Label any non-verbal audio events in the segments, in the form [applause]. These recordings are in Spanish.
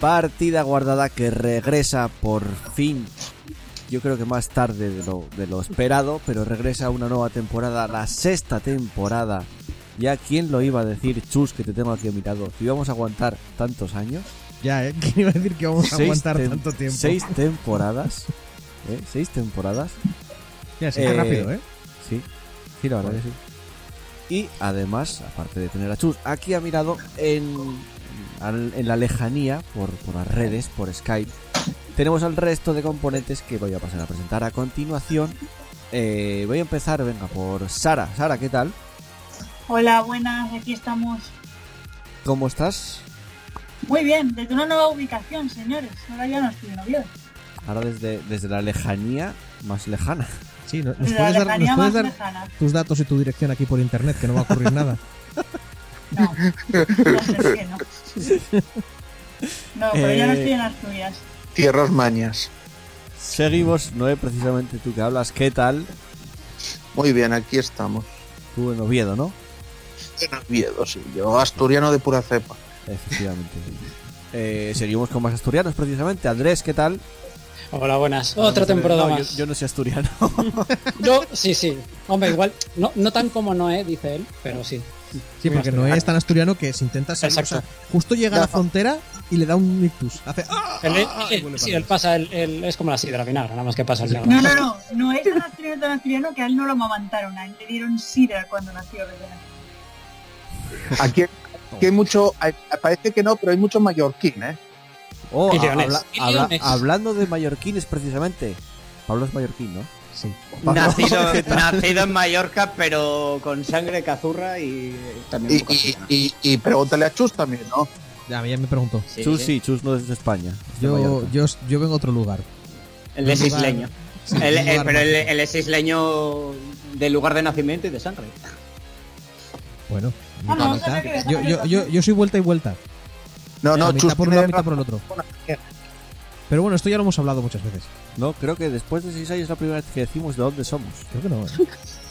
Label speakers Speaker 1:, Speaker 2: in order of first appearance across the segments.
Speaker 1: Partida Guardada que regresa por fin. Yo creo que más tarde de lo, de lo esperado, pero regresa una nueva temporada, la sexta temporada ya quién lo iba a decir, Chus, que te tengo aquí mirado, que íbamos a aguantar tantos años.
Speaker 2: Ya, ¿eh? [laughs] ¿Quién iba a decir que vamos a
Speaker 1: Seis
Speaker 2: aguantar
Speaker 1: tem-
Speaker 2: tanto tiempo?
Speaker 1: Seis temporadas. ¿eh? Seis temporadas.
Speaker 2: Ya, se va
Speaker 1: eh,
Speaker 2: rápido, ¿eh?
Speaker 1: Sí. Sí, la verdad que sí. Y además, aparte de tener a Chus, aquí ha mirado en, al- en la lejanía, por, por las redes, por Skype, tenemos al resto de componentes que voy a pasar a presentar a continuación. Eh, voy a empezar, venga, por Sara. Sara, ¿qué tal?
Speaker 3: Hola, buenas, aquí estamos.
Speaker 1: ¿Cómo estás?
Speaker 3: Muy bien, desde una nueva ubicación, señores. Ahora ya no estoy en Oviedo.
Speaker 1: Ahora desde, desde la lejanía más lejana.
Speaker 2: Sí, no- nos
Speaker 3: Desde la
Speaker 2: puedes dar,
Speaker 3: lejanía
Speaker 2: nos
Speaker 3: más
Speaker 2: puedes dar
Speaker 3: lejana.
Speaker 2: tus datos y tu dirección aquí por internet, que no va a ocurrir nada.
Speaker 3: No, no sé por qué no. No, pero ya no
Speaker 1: Eh,
Speaker 3: estoy en Asturias.
Speaker 4: Tierras mañas.
Speaker 1: Seguimos, Noé, precisamente tú que hablas. ¿Qué tal?
Speaker 4: Muy bien, aquí estamos.
Speaker 1: Tú en Oviedo, ¿no?
Speaker 4: En Oviedo, sí. Yo, asturiano de pura cepa.
Speaker 1: Efectivamente. [laughs] Eh, seguimos con más asturianos, precisamente. Andrés, ¿qué tal?
Speaker 5: Hola, buenas. Otra temporada
Speaker 1: No, yo-
Speaker 5: más.
Speaker 1: Yo, no soy
Speaker 5: [laughs]
Speaker 1: asturiano.
Speaker 5: Yo- sí, sí. Hombre, igual, no, no tan como Noé, dice él, pero sí.
Speaker 2: Sí, porque no es tan asturiano que se intenta salir.
Speaker 5: Exacto.
Speaker 2: o sea, justo llega a la
Speaker 4: No.
Speaker 2: frontera y le da un ictus. Hace. ¡Ah!
Speaker 5: Él,
Speaker 2: ah, y
Speaker 5: él-
Speaker 2: vuelve
Speaker 5: sí,
Speaker 2: para
Speaker 5: él
Speaker 2: atrás.
Speaker 5: pasa, el es como la sidra vinagre, nada más que pasa el vinagre.
Speaker 3: No, no, no, no es tan asturiano, tan asturiano que a él no lo amamantaron, a él le dieron sida cuando nació. ¿verdad?
Speaker 4: Aquí, aquí hay mucho. hay- parece que no, pero hay mucho mallorquín, ¿eh?
Speaker 1: Oh,
Speaker 5: Y leones.
Speaker 1: habla-
Speaker 5: Y
Speaker 1: habla-
Speaker 5: leones.
Speaker 1: hablando de mallorquines, precisamente. Pablo es mallorquín, ¿no?
Speaker 2: Sí.
Speaker 1: Pablo, [laughs]
Speaker 6: Nacido, nacido en Mallorca, pero con sangre cazurra y también
Speaker 4: Y,
Speaker 6: un poco
Speaker 4: y-
Speaker 6: africana.
Speaker 4: y- y pregúntale a Chus también, ¿no?
Speaker 2: Ya, ya me pregunto.
Speaker 6: Sí,
Speaker 1: Chus
Speaker 6: sí.
Speaker 1: sí, Chus no es de España. es de
Speaker 2: Yo,
Speaker 1: Mallorca.
Speaker 2: yo, yo vengo a otro lugar.
Speaker 6: Él es
Speaker 2: Un lugar-
Speaker 6: isleño.
Speaker 2: Sí,
Speaker 6: Él-
Speaker 2: un
Speaker 6: eh,
Speaker 2: lugar
Speaker 6: pero él,
Speaker 2: mágico.
Speaker 6: él es isleño del lugar de nacimiento y de sangre.
Speaker 2: Bueno, mitad,
Speaker 3: Ah, Vamos,
Speaker 2: mitad.
Speaker 3: a ver qué-
Speaker 2: Yo, yo, yo, yo soy vuelta y vuelta.
Speaker 4: No,
Speaker 2: La
Speaker 4: no, Chus
Speaker 2: mitad por un
Speaker 4: tiene
Speaker 2: lado, mitad por el otro.
Speaker 4: razón.
Speaker 2: Pero bueno, esto ya lo hemos hablado muchas veces.
Speaker 1: No, creo que después de seis años es la primera vez que decimos de dónde somos.
Speaker 2: Creo que no. ¿eh?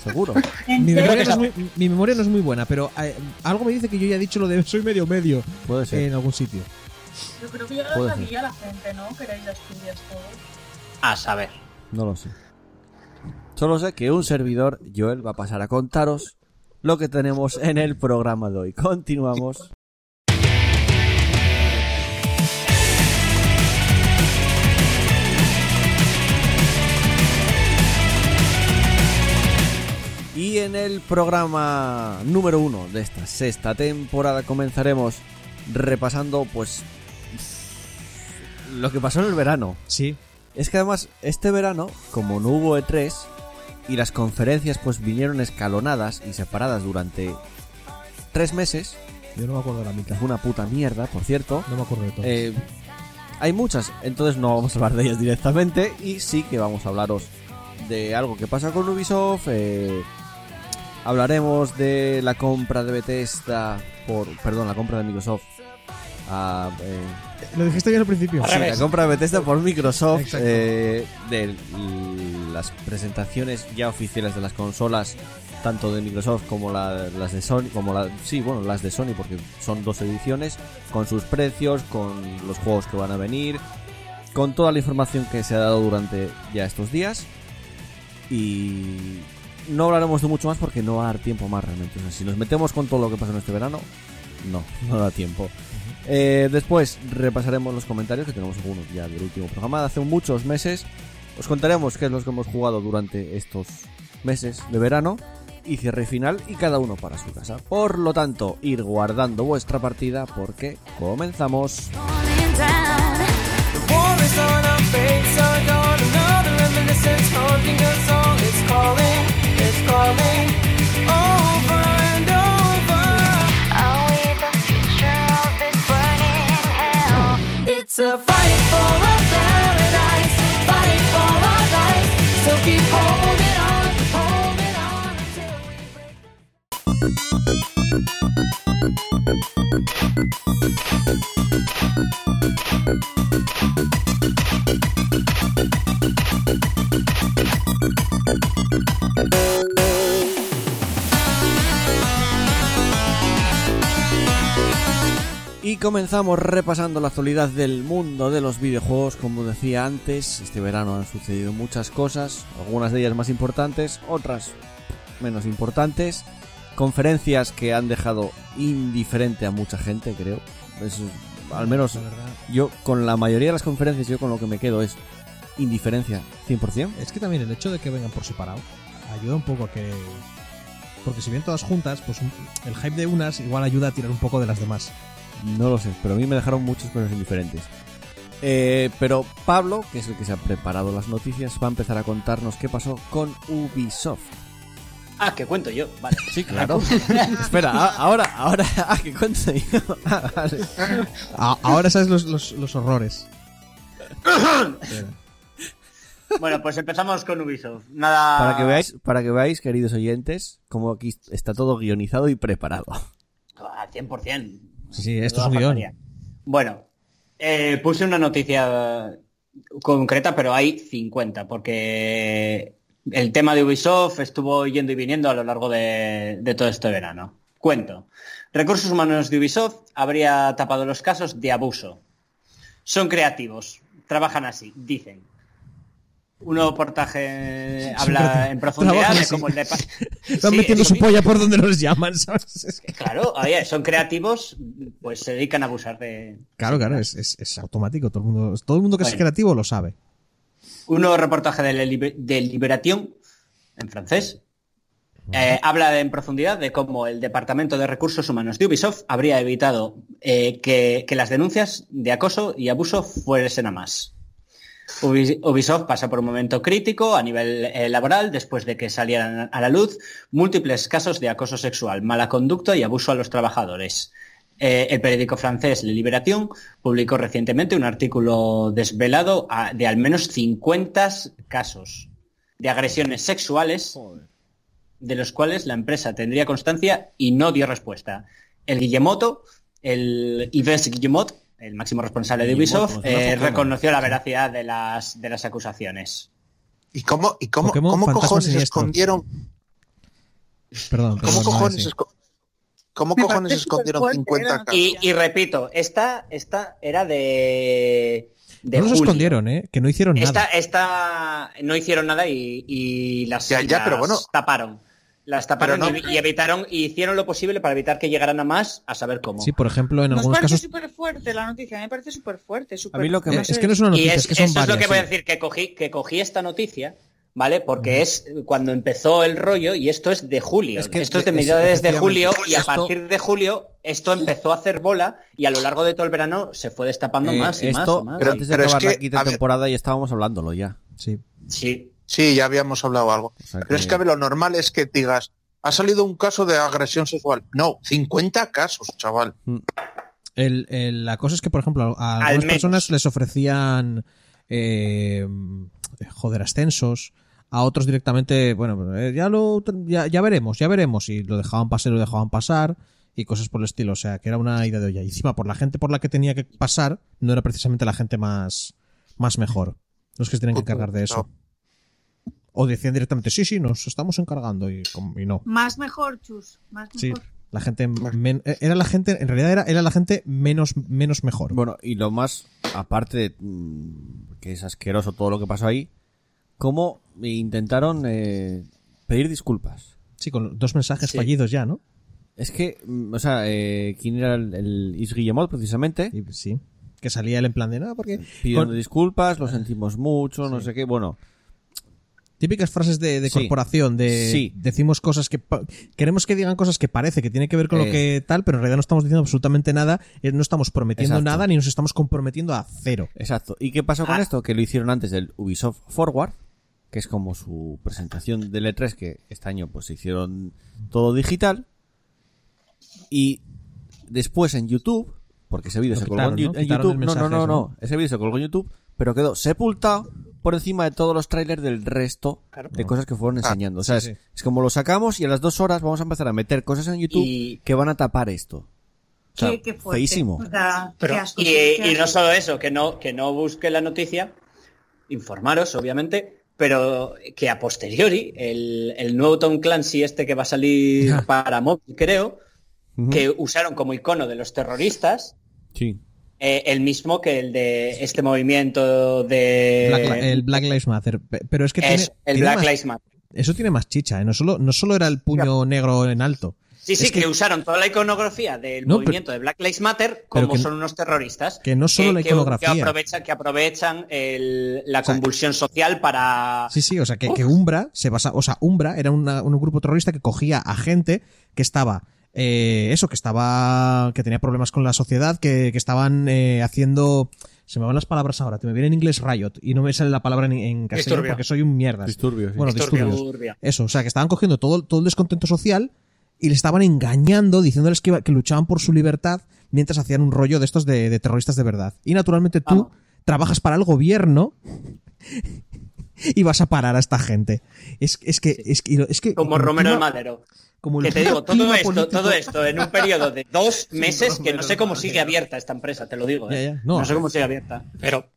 Speaker 1: Seguro.
Speaker 3: En
Speaker 2: Mi memoria,
Speaker 3: serio,
Speaker 2: no es muy, mi memoria no es muy buena, pero eh, algo me dice que yo ya he dicho lo de soy medio medio
Speaker 1: Puede ser.
Speaker 2: en algún sitio.
Speaker 3: Yo creo que ya lo
Speaker 1: Puede
Speaker 3: sabía la gente, ¿no? Que erais de Asturias todos.
Speaker 6: A saber.
Speaker 1: No lo sé. Solo sé que un servidor, Joel, va a pasar a contaros lo que tenemos en el programa de hoy. Continuamos. Y en el programa número uno de esta sexta temporada comenzaremos repasando pues lo que pasó en el verano.
Speaker 2: Sí,
Speaker 1: Es que además, este verano, como no hubo E3 y las conferencias pues vinieron escalonadas y separadas durante tres meses,
Speaker 2: yo no me acuerdo de la
Speaker 1: que
Speaker 2: mitad.
Speaker 1: fue una puta mierda, por cierto,
Speaker 2: No me acuerdo de todo.
Speaker 1: eh, hay muchas, entonces no vamos a hablar de ellas directamente y sí que vamos a hablaros de algo que pasa con Ubisoft, eh, hablaremos de la compra de Bethesda, por, perdón, la compra de Microsoft. a, eh,
Speaker 2: lo dijiste bien al principio.
Speaker 5: Al
Speaker 1: Sí, la
Speaker 5: revés.
Speaker 1: compra de Bethesda por Microsoft
Speaker 2: Exacto.
Speaker 1: eh, de l- las presentaciones ya oficiales de las consolas tanto de Microsoft como la- las de Sony como la, sí bueno las de Sony porque son dos ediciones con sus precios con los juegos que van a venir con toda la información que se ha dado durante ya estos días y no hablaremos de mucho más porque no va a dar tiempo más realmente. O sea, si nos metemos con todo lo que pasó en este verano, no, no da tiempo. Eh, después repasaremos los comentarios, que tenemos algunos ya del último programa de hace muchos meses. Os contaremos qué es lo que hemos jugado durante estos meses de verano y cierre y final y cada uno para su casa. Por lo tanto, ir guardando vuestra partida porque comenzamos.
Speaker 7: It's calling, it's calling over and over.
Speaker 1: Y comenzamos repasando la actualidad del mundo de los videojuegos. Como decía antes, este verano han sucedido muchas cosas, algunas de ellas más importantes, otras menos importantes. Conferencias que han dejado indiferente a mucha gente, creo. Es, al menos
Speaker 2: La verdad.
Speaker 1: yo con la mayoría de las conferencias, yo con lo que me quedo es indiferencia 100%.
Speaker 2: Es que también el hecho de que vengan por separado ayuda un poco a que. Porque si vienen todas juntas, pues un- el hype de unas igual ayuda a tirar un poco de las demás.
Speaker 1: No lo sé, pero a mí me dejaron muchas cosas indiferentes. Eh, pero Pablo, que es el que se ha preparado las noticias, va a empezar a contarnos qué pasó con Ubisoft.
Speaker 6: Ah, que cuento yo, vale.
Speaker 1: Sí, claro. Espera, a- ahora, ahora, [laughs] ah, que cuento yo. Ah, [laughs] vale.
Speaker 2: A- ahora sabes los, los, los horrores.
Speaker 6: Bueno, pues empezamos con Ubisoft. Nada.
Speaker 1: Para que veáis, para que veáis, queridos oyentes, como aquí está todo guionizado y preparado.
Speaker 6: Al 100%.
Speaker 2: Sí, sí, esto es
Speaker 6: Duda
Speaker 2: un guión.
Speaker 6: faltaría. Bueno, eh, puse una noticia concreta, pero hay 50, porque el tema de Ubisoft estuvo yendo y viniendo a lo largo de, de todo este verano. Cuento. Recursos humanos de Ubisoft habría tapado los casos de abuso. Son creativos, trabajan así, dicen. Uno portaje habla en profundidad
Speaker 2: trabajan
Speaker 6: de
Speaker 2: así.
Speaker 6: cómo el de... pa-
Speaker 2: [laughs] Están
Speaker 6: Sí,
Speaker 2: metiendo
Speaker 6: eso
Speaker 2: su
Speaker 6: mismo.
Speaker 2: polla por donde los llaman, [laughs] ¿sabes? Es que-
Speaker 6: Claro, oye, son creativos, pues se dedican a abusar de...
Speaker 2: Claro, claro, es, es- es automático. Todo el mundo, todo el mundo que es
Speaker 6: Bueno.
Speaker 2: creativo lo sabe.
Speaker 6: Un nuevo reportaje de, la Libe- de Liberación, en francés, eh, habla en profundidad de cómo el Departamento de Recursos Humanos de Ubisoft habría evitado eh, que, que las denuncias de acoso y abuso fuesen a más. Ubi- Ubisoft pasa por un momento crítico a nivel eh, laboral después de que salieran a la luz múltiples casos de acoso sexual, mala conducta y abuso a los trabajadores. Eh, el periódico francés Le Libération publicó recientemente un artículo desvelado a- de al menos 50 casos de agresiones sexuales, de los cuales la empresa tendría constancia y no dio respuesta. El Guillemoto, el Yves Guillemot, el máximo responsable de
Speaker 1: Guillemot,
Speaker 6: Ubisoft,
Speaker 1: como se llama,
Speaker 6: eh,
Speaker 1: Pokémon.
Speaker 6: reconoció la veracidad de las, de las acusaciones.
Speaker 4: ¿Y cómo, y cómo,
Speaker 2: Pokémon
Speaker 4: cómo
Speaker 2: Fantasma
Speaker 4: cojones
Speaker 2: Siniestro.
Speaker 4: escondieron?
Speaker 2: Perdón, perdón.
Speaker 4: ¿Cómo
Speaker 2: no,
Speaker 4: cojones,
Speaker 2: sí.
Speaker 4: esco- ¿cómo
Speaker 3: Me
Speaker 4: cojones
Speaker 3: parece
Speaker 4: escondieron
Speaker 3: superfuerte,
Speaker 4: 50
Speaker 3: era una-
Speaker 4: casos?
Speaker 6: Y, y repito, esta, esta era de... de
Speaker 2: No los
Speaker 6: julio.
Speaker 2: escondieron, ¿eh? Que no hicieron
Speaker 6: Esta,
Speaker 2: nada.
Speaker 6: esta no hicieron nada y, y las,
Speaker 4: Ya, ya,
Speaker 6: las
Speaker 4: pero bueno.
Speaker 6: taparon. Las taparon
Speaker 4: Pero no-
Speaker 6: y, y evitaron y hicieron lo posible para evitar que llegaran a más a saber cómo.
Speaker 2: Sí, por ejemplo, en
Speaker 3: Nos
Speaker 2: algunos
Speaker 3: parece
Speaker 2: casos.
Speaker 3: súper fuerte la noticia, me parece súper fuerte.
Speaker 1: A mí lo que
Speaker 2: Eh,
Speaker 1: me-
Speaker 2: es que no es una
Speaker 6: y
Speaker 2: noticia, es,
Speaker 6: es,
Speaker 2: que son
Speaker 6: eso es
Speaker 2: varias.
Speaker 6: lo que voy a
Speaker 2: sí.
Speaker 6: decir, que cogí, que cogí esta noticia, ¿vale? Porque es cuando empezó el rollo y esto es de julio.
Speaker 1: Es que
Speaker 6: esto es de
Speaker 1: es-
Speaker 6: mediados de
Speaker 1: efectivamente.
Speaker 6: julio y a
Speaker 1: Esto-
Speaker 6: partir de julio esto empezó a hacer bola y a lo largo de todo el verano se fue destapando
Speaker 1: Eh,
Speaker 6: más y más.
Speaker 1: esto,
Speaker 6: y más.
Speaker 4: Pero-
Speaker 1: antes de
Speaker 4: pero es
Speaker 1: acabar la
Speaker 4: que,
Speaker 1: quinta
Speaker 4: a ver.
Speaker 1: temporada, ya estábamos hablándolo ya.
Speaker 2: Sí.
Speaker 6: Sí.
Speaker 4: Sí, ya habíamos hablado algo.
Speaker 2: Eh,
Speaker 1: O sea
Speaker 4: Pero es que a ver, lo normal es que digas, ha salido un caso de agresión sexual. No, 50 casos, chaval.
Speaker 2: El- el- la cosa es que, por ejemplo, a algunas
Speaker 6: menos.
Speaker 2: personas les ofrecían. eh, joder, ascensos. A otros directamente, bueno, eh, ya lo ya, ya veremos, ya veremos. Y lo dejaban pasar, lo dejaban pasar. Y cosas por el estilo. O sea, que era una idea de olla. Y encima, por la gente por la que tenía que pasar, no era precisamente la gente más, más mejor. Los que se tienen que encargar de eso. O decían directamente, sí, sí, nos estamos encargando. Y, com- y no.
Speaker 3: Más mejor, Chus. Más
Speaker 2: Sí.
Speaker 3: mejor.
Speaker 2: La gente men- eh, era la gente, en realidad era, era la gente menos, menos mejor.
Speaker 1: Bueno, y lo más, aparte de mm, que es asqueroso todo lo que pasó ahí, cómo intentaron eh, pedir disculpas.
Speaker 2: Sí, con dos mensajes
Speaker 6: Sí.
Speaker 2: fallidos ya, ¿no?
Speaker 1: Es que, mm, o sea, eh, ¿quién era el, el Yves Guillemot precisamente?
Speaker 2: Y- sí. Que salía él en plan de nada, porque.
Speaker 1: Pidiendo
Speaker 2: con
Speaker 1: disculpas, lo sentimos mucho, no sé qué. Bueno,
Speaker 2: típicas frases de, de
Speaker 1: Sí.
Speaker 2: corporación, de
Speaker 1: Sí.
Speaker 2: decimos cosas que. pa- Queremos que digan cosas que parece que tiene que ver con lo
Speaker 1: Eh.
Speaker 2: que tal, pero en realidad no estamos diciendo absolutamente nada, eh, no estamos prometiendo
Speaker 1: Exacto.
Speaker 2: nada ni nos estamos comprometiendo a cero.
Speaker 1: exacto. ¿Y qué pasó con
Speaker 6: Ah.
Speaker 1: esto? Que lo hicieron antes del Ubisoft Forward, que es como su presentación del E3, que este año pues se hicieron todo digital. Y después en YouTube, porque ese vídeo
Speaker 2: Lo
Speaker 1: se colgó en
Speaker 2: quitaron,
Speaker 1: Yu-
Speaker 2: ¿no?
Speaker 1: en
Speaker 2: Quitaron
Speaker 1: YouTube.
Speaker 2: el
Speaker 1: No, no,
Speaker 2: mensaje
Speaker 1: no,
Speaker 2: ese,
Speaker 1: no. Ese vídeo se colgó en YouTube pero quedó sepultado por encima de todos los trailers del resto
Speaker 6: Claro.
Speaker 1: de cosas que fueron enseñando. o sea,
Speaker 2: sí,
Speaker 1: es,
Speaker 2: sí.
Speaker 1: es como lo sacamos y a las dos horas vamos a empezar a meter cosas en YouTube
Speaker 6: Y-
Speaker 1: que van a tapar esto. O sea,
Speaker 3: Qué, qué fuerte.
Speaker 1: feísimo.
Speaker 3: O sea, qué
Speaker 6: Pero-
Speaker 3: asco,
Speaker 6: y,
Speaker 3: qué
Speaker 6: y no
Speaker 3: asco.
Speaker 6: solo eso, que no, que no busque la noticia, informaros, obviamente, pero que a posteriori, el, el nuevo Tom Clancy, este que va a salir
Speaker 2: Ya.
Speaker 6: para móvil, creo,
Speaker 1: Ujú.
Speaker 6: que usaron como icono de los terroristas,
Speaker 1: Sí.
Speaker 6: eh, el mismo que el de este movimiento de...
Speaker 2: Black Li- el Black Lives Matter. Pe- Pero es que tiene,
Speaker 6: es- el
Speaker 2: tiene
Speaker 6: Black
Speaker 2: más-
Speaker 6: Lives Matter.
Speaker 2: eso tiene más chicha. ¿eh? No, solo, no solo era el puño negro en alto.
Speaker 6: Sí, sí,
Speaker 2: Es
Speaker 6: que,
Speaker 2: que-
Speaker 6: usaron toda la iconografía del
Speaker 2: No, pero-
Speaker 6: movimiento de Black Lives Matter
Speaker 2: pero
Speaker 6: como
Speaker 2: que-
Speaker 6: son unos terroristas.
Speaker 2: que no solo la iconografía.
Speaker 6: Que aprovechan, que aprovechan el- la
Speaker 2: sea,
Speaker 6: convulsión social para...
Speaker 2: Sí, sí, o sea, que, que Umbra se basa, o sea, Umbra era una- un grupo terrorista que cogía a gente que estaba, eh, eso, que estaba, que tenía problemas con la sociedad, que, que estaban eh, haciendo, se me van las palabras ahora, te me viene en inglés riot y no me sale la palabra en, en castellano
Speaker 5: Disturbio.
Speaker 2: porque soy un mierda.
Speaker 1: Disturbios.
Speaker 2: Bueno,
Speaker 5: Disturbio.
Speaker 2: disturbios.
Speaker 6: Turbia.
Speaker 2: Eso, o sea, que estaban cogiendo todo, todo el descontento social y le estaban engañando, diciéndoles que, iba- que luchaban por su libertad mientras hacían un rollo de estos de, de terroristas de verdad. Y naturalmente tú
Speaker 6: Vamos.
Speaker 2: trabajas para el gobierno y vas a parar a esta gente. Es, es que, es que, y lo- es que-
Speaker 6: Como
Speaker 2: y
Speaker 6: Romero el
Speaker 2: encima,
Speaker 6: Madero.
Speaker 2: como el
Speaker 6: Que te digo,
Speaker 2: piba
Speaker 6: todo esto,
Speaker 2: político-
Speaker 6: todo esto en un
Speaker 2: [laughs]
Speaker 6: periodo de dos meses que
Speaker 8: Romero
Speaker 6: no sé cómo
Speaker 8: el
Speaker 6: sigue
Speaker 8: Madero.
Speaker 6: abierta esta empresa, te lo digo. ¿eh?
Speaker 2: Ya, ya. No,
Speaker 6: no sé cómo sigue abierta.
Speaker 5: Pero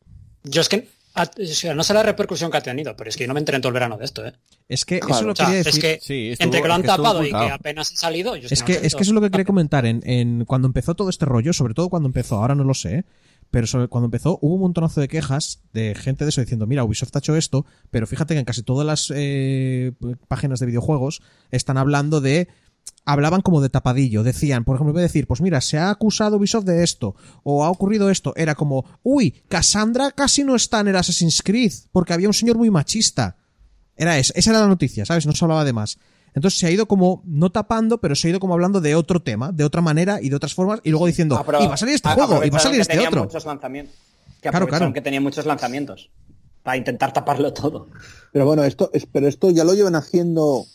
Speaker 5: yo es que a- o sea, no sé la repercusión que ha tenido, pero es que yo no me enteré en todo el verano de esto, ¿eh?
Speaker 2: Es que eso
Speaker 6: Claro,
Speaker 2: lo
Speaker 5: O sea,
Speaker 2: quería
Speaker 5: es
Speaker 2: decir.
Speaker 5: que
Speaker 1: Sí, estuvo-
Speaker 5: entre que lo han
Speaker 1: es que estuvo
Speaker 5: tapado y que
Speaker 1: ocultado.
Speaker 5: apenas ha salido, yo
Speaker 2: Es
Speaker 5: no
Speaker 2: que,
Speaker 5: sé
Speaker 2: es que eso es lo que quería comentar. En, en cuando empezó todo este rollo, sobre todo cuando empezó, ahora no lo sé, ¿eh? pero sobre- cuando empezó hubo un montonazo de quejas de gente de eso diciendo, mira, Ubisoft ha hecho esto, pero fíjate que en casi todas las eh, páginas de videojuegos están hablando de... Hablaban como de tapadillo, decían, por ejemplo, en vez de decir, pues mira, se ha acusado Ubisoft de esto, o ha ocurrido esto, era como, uy, Cassandra casi no está en el Assassin's Creed, porque había un señor muy machista. Era eso, esa era la noticia, ¿sabes? No se hablaba de más. Entonces se ha ido como, no tapando, pero se ha ido como hablando de otro tema, de otra manera y de otras formas, y luego diciendo,
Speaker 6: Apro-
Speaker 2: y va a salir este
Speaker 6: Ah, a-
Speaker 2: juego, y va a
Speaker 6: aprovecharon
Speaker 2: salir
Speaker 6: que
Speaker 2: este
Speaker 6: tenía
Speaker 2: otro.
Speaker 6: muchos lanzamientos. Que
Speaker 2: Claro,
Speaker 6: aprovecharon
Speaker 2: claro.
Speaker 6: que tenía muchos lanzamientos para intentar taparlo todo.
Speaker 4: Pero bueno, esto, es- pero esto ya lo llevan haciendo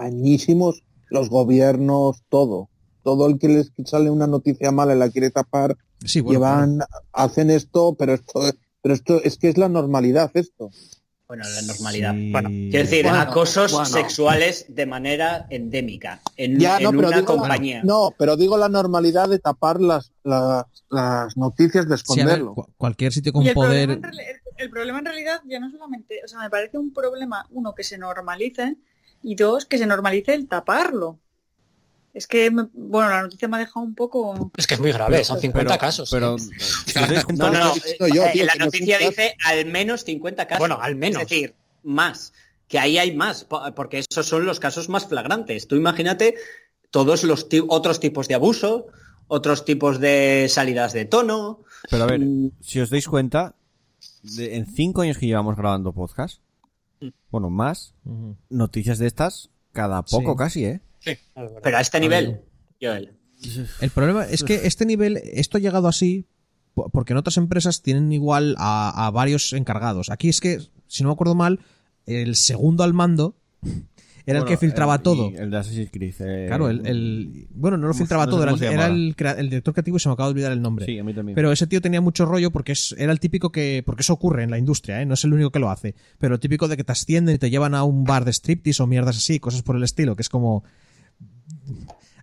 Speaker 4: añísimos los gobiernos, todo. Todo el que les sale una noticia mala y la quiere tapar,
Speaker 2: Sí, bueno,
Speaker 4: llevan, hacen esto, pero esto, pero esto es que es la normalidad esto.
Speaker 6: Bueno, la normalidad.
Speaker 2: Sí.
Speaker 6: Bueno, quiero decir,
Speaker 4: Bueno,
Speaker 6: acosos
Speaker 8: bueno.
Speaker 6: sexuales de manera endémica en,
Speaker 4: Ya,
Speaker 6: en
Speaker 4: no, pero
Speaker 6: una
Speaker 4: digo,
Speaker 6: compañía.
Speaker 4: No, pero digo la normalidad de tapar las, las, las noticias, de
Speaker 2: sí, a ver,
Speaker 4: esconderlo.
Speaker 2: cu- cualquier sitio con
Speaker 3: Y el Problema
Speaker 2: poder.
Speaker 3: en reali- el, el problema en realidad ya no solamente, o sea, me parece un problema, uno, que se normalice y dos, que se normalice el taparlo. Es que, me- bueno, la noticia me ha dejado un poco...
Speaker 5: [laughs] Es que es muy grave, son 50 casos.
Speaker 1: Pero, si os dais
Speaker 2: [laughs]
Speaker 1: cuenta-
Speaker 6: No, no, no.
Speaker 4: Eso he dicho yo,
Speaker 6: Eh,
Speaker 4: tío,
Speaker 6: la
Speaker 4: que no
Speaker 6: noticia
Speaker 4: es un
Speaker 6: dice al menos 50 casos.
Speaker 5: Bueno, al menos.
Speaker 6: Es decir, más. Que ahí hay más, po- porque esos son los casos más flagrantes. Tú imagínate todos los ti- otros tipos de abuso, otros tipos de salidas de tono.
Speaker 1: Pero a ver,
Speaker 6: Mm.
Speaker 1: si os dais cuenta, de- en cinco años que llevamos grabando podcast,
Speaker 6: Mm.
Speaker 1: bueno, más,
Speaker 2: Ujú.
Speaker 1: noticias de estas cada poco
Speaker 2: Sí.
Speaker 1: casi, ¿eh?
Speaker 6: Pero a este nivel, Joel.
Speaker 2: El problema es que este nivel, esto ha llegado así po- porque en otras empresas tienen igual a, a varios encargados. Aquí es que, si no me acuerdo mal, el segundo al mando era
Speaker 1: Bueno,
Speaker 2: el que filtraba
Speaker 6: eh,
Speaker 1: el-
Speaker 2: todo.
Speaker 1: y El de Assassin's Creed. eh,
Speaker 2: Claro, el, el- bueno, no lo
Speaker 1: no
Speaker 2: filtraba
Speaker 1: sé
Speaker 2: todo, era,
Speaker 1: cómo
Speaker 2: el,
Speaker 1: se
Speaker 2: era
Speaker 1: llama ahora.
Speaker 2: el crea- el director creativo y se me acaba de olvidar el nombre.
Speaker 1: Sí, a mí también.
Speaker 2: Pero ese tío tenía mucho rollo porque es, era el típico que. Porque eso ocurre en la industria, ¿eh? No es el único que lo hace. Pero el típico de que te ascienden y te llevan a un bar de striptease o mierdas así, cosas por el estilo, que es como.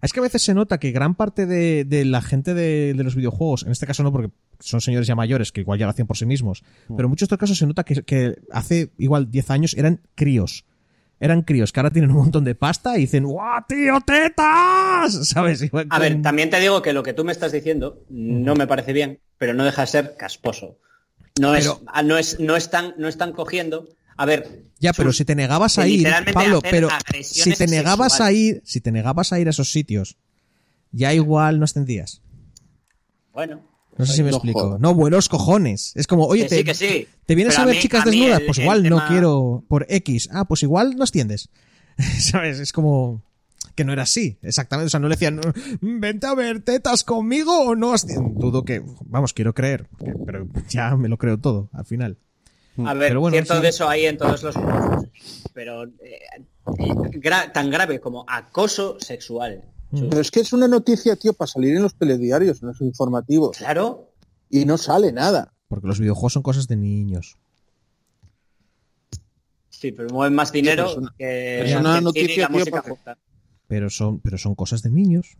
Speaker 2: Es que a veces se nota que gran parte de, de la gente de, de los videojuegos, en este caso no porque son señores ya mayores, que igual ya lo hacían por sí mismos, pero en muchos otros casos se nota que, que hace igual 10 años eran críos. Eran críos que ahora tienen un montón de pasta y dicen, ¡guau, tío, tetas! [laughs] ¿Sabes? Y van
Speaker 6: A ver,
Speaker 2: con-
Speaker 6: también te digo que lo que tú me estás diciendo no me parece bien, pero no deja de ser casposo. No es,
Speaker 2: Pero-
Speaker 6: ah, no es, no están, no están cogiendo. A ver,
Speaker 2: Ya, pero
Speaker 6: su-
Speaker 2: si te negabas
Speaker 6: de
Speaker 2: a ir,
Speaker 6: literalmente
Speaker 2: Pablo,
Speaker 6: hacer
Speaker 2: pero si
Speaker 6: agresiones
Speaker 2: te negabas
Speaker 6: sexuales.
Speaker 2: a ir, si te negabas a ir a esos sitios, ya igual no ascendías.
Speaker 6: bueno,
Speaker 2: No sé si me
Speaker 4: no
Speaker 2: explico.
Speaker 4: jodas.
Speaker 2: No, buenos cojones. Es como, oye,
Speaker 6: que
Speaker 2: te,
Speaker 6: sí, que sí.
Speaker 2: te vienes
Speaker 6: Pero
Speaker 2: a ver
Speaker 6: mí-
Speaker 2: chicas
Speaker 6: mí
Speaker 2: desnudas,
Speaker 6: el-
Speaker 2: pues
Speaker 6: el
Speaker 2: igual no
Speaker 6: tema-
Speaker 2: quiero por X. Ah, pues igual no asciendes. [laughs] ¿Sabes? Es como que no era así, exactamente. O sea, no le decían, vente a ver tetas conmigo o no asciendes. Dudo que, vamos, quiero creer, que- pero ya me lo creo todo al final.
Speaker 6: A ver,
Speaker 2: Pero bueno,
Speaker 6: cierto
Speaker 2: sí.
Speaker 6: de eso hay en todos los juegos, pero eh, gra- tan grave como acoso sexual.
Speaker 4: Pero es que es una noticia, tío, para salir en los telediarios, en los informativos.
Speaker 6: Claro,
Speaker 4: Y no sale nada. [laughs]
Speaker 2: Porque los videojuegos son cosas de niños.
Speaker 6: Sí, pero mueven más dinero
Speaker 4: Sí, pero es una-
Speaker 6: que,
Speaker 4: pero es una
Speaker 6: que el
Speaker 4: noticia,
Speaker 6: cine y la
Speaker 4: tío,
Speaker 6: música
Speaker 4: Paco.
Speaker 6: afecta.
Speaker 2: Pero son, pero son cosas de niños.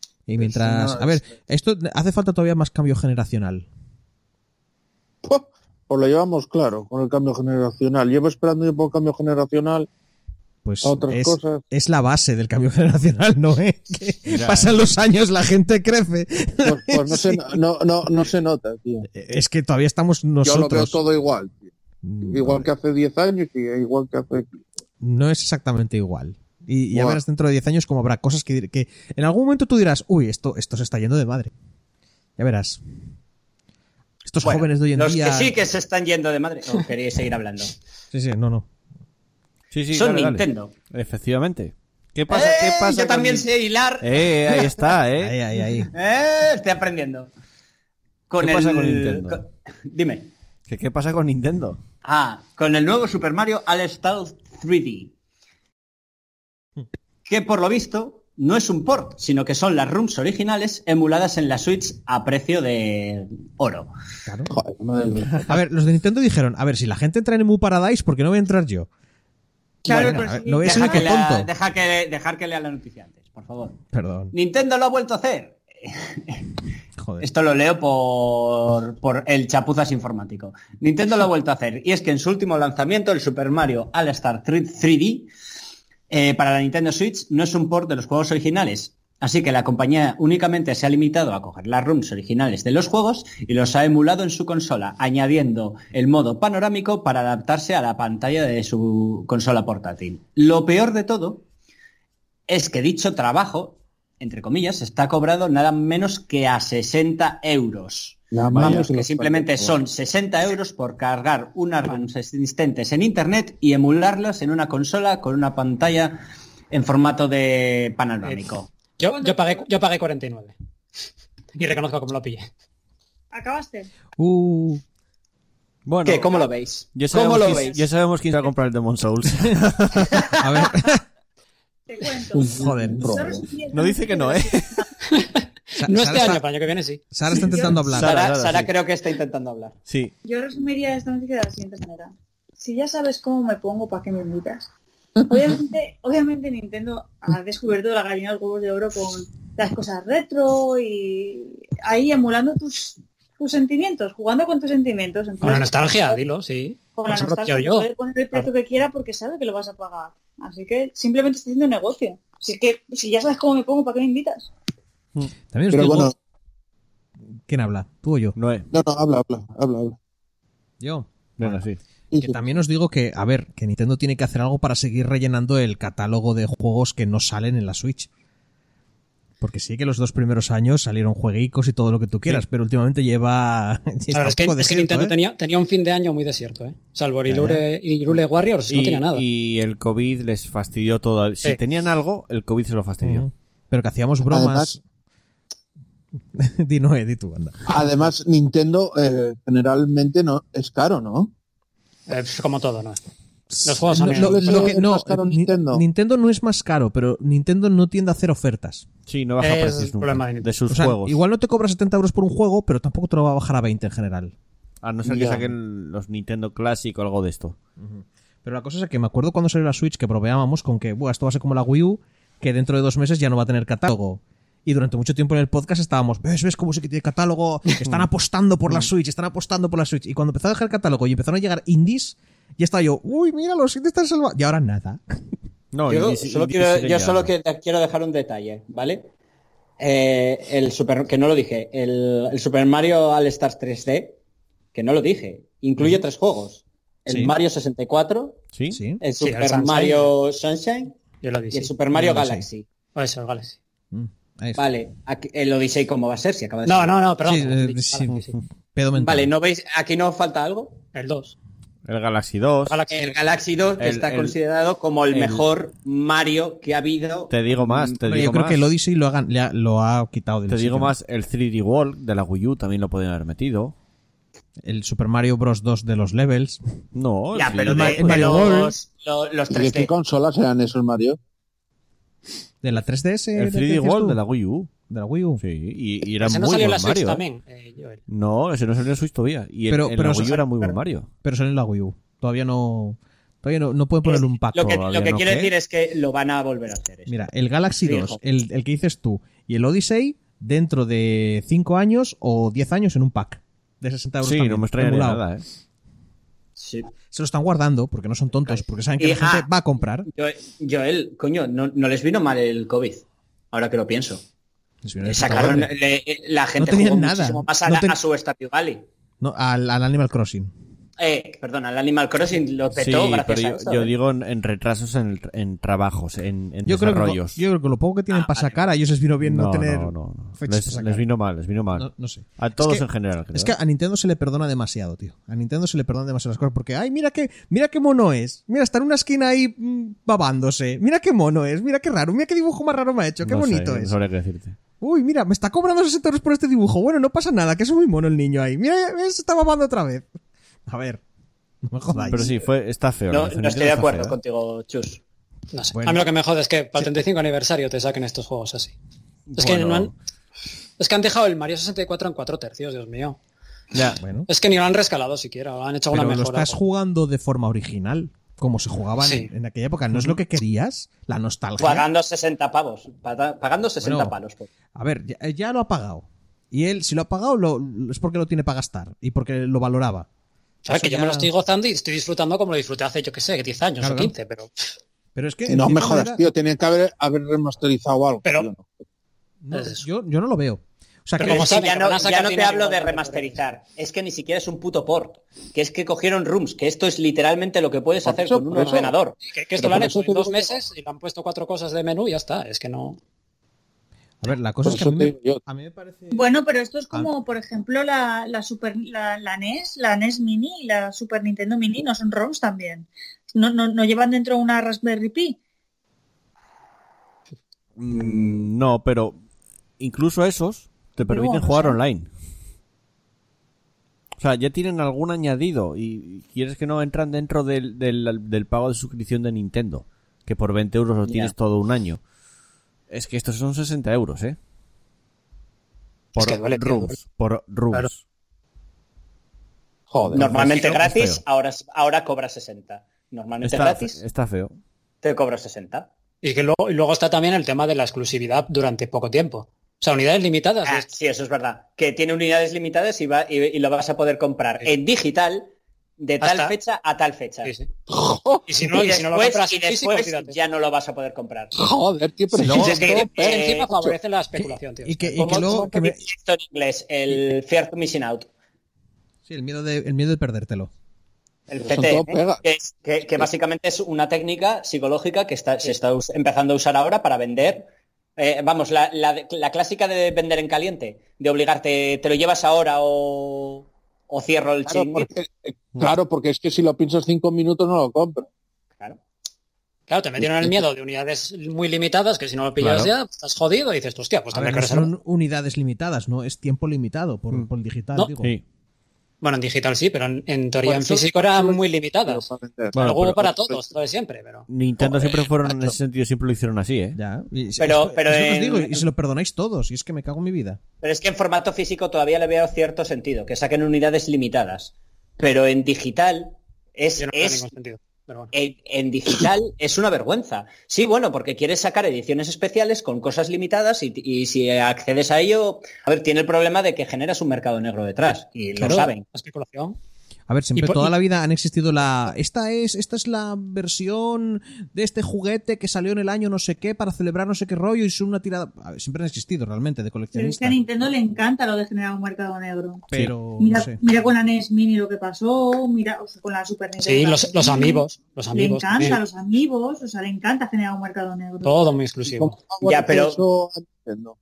Speaker 4: Pues
Speaker 2: Y mientras.
Speaker 6: no,
Speaker 2: a ver,
Speaker 6: es-
Speaker 2: esto hace falta todavía más cambio generacional.
Speaker 4: ¡Puah! Pues lo llevamos claro con el cambio generacional. Llevo esperando yo por el cambio generacional
Speaker 2: Pues
Speaker 4: a otras
Speaker 2: es,
Speaker 4: cosas.
Speaker 2: es la base del cambio [laughs] generacional, ¿no? eh? Que pasan los años, la gente crece.
Speaker 4: Pues,
Speaker 2: [laughs]
Speaker 4: pues no, se, no, no, no se nota, tío.
Speaker 2: Es que todavía estamos
Speaker 4: Yo lo veo
Speaker 2: nosotros. Mm,
Speaker 4: todo igual. tío. Igual que hace 10 años y igual que hace...
Speaker 2: no es exactamente igual. Y, y ya
Speaker 4: Buah.
Speaker 2: verás dentro de 10 años cómo habrá cosas que, dir- que en algún momento tú dirás, uy, esto, esto se está yendo de madre. Ya verás. Estos
Speaker 6: Bueno,
Speaker 2: jóvenes de hoy en
Speaker 6: los
Speaker 2: día.
Speaker 6: que sí que se están yendo de madre. No, queréis seguir hablando.
Speaker 2: Sí, sí, no, no.
Speaker 1: Sí, sí,
Speaker 6: Son
Speaker 1: dale, dale.
Speaker 6: Nintendo.
Speaker 1: Efectivamente. ¿Qué pasa? ¿Qué
Speaker 6: ¡Eh!
Speaker 1: pasa?
Speaker 6: Yo
Speaker 1: con
Speaker 6: también
Speaker 1: Nin-
Speaker 6: sé hilar. Eh.
Speaker 1: Eh, ahí
Speaker 2: [laughs]
Speaker 1: está,
Speaker 2: Ahí,
Speaker 1: eh.
Speaker 2: ahí, ahí.
Speaker 6: [laughs] Estoy aprendiendo. Con
Speaker 1: ¿Qué pasa
Speaker 6: el-
Speaker 1: con Nintendo?
Speaker 6: con- Dime.
Speaker 1: ¿Qué, qué pasa con Nintendo?
Speaker 6: Ah, con el nuevo Super Mario All Stars 3D. Que por lo visto no es un port, sino que son las rooms originales emuladas en la Switch a precio de oro.
Speaker 2: Claro.
Speaker 4: Joder, madre mía.
Speaker 2: A ver, los de Nintendo dijeron, a ver, si la gente entra en Mu Paradise, ¿por qué no voy a entrar yo?
Speaker 3: Claro,
Speaker 2: Bueno,
Speaker 3: pero
Speaker 2: a ver,
Speaker 3: sí.
Speaker 2: no es
Speaker 3: Deja
Speaker 2: el que
Speaker 3: que
Speaker 6: la-
Speaker 2: tonto.
Speaker 6: deja que, dejar que lea la noticia antes, por favor.
Speaker 2: Perdón.
Speaker 6: Nintendo lo ha vuelto a hacer.
Speaker 2: Joder.
Speaker 6: Esto lo leo por, por el chapuzas informático. Nintendo lo ha vuelto a hacer. Y es que en su último lanzamiento, el Super Mario All Star 3D, eh, para la Nintendo Switch no es un port de los juegos originales. Así que la compañía únicamente se ha limitado a coger las ROMs originales de los juegos y los ha emulado en su consola, añadiendo el modo panorámico para adaptarse a la pantalla de su consola portátil. Lo peor de todo es que dicho trabajo, entre comillas, está cobrado nada menos que a 60 euros.
Speaker 4: La mano
Speaker 6: Vamos,
Speaker 4: se
Speaker 6: que
Speaker 4: nos
Speaker 6: simplemente
Speaker 4: parte,
Speaker 6: son 60 euros por cargar unas ROMs existentes en internet y emularlas en una consola con una pantalla en formato de panorámico.
Speaker 5: Yo, yo, pagué, yo pagué 49. Y reconozco cómo lo pillé.
Speaker 3: Acabaste.
Speaker 2: Uh,
Speaker 1: Bueno,
Speaker 6: ¿Qué? ¿Cómo lo veis?
Speaker 1: ya sabemos,
Speaker 6: ¿Cómo lo
Speaker 1: quién-
Speaker 6: veis?
Speaker 1: ya sabemos quién va a comprar el Demon
Speaker 6: [laughs]
Speaker 1: Souls.
Speaker 2: a
Speaker 5: [laughs]
Speaker 2: ver,
Speaker 3: Te cuento.
Speaker 4: Un-
Speaker 2: Joder.
Speaker 4: un robo.
Speaker 3: ¿Sabes quién-
Speaker 1: No dice que no, ¿eh?
Speaker 2: Sa-
Speaker 5: No este
Speaker 2: Sara,
Speaker 5: año,
Speaker 2: está,
Speaker 5: para el año que viene sí.
Speaker 2: Sara está intentando hablar.
Speaker 1: Sara,
Speaker 6: Sara,
Speaker 1: Sara,
Speaker 6: Sara
Speaker 1: sí.
Speaker 6: creo que está intentando hablar.
Speaker 1: Sí.
Speaker 3: Yo resumiría esta noticia de la siguiente manera. Si ya sabes cómo me pongo, ¿para qué me invitas? Obviamente, obviamente Nintendo ha descubierto la gallina de los huevos de oro con las cosas retro y ahí emulando tus, tus sentimientos, jugando con tus sentimientos.
Speaker 5: Con la
Speaker 3: Entonces,
Speaker 5: nostalgia, dilo, sí.
Speaker 3: con la
Speaker 5: Eso lo
Speaker 3: nostalgia, ¿eh?
Speaker 5: quiero yo.
Speaker 3: puede poner el precio que quiera porque sabe que lo vas a pagar. Así que simplemente está haciendo un negocio. Así que si ya sabes cómo me pongo, ¿para qué me invitas?
Speaker 2: También os
Speaker 4: Pero
Speaker 2: digo-
Speaker 4: bueno,
Speaker 2: ¿Quién habla? ¿Tú o yo?
Speaker 1: Noé.
Speaker 4: no, no, habla, habla, habla. habla.
Speaker 2: Yo.
Speaker 1: Venga, sí.
Speaker 4: Sí,
Speaker 2: Que
Speaker 4: sí.
Speaker 2: también os digo que, a ver, que Nintendo tiene que hacer algo para seguir rellenando el catálogo de juegos que no salen en la Switch. Porque sí que los dos primeros años salieron jueguicos y todo lo que tú quieras, pero últimamente [laughs] lleva...
Speaker 5: La
Speaker 2: está
Speaker 5: verdad es que,
Speaker 2: un poco
Speaker 5: es que
Speaker 2: desierto,
Speaker 5: Nintendo
Speaker 2: ¿eh?
Speaker 5: tenía, tenía un fin de año muy desierto, ¿eh? Salvo Irule, Warriors, Pues no
Speaker 1: y,
Speaker 5: tenía nada. Eh,
Speaker 1: y el COVID les fastidió todo. Si
Speaker 5: Sí.
Speaker 1: tenían algo, el COVID se lo fastidió.
Speaker 2: Ujú. Pero que hacíamos bromas... [laughs] di no, eh, di tú, anda.
Speaker 4: Además, Nintendo eh, generalmente no es caro, ¿no?
Speaker 5: Eh, como todo, ¿no? Los juegos son...
Speaker 2: Lo- lo-
Speaker 4: Pero
Speaker 2: lo que-
Speaker 4: es
Speaker 2: no,
Speaker 4: más caro
Speaker 2: Ni-
Speaker 4: Nintendo.
Speaker 2: Nintendo no es más caro, pero Nintendo no tiende a hacer ofertas.
Speaker 1: Sí, no baja
Speaker 5: Ese es
Speaker 1: precios
Speaker 5: el
Speaker 1: nunca
Speaker 5: problema de Nintendo.
Speaker 1: de sus
Speaker 2: O sea,
Speaker 1: juegos.
Speaker 2: igual no te cobra 70 euros por un juego, pero tampoco te lo va a bajar a 20 en general.
Speaker 1: A no ser que
Speaker 6: Ya.
Speaker 1: saquen los Nintendo Classic o algo de esto.
Speaker 2: Pero la cosa es que me acuerdo cuando salió la Switch que proveábamos con que, bueno, esto va a ser como la Wii U, que dentro de dos meses ya no va a tener catálogo. Y durante mucho tiempo en el podcast estábamos, ves, ves cómo sí que tiene catálogo, están apostando por la Switch, están apostando por la Switch. Y cuando empezó a dejar catálogo y empezaron a llegar indies, ya estaba yo, uy, mira, los indies están salvados. Y ahora nada.
Speaker 1: No,
Speaker 6: Yo
Speaker 1: ni- ni-
Speaker 6: solo,
Speaker 1: ni-
Speaker 6: quiero,
Speaker 1: ni-
Speaker 6: yo solo
Speaker 1: ni-
Speaker 6: que- quiero dejar un detalle, ¿vale? Eh, el Super, que no lo dije, el, el Super Mario All Stars 3D, que no lo dije, incluye tres juegos. El
Speaker 2: Sí.
Speaker 6: Mario 64,
Speaker 1: ¿Sí?
Speaker 2: Sí.
Speaker 5: Sí,
Speaker 6: el
Speaker 5: el
Speaker 6: Super
Speaker 5: Sunshine.
Speaker 6: Mario Sunshine
Speaker 5: Yo lo
Speaker 6: y
Speaker 5: dije.
Speaker 6: el Super Mario
Speaker 2: No lo sé.
Speaker 6: Galaxy.
Speaker 5: O eso, el Galaxy.
Speaker 2: Mm, ahí está.
Speaker 6: Vale, aquí- el Odyssey cómo va a ser si acaba de
Speaker 5: No,
Speaker 6: salir?
Speaker 5: no, no, perdón.
Speaker 2: Sí, eh,
Speaker 5: Vale,
Speaker 2: sí.
Speaker 5: sí, sí.
Speaker 2: Pedo mental.
Speaker 6: Vale, ¿no veis? ¿Aquí no falta algo?
Speaker 5: El 2.
Speaker 1: El Galaxy 2.
Speaker 5: Galaxy.
Speaker 6: El Galaxy 2 que
Speaker 1: El-
Speaker 6: está
Speaker 1: el-
Speaker 6: considerado como el,
Speaker 1: el-
Speaker 6: mejor Mario que ha habido.
Speaker 1: Te digo más, te
Speaker 2: Pero
Speaker 1: digo
Speaker 2: yo creo
Speaker 1: más.
Speaker 2: que el Odyssey lo, hagan, le ha- lo ha quitado del
Speaker 1: Te digo
Speaker 2: sitio.
Speaker 1: más, el 3D World de la Wii U también lo podían haber metido.
Speaker 2: El Super Mario Bros. 2 de los levels.
Speaker 1: No, el
Speaker 6: Ya,
Speaker 1: 3D
Speaker 6: pero de-
Speaker 1: World-
Speaker 6: de
Speaker 2: Mario Golf.
Speaker 6: los, los, los
Speaker 4: ¿Y de qué
Speaker 6: 3D.
Speaker 4: consolas eran esos, Mario?
Speaker 2: De la 3DS.
Speaker 1: el
Speaker 2: ¿de qué
Speaker 1: 3D
Speaker 2: decías
Speaker 1: World
Speaker 2: tú?
Speaker 1: de la Wii U.
Speaker 2: de la Wii U.
Speaker 1: Sí, y, y era
Speaker 5: Ese no
Speaker 1: muy
Speaker 5: salió
Speaker 1: buen
Speaker 5: en la Switch
Speaker 1: Mario. ¿eh?
Speaker 5: también. eh, Joel.
Speaker 1: No, ese no salió en Switch todavía. Y el-
Speaker 2: Pero-
Speaker 1: en
Speaker 2: pero
Speaker 1: la
Speaker 2: eso
Speaker 1: Wii U era muy buen Mario.
Speaker 2: Pero salió en la Wii U. Todavía no. Todavía no, no pueden ponerle un pack.
Speaker 1: Lo
Speaker 6: Lo que,
Speaker 1: Todavía
Speaker 6: lo que
Speaker 1: no,
Speaker 6: quiero
Speaker 1: ¿qué?
Speaker 6: decir es que lo van a volver a hacer. eso.
Speaker 2: Mira, el Galaxy eh,
Speaker 6: Fijo.
Speaker 2: 2, el, el que dices tú, y el Odyssey dentro de 5 años o 10 años en un pack de 60 euros.
Speaker 1: Sí,
Speaker 2: también,
Speaker 1: no me extrañaría
Speaker 2: emulado.
Speaker 1: nada, ¿eh?
Speaker 6: Sí.
Speaker 2: Se lo están guardando porque no son tontos, porque saben que la
Speaker 6: Hija.
Speaker 2: gente va a comprar.
Speaker 6: Joel, Joel, coño, no, no les vino mal el COVID. Ahora que lo pienso.
Speaker 2: Les viene de puta
Speaker 6: Sacaron,
Speaker 2: madre.
Speaker 6: le- eh, la gente
Speaker 2: tenían
Speaker 6: jugó
Speaker 2: nada.
Speaker 6: muchísimo más a,
Speaker 2: No
Speaker 6: la-
Speaker 2: ten-
Speaker 6: a su Stardew Valley.
Speaker 2: No, al, al Animal Crossing.
Speaker 6: Eh, perdona, el Animal Crossing lo petó
Speaker 1: sí,
Speaker 6: gracias
Speaker 1: pero
Speaker 6: a
Speaker 1: yo,
Speaker 6: esto,
Speaker 1: yo
Speaker 6: ¿eh?
Speaker 1: digo en, en retrasos, en, en trabajos, en, en
Speaker 2: Yo creo, que, yo
Speaker 1: desarrollos.
Speaker 2: creo que lo poco que tienen
Speaker 6: Ah,
Speaker 2: para
Speaker 6: vale.
Speaker 2: sacar a ellos les vino bien no,
Speaker 1: no,
Speaker 2: tener.
Speaker 1: no, no, no.
Speaker 2: fechas para
Speaker 1: Les,
Speaker 2: sacar.
Speaker 1: les vino mal, les vino mal.
Speaker 2: No- no sé.
Speaker 1: A todos
Speaker 2: que-
Speaker 1: en general, creo. ¿eh?
Speaker 2: Es que a Nintendo se le perdona demasiado, tío. A Nintendo se le perdona demasiado las cosas porque, ay, mira qué, mira qué mono es. Mira, está en una esquina ahí mm, babándose. Mira qué mono es, mira qué raro, mira qué dibujo más raro me ha hecho, qué
Speaker 1: No sé, eh,
Speaker 2: bonito
Speaker 1: No
Speaker 2: es.
Speaker 1: sabría qué decirte.
Speaker 2: [laughs] Uy, mira, me está cobrando 60 euros por este dibujo. Bueno, no pasa nada, que es muy mono el niño ahí. Mira, ves, se está babando otra vez. A ver, no me jodáis.
Speaker 1: Pero sí, fue, está feo. la
Speaker 6: No,
Speaker 1: versión
Speaker 6: no estoy
Speaker 1: Nintendo
Speaker 6: de
Speaker 1: está
Speaker 6: acuerdo
Speaker 1: fea, ¿eh?
Speaker 6: contigo, Chus.
Speaker 5: No sé.
Speaker 2: Bueno.
Speaker 5: A mí lo que me jode es que para el 35 aniversario te saquen estos juegos así. Es que
Speaker 1: Bueno.
Speaker 5: no han. Es que han dejado el Mario 64 en cuatro tercios, Dios mío.
Speaker 1: Ya.
Speaker 2: Bueno,
Speaker 5: Es que ni lo han rescalado siquiera, o han hecho una
Speaker 2: pero lo
Speaker 5: mejora.
Speaker 2: estás
Speaker 5: pues.
Speaker 2: jugando de forma original, como se jugaba en-
Speaker 5: Sí.
Speaker 2: en, aquella época. ¿No es lo que querías? La nostalgia.
Speaker 6: Pagando 60 pavos. paga- Pagando 60
Speaker 2: Bueno.
Speaker 6: palos. pues. por-
Speaker 2: A ver, ya, ya lo ha pagado. Y él, si lo ha pagado, lo- lo- es porque lo tiene para gastar y porque lo valoraba.
Speaker 5: ¿Sabes?
Speaker 2: Eso
Speaker 5: Que yo
Speaker 2: ya-
Speaker 5: me lo estoy gozando y estoy disfrutando como lo disfruté hace, yo qué sé, 10 años
Speaker 2: Claro,
Speaker 5: o
Speaker 2: claro.
Speaker 5: 15, pero.
Speaker 2: Pero es que.
Speaker 4: No
Speaker 2: de
Speaker 4: me
Speaker 2: cierta
Speaker 4: jodas,
Speaker 2: manera,
Speaker 4: tío. Tenían que haber, haber remasterizado algo.
Speaker 5: Pero-
Speaker 4: tío, no.
Speaker 2: no,
Speaker 5: Es eso.
Speaker 2: yo, yo no lo veo. O sea,
Speaker 5: Pero
Speaker 2: que-
Speaker 5: como
Speaker 6: Es que
Speaker 5: saben
Speaker 6: ya
Speaker 5: que
Speaker 6: no,
Speaker 5: van a sacar
Speaker 6: ya no te
Speaker 5: dinero
Speaker 6: hablo de
Speaker 5: igual de
Speaker 6: remasterizar. Es que ni siquiera es un puto port. Que es que cogieron rooms. Que esto es literalmente lo que puedes
Speaker 4: Por
Speaker 6: hacer
Speaker 4: eso,
Speaker 6: con un
Speaker 4: por eso.
Speaker 6: ordenador.
Speaker 5: Que, que
Speaker 4: Pero
Speaker 5: esto lo han
Speaker 4: por eso
Speaker 5: hecho en
Speaker 4: te
Speaker 5: dos
Speaker 4: digo-
Speaker 5: meses y le han puesto cuatro cosas de menú y ya está. Es que no.
Speaker 2: a ver, la
Speaker 4: Por
Speaker 2: cosa es que a
Speaker 4: eso
Speaker 2: mí,
Speaker 4: te
Speaker 2: me,
Speaker 4: digo yo.
Speaker 2: a mí me parece.
Speaker 3: Bueno, pero esto es como, por ejemplo, la, la Super, la, la NES, la NES Mini y la Super Nintendo Mini no son ROMs también. No, no, no llevan dentro una Raspberry Pi.
Speaker 1: Mm, No, pero incluso esos te
Speaker 3: Pero
Speaker 1: permiten
Speaker 3: bueno,
Speaker 1: jugar
Speaker 3: sí.
Speaker 1: online. O sea, ya tienen algún añadido y y quieres que no entran dentro del, del, del pago de suscripción de Nintendo, que por 20 euros lo
Speaker 6: Ya.
Speaker 1: tienes todo un año. Es que estos son 60 euros, ¿eh? Por
Speaker 5: que duele, tío,
Speaker 1: rooms, por rooms.
Speaker 5: Claro.
Speaker 4: Joder.
Speaker 6: Normalmente
Speaker 1: es feo.
Speaker 6: gratis, ahora, ahora cobra 60. Normalmente
Speaker 1: Está,
Speaker 6: gratis,
Speaker 1: está feo.
Speaker 6: te cobra 60.
Speaker 5: Y que luego, y luego está también el tema de la exclusividad durante poco tiempo. O sea, unidades limitadas.
Speaker 6: Ah, sí, eso es verdad. Que tiene unidades limitadas y, va, y, y lo vas a poder comprar en digital de tal
Speaker 5: Hasta-
Speaker 6: fecha a tal fecha.
Speaker 5: Sí,
Speaker 6: [laughs]
Speaker 5: sí. Y si no,
Speaker 6: y,
Speaker 5: y si no lo compras
Speaker 6: después, y
Speaker 5: en físico,
Speaker 6: después
Speaker 5: olvídate.
Speaker 6: ya no lo vas a poder comprar.
Speaker 4: Joder, tío, pero
Speaker 6: luego-
Speaker 4: si
Speaker 6: es que-
Speaker 4: esto-
Speaker 5: Es que encima
Speaker 6: eh,
Speaker 5: favorece la especulación, tío.
Speaker 2: Y que, y
Speaker 6: Como-
Speaker 2: que luego.
Speaker 6: como
Speaker 2: que me-
Speaker 6: esto en inglés, el Fear to Missing Out.
Speaker 2: sí, el miedo, de, el miedo de perdértelo.
Speaker 6: El
Speaker 4: Son
Speaker 6: FT,
Speaker 4: todo pega.
Speaker 6: que, es- que- que básicamente es una técnica psicológica que está, se está us- empezando a usar ahora para vender. Eh, vamos, la, la de- la clásica de vender en caliente, de obligarte, te lo llevas ahora o, o cierro el
Speaker 4: Claro
Speaker 6: chin.
Speaker 4: porque, eh, claro, porque es que si lo piensas cinco minutos no lo compro.
Speaker 6: Claro.
Speaker 5: Claro, te metieron el miedo de unidades muy limitadas que si no lo pillas
Speaker 1: Claro.
Speaker 5: ya, pues, estás jodido y dices, hostia, pues
Speaker 2: A ver,
Speaker 5: tendré que
Speaker 2: no
Speaker 5: reservar.
Speaker 2: son unidades limitadas, ¿no? Es tiempo limitado por,
Speaker 4: Mm.
Speaker 2: por el digital,
Speaker 5: No.
Speaker 2: digo.
Speaker 1: Sí.
Speaker 5: Bueno, en digital sí, pero en, en teoría
Speaker 4: Por
Speaker 5: en
Speaker 4: eso-
Speaker 5: físico eran muy
Speaker 4: Pero
Speaker 5: limitadas.
Speaker 4: para vender.
Speaker 1: Bueno,
Speaker 5: Lo hubo
Speaker 1: pero-
Speaker 5: para
Speaker 2: pues
Speaker 5: todos, todo de siempre, pero.
Speaker 1: Nintendo siempre fueron en ese sentido, siempre lo hicieron así, ¿eh?
Speaker 2: Ya. y-
Speaker 6: Pero-
Speaker 2: es-
Speaker 6: pero
Speaker 2: es lo que os
Speaker 6: en-
Speaker 2: digo, y se lo perdonáis todos, y es que me cago en mi vida.
Speaker 6: Pero es que en formato físico todavía le veo cierto sentido, que saquen unidades limitadas. Pero en digital es,
Speaker 5: Yo no veo
Speaker 6: es
Speaker 5: ningún sentido. Pero bueno.
Speaker 6: en, en digital es una vergüenza. Sí, bueno, porque quieres sacar ediciones especiales con cosas limitadas y, y si accedes a ello, a ver, tiene el problema de que generas un mercado negro detrás y
Speaker 5: Claro,
Speaker 6: lo saben.
Speaker 5: la especulación.
Speaker 2: A ver, siempre
Speaker 5: Y por-
Speaker 2: toda
Speaker 5: y-
Speaker 2: la vida han existido la. Esta es, esta es la versión de este juguete que salió en el año no sé qué para celebrar no sé qué rollo y es una tirada. a ver, siempre han existido realmente de
Speaker 3: Pero es que
Speaker 2: coleccionista.
Speaker 3: a Nintendo le encanta lo de generar un mercado negro.
Speaker 2: Pero
Speaker 3: Mira,
Speaker 2: no sé.
Speaker 3: mira con la NES Mini lo que pasó, mira o sea, con la Super Nintendo.
Speaker 5: Sí, los, los amigos. Los
Speaker 3: Le
Speaker 5: amigos.
Speaker 3: encanta
Speaker 5: también.
Speaker 3: los amigos, o sea, le encanta generar un mercado negro.
Speaker 5: Todo muy
Speaker 4: ¿Cómo
Speaker 5: exclusivo.
Speaker 4: hago
Speaker 6: Ya, pero-
Speaker 4: eso a Nintendo?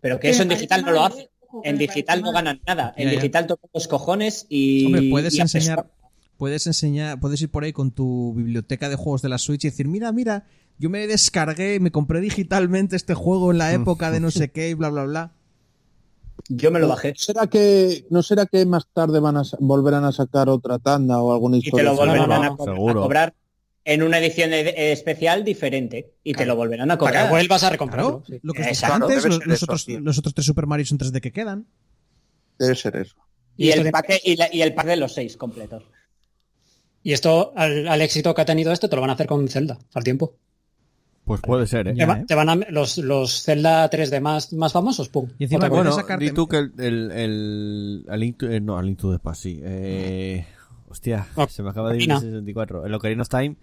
Speaker 6: Pero que eso en
Speaker 3: me parece
Speaker 6: digital no lo
Speaker 3: mal,
Speaker 6: hacen.
Speaker 3: eh. Ojo, que
Speaker 6: En
Speaker 3: me parece
Speaker 6: digital no
Speaker 3: mal.
Speaker 6: ganan nada. En
Speaker 2: Ya, ya.
Speaker 6: digital tocan los cojones y.
Speaker 2: Hombre, puedes
Speaker 6: y haces-
Speaker 2: enseñar, puedes enseñar, puedes ir por ahí con tu biblioteca de juegos de la Switch y decir, mira, mira, yo me descargué, me compré digitalmente este juego en la
Speaker 5: Mm.
Speaker 2: época de no
Speaker 5: [laughs]
Speaker 2: sé qué y bla, bla, bla.
Speaker 6: Yo me lo bajé.
Speaker 4: ¿Será que, ¿No será que más tarde van a, sa- volverán a sacar otra tanda o alguna
Speaker 6: Y te
Speaker 4: historia?
Speaker 6: lo volverán
Speaker 5: no, no,
Speaker 6: a, co- a
Speaker 1: seguro.
Speaker 6: cobrar. en una edición e- e- especial diferente y te lo volverán a
Speaker 5: Para que
Speaker 6: cobrar.
Speaker 5: vuelvas a recomprarlo.
Speaker 9: Claro,
Speaker 5: sí.
Speaker 9: lo que os dije
Speaker 6: Exacto,
Speaker 9: antes,
Speaker 10: Eh, debe
Speaker 9: lo-
Speaker 10: ser
Speaker 9: los,
Speaker 10: eso,
Speaker 9: otros,
Speaker 10: tío.
Speaker 9: los otros tres Super Mario son 3D que quedan.
Speaker 10: Debe ser eso.
Speaker 6: Y,
Speaker 5: Y esto
Speaker 6: el
Speaker 5: de-
Speaker 6: pack, y, la- y el pack de los seis completos.
Speaker 5: Y esto, al, al éxito que ha tenido esto, te lo van a hacer con Zelda al tiempo.
Speaker 1: Pues puede ser, ¿eh?
Speaker 9: Ya,
Speaker 5: te, va-
Speaker 9: ¿eh?
Speaker 5: te van a los, los Zelda 3D más, más famosos, pum.
Speaker 9: Y encima,
Speaker 5: Otra cosa.
Speaker 9: Puedes
Speaker 1: Bueno,
Speaker 9: sacarte-
Speaker 6: em
Speaker 1: di tú que el, el, el, al Link to- eh, no, al Link to the Past, sí. Eh, hostia,
Speaker 5: Ah,
Speaker 1: se me acaba de ir
Speaker 5: Ocarina.
Speaker 1: el 64. El Ocarina of Time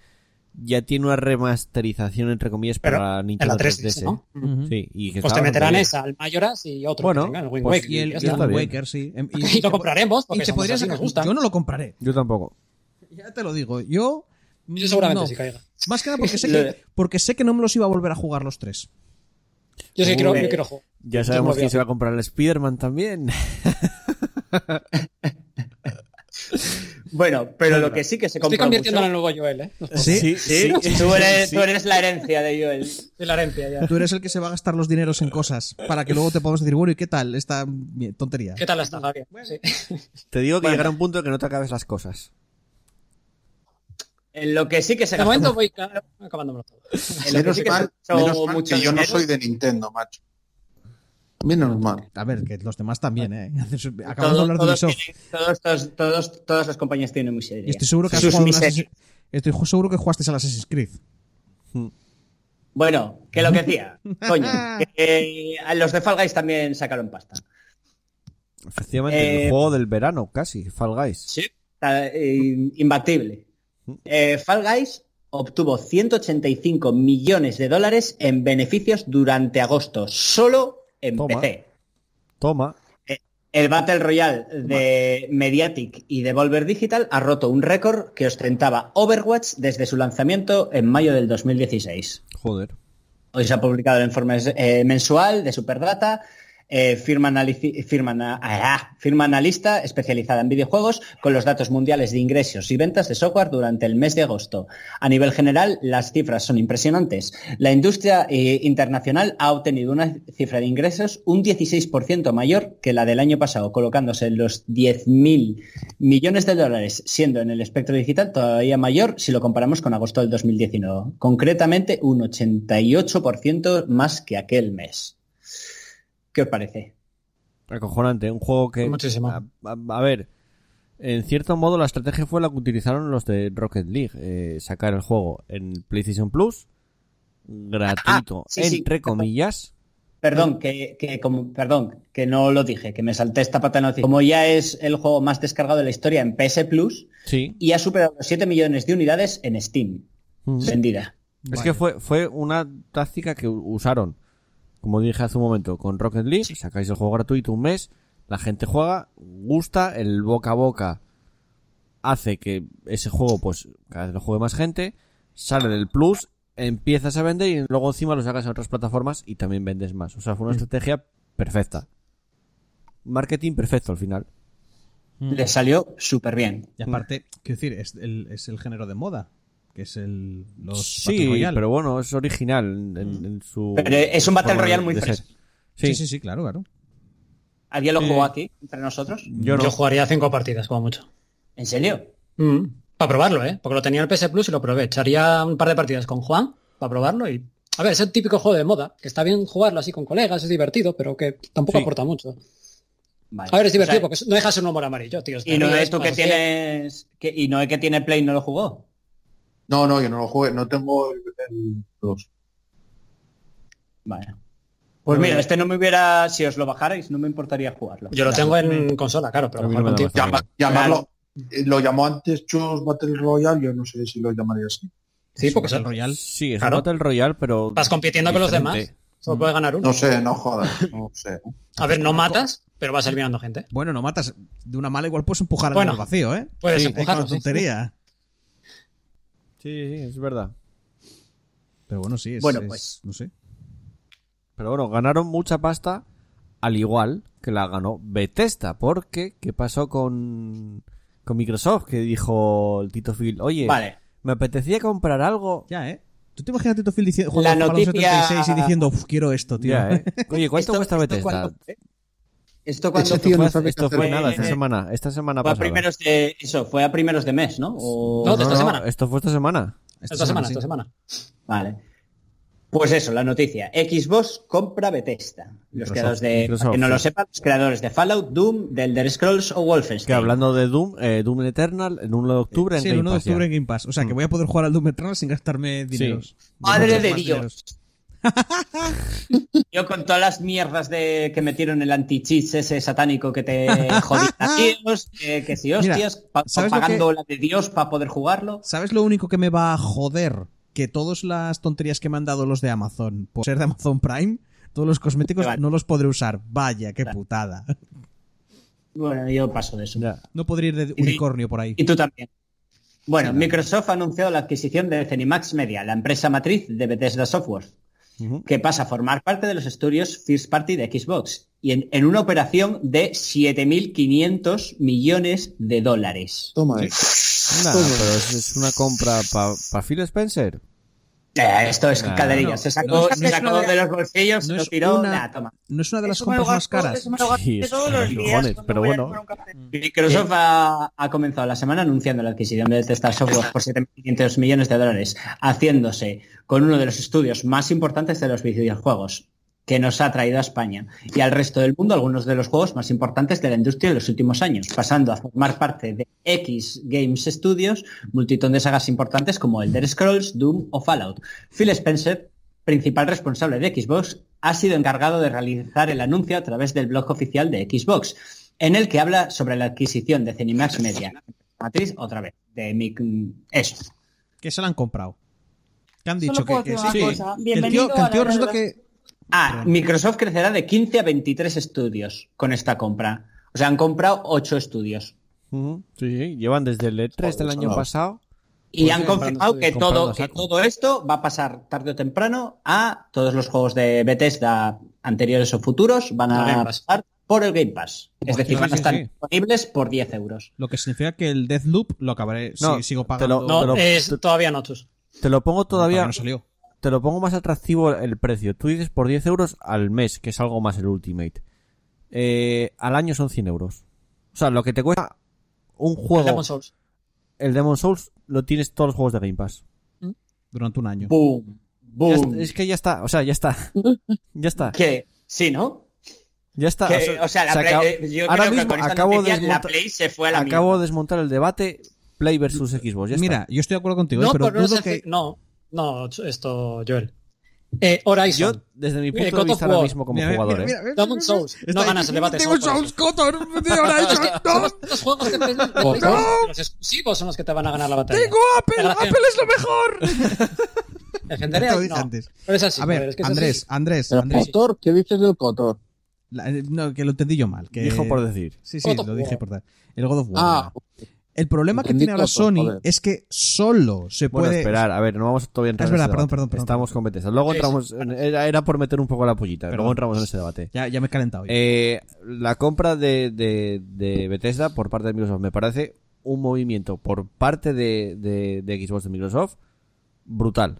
Speaker 1: ya tiene una remasterización, entre comillas,
Speaker 5: Pero
Speaker 1: para
Speaker 5: en
Speaker 1: Nintendo
Speaker 5: la
Speaker 1: 3DS.
Speaker 5: 3DS, ¿no?
Speaker 1: Sí, y que
Speaker 5: Pues te
Speaker 1: estaba
Speaker 5: meterán
Speaker 1: bastante
Speaker 5: esa, al Mayoras y otro.
Speaker 1: Bueno,
Speaker 5: que tenga el Wind
Speaker 1: pues
Speaker 5: Waker,
Speaker 9: Y el,
Speaker 5: ya
Speaker 9: y
Speaker 5: está.
Speaker 9: el
Speaker 1: está
Speaker 9: Wind
Speaker 1: bien.
Speaker 9: Waker, sí.
Speaker 5: [laughs]
Speaker 9: Em-
Speaker 5: Y
Speaker 9: se
Speaker 5: lo
Speaker 9: po-
Speaker 5: compraremos,
Speaker 9: Y
Speaker 5: porque
Speaker 9: se
Speaker 5: somos
Speaker 9: podría
Speaker 5: así,
Speaker 9: sacar.
Speaker 5: nos gusta.
Speaker 9: Yo no lo compraré.
Speaker 1: bien. Yo tampoco.
Speaker 9: Ya te lo digo. Yo.
Speaker 5: Yo seguramente
Speaker 9: no.
Speaker 5: sí caiga.
Speaker 9: Más que nada porque sé
Speaker 6: Lo-
Speaker 5: [laughs]
Speaker 9: que, porque sé que no me los iba a volver a jugar los tres.
Speaker 5: Yo sí creo,
Speaker 6: Hombre.
Speaker 5: yo quiero jugar.
Speaker 1: Ya
Speaker 5: Yo
Speaker 1: sabemos
Speaker 5: creo
Speaker 1: quién
Speaker 5: que-
Speaker 1: se va a comprar el Spider-Man también.
Speaker 6: Bueno, pero lo que sí que se
Speaker 5: Estoy
Speaker 6: compra
Speaker 5: convirtiendo en
Speaker 6: mucho.
Speaker 5: el nuevo Joel, ¿eh? Los-
Speaker 1: Sí,
Speaker 6: [laughs] Sí,
Speaker 1: [laughs]
Speaker 6: tú, eres, tú eres la herencia de Joel.
Speaker 5: De la herencia, ya.
Speaker 9: Tú eres el que se va a gastar los dineros en cosas para que luego te podamos decir, bueno, ¿y qué tal esta mi- tontería?
Speaker 5: ¿Qué tal está Javier? Sí.
Speaker 1: Te digo que llegará un punto que no te acabes las cosas.
Speaker 6: En lo que sí que se
Speaker 5: De
Speaker 6: gastó-
Speaker 5: momento voy ca- acabándomelo todo.
Speaker 6: en lo que
Speaker 4: Menos
Speaker 6: sí que
Speaker 4: mal,
Speaker 6: se gastó
Speaker 4: menos mal
Speaker 6: mucho
Speaker 4: que yo no
Speaker 6: dinero-
Speaker 4: soy de Nintendo, macho. Menos mal.
Speaker 9: A ver, que los demás también,
Speaker 5: Ah.
Speaker 9: ¿eh? [laughs] Hacen su- Acabamos
Speaker 6: Todo-
Speaker 9: de hablar de
Speaker 6: todos
Speaker 9: Ubisoft.
Speaker 6: tienen- todos- todos- todos- todas las compañías tienen muy seria.
Speaker 9: Y estoy seguro que has
Speaker 6: Sus
Speaker 9: jugado a un
Speaker 6: miserias.
Speaker 9: Assassin's- Estoy ju- seguro que jugaste al Assassin's Creed.
Speaker 6: Bueno, que lo
Speaker 9: [laughs]
Speaker 6: que decía, coño, que, eh, a los de Fall Guys también sacaron pasta.
Speaker 1: Efectivamente,
Speaker 6: Eh,
Speaker 1: el juego del verano, casi, Fall Guys.
Speaker 6: Sí. Imbatible. Eh, Fall Guys obtuvo 185 millones de dólares en beneficios durante agosto, solo en
Speaker 1: Toma.
Speaker 6: PC.
Speaker 1: Toma.
Speaker 6: El Battle Royale de Mediatic y Devolver Digital ha roto un récord que ostentaba Overwatch desde su lanzamiento en mayo del 2016.
Speaker 1: Joder.
Speaker 6: Hoy se ha publicado el informe eh, mensual de Superdata. eh, firma, analici- firma ana- ah, firma analista especializada en videojuegos con los datos mundiales de ingresos y ventas de software durante el mes de agosto. A nivel general, las cifras son impresionantes. La industria eh, internacional ha obtenido una cifra de ingresos un 16% mayor que la del año pasado, colocándose en los 10.000 millones de dólares, siendo en el espectro digital todavía mayor si lo comparamos con agosto del 2019, concretamente un 88% más que aquel mes. ¿Qué os parece?
Speaker 1: Acojonante, un juego que...
Speaker 5: Muchísimo.
Speaker 1: A, a- a ver, en cierto modo la estrategia fue la que utilizaron los de Rocket League, eh, sacar el juego en PlayStation Plus, gratuito,
Speaker 6: Ah, sí, sí.
Speaker 1: entre comillas.
Speaker 6: Perdón, que, que como, perdón, que no lo dije, que me salté esta pata en la noticia. Como ya es el juego más descargado de la historia en PS Plus
Speaker 1: Sí.
Speaker 6: y ha superado los 7 millones de unidades en Steam, vendida.
Speaker 1: Es que fue, fue una táctica que u- usaron, como dije hace un momento, con Rocket League, sacáis el juego gratuito un mes, la gente juega, gusta, el boca a boca hace que ese juego pues cada vez lo juegue más gente, sale del plus, empiezas a vender y luego encima lo sacas en otras plataformas y también vendes más. O sea, fue una
Speaker 9: Mm.
Speaker 1: estrategia perfecta. Marketing perfecto al final. Mm.
Speaker 6: Le salió súper bien.
Speaker 9: Y aparte, quiero decir, es el, es el género de moda, que es el los Battle
Speaker 1: Sí,
Speaker 9: Royale. Mm.
Speaker 1: pero bueno, es original en, en- en su...
Speaker 6: Pero es un Battle
Speaker 1: forma
Speaker 6: Royale muy
Speaker 1: de ser.
Speaker 6: fresco.
Speaker 9: sí.
Speaker 1: Sí,
Speaker 9: sí, sí, claro, claro.
Speaker 6: ¿Alguien lo jugó
Speaker 5: Eh,
Speaker 6: aquí entre nosotros?
Speaker 1: Yo no.
Speaker 5: Yo jugaría cinco partidas, como mucho.
Speaker 6: ¿En serio? Mm.
Speaker 5: Para probarlo, ¿eh? Porque lo tenía en el PS Plus y lo probé. Echaría un par de partidas con Juan para probarlo y... A ver, es el típico juego de moda, que está bien jugarlo así con colegas, es divertido, pero que tampoco
Speaker 1: Sí.
Speaker 5: aporta mucho.
Speaker 6: Vale.
Speaker 5: A ver, es
Speaker 6: O sea,
Speaker 5: divertido porque no dejas un humor amarillo, tío.
Speaker 6: Y no
Speaker 5: es
Speaker 6: es tú que tienes. Que, y no es que tiene Play no lo jugó.
Speaker 4: No, no, yo no lo jugué, no tengo el, el dos.
Speaker 6: Vale. Pues mira, este no me hubiera. Si os lo bajarais, no me importaría jugarlo.
Speaker 5: Yo lo tengo
Speaker 6: Claro.
Speaker 5: en consola, claro, pero
Speaker 1: A mí
Speaker 5: jugar
Speaker 1: no me da
Speaker 5: contigo-
Speaker 1: bastante.
Speaker 4: Llama- llamarlo, eh, lo llamó antes Chus Battle Royale, yo no sé si lo llamaría así.
Speaker 5: Sí, porque es el
Speaker 9: Battle Royale.
Speaker 1: Sí, es
Speaker 5: Claro.
Speaker 1: un Battle Royale, pero.
Speaker 5: Vas compitiendo con los
Speaker 1: diferente.
Speaker 5: demás. Solo puedes ganar uno.
Speaker 4: No sé, no jodas, no sé.
Speaker 5: A ver, no matas, pero vas eliminando gente.
Speaker 9: Bueno, no matas. De una mala igual puedes empujar
Speaker 5: Bueno,
Speaker 9: al vacío, ¿eh?
Speaker 5: puedes
Speaker 9: sí,
Speaker 5: empujarlo,
Speaker 9: con
Speaker 5: sí.
Speaker 9: tontería.
Speaker 1: Sí, sí, es verdad.
Speaker 9: Pero bueno, sí, es,
Speaker 6: Bueno,
Speaker 9: es-
Speaker 6: pues.
Speaker 9: no sé.
Speaker 1: Pero bueno, ganaron mucha pasta, al igual que la ganó Bethesda, porque ¿qué pasó con, con Microsoft? Que dijo el Tito Phil, oye,
Speaker 6: Vale.
Speaker 1: me apetecía comprar
Speaker 2: [laughs]
Speaker 1: algo.
Speaker 9: Ya, ¿eh? ¿Tú te imaginas a Tito Phil diciendo, jugando
Speaker 6: La
Speaker 9: a Fallout
Speaker 6: noticia-
Speaker 9: 76 y diciendo, "Uf, quiero esto, tío?
Speaker 1: Ya, ¿eh? Oye, ¿cuánto
Speaker 6: Esto-
Speaker 1: cuesta
Speaker 6: esto
Speaker 1: Bethesda?
Speaker 6: cuando- Esto cuando
Speaker 4: Ese
Speaker 6: fue,
Speaker 4: tío no
Speaker 1: Esto fue-
Speaker 4: sabe
Speaker 1: esto
Speaker 4: qué
Speaker 1: fue
Speaker 4: hacer.
Speaker 1: nada, esta
Speaker 6: Eh,
Speaker 1: semana, esta semana
Speaker 6: fue a
Speaker 1: pasada.
Speaker 6: primeros de. Eso, fue a primeros de mes, ¿no? O-
Speaker 5: No, de esta semana.
Speaker 1: Esto fue esta semana.
Speaker 2: Esta
Speaker 5: Esta,
Speaker 2: semana,
Speaker 5: semana,
Speaker 2: sí.
Speaker 5: esta semana.
Speaker 6: Vale. Pues eso, la noticia. Xbox compra Bethesda. Los
Speaker 1: Microsoft,
Speaker 6: creadores de, para
Speaker 1: Microsoft,
Speaker 6: que no lo
Speaker 1: sí.
Speaker 6: sepan, los creadores de Fallout, Doom, The Elder Scrolls o Wolfenstein.
Speaker 1: Que hablando de Doom, eh, Doom Eternal, en 1 de octubre en
Speaker 2: Sí, el
Speaker 1: Game
Speaker 2: 1 de
Speaker 1: Pass ya. Mm.
Speaker 2: octubre en Game Pass. O sea, que voy a poder jugar al Doom Eternal sin gastarme dineros.
Speaker 6: Madre
Speaker 2: Muchos
Speaker 6: de
Speaker 2: más
Speaker 6: Dios. Yo con todas las mierdas de que metieron el anti-cheats ese satánico que te jodía a tíos, que, que si
Speaker 2: Mira,
Speaker 6: hostias, pa- pa-
Speaker 2: ¿sabes lo
Speaker 6: pagando la de Dios para poder jugarlo.
Speaker 2: ¿Sabes lo único que me va a joder? Que todas las tonterías que me han dado los de Amazon por ser de Amazon Prime, todos los cosméticos
Speaker 6: Vale.
Speaker 2: no los podré usar. Vaya, qué
Speaker 6: Vale.
Speaker 2: putada. [laughs]
Speaker 6: Bueno, yo paso de eso.
Speaker 1: Ya.
Speaker 2: No podré ir de unicornio por ahí.
Speaker 6: Y tú también. Bueno, Microsoft ha anunciado la adquisición de Zenimax Media, la empresa matriz de Bethesda Software,
Speaker 1: Ujú.
Speaker 6: que pasa a formar parte de los estudios First Party de Xbox, y en, en una operación de 7.500 millones de dólares.
Speaker 4: Toma, eh.
Speaker 1: Nah, pero es, es una compra para Phil Spencer.
Speaker 6: Eh, esto es
Speaker 1: Ah,
Speaker 6: calderilla.
Speaker 2: no,
Speaker 6: se sacó,
Speaker 2: no es-
Speaker 6: se
Speaker 2: no es
Speaker 6: sacó
Speaker 3: una-
Speaker 6: de los bolsillos,
Speaker 2: no
Speaker 6: lo
Speaker 2: es
Speaker 6: tiró,
Speaker 2: una-
Speaker 6: nah, toma.
Speaker 2: No es una de las
Speaker 3: Eso me lo
Speaker 2: compras más
Speaker 3: gasto-
Speaker 2: caras.
Speaker 3: eso me lo gasto
Speaker 1: Sí, es
Speaker 3: todos los días
Speaker 1: cojones,
Speaker 3: cuando
Speaker 1: pero
Speaker 3: voy a
Speaker 1: bueno.
Speaker 3: tomar un café.
Speaker 2: Eh,
Speaker 6: Microsoft ha, ha comenzado la semana anunciando la adquisición de Bethesda Software por 7.500 millones de dólares, haciéndose con uno de los estudios más importantes de los videojuegos que nos ha traído a España y al resto del mundo algunos de los juegos más importantes de la industria de los últimos años, pasando a formar parte de X Games Studios, multitud de sagas importantes como Elder Scrolls, Doom o Fallout. Phil Spencer, principal responsable de Xbox, ha sido encargado de realizar el anuncio a través del blog oficial de Xbox, en el que habla sobre la adquisición de Cinemax Media. Matriz, otra vez, de Mic... Eso.
Speaker 2: Que se la han comprado. Que han
Speaker 3: Solo
Speaker 2: dicho que,
Speaker 3: puedo
Speaker 2: que
Speaker 3: decir una
Speaker 2: sí.
Speaker 3: cosa.
Speaker 2: Que el tío,
Speaker 3: Bienvenido
Speaker 2: que el
Speaker 3: a
Speaker 2: tío
Speaker 3: la
Speaker 2: resulta
Speaker 3: guerra.
Speaker 2: que.
Speaker 6: Ah, Microsoft crecerá de 15 a 23 estudios con esta compra. O sea, han comprado 8 estudios.
Speaker 1: Ujú. Sí, sí, llevan desde el E3 del año pasado.
Speaker 6: Y
Speaker 5: Pues
Speaker 6: han
Speaker 5: sí,
Speaker 6: confirmado
Speaker 5: comprando-
Speaker 6: que
Speaker 1: comprando
Speaker 6: todo,
Speaker 1: a
Speaker 6: que
Speaker 1: saco.
Speaker 6: todo esto va a pasar tarde o temprano a todos los juegos de Bethesda anteriores o futuros van
Speaker 5: Al Game Pass.
Speaker 6: a
Speaker 5: Pues
Speaker 6: pasar por el Game Pass. Es
Speaker 2: Imagino
Speaker 6: decir, van
Speaker 2: que
Speaker 6: a
Speaker 2: sí,
Speaker 6: estar
Speaker 2: sí.
Speaker 6: disponibles por 10 euros.
Speaker 2: Lo que significa que el Deathloop lo acabaré. si
Speaker 1: No,
Speaker 2: sigo
Speaker 1: te
Speaker 2: pagando.
Speaker 1: lo-
Speaker 5: No,
Speaker 1: Pero- pues, Oh.
Speaker 5: es todavía no, Chus.
Speaker 1: Te lo pongo
Speaker 2: todavía
Speaker 1: todavía,
Speaker 2: no salió.
Speaker 1: te lo pongo más atractivo el precio. Tú dices por 10 euros al mes, que es algo más el Ultimate. Eh, al año son 100 euros. O sea, lo que te cuesta un
Speaker 5: El
Speaker 1: juego,
Speaker 5: Demon Souls.
Speaker 1: el Demon Souls, lo tienes todos los juegos de Game Pass.
Speaker 2: Durante un año.
Speaker 6: Boom.
Speaker 1: Ya
Speaker 6: Boom.
Speaker 1: es- es que ya está, o sea, ya
Speaker 6: [laughs]
Speaker 1: está. Ya está,
Speaker 6: Que sí, ¿no?
Speaker 1: ya está.
Speaker 6: Que, o sea, la
Speaker 1: se
Speaker 6: Play-
Speaker 1: acabó.
Speaker 6: eh, yo
Speaker 1: ahora
Speaker 6: creo que
Speaker 1: mismo
Speaker 6: con esta
Speaker 1: acabo de
Speaker 6: noticia la
Speaker 1: desmontar,
Speaker 6: Play se fue a la
Speaker 1: acabo de
Speaker 6: mierda.
Speaker 1: desmontar el debate Play versus Xbox. ya está.
Speaker 2: Mira, yo estoy de acuerdo contigo,
Speaker 5: No,
Speaker 2: eh, pero
Speaker 5: pero no,
Speaker 2: dudo
Speaker 5: se
Speaker 2: que.
Speaker 5: hace- no, no, Ch- esto, Joel. Eh, Horizon.
Speaker 1: yo desde mi punto
Speaker 5: God
Speaker 1: de
Speaker 5: of
Speaker 1: vista ahora
Speaker 5: War.
Speaker 1: mismo como
Speaker 2: Mira, mira,
Speaker 1: jugador,
Speaker 2: mira,
Speaker 1: ¿eh?
Speaker 2: mira, mira,
Speaker 5: Demon
Speaker 2: mira,
Speaker 5: Souls.
Speaker 2: mira.
Speaker 5: no
Speaker 2: Está
Speaker 5: ganas el
Speaker 2: ahí,
Speaker 5: debate.
Speaker 2: Demon
Speaker 5: solo por
Speaker 2: Souls, Cotor, de
Speaker 5: Ah,
Speaker 2: Horizon, no.
Speaker 5: Los juegos que te-
Speaker 2: [laughs]
Speaker 5: los exclusivos son los que te van a ganar la batalla.
Speaker 2: Tengo Apple,
Speaker 5: Gracias.
Speaker 2: Apple es lo mejor.
Speaker 5: [laughs] Legendary,
Speaker 2: Ya te lo dije
Speaker 5: no.
Speaker 2: antes.
Speaker 5: Pero es así.
Speaker 2: A ver,
Speaker 5: joder, es que es así.
Speaker 2: Andrés, Andrés,
Speaker 4: Pero
Speaker 2: Andrés.
Speaker 4: Cotor, ¿qué dices del Cotor?
Speaker 2: La- eh, no, que lo entendí yo mal. Que...
Speaker 1: Dijo por decir.
Speaker 2: Sí, sí,
Speaker 5: God of
Speaker 2: lo
Speaker 5: War.
Speaker 2: dije por tal. El God of War.
Speaker 4: Ah,
Speaker 2: el problema que
Speaker 4: entendí
Speaker 2: tiene ahora
Speaker 4: todo,
Speaker 2: Sony
Speaker 4: joder.
Speaker 2: es que solo se
Speaker 1: Bueno,
Speaker 2: puede.
Speaker 1: esperar, a ver, no vamos todavía a entrar
Speaker 2: Es
Speaker 1: en ese
Speaker 2: verdad, perdón,
Speaker 1: debate.
Speaker 2: perdón, perdón.
Speaker 1: Estamos con Bethesda. Luego
Speaker 5: Sí,
Speaker 1: entramos, en- era, era por meter un poco la pollita,
Speaker 2: Perdón.
Speaker 1: luego entramos en ese debate.
Speaker 2: Ya, ya me he calentado. yo.
Speaker 1: Eh, la compra de, de- de Bethesda por parte de Microsoft me parece un movimiento por parte de, de- de Xbox de Microsoft brutal.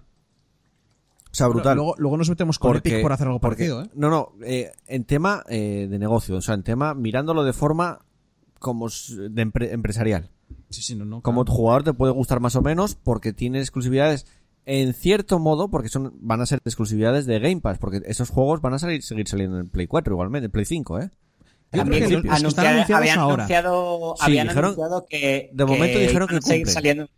Speaker 1: O sea,
Speaker 2: Bueno,
Speaker 1: brutal.
Speaker 2: Luego, luego nos metemos con Epic por hacer algo
Speaker 1: porque-
Speaker 2: parecido, ¿eh?
Speaker 1: No, no, eh, en tema eh, de negocio, o sea, en tema mirándolo de forma como s- de empre- empresarial.
Speaker 2: Sí, sí, no, no.
Speaker 1: Como
Speaker 2: claro.
Speaker 1: jugador te puede gustar más o menos porque tiene exclusividades en cierto modo porque son van a ser exclusividades de Game Pass porque esos juegos van a salir seguir saliendo en Play 4 igualmente, en Play 5, ¿eh? En
Speaker 2: Yo creo que
Speaker 1: principio.
Speaker 2: los- los que están anunciados
Speaker 6: habían
Speaker 2: ahora.
Speaker 6: anunciado,
Speaker 1: Sí,
Speaker 6: habían
Speaker 1: dijeron-
Speaker 6: anunciado que
Speaker 1: de momento
Speaker 6: que
Speaker 1: dijeron
Speaker 6: iban a
Speaker 1: que
Speaker 6: seguir
Speaker 1: cumplen.
Speaker 6: saliendo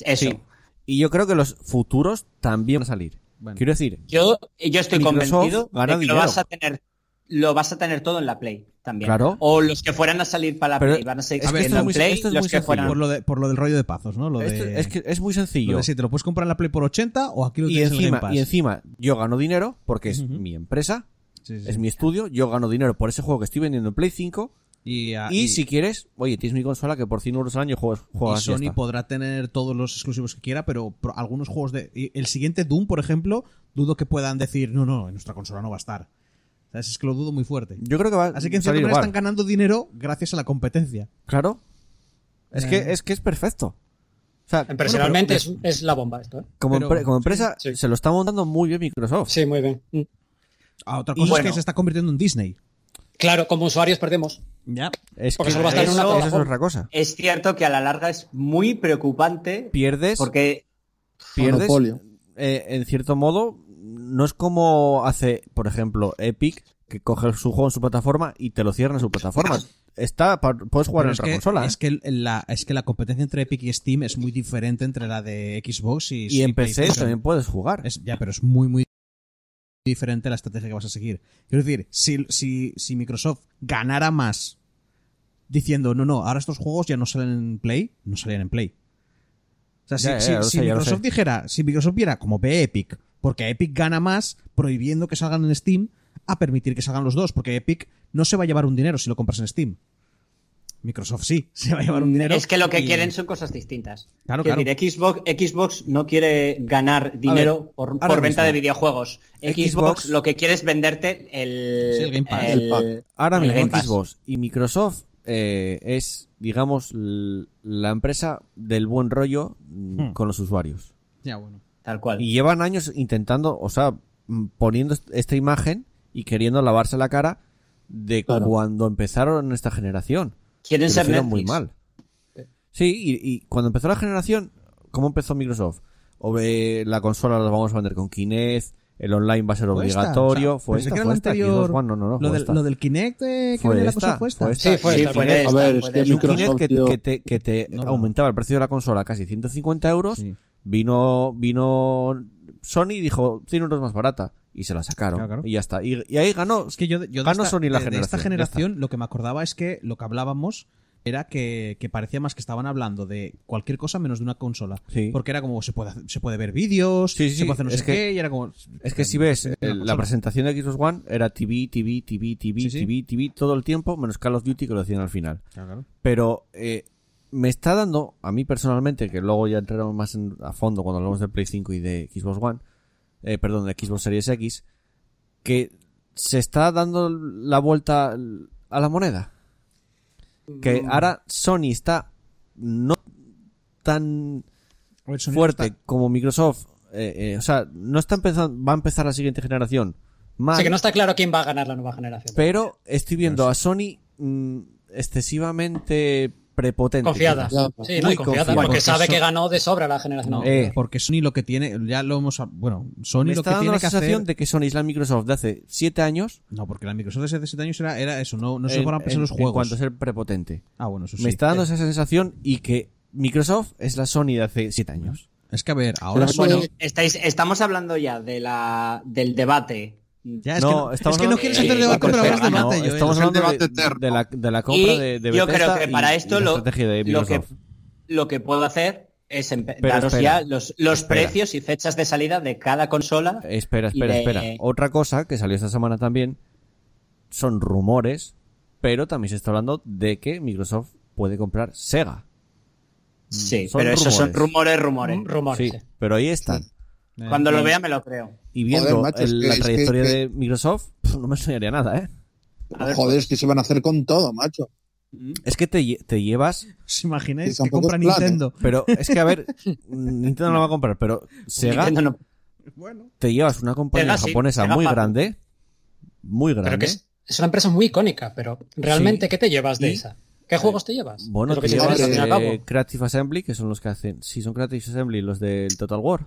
Speaker 6: eso.
Speaker 1: Sí. Y yo creo que los futuros también van a salir.
Speaker 2: Bueno.
Speaker 1: Quiero decir,
Speaker 6: Yo, yo estoy
Speaker 1: Microsoft
Speaker 6: convencido de
Speaker 1: gana
Speaker 6: que
Speaker 1: dinero.
Speaker 6: lo vas a tener lo vas a tener todo en la Play también.
Speaker 1: Claro.
Speaker 6: O los que fueran a salir para la
Speaker 1: Pero
Speaker 6: Play van a seguir
Speaker 1: es que
Speaker 6: saliendo
Speaker 1: esto
Speaker 6: en
Speaker 1: es muy-
Speaker 6: Play,
Speaker 1: esto es
Speaker 6: los
Speaker 1: muy
Speaker 6: que fueran.
Speaker 1: sencillo.
Speaker 2: Por lo, de- por lo del rollo de pazos, ¿no? Lo de...
Speaker 1: esto es que es muy
Speaker 2: lo
Speaker 1: sencillo.
Speaker 2: de si te lo puedes comprar en la Play por 80 o aquí lo
Speaker 1: y
Speaker 2: tienes en el Game
Speaker 1: encima,
Speaker 2: Pass.
Speaker 1: y encima, yo gano dinero porque es
Speaker 2: Ujú.
Speaker 1: mi empresa,
Speaker 2: Sí, sí, sí.
Speaker 1: es mi estudio, yo gano dinero por ese juego que estoy vendiendo en Play 5
Speaker 2: Y, ah,
Speaker 1: y,
Speaker 2: y-
Speaker 1: si quieres, oye, tienes mi consola que por 100 euros al año juegas,
Speaker 2: y
Speaker 1: juegas y ya
Speaker 2: Sony
Speaker 1: está.
Speaker 2: podrá tener todos los exclusivos que quiera, pero pro- algunos juegos de. y El siguiente Doom, por ejemplo, dudo que puedan decir, no, no, en nuestra consola no va a estar. ¿Sabes? Es que lo dudo muy fuerte.
Speaker 1: Yo creo que va
Speaker 2: Así que en
Speaker 1: a
Speaker 2: cierta
Speaker 1: salir
Speaker 2: manera
Speaker 1: igual.
Speaker 2: están ganando dinero gracias a la competencia.
Speaker 1: Claro. Es
Speaker 2: Eh.
Speaker 1: que, es que es perfecto. O sea, em-
Speaker 5: Empresarialmente es, es la bomba esto, ¿eh?
Speaker 1: como,
Speaker 2: pero-
Speaker 1: empre- como empresa
Speaker 5: sí.
Speaker 1: se lo está montando muy bien Microsoft.
Speaker 5: Sí, muy bien. Mm.
Speaker 2: Ah, otra
Speaker 1: Y
Speaker 2: cosa es
Speaker 1: bueno.
Speaker 2: que se está convirtiendo en Disney.
Speaker 5: Claro, como usuarios perdemos.
Speaker 2: Ya.
Speaker 1: Es
Speaker 5: Porque
Speaker 1: que
Speaker 5: solo va a estar en
Speaker 1: eso,
Speaker 5: una
Speaker 1: eso es
Speaker 5: plataforma.
Speaker 1: otra cosa.
Speaker 6: Es cierto que a la larga es muy preocupante
Speaker 1: Pierdes
Speaker 6: porque
Speaker 1: pierdes,
Speaker 4: Monopolio.
Speaker 1: eh, en cierto modo, no es como hace, por ejemplo, Epic, que coge su juego en su plataforma y te lo cierra en su
Speaker 5: [coughs]
Speaker 1: plataforma. Está, pa- puedes jugar
Speaker 2: Pero
Speaker 1: en
Speaker 2: es
Speaker 1: otra
Speaker 2: que,
Speaker 1: consola. ¿eh?
Speaker 2: Es que, la, es que la competencia entre Epic y Steam es muy diferente entre la de Xbox y,
Speaker 1: y en PC
Speaker 2: PlayStation.
Speaker 1: también puedes jugar.
Speaker 2: Es- ya, pero es muy, muy diferente la estrategia que vas a seguir. Quiero decir, si, si, si Microsoft ganara más diciendo, no, no, ahora estos juegos ya no salen en Play, no salían en Play. O sea, si,
Speaker 1: Ya, ya,
Speaker 2: si-
Speaker 1: ya lo
Speaker 2: si
Speaker 1: sé, ya lo
Speaker 2: Microsoft
Speaker 1: sé.
Speaker 2: dijera, si Microsoft viera como ve Epic, porque Epic gana más prohibiendo que salgan en Steam a permitir que salgan los dos, porque Epic no se va a llevar un dinero si lo compras en Steam. Microsoft sí, [laughs] se va a llevar un dinero.
Speaker 6: Es que lo que
Speaker 2: y-
Speaker 6: quieren son cosas distintas.
Speaker 2: Claro,
Speaker 6: Quiero
Speaker 2: claro.
Speaker 6: decir, Xbox, Xbox no quiere ganar dinero por,
Speaker 1: ahora
Speaker 6: por venta
Speaker 1: mismo.
Speaker 6: de videojuegos. Xbox,
Speaker 1: Xbox
Speaker 6: lo que quiere es venderte el,
Speaker 2: Sí, el Game
Speaker 1: Eh,
Speaker 2: Pass.
Speaker 6: el-
Speaker 4: El pack.
Speaker 1: Ahora
Speaker 6: el
Speaker 1: mismo
Speaker 6: Game Pass.
Speaker 1: Xbox y Microsoft eh, es, digamos, l- la empresa del buen rollo mm,
Speaker 2: Hmm.
Speaker 1: con los usuarios.
Speaker 2: Ya, bueno.
Speaker 6: Tal cual.
Speaker 1: Y llevan años intentando, o sea, mm, poniendo est- esta imagen y queriendo lavarse la cara de
Speaker 4: Claro.
Speaker 1: cuando empezaron esta generación.
Speaker 6: quieren
Speaker 1: que lo
Speaker 6: ser
Speaker 1: hicieron
Speaker 6: Netflix.
Speaker 1: muy mal. Sí, y, y cuando empezó la generación, ¿cómo empezó Microsoft? O, eh, la consola la vamos a vender con Kinect, el online va a ser
Speaker 2: Fue esta,
Speaker 1: obligatorio,
Speaker 2: o sea,
Speaker 1: fue
Speaker 2: pensé
Speaker 1: esta,
Speaker 2: que era
Speaker 1: fue
Speaker 2: la
Speaker 1: esta,
Speaker 2: anterior,
Speaker 1: Xbox One, no, no, no,
Speaker 2: lo,
Speaker 1: fue
Speaker 2: del,
Speaker 1: esta.
Speaker 2: lo del Kinect eh, que
Speaker 1: Fue
Speaker 2: venía la
Speaker 1: esta,
Speaker 2: cosa fue esta.
Speaker 1: fue
Speaker 5: Sí, fue
Speaker 6: Sí,
Speaker 5: esta.
Speaker 6: fue
Speaker 5: fue
Speaker 6: esta,
Speaker 4: A ver,
Speaker 6: fue
Speaker 4: es que
Speaker 6: esta.
Speaker 1: Y un Kinect
Speaker 4: Microsoft,
Speaker 1: que,
Speaker 4: tío.
Speaker 1: que te, que te
Speaker 2: No, no.
Speaker 1: aumentaba el precio de la consola a casi 150 euros,
Speaker 2: Sí.
Speaker 1: vino, vino Sony y dijo 100 euros más barata. Y se la sacaron.
Speaker 2: Ah, Claro, claro.
Speaker 1: Y ya está. Y, y ahí ganó.
Speaker 2: Es que yo, yo de,
Speaker 1: Ganó
Speaker 2: esta,
Speaker 1: Sony la
Speaker 2: de- de esta
Speaker 1: generación, ya
Speaker 2: generación lo que me acordaba es que lo que hablábamos era que, que parecía más que estaban hablando de cualquier cosa menos de una consola.
Speaker 1: Sí.
Speaker 2: Porque era como se puede, hacer- se puede ver vídeos,
Speaker 1: Sí, sí,
Speaker 2: se puede hacer no
Speaker 1: es
Speaker 2: sé
Speaker 1: que-
Speaker 2: qué, y era como.
Speaker 1: Es que si ves
Speaker 2: Una
Speaker 1: eh, la
Speaker 2: consola.
Speaker 1: presentación de Xbox One era TV, TV, TV, TV,
Speaker 2: Sí, sí.
Speaker 1: TV, TV todo el tiempo, menos Call of Duty que lo hacían al final.
Speaker 2: Claro, claro.
Speaker 1: Pero eh, me está dando, a mí personalmente, que luego ya entraremos más en- a fondo cuando hablamos de Play 5 y de Xbox One, eh, perdón, de Xbox Series X, que se está dando la vuelta a la moneda. Que
Speaker 5: Mm.
Speaker 1: ahora Sony está no tan
Speaker 2: A ver, Sony
Speaker 1: fuerte
Speaker 2: está-
Speaker 1: como Microsoft, eh, eh, o sea, no está empezando, va a empezar la siguiente generación. Mal,
Speaker 5: Así que no está claro quién va a ganar la nueva generación.
Speaker 1: Pero estoy viendo a Sony mm, excesivamente prepotente.
Speaker 5: Confiada.
Speaker 1: quizás.
Speaker 5: Sí, no,
Speaker 1: Muy
Speaker 5: y confiada,
Speaker 1: confiada.
Speaker 5: porque
Speaker 2: Porque
Speaker 5: sabe
Speaker 2: eso-
Speaker 5: que ganó de sobra la generación.
Speaker 2: No,
Speaker 1: Eh.
Speaker 2: porque Sony lo que tiene. Ya lo hemos. Bueno, Sony
Speaker 1: Me
Speaker 2: lo
Speaker 1: está
Speaker 2: que
Speaker 1: dando
Speaker 2: tiene
Speaker 1: la
Speaker 2: que
Speaker 1: sensación
Speaker 2: hacer.
Speaker 1: de que Sony es la Microsoft de hace 7 años.
Speaker 2: No, porque la Microsoft de hace 7 años era, era eso, no, no se
Speaker 1: en-
Speaker 2: fueron a pensar
Speaker 1: en-
Speaker 2: los
Speaker 1: en
Speaker 2: juegos.
Speaker 1: cuanto a ser prepotente.
Speaker 2: Ah, bueno, eso sí.
Speaker 1: Me está dando esa sensación y que Microsoft es la Sony de hace 7 años.
Speaker 2: Es que a ver, ahora
Speaker 4: Pero
Speaker 2: Sony.
Speaker 4: bueno,
Speaker 6: Bueno, estáis, estamos hablando ya de la, del debate.
Speaker 2: Ya, es,
Speaker 1: No,
Speaker 2: que no, es
Speaker 1: estamos
Speaker 2: que no
Speaker 1: hablando-
Speaker 2: quieres
Speaker 6: eh,
Speaker 2: hacer debate,
Speaker 6: Cortés,
Speaker 2: pero hablas de
Speaker 6: no,
Speaker 2: debate. eh. Joel.
Speaker 1: estamos
Speaker 11: Es el
Speaker 1: hablando de,
Speaker 11: debate eterno.
Speaker 1: de la, de la compra
Speaker 6: Y
Speaker 1: de, de
Speaker 6: yo creo
Speaker 1: Bethesda
Speaker 6: que para
Speaker 1: y-
Speaker 6: esto
Speaker 1: y la
Speaker 6: lo,
Speaker 1: estrategia de
Speaker 6: lo, que,
Speaker 1: Microsoft.
Speaker 6: lo que puedo hacer es empe-
Speaker 1: Pero
Speaker 6: daros
Speaker 1: espera,
Speaker 6: ya los, los
Speaker 1: espera. Eh,
Speaker 6: precios y fechas de salida de cada consola.
Speaker 1: Espera,
Speaker 6: y
Speaker 1: espera,
Speaker 6: de-
Speaker 1: espera. Otra cosa que salió esta semana también son rumores, pero también se está hablando de que Microsoft puede comprar Sega.
Speaker 6: sí,
Speaker 1: son Mm.
Speaker 6: pero esos son rumores, rumores.
Speaker 5: Rumores. rumores.
Speaker 1: Sí, pero ahí están.
Speaker 2: Eh,
Speaker 6: Cuando lo vea me lo creo.
Speaker 1: Y viendo
Speaker 4: Joder, macho, es
Speaker 1: el-
Speaker 4: que-
Speaker 1: la
Speaker 4: es que-
Speaker 1: trayectoria
Speaker 4: que- Mm.
Speaker 1: de Microsoft, pf, no me soñaría nada, ¿eh?
Speaker 6: A ver.
Speaker 4: Joder, es que se van a hacer con todo, macho.
Speaker 1: Es que te, lle- te llevas,
Speaker 2: ¿Os imagináis
Speaker 4: Sí,
Speaker 2: que
Speaker 4: tampoco
Speaker 2: compra
Speaker 4: es plan,
Speaker 1: ¿eh?
Speaker 2: Nintendo?
Speaker 1: pero es que a
Speaker 4: [laughs]
Speaker 1: ver, Nintendo no la va a comprar, pero Sega
Speaker 6: Nintendo [laughs] no-
Speaker 1: te llevas una compañía
Speaker 6: Sega sí,
Speaker 1: japonesa
Speaker 6: Sega
Speaker 1: muy
Speaker 6: Japón.
Speaker 1: grande, muy grande.
Speaker 5: Pero que es, es una empresa muy icónica, pero realmente,
Speaker 1: Sí.
Speaker 5: ¿qué te llevas de
Speaker 1: Y- eh,
Speaker 5: esa? ¿Qué juegos te llevas?
Speaker 1: Bueno,
Speaker 5: Es lo que
Speaker 1: te
Speaker 5: te
Speaker 1: llevas
Speaker 5: interesa, al fin y al
Speaker 1: eh,
Speaker 5: cabo.
Speaker 1: Creative Assembly, que son los que hacen, si son Creative Assembly los del Total War.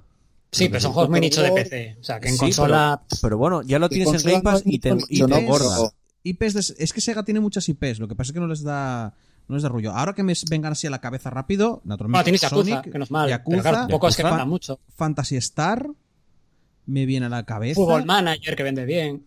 Speaker 5: Sí, pero son juegos muy nicho de PC. O sea, que en consola.
Speaker 1: pero, pero bueno, ya lo
Speaker 4: Que
Speaker 1: tienes en
Speaker 4: consola
Speaker 1: Game Pass
Speaker 4: no-
Speaker 1: y te, y
Speaker 4: yo
Speaker 1: te
Speaker 4: no
Speaker 1: engorda.
Speaker 4: creo.
Speaker 2: IPs de- es que Sega tiene muchas IPs, lo que pasa es que no les da no les da rollo. Ahora que me vengan así a la cabeza rápido, naturalmente
Speaker 5: Bueno, tienes Yakuza,
Speaker 2: Sonic,
Speaker 5: que no es mal.
Speaker 2: Yakuza,
Speaker 5: pero claro, tampoco es que
Speaker 1: Yakuza.
Speaker 5: venda mucho.
Speaker 2: Fantasy Star me viene a la cabeza.
Speaker 6: Ah.
Speaker 5: Fútbol Manager, que vende bien.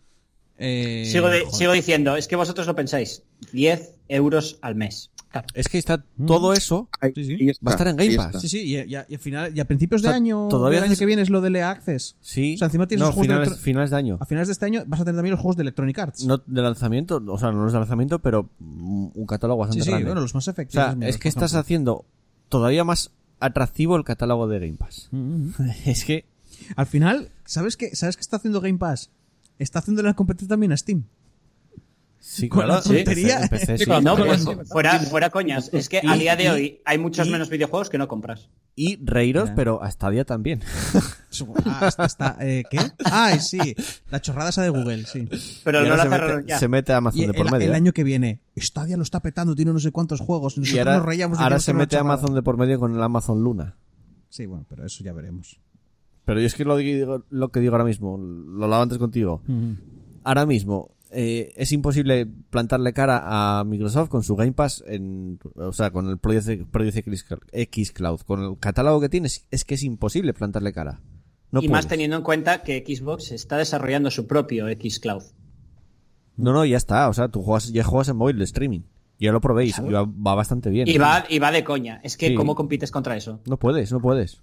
Speaker 2: eh,
Speaker 6: sigo, de-
Speaker 2: joder.
Speaker 6: sigo diciendo, es que vosotros lo pensáis. 10 euros al mes.
Speaker 5: Claro.
Speaker 1: Es que está
Speaker 2: Mm.
Speaker 1: todo eso
Speaker 4: Ahí-
Speaker 2: Sí, sí.
Speaker 4: ahí está,
Speaker 1: Va a estar en Game
Speaker 4: ahí
Speaker 1: Pass.
Speaker 4: está.
Speaker 2: Sí, sí, y, y a, y a final- y a principios de
Speaker 1: O sea,
Speaker 2: año,
Speaker 1: todavía
Speaker 2: del año
Speaker 1: haces-
Speaker 2: que viene es lo de EA Access.
Speaker 1: Sí.
Speaker 2: O sea, encima tienes
Speaker 1: no,
Speaker 2: los juegos de
Speaker 1: finales,
Speaker 2: otro-
Speaker 1: finales de año.
Speaker 2: A finales de este año vas a tener también los juegos de Electronic Arts.
Speaker 1: No de lanzamiento, o sea, no es de lanzamiento, pero mm, un catálogo
Speaker 2: sí,
Speaker 1: bastante
Speaker 2: sí,
Speaker 1: grande.
Speaker 2: bueno, los más
Speaker 1: o
Speaker 2: efectivos.
Speaker 1: sea, es que estás haciendo todavendo más atractivo el catálogo de Game Pass.
Speaker 2: Mm-hmm.
Speaker 1: es que
Speaker 2: Al final, ¿sabes qué, ¿sabes qué está haciendo Game Pass? Está haciendo la competencia también a Steam.
Speaker 1: sí,
Speaker 2: Con la
Speaker 1: sí,
Speaker 2: tontería.
Speaker 1: empecé- empecé, sí.
Speaker 2: [laughs]
Speaker 5: Sí, con la
Speaker 6: No,
Speaker 5: Pero
Speaker 6: pues,
Speaker 5: bueno.
Speaker 6: fuera, fuera coñas. Es que a
Speaker 1: Y-
Speaker 6: día de
Speaker 1: y-
Speaker 6: hoy hay muchos
Speaker 1: y-
Speaker 6: menos videojuegos que no compras.
Speaker 1: Y reiros,
Speaker 2: Ya.
Speaker 1: pero hasta día también.
Speaker 2: Ah, está, está, eh, ¿Qué? Ay, sí. La chorrada esa de Google, sí.
Speaker 6: Pero
Speaker 1: Y
Speaker 6: no
Speaker 1: ahora
Speaker 6: la
Speaker 1: se
Speaker 6: cerraron
Speaker 1: mete,
Speaker 6: ya.
Speaker 1: se mete Amazon
Speaker 2: Y
Speaker 1: de
Speaker 2: el,
Speaker 1: por medio.
Speaker 2: el
Speaker 1: ¿eh?
Speaker 2: año que viene, Stadia lo está petando, tiene no sé cuántos juegos. Nosotros
Speaker 1: y ahora,
Speaker 2: nos rayamos de que
Speaker 1: ahora
Speaker 2: no
Speaker 1: se
Speaker 2: son una
Speaker 1: mete
Speaker 2: chorrada.
Speaker 1: Amazon de por medio con el Amazon Luna.
Speaker 9: Sí, bueno, pero eso ya veremos.
Speaker 1: Pero yo es que lo, digo- lo que digo ahora mismo, lo hablaba antes contigo. Ahora mismo eh, es imposible plantarle cara a Microsoft con su Game Pass, en, o sea, con el Project, Project X, X Cloud. Con el catálogo que tienes, es que es imposible plantarle cara. No
Speaker 6: y más
Speaker 1: puedes.
Speaker 6: teniendo en cuenta que Xbox está desarrollando su propio Xcloud.
Speaker 1: No, no, ya está. O sea, tú juegas, ya juegas en móvil de streaming. Ya lo probéis. y va, va bastante bien.
Speaker 6: Y va, y va de coña. Es que,
Speaker 1: Sí.
Speaker 6: ¿cómo compites contra eso?
Speaker 1: No puedes, no puedes.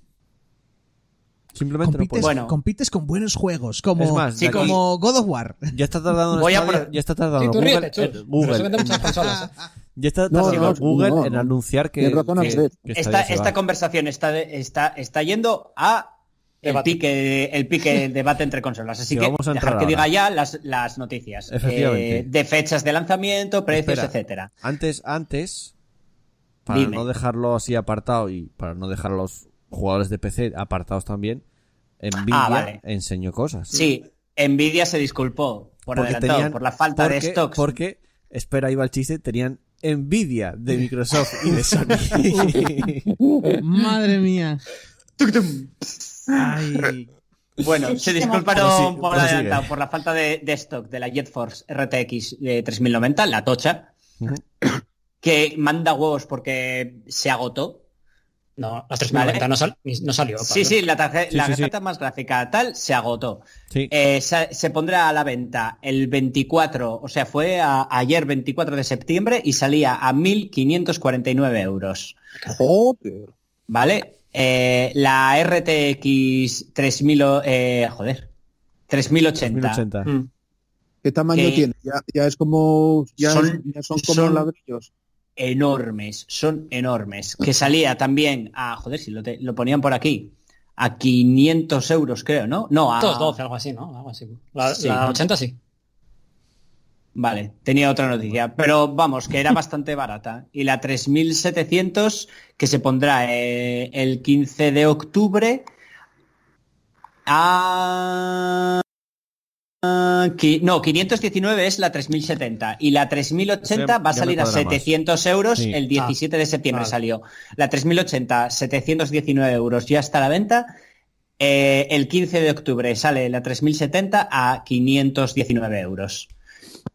Speaker 1: Simplemente no
Speaker 9: Compites,
Speaker 1: puedes.
Speaker 6: Bueno.
Speaker 9: compites con buenos juegos, como,
Speaker 1: pues, Es más,
Speaker 6: de aquí-
Speaker 9: como God of War.
Speaker 1: Ya está tardando. en
Speaker 6: Voy a
Speaker 1: Stadia-
Speaker 6: por-
Speaker 1: Ya está
Speaker 5: Sí,
Speaker 1: tardando.
Speaker 5: tú
Speaker 1: Google,
Speaker 5: ríete, chus,
Speaker 1: eh,
Speaker 5: pero se
Speaker 1: Google.
Speaker 5: venden muchas consolas. ¿eh?
Speaker 1: Ya está
Speaker 10: No,
Speaker 1: tardando
Speaker 10: no,
Speaker 1: Google
Speaker 10: no,
Speaker 1: en
Speaker 10: no.
Speaker 1: anunciar que.
Speaker 10: Tienes razón,
Speaker 1: que-
Speaker 10: Andrés.
Speaker 1: que
Speaker 6: Esta,
Speaker 1: Stadia se
Speaker 6: esta
Speaker 1: va.
Speaker 6: conversación está, de- está, está yendo a el
Speaker 5: Debate.
Speaker 6: pique, el pique
Speaker 1: [laughs]
Speaker 6: del debate entre consolas. Así
Speaker 1: Que
Speaker 6: que,
Speaker 1: vamos a
Speaker 6: dejad
Speaker 1: entrar
Speaker 6: que
Speaker 1: ahora.
Speaker 6: diga ya las, las noticias.
Speaker 1: Efectivamente.
Speaker 6: Eh, de fechas de lanzamiento, precios,
Speaker 1: Espera.
Speaker 6: etcétera.
Speaker 1: Antes, antes, para
Speaker 6: Dime.
Speaker 1: no dejarlo así apartado y para no dejar a los jugadores de PC apartados también, Nvidia
Speaker 6: Ah, vale.
Speaker 1: enseñó cosas.
Speaker 6: Sí, Nvidia se disculpó por adelantado,
Speaker 1: tenían-
Speaker 6: por la falta de
Speaker 1: porque-
Speaker 6: stocks.
Speaker 1: Porque, espera, ahí va el chiste, tenían envidia de Microsoft y
Speaker 6: [laughs]
Speaker 1: de Sony.
Speaker 9: Madre mía. Ay,
Speaker 1: [laughs]
Speaker 6: Bueno, se
Speaker 1: Prosigue,
Speaker 6: disculparon por
Speaker 1: prosigue.
Speaker 6: adelantado por la falta de, de stock de la JetForce RTX de 3090, la tocha,
Speaker 1: Ujú.
Speaker 6: [coughs] que manda huevos porque se agotó.
Speaker 5: No, las 390 no, sal- ni- no salió.
Speaker 6: Sí,
Speaker 5: Pablo.
Speaker 6: sí, la, tarje-
Speaker 1: Sí,
Speaker 6: la
Speaker 1: sí, sí.
Speaker 6: tarjeta más gráfica tal se agotó.
Speaker 1: sí.
Speaker 6: Eh, se, se pondrá a la venta el 24, o sea, fue a- ayer 24 de septiembre y salía a 1.549 euros.
Speaker 10: Joder.
Speaker 6: ¿Vale? Eh, la RTX 3000, o- eh, joder, 3080.
Speaker 1: 1080.
Speaker 5: Mm.
Speaker 10: ¿Qué tamaño
Speaker 1: Eh,
Speaker 6: Que-
Speaker 10: tiene? Ya, ya es como. Ya
Speaker 6: Son-
Speaker 10: son, ya son como
Speaker 6: son-
Speaker 10: ladrillos.
Speaker 6: Enormes, son enormes. Que salía también a, joder, si lo, te- lo ponían por aquí, a 500 euros creo, ¿no? No, a...
Speaker 5: 212, algo así, ¿no? Algo así. La,
Speaker 6: Sí.
Speaker 5: la 80 sí.
Speaker 6: Vale, tenía otra noticia, pero vamos, que era bastante barata. Y la 3700 que se pondrá eh, el 15 de octubre a... a qui- No, 519 es la 3070 y la
Speaker 1: Ya-
Speaker 6: 3080 va a
Speaker 1: ya me
Speaker 6: salir a
Speaker 1: cuadra más.
Speaker 6: 700 euros.
Speaker 1: Sí. Ah.
Speaker 6: El 17 de septiembre
Speaker 5: vale.
Speaker 6: salió. La 3080, 719 euros ya está a la venta. Eh, el 15 de octubre sale la 3070 a 519 euros.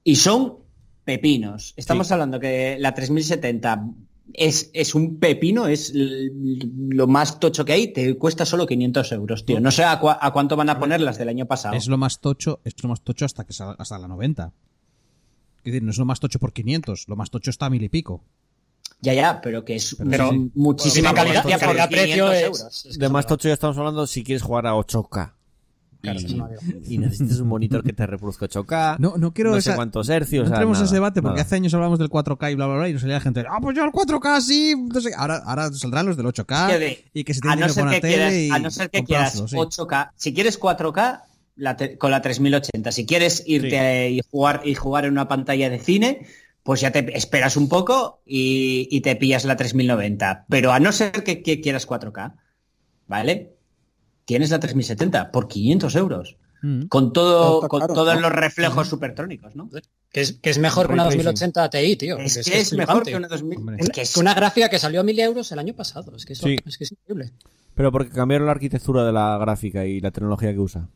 Speaker 6: Y son pepinos. Estamos hablando que la 3070 es, es un pepino, es l- lo más tocho que hay, te cuesta solo 500 euros, tío. No sé a, cua- a cuánto van a poner las del año pasado.
Speaker 9: es lo más tocho, es lo más tocho hasta que sal- hasta la 90. Es decir, no es lo más tocho por 500, lo más tocho está a mil y pico.
Speaker 6: Ya, ya, pero que es
Speaker 5: Pero-
Speaker 6: un- muchísima
Speaker 5: Bueno,
Speaker 6: calidad,
Speaker 5: calidad-
Speaker 6: ya por
Speaker 5: calidad-precio
Speaker 6: 500
Speaker 5: es-
Speaker 6: euros.
Speaker 5: es que
Speaker 1: De más
Speaker 5: son-
Speaker 1: tocho ya estamos hablando si quieres jugar a 8K.
Speaker 5: Claro,
Speaker 1: y,
Speaker 5: es una-
Speaker 1: [laughs] y necesitas un monitor que te reproduzca 8K.
Speaker 9: No, no quiero
Speaker 1: no
Speaker 9: esa-
Speaker 1: sé cuántos hercios.
Speaker 9: No
Speaker 1: o sea,
Speaker 9: entremos en
Speaker 1: nada,
Speaker 9: ese debate porque
Speaker 1: nada.
Speaker 9: hace años hablábamos del 4K y bla, bla, bla, y nos salía la gente, ah, pues yo al 4K sí, no sé, ahora, ahora saldrán los del 8K
Speaker 5: Ah.
Speaker 6: Es que
Speaker 9: y que se
Speaker 6: a
Speaker 9: tienen
Speaker 6: no
Speaker 9: que
Speaker 6: ser
Speaker 9: poner
Speaker 6: que quieras,
Speaker 9: tele y
Speaker 6: a no ser que quieras
Speaker 9: comprarlo, sí.
Speaker 6: 8K, si quieres 4K la te- con la 3080, si quieres irte
Speaker 1: Sí.
Speaker 6: a- y jugar y jugar en una pantalla de cine, pues ya te esperas un poco y, y te pillas la 3090. Pero a no ser que, que quieras 4K, ¿vale? Tienes la 3070 por 500 euros.
Speaker 9: Mm.
Speaker 6: Con
Speaker 10: No
Speaker 6: todo,
Speaker 10: está
Speaker 6: con
Speaker 10: caro,
Speaker 6: todos
Speaker 10: ¿no?
Speaker 6: los reflejos supertrónicos, ¿no?
Speaker 5: Que es, que es mejor que una
Speaker 1: Ray tracing.
Speaker 5: 2080 Ti, tío.
Speaker 6: Es,
Speaker 5: porque
Speaker 6: que es mejor
Speaker 5: flipante.
Speaker 6: que una 2000.
Speaker 9: Hombre.
Speaker 6: Es que es-
Speaker 5: Que una gráfica que salió a 1000 euros el año pasado. Es que, eso-
Speaker 1: Sí.
Speaker 5: es, que es increíble.
Speaker 1: Pero porque cambiaron la arquitectura de la gráfica y la tecnología que usa.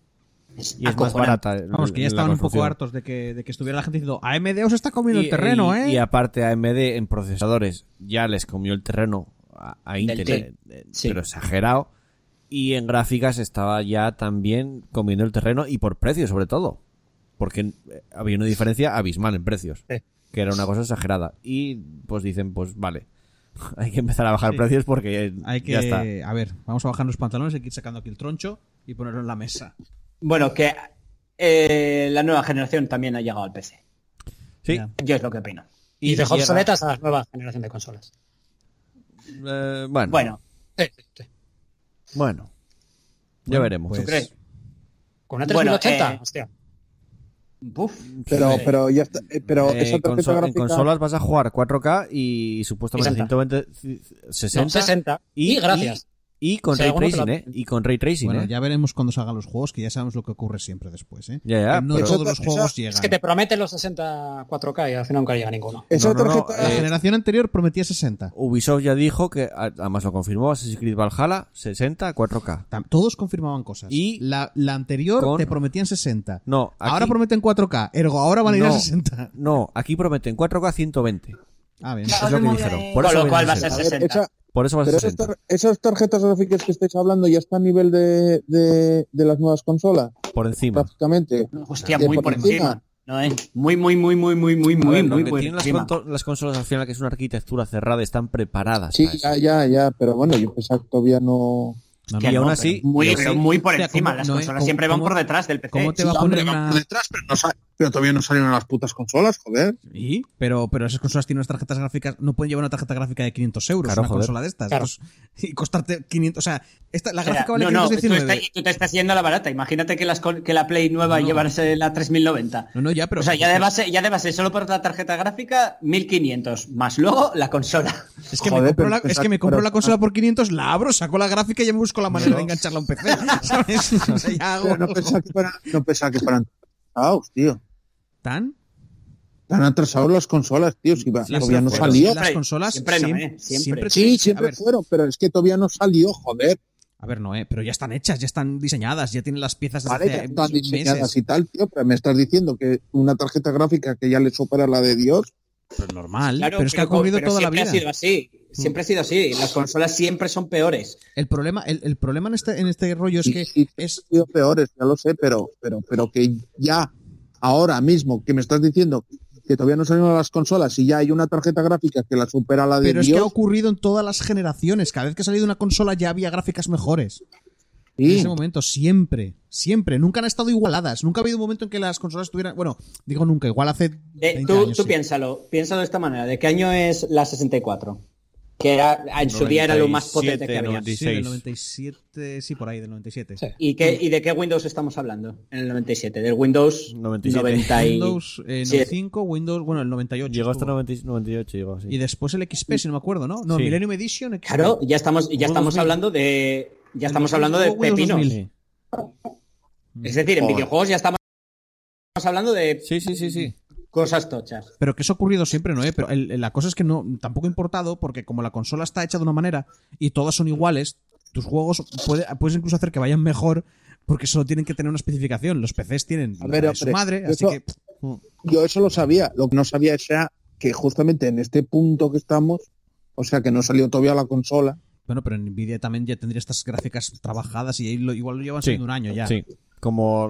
Speaker 6: es
Speaker 1: Y es más
Speaker 6: acojonante.
Speaker 1: barata.
Speaker 9: Vamos, que ya estaban un poco hartos de que, de que estuviera la gente diciendo, AMD os está comiendo el terreno, ¿eh?
Speaker 1: Y aparte AMD en procesadores ya les comió el terreno a, a Intel,
Speaker 6: T.
Speaker 1: eh, eh,
Speaker 6: Sí.
Speaker 1: pero exagerado. Y en gráficas estaba ya también comiendo el terreno y por precio sobre todo. Porque eh, había una diferencia abismal en precios,
Speaker 5: Sí.
Speaker 1: que era una cosa exagerada. Y pues dicen, pues vale, [laughs] hay que empezar a bajar precios porque eh,
Speaker 9: Hay que,
Speaker 1: ya está.
Speaker 9: a ver, vamos a bajar los pantalones, hay que ir sacando aquí el troncho y ponerlo en la mesa.
Speaker 6: Bueno, que eh, la nueva generación también ha llegado al PC.
Speaker 1: Sí.
Speaker 9: Ya.
Speaker 6: Yo es lo que opino.
Speaker 5: Y, dejó
Speaker 1: llega-
Speaker 5: obsoletas a la nueva generación de consolas.
Speaker 1: eh, bueno, bueno,
Speaker 6: Bueno,
Speaker 5: Sí, sí, sí.
Speaker 1: ya veremos.
Speaker 9: pues-
Speaker 6: ¿crees?
Speaker 5: Con una
Speaker 6: Bueno,
Speaker 5: 3080,
Speaker 6: eh,
Speaker 5: hostia.
Speaker 6: Buf.
Speaker 10: Pero,
Speaker 1: Sí.
Speaker 10: pero ya está. eh, Pero
Speaker 1: Eh,
Speaker 10: esa tarjeta
Speaker 1: conso- en
Speaker 10: gráfica.
Speaker 1: consolas vas a jugar 4K y, supuestamente
Speaker 5: 60.
Speaker 1: 120, c- 60,
Speaker 5: No, 60. Y, gracias.
Speaker 1: Y con
Speaker 5: Sí,
Speaker 1: Ray
Speaker 5: alguno te
Speaker 1: Tracing,
Speaker 5: la-
Speaker 1: ¿eh? Y con Ray Tracing,
Speaker 2: Bueno,
Speaker 1: ¿eh?
Speaker 2: ya veremos cuando salgan los juegos, que ya sabemos lo que ocurre siempre después, ¿eh?
Speaker 1: Ya, ya,
Speaker 2: Que no
Speaker 1: pero-
Speaker 2: todos los
Speaker 10: Eso-
Speaker 2: juegos
Speaker 10: eso-
Speaker 2: llegan.
Speaker 5: Es que te prometen los 60 4K y al final nunca llega ninguno.
Speaker 10: Esa
Speaker 2: No, no, no,
Speaker 10: tarjeta
Speaker 4: Eh,
Speaker 2: La
Speaker 1: eh,
Speaker 2: generación anterior prometía 60.
Speaker 1: Ubisoft ya dijo que, a- además lo confirmó, Assassin's Creed Valhalla, 60, 4K.
Speaker 2: Tam- Todos confirmaban cosas.
Speaker 1: Y-
Speaker 2: la, la anterior
Speaker 1: Con-
Speaker 2: te prometían 60.
Speaker 1: No, aquí-
Speaker 2: Ahora prometen 4K, ergo ahora van a ir a
Speaker 1: No.
Speaker 2: 60.
Speaker 1: No, aquí prometen 4K 120.
Speaker 2: Ah, bien.
Speaker 1: Es lo que dijeron. Por
Speaker 6: Con
Speaker 1: eso
Speaker 6: lo
Speaker 1: viene
Speaker 6: cual va a
Speaker 1: 60.
Speaker 10: a ver,
Speaker 6: 60.
Speaker 10: esa-
Speaker 1: Por eso va a
Speaker 10: pero
Speaker 1: ser
Speaker 10: esas,
Speaker 1: 60.
Speaker 10: tar- esas tarjetas gráficas que estáis hablando ya está a nivel de, de, de las nuevas consolas,
Speaker 1: Por encima.
Speaker 10: prácticamente.
Speaker 6: Hostia,
Speaker 10: De
Speaker 6: muy
Speaker 10: por
Speaker 6: por
Speaker 10: encima.
Speaker 6: encima. No, eh. Muy, muy, muy, muy, muy, muy, muy,
Speaker 1: A ver, lo
Speaker 6: muy
Speaker 1: que
Speaker 6: por
Speaker 1: tienen las,
Speaker 6: encima.
Speaker 1: conto- las consolas al final, que es una arquitectura cerrada, están preparadas.
Speaker 10: Sí,
Speaker 1: para eso.
Speaker 10: ya, ya, ya, pero bueno, yo pensaba que todavía no...
Speaker 1: Y aún así, y
Speaker 6: Muy,
Speaker 1: aún
Speaker 6: pero
Speaker 1: así-
Speaker 6: muy por
Speaker 2: Hostia,
Speaker 6: encima.
Speaker 2: ¿cómo-
Speaker 6: Las
Speaker 2: no, eh?
Speaker 6: consolas
Speaker 2: ¿Cómo-
Speaker 6: siempre van
Speaker 2: cómo-
Speaker 6: por detrás del PC.
Speaker 2: cómo te va
Speaker 4: Sí,
Speaker 2: a poner
Speaker 4: hombre, van
Speaker 2: una-
Speaker 4: por detrás, pero, no sa- pero todavía no salieron las putas consolas, joder.
Speaker 2: ¿Y? Pero, pero esas consolas tienen unas tarjetas gráficas, no pueden llevar una tarjeta gráfica de 500 euros,
Speaker 1: Claro,
Speaker 2: una
Speaker 1: joder.
Speaker 2: consola de estas.
Speaker 5: Claro.
Speaker 2: Entonces, y costarte 500, o sea, esta, la
Speaker 6: O sea,
Speaker 2: gráfica vale
Speaker 6: no, no, tú,
Speaker 2: 519.
Speaker 6: estás- tú te estás yendo a la barata. Imagínate que, las, col- que la Play nueva
Speaker 2: No.
Speaker 6: llevarse la 3090.
Speaker 2: No, no, ya, pero.
Speaker 6: o sea, ya de, base, ya de base, solo por la tarjeta gráfica, 1500. Más luego la consola.
Speaker 2: Es que, me
Speaker 10: Joder,
Speaker 2: compro
Speaker 10: pero
Speaker 2: la,
Speaker 10: pensad-
Speaker 2: es que me compro
Speaker 10: pero-
Speaker 2: la consola por 500, la abro, saco la gráfica y ya me busco la manera de engancharla a un PC. [laughs] ¿Sabes? O sea, ya hago-
Speaker 10: Pero no pensaba que fueran, no pensaba que fueran atrasados, tío.
Speaker 2: ¿Tan?
Speaker 10: Tan atrasados las consolas, tío, si va-
Speaker 2: Las-
Speaker 10: todavía no
Speaker 2: las-
Speaker 10: salió.
Speaker 2: Las
Speaker 6: Siempre-
Speaker 2: consolas
Speaker 6: siempre no,
Speaker 2: siem-
Speaker 6: eh, siempre.
Speaker 10: Sí,
Speaker 2: a
Speaker 10: siempre
Speaker 2: ver,
Speaker 10: fueron, pero es que todavía no salió, joder.
Speaker 2: A ver, no, eh, pero ya están hechas, ya están diseñadas, ya tienen las piezas desde
Speaker 10: Vale, ya
Speaker 2: hace
Speaker 10: están diseñadas
Speaker 2: meses.
Speaker 10: y tal, tío, pero me estás diciendo que una tarjeta gráfica que ya le supera la de Dios,
Speaker 2: Pues normal,
Speaker 6: Claro,
Speaker 2: pero es que ha
Speaker 6: co-
Speaker 2: ocurrido
Speaker 6: pero
Speaker 2: toda la
Speaker 6: siempre
Speaker 2: vida.
Speaker 6: ha sido así. Siempre ha sido así. Las consolas siempre son peores.
Speaker 2: El problema, el, el problema en este, en este rollo es
Speaker 10: Sí,
Speaker 2: que
Speaker 10: sí.
Speaker 2: es
Speaker 10: han sido peores, ya lo sé, pero, pero, pero que ya, ahora mismo, que me estás diciendo que todavía no salieron las consolas y ya hay una tarjeta gráfica que la supera la de
Speaker 2: Pero es que ha
Speaker 10: Dios,
Speaker 2: ocurrido en todas las generaciones. Cada vez que ha salido una consola ya había gráficas mejores. En
Speaker 10: sí,
Speaker 2: ese momento, siempre, siempre. Nunca han estado igualadas. Nunca ha habido un momento en que las consolas tuvieran. Bueno, digo nunca, igual hace.
Speaker 6: Eh,
Speaker 2: 20
Speaker 6: tú
Speaker 2: años,
Speaker 6: tú
Speaker 2: sí.
Speaker 6: piénsalo, piénsalo de esta manera. ¿De qué año es la 64? Que era, en su día era lo más potente que había.
Speaker 1: 97,
Speaker 2: Sí, del
Speaker 1: 96.
Speaker 2: 97, sí, por ahí, del 97.
Speaker 5: Sí.
Speaker 6: ¿Y, qué, ¿Y de qué Windows estamos hablando? En el 97. Del Windows
Speaker 1: 97.
Speaker 6: 90 y-
Speaker 2: Windows eh,
Speaker 6: Sí.
Speaker 2: 95, Windows, bueno, el 98.
Speaker 1: Llegó hasta
Speaker 2: estuvo.
Speaker 1: 90 98, llegó así.
Speaker 2: Y después el XP, si no me acuerdo, ¿no? No,
Speaker 1: Sí.
Speaker 2: Millennium Edition. XP.
Speaker 6: Claro, ya estamos, ya
Speaker 2: Windows
Speaker 6: estamos
Speaker 2: 2000.
Speaker 6: hablando de. Ya estamos hablando de
Speaker 2: Windows 2000.
Speaker 6: pepinos.
Speaker 1: Sí.
Speaker 6: Es decir, en
Speaker 4: Joder.
Speaker 6: videojuegos ya estamos hablando de
Speaker 1: Sí, sí, sí, sí.
Speaker 6: cosas tochas.
Speaker 2: Pero que eso ha ocurrido siempre, ¿no? eh? Pero el- el- la cosa es que no, tampoco ha importado, porque como la consola está hecha de una manera y todas son iguales, tus juegos puede- puedes incluso hacer que vayan mejor porque solo tienen que tener una especificación. Los PCs tienen
Speaker 10: A ver,
Speaker 2: la de su
Speaker 10: hombre,
Speaker 2: madre, así
Speaker 10: eso-
Speaker 2: que. pff,
Speaker 10: yo eso lo sabía, lo que no sabía era que justamente en este punto que estamos, o sea que no salió todavía la consola,
Speaker 2: Bueno, pero en Nvidia también ya tendría estas gráficas trabajadas y ahí lo- igual lo llevan
Speaker 1: Sí,
Speaker 2: siendo un año ya.
Speaker 1: Sí. Como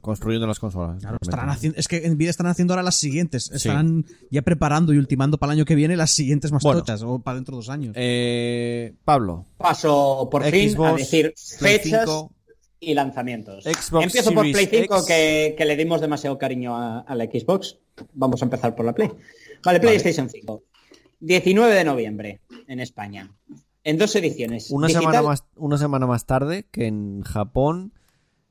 Speaker 1: construyendo las consolas.
Speaker 2: Claro,
Speaker 1: realmente.
Speaker 2: estarán haciendo, es que Nvidia están haciendo ahora las siguientes. Estarán ya preparando y ultimando para el año que viene las siguientes más
Speaker 1: Bueno.
Speaker 2: tochas o para dentro de dos años.
Speaker 1: Eh, Pablo,
Speaker 6: Paso por fin a
Speaker 1: Xbox,
Speaker 6: decir
Speaker 1: Play
Speaker 6: fechas
Speaker 1: 5,
Speaker 6: y lanzamientos.
Speaker 1: Xbox
Speaker 6: Empiezo por
Speaker 1: Series
Speaker 6: Play 5,
Speaker 1: X.
Speaker 6: que, que le dimos demasiado cariño a, a la Xbox. Vamos a empezar por la Play. Vale, PlayStation 5. 19 de noviembre en España. En dos ediciones.
Speaker 1: una,
Speaker 6: digital
Speaker 1: semana más, una semana más tarde que en Japón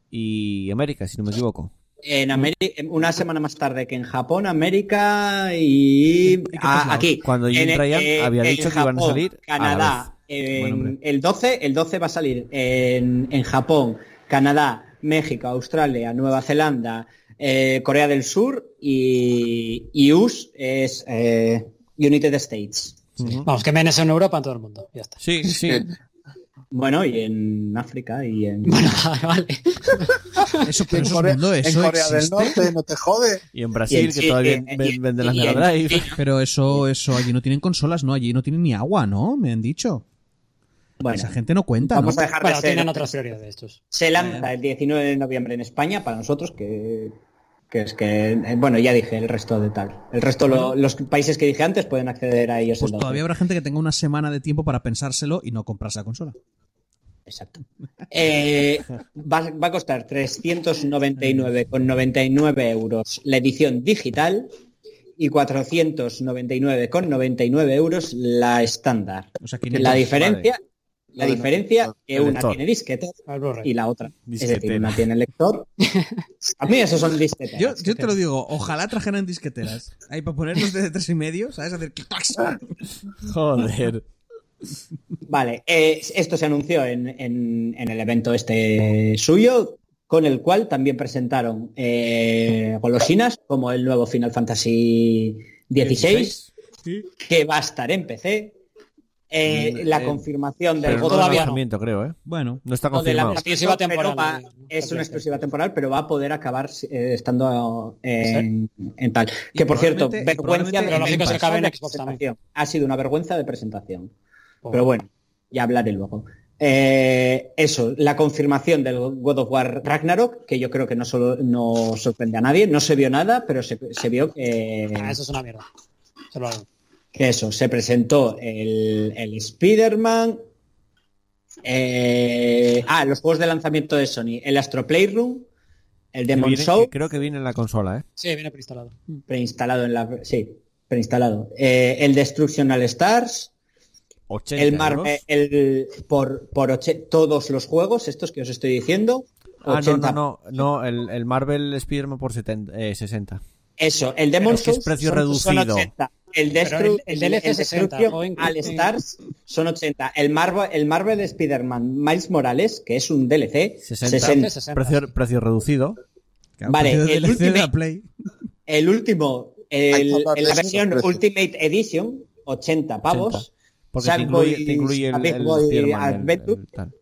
Speaker 1: y América, si no me equivoco.
Speaker 6: En
Speaker 1: Mm.
Speaker 6: Ameri- en una semana más tarde que en Japón, América y,
Speaker 2: qué
Speaker 6: a-
Speaker 2: pasó?
Speaker 6: aquí.
Speaker 1: Cuando Jim
Speaker 6: En-
Speaker 1: Ryan
Speaker 6: eh,
Speaker 1: había
Speaker 6: en
Speaker 1: dicho que iban a
Speaker 6: Japón,
Speaker 1: salir ah, a la
Speaker 6: Canadá. en- el 12, el 12 va a salir en, en Japón, Canadá, México, Australia, Nueva Zelanda, eh, Corea del Sur y, y US es eh, United States.
Speaker 1: Ujú.
Speaker 5: Vamos, que menes en Europa en todo el mundo. Ya está. [laughs]
Speaker 1: Sí, sí.
Speaker 6: Bueno, y en África y
Speaker 1: [laughs]
Speaker 6: en
Speaker 5: Bueno, vale, vale.
Speaker 2: Eso, pero
Speaker 10: en
Speaker 2: eso es
Speaker 10: Corea,
Speaker 2: mundo,
Speaker 10: en
Speaker 2: eso
Speaker 10: Corea del
Speaker 2: existe.
Speaker 10: Norte, no te jode.
Speaker 1: Y en Brasil,
Speaker 6: y en-
Speaker 1: que todavía
Speaker 6: y en-
Speaker 1: ven-
Speaker 6: y en-
Speaker 1: venden las
Speaker 6: y
Speaker 1: Mega
Speaker 6: en-
Speaker 1: Drive.
Speaker 2: Pero eso, eso, allí no tienen consolas, ¿no? Allí no tienen ni agua, ¿no? Me han dicho.
Speaker 6: bueno,
Speaker 2: Esa gente no cuenta, ¿no?
Speaker 6: vamos a dejar de
Speaker 5: Bueno,
Speaker 6: ser
Speaker 5: tienen otras prioridades estos.
Speaker 6: Se lanza el 19 de noviembre en España para nosotros, que, que es que, eh, bueno, ya dije el resto de tal. El resto, lo- los países que dije antes pueden acceder a ellos.
Speaker 2: Pues
Speaker 6: el doce.
Speaker 2: todavía habrá gente que tenga una semana de tiempo para pensárselo y no comprarse la consola.
Speaker 6: Exacto. Eh, va, va a costar 399,99 euros la edición digital y 499,99 euros la estándar.
Speaker 2: O sea,
Speaker 6: La
Speaker 2: 500.
Speaker 6: diferencia, la
Speaker 10: Vale.
Speaker 6: diferencia que
Speaker 1: El
Speaker 6: una
Speaker 1: lector.
Speaker 6: tiene disquete
Speaker 5: Al Blu-ray.
Speaker 6: y la otra. Es decir,
Speaker 1: Disquetera.
Speaker 6: una tiene
Speaker 1: [laughs]
Speaker 6: lector. A mí esos son disquetes.
Speaker 2: Yo, yo te lo digo, ojalá trajeran disqueteras. Ahí para ponernos desde tres y medio, ¿sabes? Hacer clac, clac.
Speaker 1: [laughs] Joder.
Speaker 6: Vale, eh, esto se anunció en, en- en el evento este suyo, con el cual también presentaron eh, golosinas como el nuevo Final Fantasy XVI, que va a estar en PC, eh,
Speaker 1: Mm,
Speaker 6: la
Speaker 1: eh,
Speaker 6: confirmación del
Speaker 1: Pero no
Speaker 6: God of
Speaker 1: de
Speaker 6: War,
Speaker 1: lanzamiento, creo, ¿eh?
Speaker 2: Bueno,
Speaker 1: No está
Speaker 6: no, de la
Speaker 1: confirmado.
Speaker 5: Exclusiva
Speaker 6: pero
Speaker 5: temporal,
Speaker 6: va-
Speaker 5: eh,
Speaker 6: es una
Speaker 5: obviamente.
Speaker 6: exclusiva temporal, pero va a poder acabar eh, estando eh, en, en tal. Que por cierto,
Speaker 2: probablemente- y
Speaker 6: vergüenza
Speaker 2: probablemente
Speaker 6: de
Speaker 2: en
Speaker 5: lógico se acabe en
Speaker 6: de
Speaker 5: Xbox también.
Speaker 6: presentación. Ha sido una vergüenza de presentación.
Speaker 5: Pobre.
Speaker 6: Pero bueno, ya hablaré luego. Eh, eso, la confirmación del God of War Ragnarok, que yo creo que no solo no sorprende a nadie, no se vio nada, pero se, se vio eh, que,
Speaker 5: Ah, eso es una mierda. Se lo hago.
Speaker 6: que eso, se presentó el, el Spider-Man. eh, ah, los juegos de lanzamiento de Sony. El Astro Playroom,
Speaker 1: Que
Speaker 6: el Demon
Speaker 1: viene-
Speaker 6: Show,
Speaker 1: que creo que viene en la consola, ¿eh?
Speaker 5: Sí, viene preinstalado.
Speaker 6: preinstalado en la. Sí, preinstalado. Eh, el Destruction All Stars,
Speaker 1: 80
Speaker 6: el Mar.
Speaker 1: euros.
Speaker 6: eh, El, por por oche- todos los juegos, estos que os estoy diciendo.
Speaker 1: Ah, no,
Speaker 6: 80.
Speaker 1: no, no, no, el, el Marvel Spider-Man por 70, eh, 60.
Speaker 6: Eso, el Demon
Speaker 1: es que es
Speaker 6: Souls
Speaker 1: precio
Speaker 6: son- son
Speaker 1: reducido.
Speaker 6: 80. El,
Speaker 5: Pero
Speaker 6: Destru
Speaker 5: el- el DLC
Speaker 6: el
Speaker 5: 60,
Speaker 6: Destruction
Speaker 5: joven, que-
Speaker 6: All Stars son 80. El Marvel, el Marvel Spider-Man Miles Morales, que es un DLC,
Speaker 1: 60.
Speaker 6: 60.
Speaker 5: Sí, 60.
Speaker 1: Precio, precio reducido.
Speaker 6: Vale,
Speaker 2: Precio de
Speaker 6: el
Speaker 2: DLC de la
Speaker 6: Ultimate-
Speaker 2: Play.
Speaker 6: El último,
Speaker 10: Hay
Speaker 6: el,
Speaker 10: que hablar
Speaker 6: el-
Speaker 10: de
Speaker 6: la
Speaker 10: esos
Speaker 6: versión
Speaker 10: precios.
Speaker 6: Ultimate Edition, 80 pavos.
Speaker 1: 80. Porque te
Speaker 6: Sackboy
Speaker 1: incluye, te incluye el, el
Speaker 6: Sackboy
Speaker 1: Spider-Man, el-
Speaker 6: Adventure.
Speaker 1: el tal.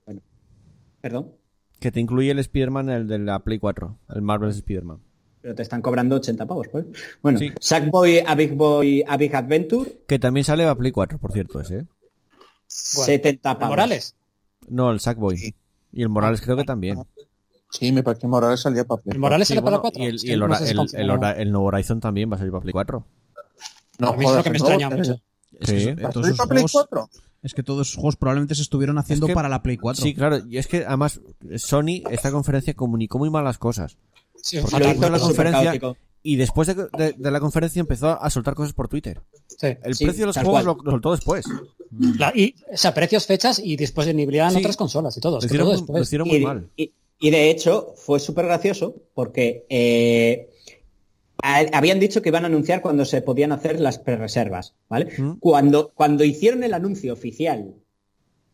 Speaker 6: Perdón,
Speaker 1: Que te incluye el Spider-Man, el de la Play 4, el Marvel Spider-Man.
Speaker 6: pero te están cobrando 80 pavos. pues. Bueno,
Speaker 1: Sí.
Speaker 6: Sackboy a Big Boy a Big Adventure,
Speaker 1: Que también sale a Play 4, por cierto, ese. ¿eh?
Speaker 6: 70 pavos.
Speaker 5: Morales.
Speaker 1: No, el Sackboy. Y el Morales creo que también.
Speaker 10: Sí, me parece que Morales salía para Play
Speaker 5: El Morales
Speaker 1: Sí,
Speaker 5: sale
Speaker 1: bueno,
Speaker 5: para 4.
Speaker 1: y el, y el hora- el- el hora- el nuevo Horizon también va a salir para Play 4.
Speaker 10: No,
Speaker 5: a mí es lo que me
Speaker 6: pues
Speaker 10: jodas,
Speaker 5: extraña
Speaker 10: ¿no?
Speaker 5: mucho.
Speaker 2: Es que
Speaker 1: Sí.
Speaker 2: eso-
Speaker 4: eh,
Speaker 10: ¿Para
Speaker 2: todos
Speaker 10: Play-
Speaker 2: esos
Speaker 10: para Play
Speaker 2: juegos-
Speaker 10: 4?
Speaker 2: es que todos esos juegos probablemente se estuvieron haciendo
Speaker 1: Es que-
Speaker 2: para la Play 4.
Speaker 1: Sí, claro. Y es que además Sony esta conferencia comunicó muy malas cosas.
Speaker 5: Sí, es
Speaker 1: Porque
Speaker 6: Lo
Speaker 5: fatal.
Speaker 6: hizo
Speaker 1: hizo la
Speaker 6: súper
Speaker 1: conferencia
Speaker 6: caótico.
Speaker 1: y después de, de- de la conferencia empezó a soltar cosas por Twitter.
Speaker 5: Sí.
Speaker 1: El
Speaker 6: Sí,
Speaker 1: precio de los
Speaker 6: tal
Speaker 1: juegos
Speaker 6: cual.
Speaker 1: lo, lo soltó después.
Speaker 5: La- y, o sea, precios, fechas y disponibilidad en
Speaker 1: Sí.
Speaker 5: otras consolas y todo.
Speaker 1: Lo
Speaker 5: es pues, que todo
Speaker 1: hicieron, muy- lo
Speaker 5: después.
Speaker 1: hicieron
Speaker 6: y,
Speaker 1: muy mal.
Speaker 6: y- y de hecho fue súper gracioso porque eh, a- habían dicho que iban a anunciar cuando se podían hacer las prerreservas, ¿vale?
Speaker 2: Mm.
Speaker 1: Ujú.
Speaker 6: Cuando, cuando hicieron el anuncio oficial,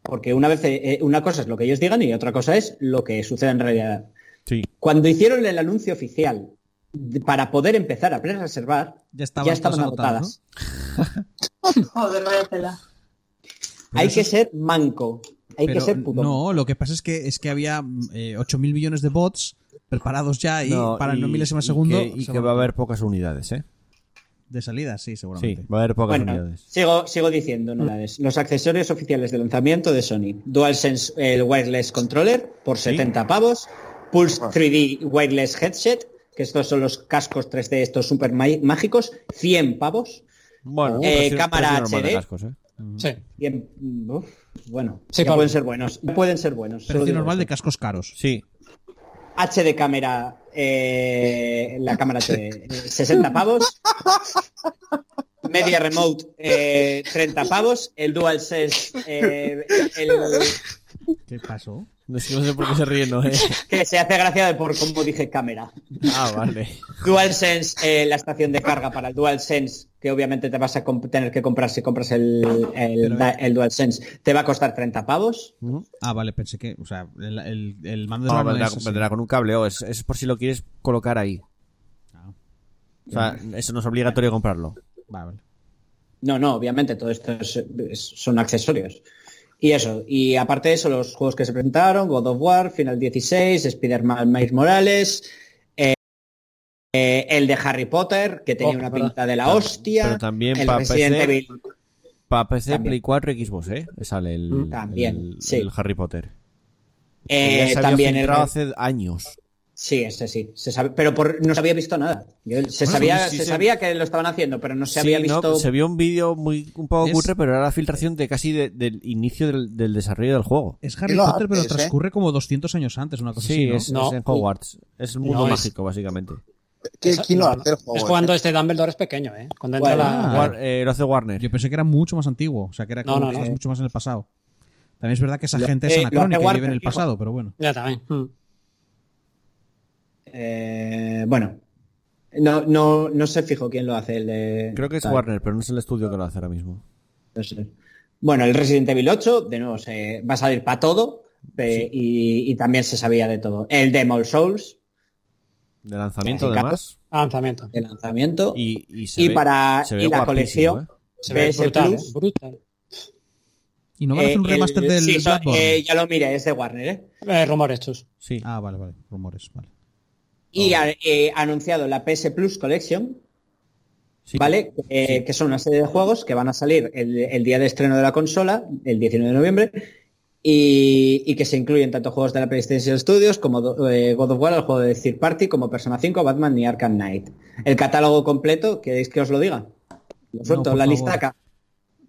Speaker 6: porque una vez eh, una cosa es lo que ellos digan y otra cosa es lo que sucede en realidad.
Speaker 1: Sí.
Speaker 6: Cuando hicieron el anuncio oficial de- para poder empezar a prerreservar,
Speaker 2: Ya estaban,
Speaker 6: ya estaban
Speaker 2: todas agotadas,
Speaker 6: agotadas.
Speaker 3: Joder, vaya tela.
Speaker 2: ¿no?
Speaker 6: Hay
Speaker 2: Pero
Speaker 6: que
Speaker 2: eso-
Speaker 6: ser manco, hay que
Speaker 2: pero
Speaker 6: ser puto.
Speaker 2: No, lo que pasa es que, es que había eh, 8.000 millones de bots preparados ya y
Speaker 1: No,
Speaker 2: para
Speaker 1: y-
Speaker 2: el milésimo
Speaker 1: y
Speaker 2: de segundo
Speaker 1: que- Y que,
Speaker 2: se
Speaker 1: va a haber pocas unidades, ¿eh?
Speaker 2: de salida, sí, seguramente.
Speaker 1: Sí, va a haber pocas
Speaker 6: Bueno,
Speaker 1: unidades.
Speaker 6: sigo, sigo diciendo novedades. Los accesorios oficiales de lanzamiento de Sony. DualSense el Wireless Controller por 70 pavos. Pulse 3D Wireless Headset, que estos son los cascos 3D, estos super ma- mágicos, 100 pavos.
Speaker 1: Bueno,
Speaker 6: eh,
Speaker 1: precio-
Speaker 6: cámara
Speaker 1: precio normal de
Speaker 6: HD.
Speaker 1: cascos, ¿eh?
Speaker 5: Sí.
Speaker 6: 100, mm, uf, bueno,
Speaker 5: Sí,
Speaker 6: ya
Speaker 5: claro.
Speaker 6: pueden ser buenos. Pueden ser buenos.
Speaker 2: Precio
Speaker 6: solo digo
Speaker 2: normal de
Speaker 6: eso.
Speaker 2: cascos caros.
Speaker 1: Sí,
Speaker 6: HD cámara, eh, la cámara HD, eh, 60 pavos. Media Remote, eh, 30 pavos. El DualSense, eh, el,
Speaker 2: ¿Qué pasó?
Speaker 1: no sé, no sé por qué se ríen, [laughs] ¿no? ¿eh?
Speaker 6: Que se hace gracia de por cómo dije cámara.
Speaker 1: Ah, vale.
Speaker 6: DualSense, eh, la estación de carga para el DualSense, que obviamente te vas a comp- tener que comprar si compras el, el, da- el DualSense, te va a costar 30 pavos.
Speaker 2: Ah, vale, pensé que. O sea, el, el, el mando de
Speaker 1: No,
Speaker 2: mano
Speaker 1: vendrá,
Speaker 2: es así.
Speaker 1: vendrá con un cableo, es, es por si lo quieres colocar ahí. Ah. O sea, eso no es obligatorio comprarlo.
Speaker 2: Vale, vale.
Speaker 6: No, no, obviamente, todo esto es- es- son accesorios. Y eso, y aparte de eso, los juegos que se presentaron, God of War, Final 16, Spider-Man Miles Morales, eh, eh, el de Harry Potter, que tenía
Speaker 5: Oh,
Speaker 6: una
Speaker 5: verdad.
Speaker 6: pinta de la hostia,
Speaker 1: Pero también
Speaker 6: el
Speaker 1: para
Speaker 6: Resident
Speaker 1: PC,
Speaker 6: Evil
Speaker 1: Para PC,
Speaker 6: También.
Speaker 1: Play 4 y Xbox, ¿eh? Sale el,
Speaker 6: También,
Speaker 1: el,
Speaker 6: sí.
Speaker 1: el Harry Potter.
Speaker 6: eh,
Speaker 1: Ya se había
Speaker 6: también el
Speaker 1: filtrado hace años.
Speaker 6: Sí, ese sí. Se sabe, pero por, no se había visto nada. Yo- se
Speaker 1: Bueno,
Speaker 6: sabía,
Speaker 1: sí,
Speaker 6: se
Speaker 1: sí.
Speaker 6: sabía que lo estaban haciendo, pero no se había
Speaker 1: Sí, ¿no?
Speaker 6: visto.
Speaker 1: Se vio un vídeo muy un poco
Speaker 2: Es-
Speaker 1: cutre, pero era la filtración de casi de- del inicio del, del desarrollo del juego.
Speaker 2: Es Harry
Speaker 10: Y lo
Speaker 2: Potter, pero
Speaker 10: haces, ¿eh?
Speaker 2: transcurre como 200 años antes, una cosa así.
Speaker 1: Sí,
Speaker 2: ¿no?
Speaker 1: es,
Speaker 5: No.
Speaker 1: es en Hogwarts. Es un mundo
Speaker 5: No, es-
Speaker 1: mágico, básicamente.
Speaker 10: ¿Qué-
Speaker 5: Esa-
Speaker 10: ¿Quién lo
Speaker 5: no,
Speaker 10: hace el
Speaker 5: no.
Speaker 10: juego?
Speaker 5: Es
Speaker 10: eh?
Speaker 5: cuando este Dumbledore es pequeño, ¿eh? Cuando entra
Speaker 6: Oh, Bueno,
Speaker 5: la...
Speaker 1: War- eh, lo hace Warner.
Speaker 2: Yo pensé que era mucho más antiguo, o sea, que era como
Speaker 5: No, no,
Speaker 2: que
Speaker 5: no.
Speaker 2: es mucho más en el pasado. También es verdad que esa
Speaker 6: Lo-
Speaker 2: gente
Speaker 6: eh,
Speaker 2: es
Speaker 6: lo hace
Speaker 2: anacrónica y
Speaker 6: Warner,
Speaker 2: vive en el
Speaker 6: hijo.
Speaker 2: pasado, pero bueno.
Speaker 5: Ya también.
Speaker 1: Hmm.
Speaker 5: Mm.
Speaker 6: eh, bueno, no, no, no sé fijo quién lo hace. El de-
Speaker 1: Creo que es
Speaker 6: tal,
Speaker 1: Warner, pero no es el estudio que lo hace ahora mismo.
Speaker 6: no sé. Bueno, el Resident Evil 8, de nuevo, se, va a salir para todo eh, y, y también se sabía de todo. El Demol Souls,
Speaker 1: De lanzamiento,
Speaker 6: Clásica.
Speaker 1: además.
Speaker 5: Ah, Lanzamiento.
Speaker 6: el lanzamiento, y,
Speaker 1: Y, y, se ve-
Speaker 6: para
Speaker 1: se ve
Speaker 6: y
Speaker 1: guapísimo,
Speaker 6: la colección.
Speaker 1: ¿eh?
Speaker 5: Se ve
Speaker 6: PS
Speaker 5: brutal,
Speaker 6: Plus.
Speaker 5: ¿eh? brutal.
Speaker 2: Y no van a hacer un
Speaker 6: Eh, el-
Speaker 2: remaster del
Speaker 6: sí, son-
Speaker 2: Bloodborne.
Speaker 6: eh, ya lo mire, es de Warner, ¿eh?
Speaker 5: Eh, rumores estos.
Speaker 1: Sí.
Speaker 2: Ah, vale, vale. Rumores, vale.
Speaker 6: Y ha eh, ha anunciado la PS Plus Collection,
Speaker 1: sí.
Speaker 6: ¿vale? Eh, Que son una serie de juegos que van a salir el, el día de estreno de la consola, el 19 de noviembre, y, y que se incluyen tanto juegos de la PlayStation Studios como do- eh, God of War, el juego de Third Party, como Persona 5, Batman y Arkham Knight. El catálogo completo, ¿queréis que os lo diga? Lo suelto,
Speaker 2: por
Speaker 6: la
Speaker 2: favor.
Speaker 6: lista acá.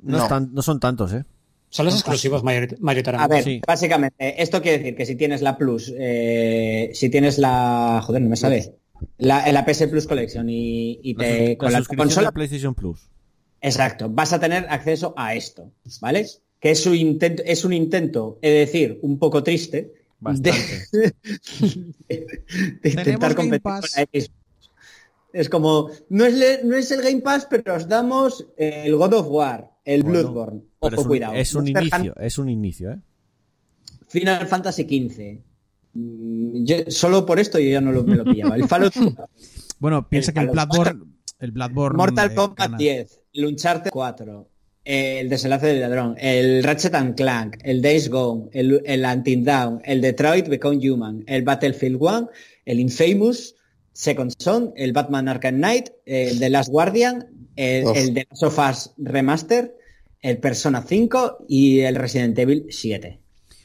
Speaker 1: No,
Speaker 6: no.
Speaker 1: están- no son tantos, ¿eh?
Speaker 5: Son los exclusivos mayorit-
Speaker 6: pues, A
Speaker 5: mayoritariamente.
Speaker 6: ver,
Speaker 1: Sí.
Speaker 6: básicamente, esto quiere decir que si tienes la Plus, eh, si tienes la. Joder, no me sabes. La, la PS Plus Collection y, y
Speaker 1: La sus-
Speaker 6: te,
Speaker 1: la
Speaker 6: con la
Speaker 1: suscripción
Speaker 6: consola
Speaker 1: de PlayStation
Speaker 6: [laughs]
Speaker 1: Plus.
Speaker 6: Exacto, vas a tener acceso a esto, ¿vale? Que es un intento, es un intento, es decir, un poco triste de,
Speaker 1: Bastante.
Speaker 6: de intentar
Speaker 2: Tenemos Game
Speaker 6: competir con la Xbox. Es como, no es, le- no es el Game Pass, pero os damos eh, el God of War, el
Speaker 1: Bueno,
Speaker 6: Bloodborne.
Speaker 1: Pero
Speaker 6: Ojo,
Speaker 1: es un,
Speaker 6: cuidado.
Speaker 1: es un
Speaker 6: Monster
Speaker 1: inicio, es un inicio, ¿eh?
Speaker 6: Hunter- Final Fantasy XV. Mm, yo- solo por esto yo ya no lo, me lo pillaba. El Fallout,
Speaker 2: Bueno, piensa
Speaker 6: El-
Speaker 2: que el
Speaker 6: a los-
Speaker 2: Bloodborne. El Bloodborne.
Speaker 6: Mortal
Speaker 2: eh,
Speaker 6: Kombat
Speaker 2: gana.
Speaker 6: 10, el Uncharted 4, eh, el Desenlace del Ladrón, el Ratchet and Clank, el Days Gone, el, el Until Down, el Detroit Become Human, el Battlefield 1, el Infamous, Second Son, el Batman Arkham Knight, el The Last Guardian, el,
Speaker 10: Uf.
Speaker 6: el The Last of Us Remaster, el Persona 5 y el Resident Evil 7.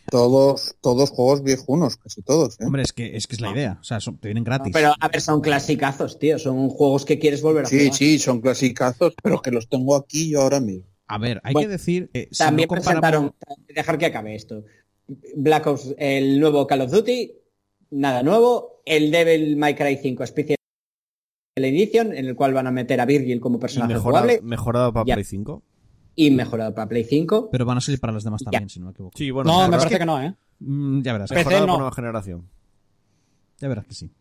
Speaker 10: Todos, todos juegos viejunos, casi todos. ¿eh?
Speaker 2: Hombre, es que, es que es la idea. O sea, son- te vienen gratis.
Speaker 6: Pero, a ver, son clasicazos, tío. Son juegos que quieres volver a
Speaker 10: Sí,
Speaker 6: jugar.
Speaker 10: sí, son clasicazos, pero que los tengo aquí yo ahora mismo.
Speaker 2: A ver, hay
Speaker 6: Bueno,
Speaker 2: que decir. eh, si
Speaker 6: También
Speaker 2: no comparamos-
Speaker 6: presentaron, dejar que acabe esto. Black Ops, el nuevo Call of Duty, nada nuevo. El Devil May Cry 5 Special Edition, en el cual van a meter a Virgil como
Speaker 1: Y
Speaker 6: personaje
Speaker 1: mejorado,
Speaker 6: jugable
Speaker 1: mejorado para
Speaker 6: Ya.
Speaker 1: Play 5.
Speaker 6: y mejorado para Play 5.
Speaker 2: Pero van a salir para los demás
Speaker 6: Ya.
Speaker 2: también, si no me equivoco.
Speaker 1: Sí, bueno,
Speaker 5: No, me
Speaker 1: mejorado-
Speaker 5: parece que no, ¿eh?
Speaker 2: Mm, ya verás.
Speaker 5: Pero-
Speaker 1: mejorado
Speaker 5: PC no.
Speaker 1: para nueva generación.
Speaker 2: Ya verás que sí.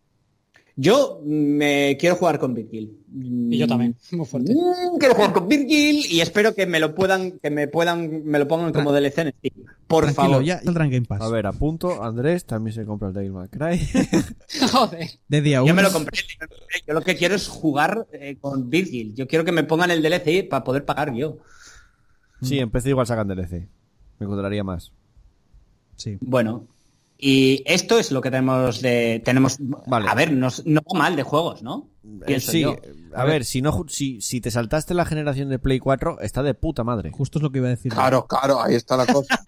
Speaker 6: Yo mm, me quiero jugar con Virgil.
Speaker 5: Y yo también. Muy fuerte.
Speaker 6: Mm, quiero jugar con Virgil y espero que me lo puedan, que me puedan, me lo pongan como DLC en Steam. Por
Speaker 2: Tranquilo,
Speaker 6: favor.
Speaker 2: ya saldrá en Game Pass.
Speaker 1: A ver, a punto, Andrés también se compra el Devil May Cry.
Speaker 5: Joder.
Speaker 2: De día
Speaker 6: Yo
Speaker 2: uno.
Speaker 6: me lo compré. yo me lo compré. Yo lo que quiero es jugar eh, con Virgil. Yo quiero que me pongan el DLC para poder pagar yo.
Speaker 1: sí, empecé igual sacan DLC. Me encontraría más.
Speaker 2: Sí.
Speaker 6: Bueno, y esto es lo que tenemos de. Tenemos.
Speaker 1: Vale. Eh,
Speaker 6: A ver, no, no va mal de juegos, ¿no? Pienso
Speaker 1: sí,
Speaker 6: yo.
Speaker 1: a ver, si no ju- si, si te saltaste la generación de Play 4, está de puta madre.
Speaker 2: Justo es lo que iba a decir.
Speaker 10: Claro, claro, ahí está la cosa.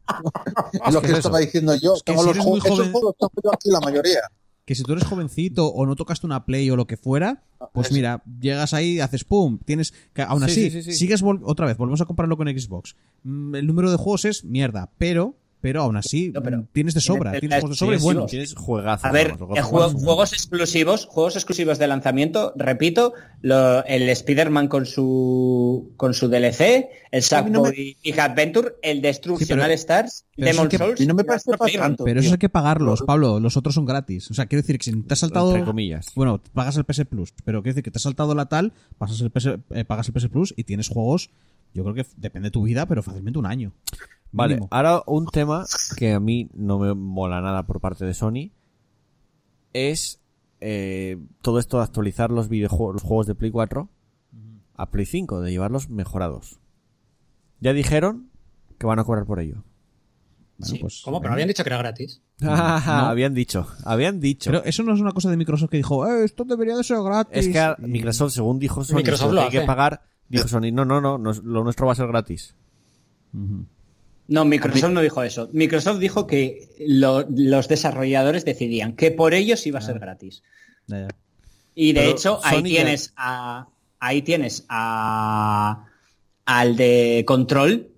Speaker 10: es lo
Speaker 1: que
Speaker 10: que
Speaker 1: es
Speaker 10: estaba
Speaker 1: eso.
Speaker 10: diciendo yo.
Speaker 2: que
Speaker 10: tengo
Speaker 2: si
Speaker 10: los
Speaker 2: eres muy
Speaker 10: juegos, esos
Speaker 2: joven-
Speaker 10: juegos tengo yo aquí la mayoría.
Speaker 2: Que si tú eres jovencito o no tocaste una Play o lo que fuera, pues
Speaker 10: Eso.
Speaker 2: mira, llegas ahí, haces pum, tienes. que aún
Speaker 1: Sí, sí,
Speaker 2: así,
Speaker 1: sí, sí.
Speaker 2: sigues vol- otra vez, volvemos a compararlo con Xbox. Mm, El número de juegos es mierda, pero, pero aún así,
Speaker 6: No, pero
Speaker 2: mm, tienes de sobra,
Speaker 6: tienes
Speaker 2: tienes,
Speaker 6: el-
Speaker 2: juegos de sobra y
Speaker 6: tienes
Speaker 2: buenos.
Speaker 1: Tienes juegazo.
Speaker 6: A ver,
Speaker 1: vamos,
Speaker 6: eh,
Speaker 1: juegazo.
Speaker 6: juego- juegos exclusivos, juegos exclusivos de lanzamiento, repito, lo- el Spider-Man con su con su DLC, el
Speaker 10: A mí no me-
Speaker 6: Sackboy y Adventure, el Destructional Stars,
Speaker 2: pero eso
Speaker 6: Demon
Speaker 2: es que-
Speaker 6: Souls.
Speaker 10: Y no me
Speaker 6: y
Speaker 10: parece
Speaker 6: Astro
Speaker 10: pa'
Speaker 6: Playroom.
Speaker 10: tanto.
Speaker 2: Pero eso
Speaker 10: tío.
Speaker 2: hay que pagarlos, Pablo. Los otros son gratis. O sea, quiero decir que si te has saltado.
Speaker 1: Entre comillas.
Speaker 2: Bueno, pagas el PS Plus, pero quiero decir que te has saltado la tal, pasas el PS, eh, pagas el PS Plus y tienes juegos. Yo creo que f- depende de tu vida, pero fácilmente un año.
Speaker 1: Vale,
Speaker 2: Mínimo.
Speaker 1: ahora un tema que a mí no me mola nada por parte de Sony es eh, todo esto de actualizar los videojuegos, los juegos de Play 4 a Play 5, de llevarlos mejorados. Ya dijeron que van a cobrar por ello.
Speaker 2: Bueno,
Speaker 5: Sí.
Speaker 2: pues,
Speaker 5: ¿Cómo? Pero
Speaker 2: venga.
Speaker 5: habían dicho que era gratis.
Speaker 1: [laughs] habían dicho, habían dicho.
Speaker 2: Pero eso no es una cosa de Microsoft que dijo, "Eh, esto debería de ser gratis.
Speaker 1: es que a-
Speaker 2: Y-
Speaker 1: Microsoft, según dijo Sony,
Speaker 5: Microsoft
Speaker 1: se
Speaker 5: lo
Speaker 1: hay que
Speaker 5: hace.
Speaker 1: pagar, dijo Sony, no, no, no, nos- lo nuestro va a ser gratis.
Speaker 2: Ujú.
Speaker 6: No, Microsoft no dijo eso. Microsoft dijo que lo- los desarrolladores decidían que por ellos iba a ser gratis.
Speaker 2: Ya, ya.
Speaker 6: Y de
Speaker 1: Ah. Pero
Speaker 6: hecho, ahí
Speaker 1: Sony ya-
Speaker 6: tienes a. Ahí tienes a. Al de Control,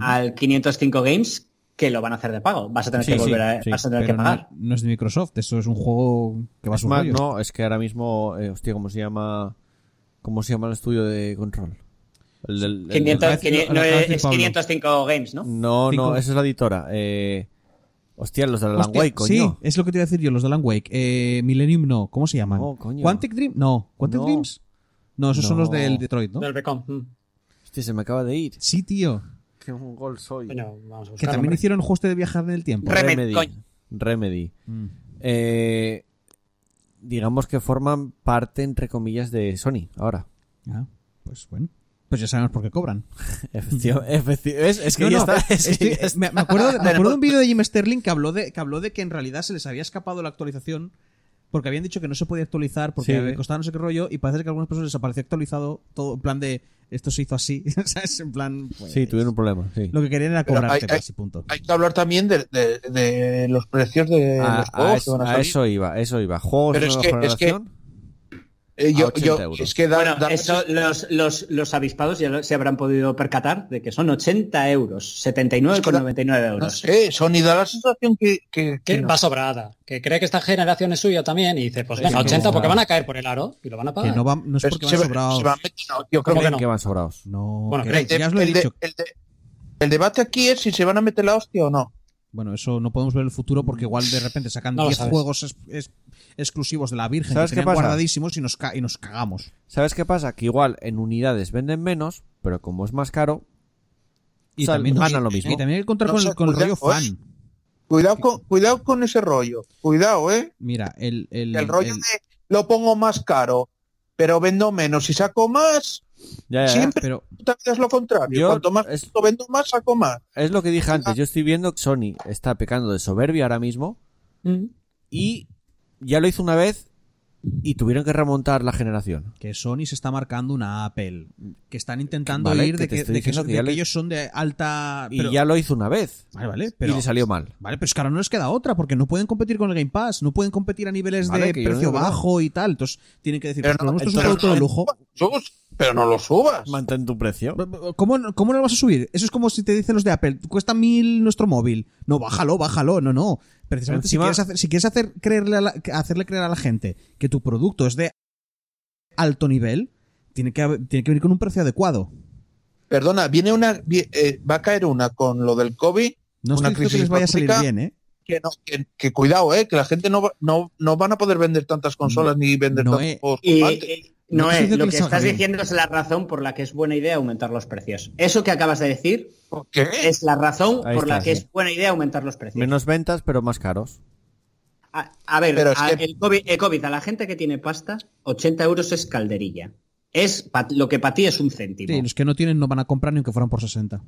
Speaker 6: al 505 Games, que lo van a hacer de pago. Vas a tener
Speaker 1: Sí,
Speaker 6: que
Speaker 1: sí,
Speaker 6: volver a.
Speaker 1: sí,
Speaker 6: vas a tener
Speaker 2: Pero
Speaker 6: que
Speaker 2: no-
Speaker 6: pagar.
Speaker 2: No, es de Microsoft, esto es un juego que va a
Speaker 1: Es
Speaker 2: su
Speaker 1: más,
Speaker 2: rollo.
Speaker 1: no, es que ahora mismo, eh, hostia, ¿cómo se llama? ¿Cómo se llama el estudio de control? El del- el-
Speaker 6: 500
Speaker 2: lo acaba de decir-
Speaker 6: quini-
Speaker 2: lo
Speaker 6: no,
Speaker 2: acaba de decir
Speaker 6: es
Speaker 2: Pablo.
Speaker 6: 505 Games, ¿no?
Speaker 1: No,
Speaker 2: Cinco.
Speaker 1: no, esa es la editora. Eh, hostia, los de Alan
Speaker 2: Hostia,
Speaker 1: Wake, coño.
Speaker 2: Sí, es lo que te iba a decir yo, los de Alan Wake. Eh, Millennium no, ¿cómo se llaman?
Speaker 1: No, coño.
Speaker 2: Quantic Dream? No, Quantic
Speaker 1: No.
Speaker 2: Dreams. No, esos son
Speaker 1: No.
Speaker 2: los del Detroit, ¿no?
Speaker 5: Del Becom. Mm.
Speaker 1: Hostia, se me acaba de ir.
Speaker 2: Sí, tío.
Speaker 1: qué mongol soy.
Speaker 5: Bueno, vamos a
Speaker 2: Que
Speaker 6: Pues
Speaker 5: buscar.
Speaker 2: también hicieron juegos de viajar en el tiempo.
Speaker 6: Re-
Speaker 1: Remedy.
Speaker 6: coño.
Speaker 1: Remedy.
Speaker 2: Mm.
Speaker 1: Eh, digamos que forman parte, entre comillas, de Sony ahora.
Speaker 2: Ah, pues bueno. Pues ya sabemos por qué cobran.
Speaker 1: Efecti- efecti- ¿ves? Es que
Speaker 2: No,
Speaker 1: ya
Speaker 2: no,
Speaker 1: está. [laughs] es que
Speaker 2: estoy-
Speaker 1: ya está. pues
Speaker 2: me, me acuerdo de, me acuerdo de un vídeo de Jim Sterling que habló, de, que habló de que en realidad se les había escapado la actualización porque habían dicho que no se podía actualizar porque
Speaker 1: Sí.
Speaker 2: costaba no sé qué rollo y parece que a algunas personas les apareció actualizado todo en plan de esto se hizo así. [laughs] ¿sabes? En plan. pues,
Speaker 1: Sí, tuvieron un problema. sí.
Speaker 2: Lo que querían era
Speaker 4: Pero
Speaker 2: cobrarte
Speaker 4: hay- hay-
Speaker 2: casi, punto.
Speaker 4: Hay que hablar también de, de- de los precios de
Speaker 2: Ah,
Speaker 1: A,
Speaker 4: los
Speaker 1: a
Speaker 4: juegos que
Speaker 1: eso,
Speaker 4: van a
Speaker 1: a
Speaker 4: salir.
Speaker 1: eso iba, a eso iba. Juegos
Speaker 4: Pero
Speaker 1: de
Speaker 4: es
Speaker 1: nueva
Speaker 4: que- es que-
Speaker 1: generación.
Speaker 4: Eh,
Speaker 1: a
Speaker 4: yo,
Speaker 1: 80
Speaker 4: yo-
Speaker 1: euros.
Speaker 4: es que da-
Speaker 6: Bueno,
Speaker 4: da-
Speaker 6: eso los, los, los avispados ya lo- se habrán podido percatar de que son 80 euros, 79,99
Speaker 4: no
Speaker 6: euros.
Speaker 4: sé, eh, Sony da la sensación que, que,
Speaker 5: Que
Speaker 4: que no.
Speaker 5: va sobrada, que cree que esta generación es suya también y dice, pues venga,
Speaker 2: que no
Speaker 5: 80 porque
Speaker 2: va.
Speaker 5: van a caer por el aro y lo van a
Speaker 2: Que
Speaker 5: pagar.
Speaker 2: no, va, no es
Speaker 4: Pero
Speaker 2: Pues porque
Speaker 4: se
Speaker 2: van
Speaker 4: va-
Speaker 2: sobrados.
Speaker 4: se va a meter- no, yo creo
Speaker 5: ¿Cómo
Speaker 4: que
Speaker 5: que no?
Speaker 1: que van sobrados.
Speaker 2: No,
Speaker 5: Bueno,
Speaker 2: que-
Speaker 5: pero el
Speaker 2: ya os lo he
Speaker 4: el de-
Speaker 2: dicho.
Speaker 4: el de- el debate aquí es si se van a meter la hostia o no.
Speaker 2: Bueno, eso no podemos ver el futuro porque igual de repente sacan
Speaker 5: No lo
Speaker 2: 10
Speaker 5: sabes.
Speaker 2: juegos es- es- exclusivos de la Virgen
Speaker 1: ¿Sabes
Speaker 2: que
Speaker 1: qué
Speaker 2: tenían
Speaker 1: pasa?
Speaker 2: guardadísimos y nos, ca- y nos cagamos.
Speaker 1: ¿Sabes qué pasa? Que igual en unidades venden menos, pero como es más caro,
Speaker 2: Y
Speaker 1: sal-
Speaker 2: también,
Speaker 1: ganan
Speaker 2: y-
Speaker 1: lo mismo.
Speaker 2: y también hay que contar
Speaker 4: No
Speaker 2: con, el-
Speaker 4: sé,
Speaker 2: con el rollo
Speaker 4: cuidado,
Speaker 2: fan.
Speaker 4: ¿eh? Cuidado con, cuidado con ese rollo. Cuidado, ¿eh?
Speaker 2: Mira, el, el,
Speaker 4: El rollo
Speaker 2: el-
Speaker 4: de lo pongo más caro, pero vendo menos y saco más,
Speaker 1: Ya, ya, ya.
Speaker 4: siempre
Speaker 2: Pero
Speaker 4: puta vida es lo contrario.
Speaker 1: Yo-
Speaker 4: Cuanto más
Speaker 1: es-
Speaker 4: puto vendo más, saco más.
Speaker 1: Es lo que dije antes. Yo estoy viendo que Sony está pecando de soberbia ahora mismo.
Speaker 5: Mm.
Speaker 1: Y ya lo hizo una vez y tuvieron que remontar la generación.
Speaker 2: que Sony se está marcando una Apple. Que están intentando
Speaker 1: Vale,
Speaker 2: ir
Speaker 1: que
Speaker 2: de
Speaker 1: te
Speaker 2: que,
Speaker 1: estoy
Speaker 2: de que,
Speaker 1: diciendo que
Speaker 2: de
Speaker 1: ya
Speaker 2: que
Speaker 1: le-
Speaker 2: ellos son de alta.
Speaker 1: Y
Speaker 2: pero-
Speaker 1: ya lo hizo una vez.
Speaker 2: Vale, vale,
Speaker 1: y
Speaker 2: pero.
Speaker 1: le salió mal.
Speaker 2: Vale, pero es que ahora no les queda otra, porque no pueden competir con el Game Pass, no pueden competir a niveles
Speaker 1: Vale,
Speaker 2: de
Speaker 1: que yo no
Speaker 2: precio
Speaker 1: digo que no.
Speaker 2: bajo y tal. Entonces tienen que decir,
Speaker 4: Pero
Speaker 2: pues,
Speaker 4: no,
Speaker 2: como esto es un
Speaker 4: entonces-
Speaker 2: producto de lujo.
Speaker 4: Subas, pero no lo subas.
Speaker 1: Mantén tu precio.
Speaker 2: ¿Cómo, no- ¿Cómo no lo vas a subir? Eso es como si te dicen los de Apple, cuesta mil nuestro móvil. No, bájalo, bájalo. No, no. Precisamente
Speaker 1: Encima-
Speaker 2: si quieres, hacer, si quieres hacer creerle a la- hacerle creer a la gente que tu producto es de alto nivel, tiene que, haber- tiene que venir con un precio adecuado.
Speaker 4: Perdona, viene una, vi- eh, va a caer una con lo del COVID
Speaker 2: No es
Speaker 4: Una
Speaker 2: que
Speaker 4: crisis
Speaker 2: les vaya a salir
Speaker 4: económica.
Speaker 2: bien, ¿eh?
Speaker 4: que, no, que, que cuidado, eh, que la gente no, va- no, no van a poder vender tantas consolas ni vender
Speaker 2: no,
Speaker 4: tantos
Speaker 2: eh.
Speaker 4: juegos
Speaker 6: Y,
Speaker 4: como antes.
Speaker 6: eh, Noé,
Speaker 2: Estoy diciendo
Speaker 6: lo
Speaker 2: que
Speaker 6: que
Speaker 2: les haga
Speaker 6: estás
Speaker 2: bien.
Speaker 6: diciendo es la razón por la que es buena idea aumentar los precios. Eso que acabas de decir
Speaker 4: ¿Por qué?
Speaker 6: es la razón
Speaker 1: Ahí
Speaker 6: por
Speaker 1: está,
Speaker 6: la que
Speaker 1: sí.
Speaker 6: es buena idea aumentar los precios.
Speaker 1: Menos ventas, pero más caros.
Speaker 6: A, a ver,
Speaker 4: Pero es
Speaker 6: a-
Speaker 4: que-
Speaker 6: el, COVID, el COVID, a la gente que tiene pasta, 80 euros es calderilla. Es pa- lo que para ti es un céntimo.
Speaker 2: Sí, los que no tienen no van a comprar ni aunque fueran por 60.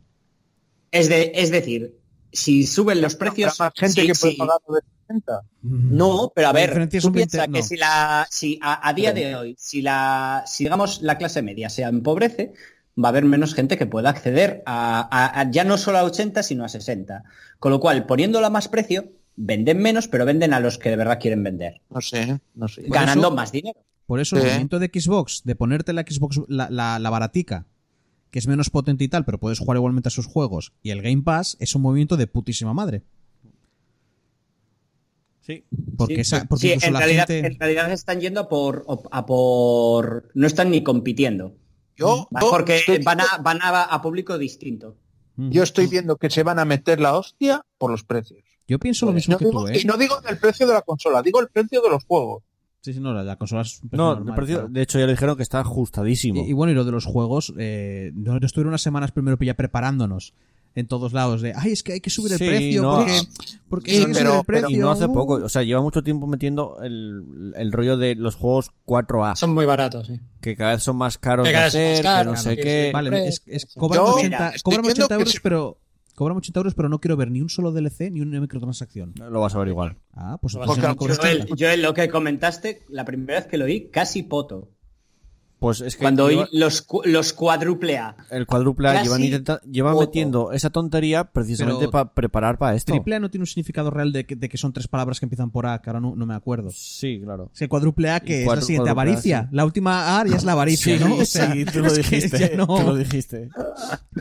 Speaker 6: es, de, es decir, si suben los precios...
Speaker 4: Habrá más gente
Speaker 6: sí,
Speaker 4: que puede
Speaker 6: sí.
Speaker 4: pagar lo de 60.
Speaker 6: No, pero a
Speaker 2: La
Speaker 6: ver,
Speaker 2: diferencia es
Speaker 6: tú
Speaker 2: un 20,
Speaker 6: piensas que
Speaker 2: no.
Speaker 6: si la, si a, a día de hoy, si la, si digamos la clase media se empobrece, va a haber menos gente que pueda acceder a, a- a- ya no solo a 80, sino a 60. Con lo cual, poniéndola a más precio, venden menos, pero venden a los que de verdad quieren vender,
Speaker 4: No sé, no sé.
Speaker 2: Por
Speaker 6: ganando
Speaker 2: eso-
Speaker 6: más dinero.
Speaker 2: Por eso
Speaker 4: Sí.
Speaker 2: el movimiento de Xbox, de ponerte la Xbox, la, la, la baratica, que es menos potente y tal, pero puedes jugar igualmente a sus juegos, y el Game Pass es un movimiento de putísima madre.
Speaker 1: Sí.
Speaker 2: Porque,
Speaker 6: Sí,
Speaker 2: esa- porque
Speaker 6: sí,
Speaker 2: incluso
Speaker 6: en,
Speaker 2: la
Speaker 6: realidad,
Speaker 2: gente...
Speaker 6: en realidad están yendo a por, a por... No están ni compitiendo.
Speaker 4: Yo,
Speaker 6: ¿va?
Speaker 4: yo
Speaker 6: Porque
Speaker 4: estoy-
Speaker 6: van, a, van a, a público distinto.
Speaker 2: Mm.
Speaker 4: yo estoy viendo que se van a meter la hostia por los precios.
Speaker 2: Yo pienso lo mismo
Speaker 4: no
Speaker 2: que
Speaker 4: digo,
Speaker 2: tú, ¿eh?
Speaker 4: Y no digo del precio de la consola, digo el precio de los juegos.
Speaker 2: Sí, sí, no, la, la consola es un precio
Speaker 1: No,
Speaker 2: normal,
Speaker 1: el precio-
Speaker 2: claro.
Speaker 1: de hecho ya le dijeron que está ajustadísimo.
Speaker 2: Y, y bueno, y lo de los juegos, eh, no, no estuvieron unas semanas primero ya preparándonos en todos lados de, ay, es que hay que subir el
Speaker 1: Sí,
Speaker 2: precio,
Speaker 1: no,
Speaker 2: porque,
Speaker 1: ah,
Speaker 2: porque
Speaker 4: sí,
Speaker 2: hay que subir
Speaker 4: pero-
Speaker 2: el precio.
Speaker 4: pero-
Speaker 1: Y no hace
Speaker 2: uh".
Speaker 1: poco, o sea, lleva mucho tiempo metiendo el, el rollo de los juegos 4A,
Speaker 5: Son muy baratos, sí.
Speaker 1: que cada vez son más caros
Speaker 5: Que
Speaker 1: de
Speaker 5: cada vez son más
Speaker 1: hacer, que no
Speaker 5: caros,
Speaker 1: sé
Speaker 5: sí,
Speaker 1: qué.
Speaker 5: sí.
Speaker 2: Vale,
Speaker 5: Hombre,
Speaker 2: es, es- cobran,
Speaker 4: Yo-
Speaker 2: 80,
Speaker 6: Mira,
Speaker 4: estoy
Speaker 2: cobran
Speaker 4: viendo
Speaker 2: 80
Speaker 4: que
Speaker 2: euros,
Speaker 4: se-
Speaker 2: pero cobran 80 euros, pero no quiero ver ni un solo DLC ni una microtransacción.
Speaker 1: Lo vas a ver igual.
Speaker 2: Ah, pues
Speaker 5: Porque
Speaker 2: entonces no
Speaker 5: aunque
Speaker 2: cobras
Speaker 6: Joel,
Speaker 2: 80.
Speaker 6: Joel, lo que comentaste, la primera vez que lo oí, casi poto.
Speaker 1: Pues es que
Speaker 6: Cuando oí
Speaker 1: lleva-
Speaker 6: los, cu- los cuadruple A.
Speaker 1: el cuádruple A
Speaker 6: casi
Speaker 1: llevan, intenta- llevan
Speaker 6: voto.
Speaker 1: metiendo esa tontería precisamente
Speaker 2: Pero-
Speaker 1: para preparar para esto.
Speaker 2: Triple A no tiene un significado real de que, de que son tres palabras que empiezan por A, que ahora no, no me acuerdo. Es
Speaker 1: Sí, claro.
Speaker 2: que cuádruple A,
Speaker 1: Y
Speaker 2: que es la
Speaker 1: cuadru-
Speaker 2: siguiente,
Speaker 1: cuádruple A,
Speaker 2: avaricia.
Speaker 1: sí.
Speaker 2: La última A ya es la avaricia, ¿no? O sea, [laughs]
Speaker 1: tú lo
Speaker 2: es que
Speaker 1: dijiste.
Speaker 2: ya no,
Speaker 1: Tú lo dijiste.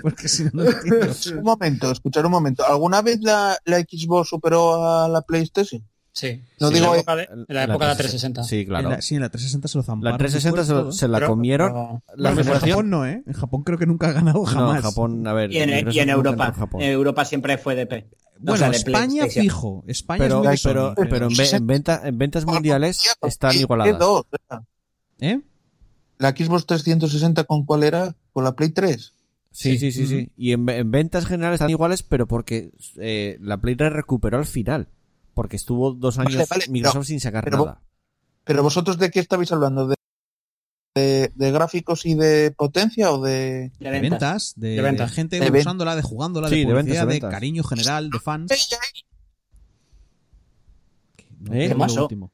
Speaker 2: porque si no, no lo entiendo.
Speaker 4: Un momento, escuchar un momento. ¿Alguna vez la, la Xbox superó a la PlayStation?
Speaker 5: Sí.
Speaker 4: No
Speaker 5: Sí,
Speaker 4: digo-
Speaker 5: en la época de, en la época de la 360.
Speaker 1: Sí, claro.
Speaker 2: En la- sí, en la 360 se lo zamparon. ¿eh?
Speaker 1: La 360 se, lo- se la
Speaker 5: Pero-
Speaker 1: comieron.
Speaker 5: pero-
Speaker 1: La
Speaker 2: Bueno, en
Speaker 1: generación-
Speaker 2: Japón no, ¿eh? En Japón creo que nunca ha ganado
Speaker 1: No,
Speaker 2: jamás.
Speaker 1: Japón, a ver.
Speaker 6: Y en,
Speaker 1: Microsoft
Speaker 6: y en
Speaker 1: no
Speaker 6: Europa. Eh,
Speaker 1: compró Japón.
Speaker 6: En Europa siempre fue de P.
Speaker 2: Bueno,
Speaker 6: O sea, de
Speaker 2: España
Speaker 6: PlayStation.
Speaker 2: fijo. España
Speaker 1: pero,
Speaker 2: es muy de Sony, ¿eh?
Speaker 1: pero,
Speaker 2: creo.
Speaker 1: pero en, ve- en venta- en ventas mundiales están
Speaker 4: ¿Qué-
Speaker 1: igualadas.
Speaker 4: qué dos era?
Speaker 2: ¿Eh?
Speaker 4: ¿La Xbox 360 con cuál era? ¿Con la Play 3?
Speaker 1: Sí, sí, sí, sí. Y en, en ventas generales están iguales, pero porque eh, la Play 3 recuperó al final. Porque estuvo dos
Speaker 4: Vale,
Speaker 1: años
Speaker 4: vale,
Speaker 1: Microsoft
Speaker 4: no,
Speaker 1: sin sacar
Speaker 4: pero vos-
Speaker 1: nada.
Speaker 4: Pero vosotros de qué estabais hablando? ¿De, de, de gráficos y de potencia o de...
Speaker 6: De
Speaker 2: De
Speaker 6: ventas.
Speaker 2: ventas, de,
Speaker 5: De ventas.
Speaker 2: de gente
Speaker 4: De ven-
Speaker 2: usándola, de jugándola,
Speaker 1: Sí,
Speaker 2: de
Speaker 1: de
Speaker 2: publicidad,
Speaker 1: ventas, de
Speaker 2: de,
Speaker 1: ventas.
Speaker 2: cariño general, de
Speaker 4: Eh,
Speaker 2: fans. No,
Speaker 1: ¿Eh?
Speaker 2: lo
Speaker 6: Maso.
Speaker 2: último.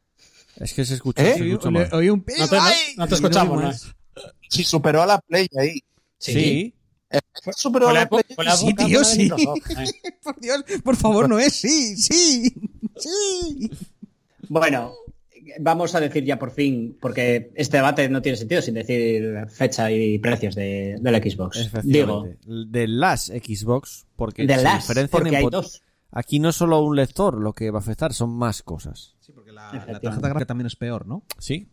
Speaker 1: Es que se escucha,
Speaker 4: ¿Eh?
Speaker 1: se escucha
Speaker 2: Le-
Speaker 1: mal.
Speaker 2: oí un
Speaker 5: No te, no- no te escuchamos,
Speaker 2: no
Speaker 5: ¿no?
Speaker 2: hay
Speaker 5: Sí.
Speaker 4: Si superó a la Play ahí.
Speaker 1: Sí.
Speaker 4: Superó
Speaker 5: Fue
Speaker 4: a
Speaker 5: la
Speaker 4: la Play.
Speaker 5: época- fue la
Speaker 2: Sí,
Speaker 5: época
Speaker 2: tío,
Speaker 5: buena de
Speaker 2: sí.
Speaker 5: Microsoft, eh.
Speaker 2: Por Dios, por favor, no es. Sí, sí, sí.
Speaker 6: Bueno, vamos a decir ya por fin, porque este debate no tiene sentido sin decir fecha y precios de, de la Xbox. Digo,
Speaker 1: Efectivamente. De las Xbox, porque
Speaker 6: de
Speaker 1: se
Speaker 6: las,
Speaker 1: diferencian en
Speaker 6: porque hay
Speaker 1: pot-
Speaker 6: dos.
Speaker 1: Aquí no es solo un lector lo que va a afectar, son más cosas.
Speaker 2: Sí, porque la, la tarjeta gráfica también es peor, ¿no?
Speaker 1: Sí.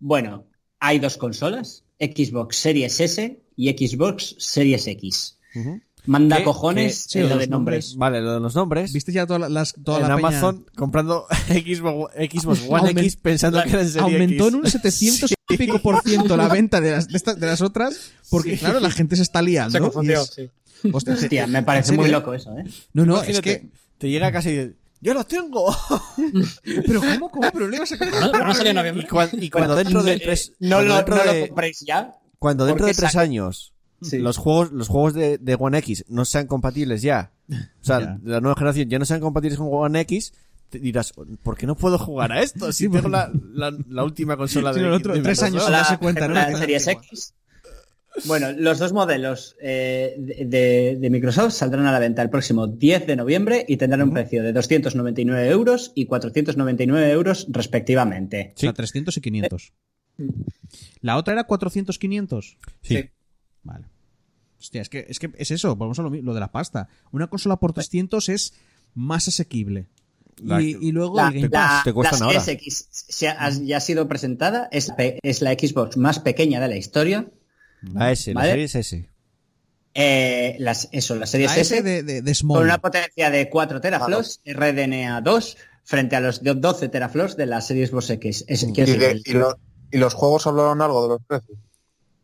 Speaker 6: Bueno, hay dos consolas, Xbox Series S y Xbox Series X.
Speaker 1: Ujú.
Speaker 6: Manda
Speaker 1: ¿Qué?
Speaker 6: cojones
Speaker 2: ¿Qué? Eh, Sí,
Speaker 6: en lo
Speaker 2: los
Speaker 6: de nombres.
Speaker 1: Vale, lo de los nombres.
Speaker 2: ¿Viste ya todas las, toda
Speaker 1: en
Speaker 2: la peña-
Speaker 1: Amazon comprando [laughs] Xbox, Xbox One
Speaker 2: Aumen-
Speaker 1: X pensando que era en serie
Speaker 2: Aumentó
Speaker 1: X.
Speaker 2: en un 700 y pico por ciento la venta de las, de estas- de las otras, porque claro, la gente se está liando.
Speaker 5: Se
Speaker 2: y
Speaker 5: confundió,
Speaker 2: es-
Speaker 5: sí.
Speaker 2: Hostia, se-
Speaker 6: Hostia, me parece
Speaker 2: ¿En
Speaker 6: muy
Speaker 2: serio?
Speaker 6: loco eso, ¿eh?
Speaker 2: No, no, es
Speaker 1: Imagínate,
Speaker 2: que.
Speaker 1: te llega casi y dices, ¡Yo los tengo!
Speaker 2: Pero ¿cómo? ¿Cómo? Pero le ibas a
Speaker 5: ¿No, no salió
Speaker 1: [laughs]
Speaker 5: en
Speaker 1: Y,
Speaker 5: noviembre?
Speaker 1: cuan- y cuando dentro de tres,
Speaker 6: No
Speaker 1: cuando
Speaker 6: lo,
Speaker 1: dentro
Speaker 6: no lo
Speaker 1: de-
Speaker 6: compréis Pues ya.
Speaker 1: cuando dentro
Speaker 6: porque
Speaker 1: de tres
Speaker 6: saca-
Speaker 1: años
Speaker 6: Sí.
Speaker 1: los juegos, los juegos de, de One X no sean compatibles [laughs] ya, o sea,
Speaker 2: Ya.
Speaker 1: la nueva generación ya no sean compatibles con One X, te dirás, ¿por qué no puedo jugar a esto? Si tengo la, la, la última [laughs] consola
Speaker 2: Sí,
Speaker 1: de,
Speaker 2: el otro-
Speaker 1: de
Speaker 2: tres
Speaker 1: Microsoft".
Speaker 2: años.
Speaker 6: la,
Speaker 2: darse cuenta, ¿no?
Speaker 6: la
Speaker 2: Que está
Speaker 6: Series
Speaker 2: antigua.
Speaker 6: X. Bueno, los dos modelos eh, de, de- de Microsoft saldrán a la venta el próximo 10 de noviembre y tendrán un precio de 299 euros y 499 euros respectivamente.
Speaker 2: O sea, 300 y 500.
Speaker 6: Mm.
Speaker 2: La otra era 400, 500.
Speaker 1: Sí.
Speaker 2: Vale. Hostia, es que es, que es eso, volvemos a lo, mi- lo de la pasta. Una consola por
Speaker 6: Pues
Speaker 2: 300 es más asequible.
Speaker 1: La-
Speaker 2: y, y luego
Speaker 6: La,
Speaker 2: el Game
Speaker 6: la-
Speaker 2: Pass.
Speaker 1: te cuestan
Speaker 6: la
Speaker 1: ahora.
Speaker 6: Series X se ha-
Speaker 1: Mm.
Speaker 6: ya ha sido presentada, es, pe- es la Xbox más pequeña de la historia.
Speaker 1: La S, la
Speaker 6: Vale.
Speaker 1: serie es S.
Speaker 6: Eh, las, eso, la Series
Speaker 2: La S
Speaker 6: S
Speaker 2: de, de, de Small.
Speaker 6: con una potencia de 4 teraflops, RDNA 2, frente a los de 12 teraflops de la Series Box X. Es-
Speaker 1: Mm.
Speaker 4: Y,
Speaker 6: quiero
Speaker 4: de-
Speaker 6: decir,
Speaker 4: y lo- y los juegos hablaron algo de los precios.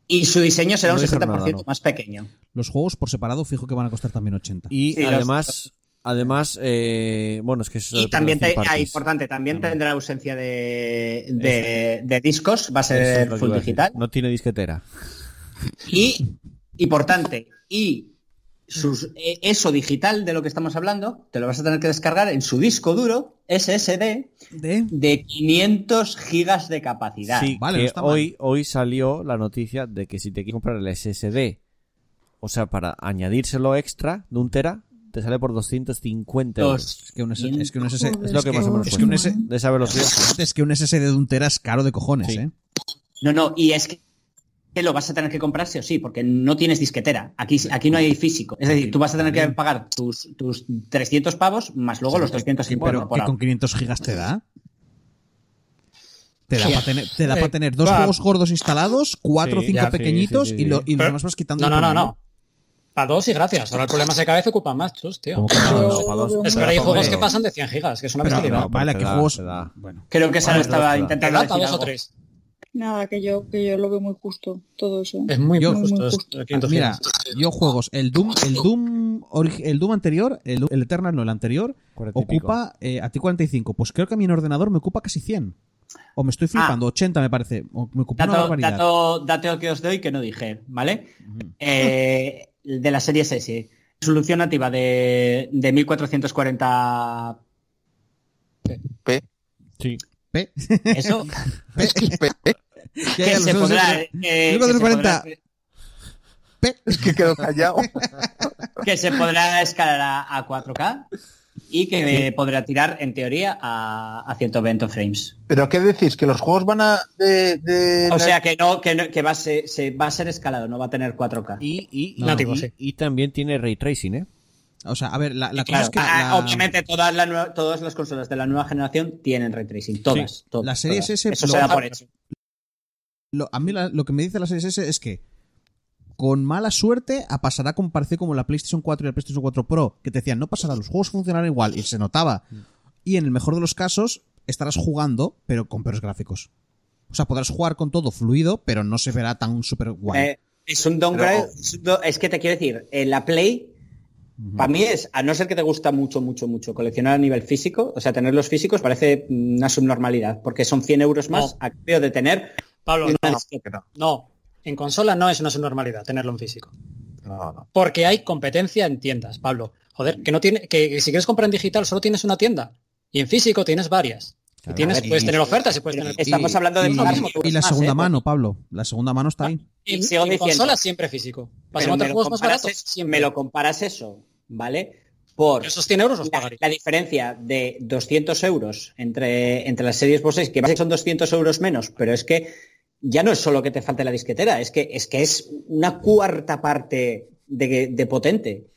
Speaker 6: Y su diseño será
Speaker 1: No
Speaker 6: un
Speaker 1: dijeron
Speaker 6: 60%
Speaker 1: nada, no.
Speaker 6: más pequeño.
Speaker 2: Los juegos por separado fijo que van a costar también 80.
Speaker 1: Y
Speaker 6: Sí, los-
Speaker 1: además, además, eh, bueno, es que eso
Speaker 6: Y
Speaker 1: depende
Speaker 6: también,
Speaker 1: de
Speaker 6: te,
Speaker 1: third
Speaker 6: ah,
Speaker 1: parties.
Speaker 6: importante, también tendrá ausencia de, de, de discos, va a ser
Speaker 1: Eso es lo que
Speaker 6: full
Speaker 1: iba a decir.
Speaker 6: digital.
Speaker 1: No tiene disquetera.
Speaker 6: Y, importante, y sus, eh, eso digital de lo que estamos hablando, te lo vas a tener que descargar en su disco duro SSD
Speaker 2: De-
Speaker 6: de 500 gigas de capacidad.
Speaker 1: Sí,
Speaker 2: Vale,
Speaker 1: que
Speaker 2: no está mal.
Speaker 1: hoy, hoy salió la noticia de que si te quieres comprar el SSD, o sea, para añadírselo extra de un tera, te sale por 250 euros.
Speaker 6: Dos.
Speaker 2: Es que un S- es que un SS
Speaker 1: Es lo que más o menos
Speaker 2: es que un
Speaker 1: cuesta.
Speaker 2: S-
Speaker 1: De saber los precios.
Speaker 2: es que un SSD de un tera es caro de cojones,
Speaker 1: Sí.
Speaker 2: ¿eh?
Speaker 6: No, no, y es que que lo vas a tener que comprar sí o sí, porque no tienes disquetera. Aquí, aquí no hay físico. Es decir, tú vas a tener que pagar tus, tus 300 pavos más luego los 200 que,
Speaker 2: Pero que con 500 gigas te da. Te da
Speaker 6: Sí.
Speaker 2: para tener, te da pa'
Speaker 5: Eh,
Speaker 2: tener dos
Speaker 5: va.
Speaker 2: juegos gordos instalados, cuatro o
Speaker 1: Sí,
Speaker 2: cinco
Speaker 1: ya, sí,
Speaker 2: pequeñitos
Speaker 1: sí, sí,
Speaker 2: y, lo-
Speaker 1: sí.
Speaker 2: y los
Speaker 5: Pero-
Speaker 2: demás vas quitando.
Speaker 5: No, no,
Speaker 2: por
Speaker 5: no,
Speaker 2: uno.
Speaker 5: no. Para dos y gracias. Ahora el problema es que cada vez ocupa más, chus, tío.
Speaker 2: Como que para dos.
Speaker 1: para dos.
Speaker 5: Pero hay
Speaker 1: Pero,
Speaker 5: juegos que
Speaker 1: joder.
Speaker 5: pasan de 100 gigas, que es una
Speaker 2: Pero,
Speaker 5: bestialidad.
Speaker 2: pero, vale,
Speaker 1: te
Speaker 2: que
Speaker 1: da,
Speaker 2: juegos.
Speaker 1: te da.
Speaker 2: Bueno,
Speaker 6: Creo que Sara
Speaker 1: Vamos,
Speaker 6: estaba
Speaker 1: dos,
Speaker 5: Te
Speaker 6: intentando
Speaker 5: lanza
Speaker 6: decir
Speaker 5: dos o
Speaker 6: algo.
Speaker 5: tres.
Speaker 3: Nada, que yo, que yo lo veo muy justo, todo eso.
Speaker 5: Es muy
Speaker 2: Yo- Ah,
Speaker 5: justo.
Speaker 3: Muy
Speaker 5: es
Speaker 3: justo.
Speaker 5: 500
Speaker 2: mira,
Speaker 5: gigas.
Speaker 2: yo juegos. El Doom, el Doom, ori- el Doom anterior, el, Doom- el Eternal, no, el anterior,
Speaker 1: Cuarenta y pico.
Speaker 2: ocupa eh, a ti 45. Pues creo que a mi ordenador me ocupa casi 100. O me estoy flipando, 80 me parece. O me ocupa una
Speaker 6: Dato,
Speaker 2: barbaridad.
Speaker 6: dato, dato que os doy que no dije, ¿vale? Eh, de la serie S. Resolución nativa de, de 1440.
Speaker 4: P.
Speaker 1: Sí.
Speaker 2: Pe-
Speaker 6: Eso.
Speaker 4: P.
Speaker 2: [laughs] Ya,
Speaker 6: que
Speaker 2: ya,
Speaker 6: se
Speaker 2: los-
Speaker 6: podrá. eh, que se
Speaker 2: 1440.
Speaker 6: podrá-
Speaker 2: Pe-
Speaker 4: Es que quedó callado.
Speaker 6: que se podrá escalar a, a 4K y que eh, podrá tirar en teoría a, a 120 frames.
Speaker 4: Pero ¿qué decís? ¿Que los juegos van a... De, de la-
Speaker 6: O sea que no, que, no- que va, a ser- se, va a ser escalado, no va a tener 4K.
Speaker 1: Y, y,
Speaker 5: No, nativo,
Speaker 1: y-
Speaker 5: sí.
Speaker 1: y también tiene ray tracing, ¿eh?
Speaker 2: O sea, a ver, la, la cosa
Speaker 6: Claro,
Speaker 2: es que.
Speaker 6: ah,
Speaker 2: la-
Speaker 6: obviamente todas, la nue- todas las consolas de la nueva generación tienen ray tracing, todas. todas,
Speaker 2: La Series
Speaker 6: todas.
Speaker 2: S
Speaker 6: Eso
Speaker 2: lo
Speaker 6: se da
Speaker 2: baja-
Speaker 6: por hecho.
Speaker 2: lo- a mí la- lo que me dice la Series S es que con mala suerte a pasará como parece como la PlayStation 4 y la PlayStation 4 Pro, que te decían, no pasará, los juegos funcionarán igual, y se notaba. Y en el mejor de los casos, estarás jugando, pero con peores gráficos. O sea, podrás jugar con todo fluido, pero no se verá tan súper guay.
Speaker 6: Eh, Es un downgrade. es un do- Es que te quiero decir, eh, la Play, para mí es, a no ser que te gusta mucho, mucho, mucho, coleccionar a nivel físico, o sea, tener los físicos parece una subnormalidad, porque son 100 euros más
Speaker 5: No.
Speaker 6: a cambio de tener
Speaker 5: Pablo,
Speaker 6: una
Speaker 5: no,
Speaker 6: disqueta.
Speaker 5: no. En consola no es una subnormalidad tenerlo en físico.
Speaker 4: No, no.
Speaker 5: Porque hay competencia en tiendas, Pablo. Joder, que no tiene, que, que si quieres comprar en digital solo tienes una tienda. Y en físico tienes varias. Y
Speaker 1: Claro.
Speaker 5: tienes,
Speaker 6: A ver,
Speaker 5: puedes
Speaker 6: y-
Speaker 5: tener ofertas y puedes tener.
Speaker 6: Estamos hablando de
Speaker 2: y,
Speaker 6: lo mismo,
Speaker 2: y la
Speaker 6: más,
Speaker 2: segunda
Speaker 6: ¿eh? Ah.
Speaker 2: mano, Pablo. La segunda mano está ahí.
Speaker 5: En,
Speaker 6: y sigo
Speaker 5: en
Speaker 6: diciendo-
Speaker 5: consola siempre físico. Para
Speaker 6: Pero me
Speaker 5: otros
Speaker 6: lo
Speaker 5: juegos más
Speaker 6: comparas
Speaker 5: baratos.
Speaker 6: es-
Speaker 5: Siempre.
Speaker 6: me lo comparas eso, ¿vale? Por
Speaker 5: Esos 100 euros los
Speaker 6: la,
Speaker 5: pagaría.
Speaker 6: la diferencia de 200 euros entre, entre las series Boss 6, que básicamente son 200 euros menos, pero es que ya no es solo que te falte la disquetera, es que es, que es una cuarta parte de, de potente.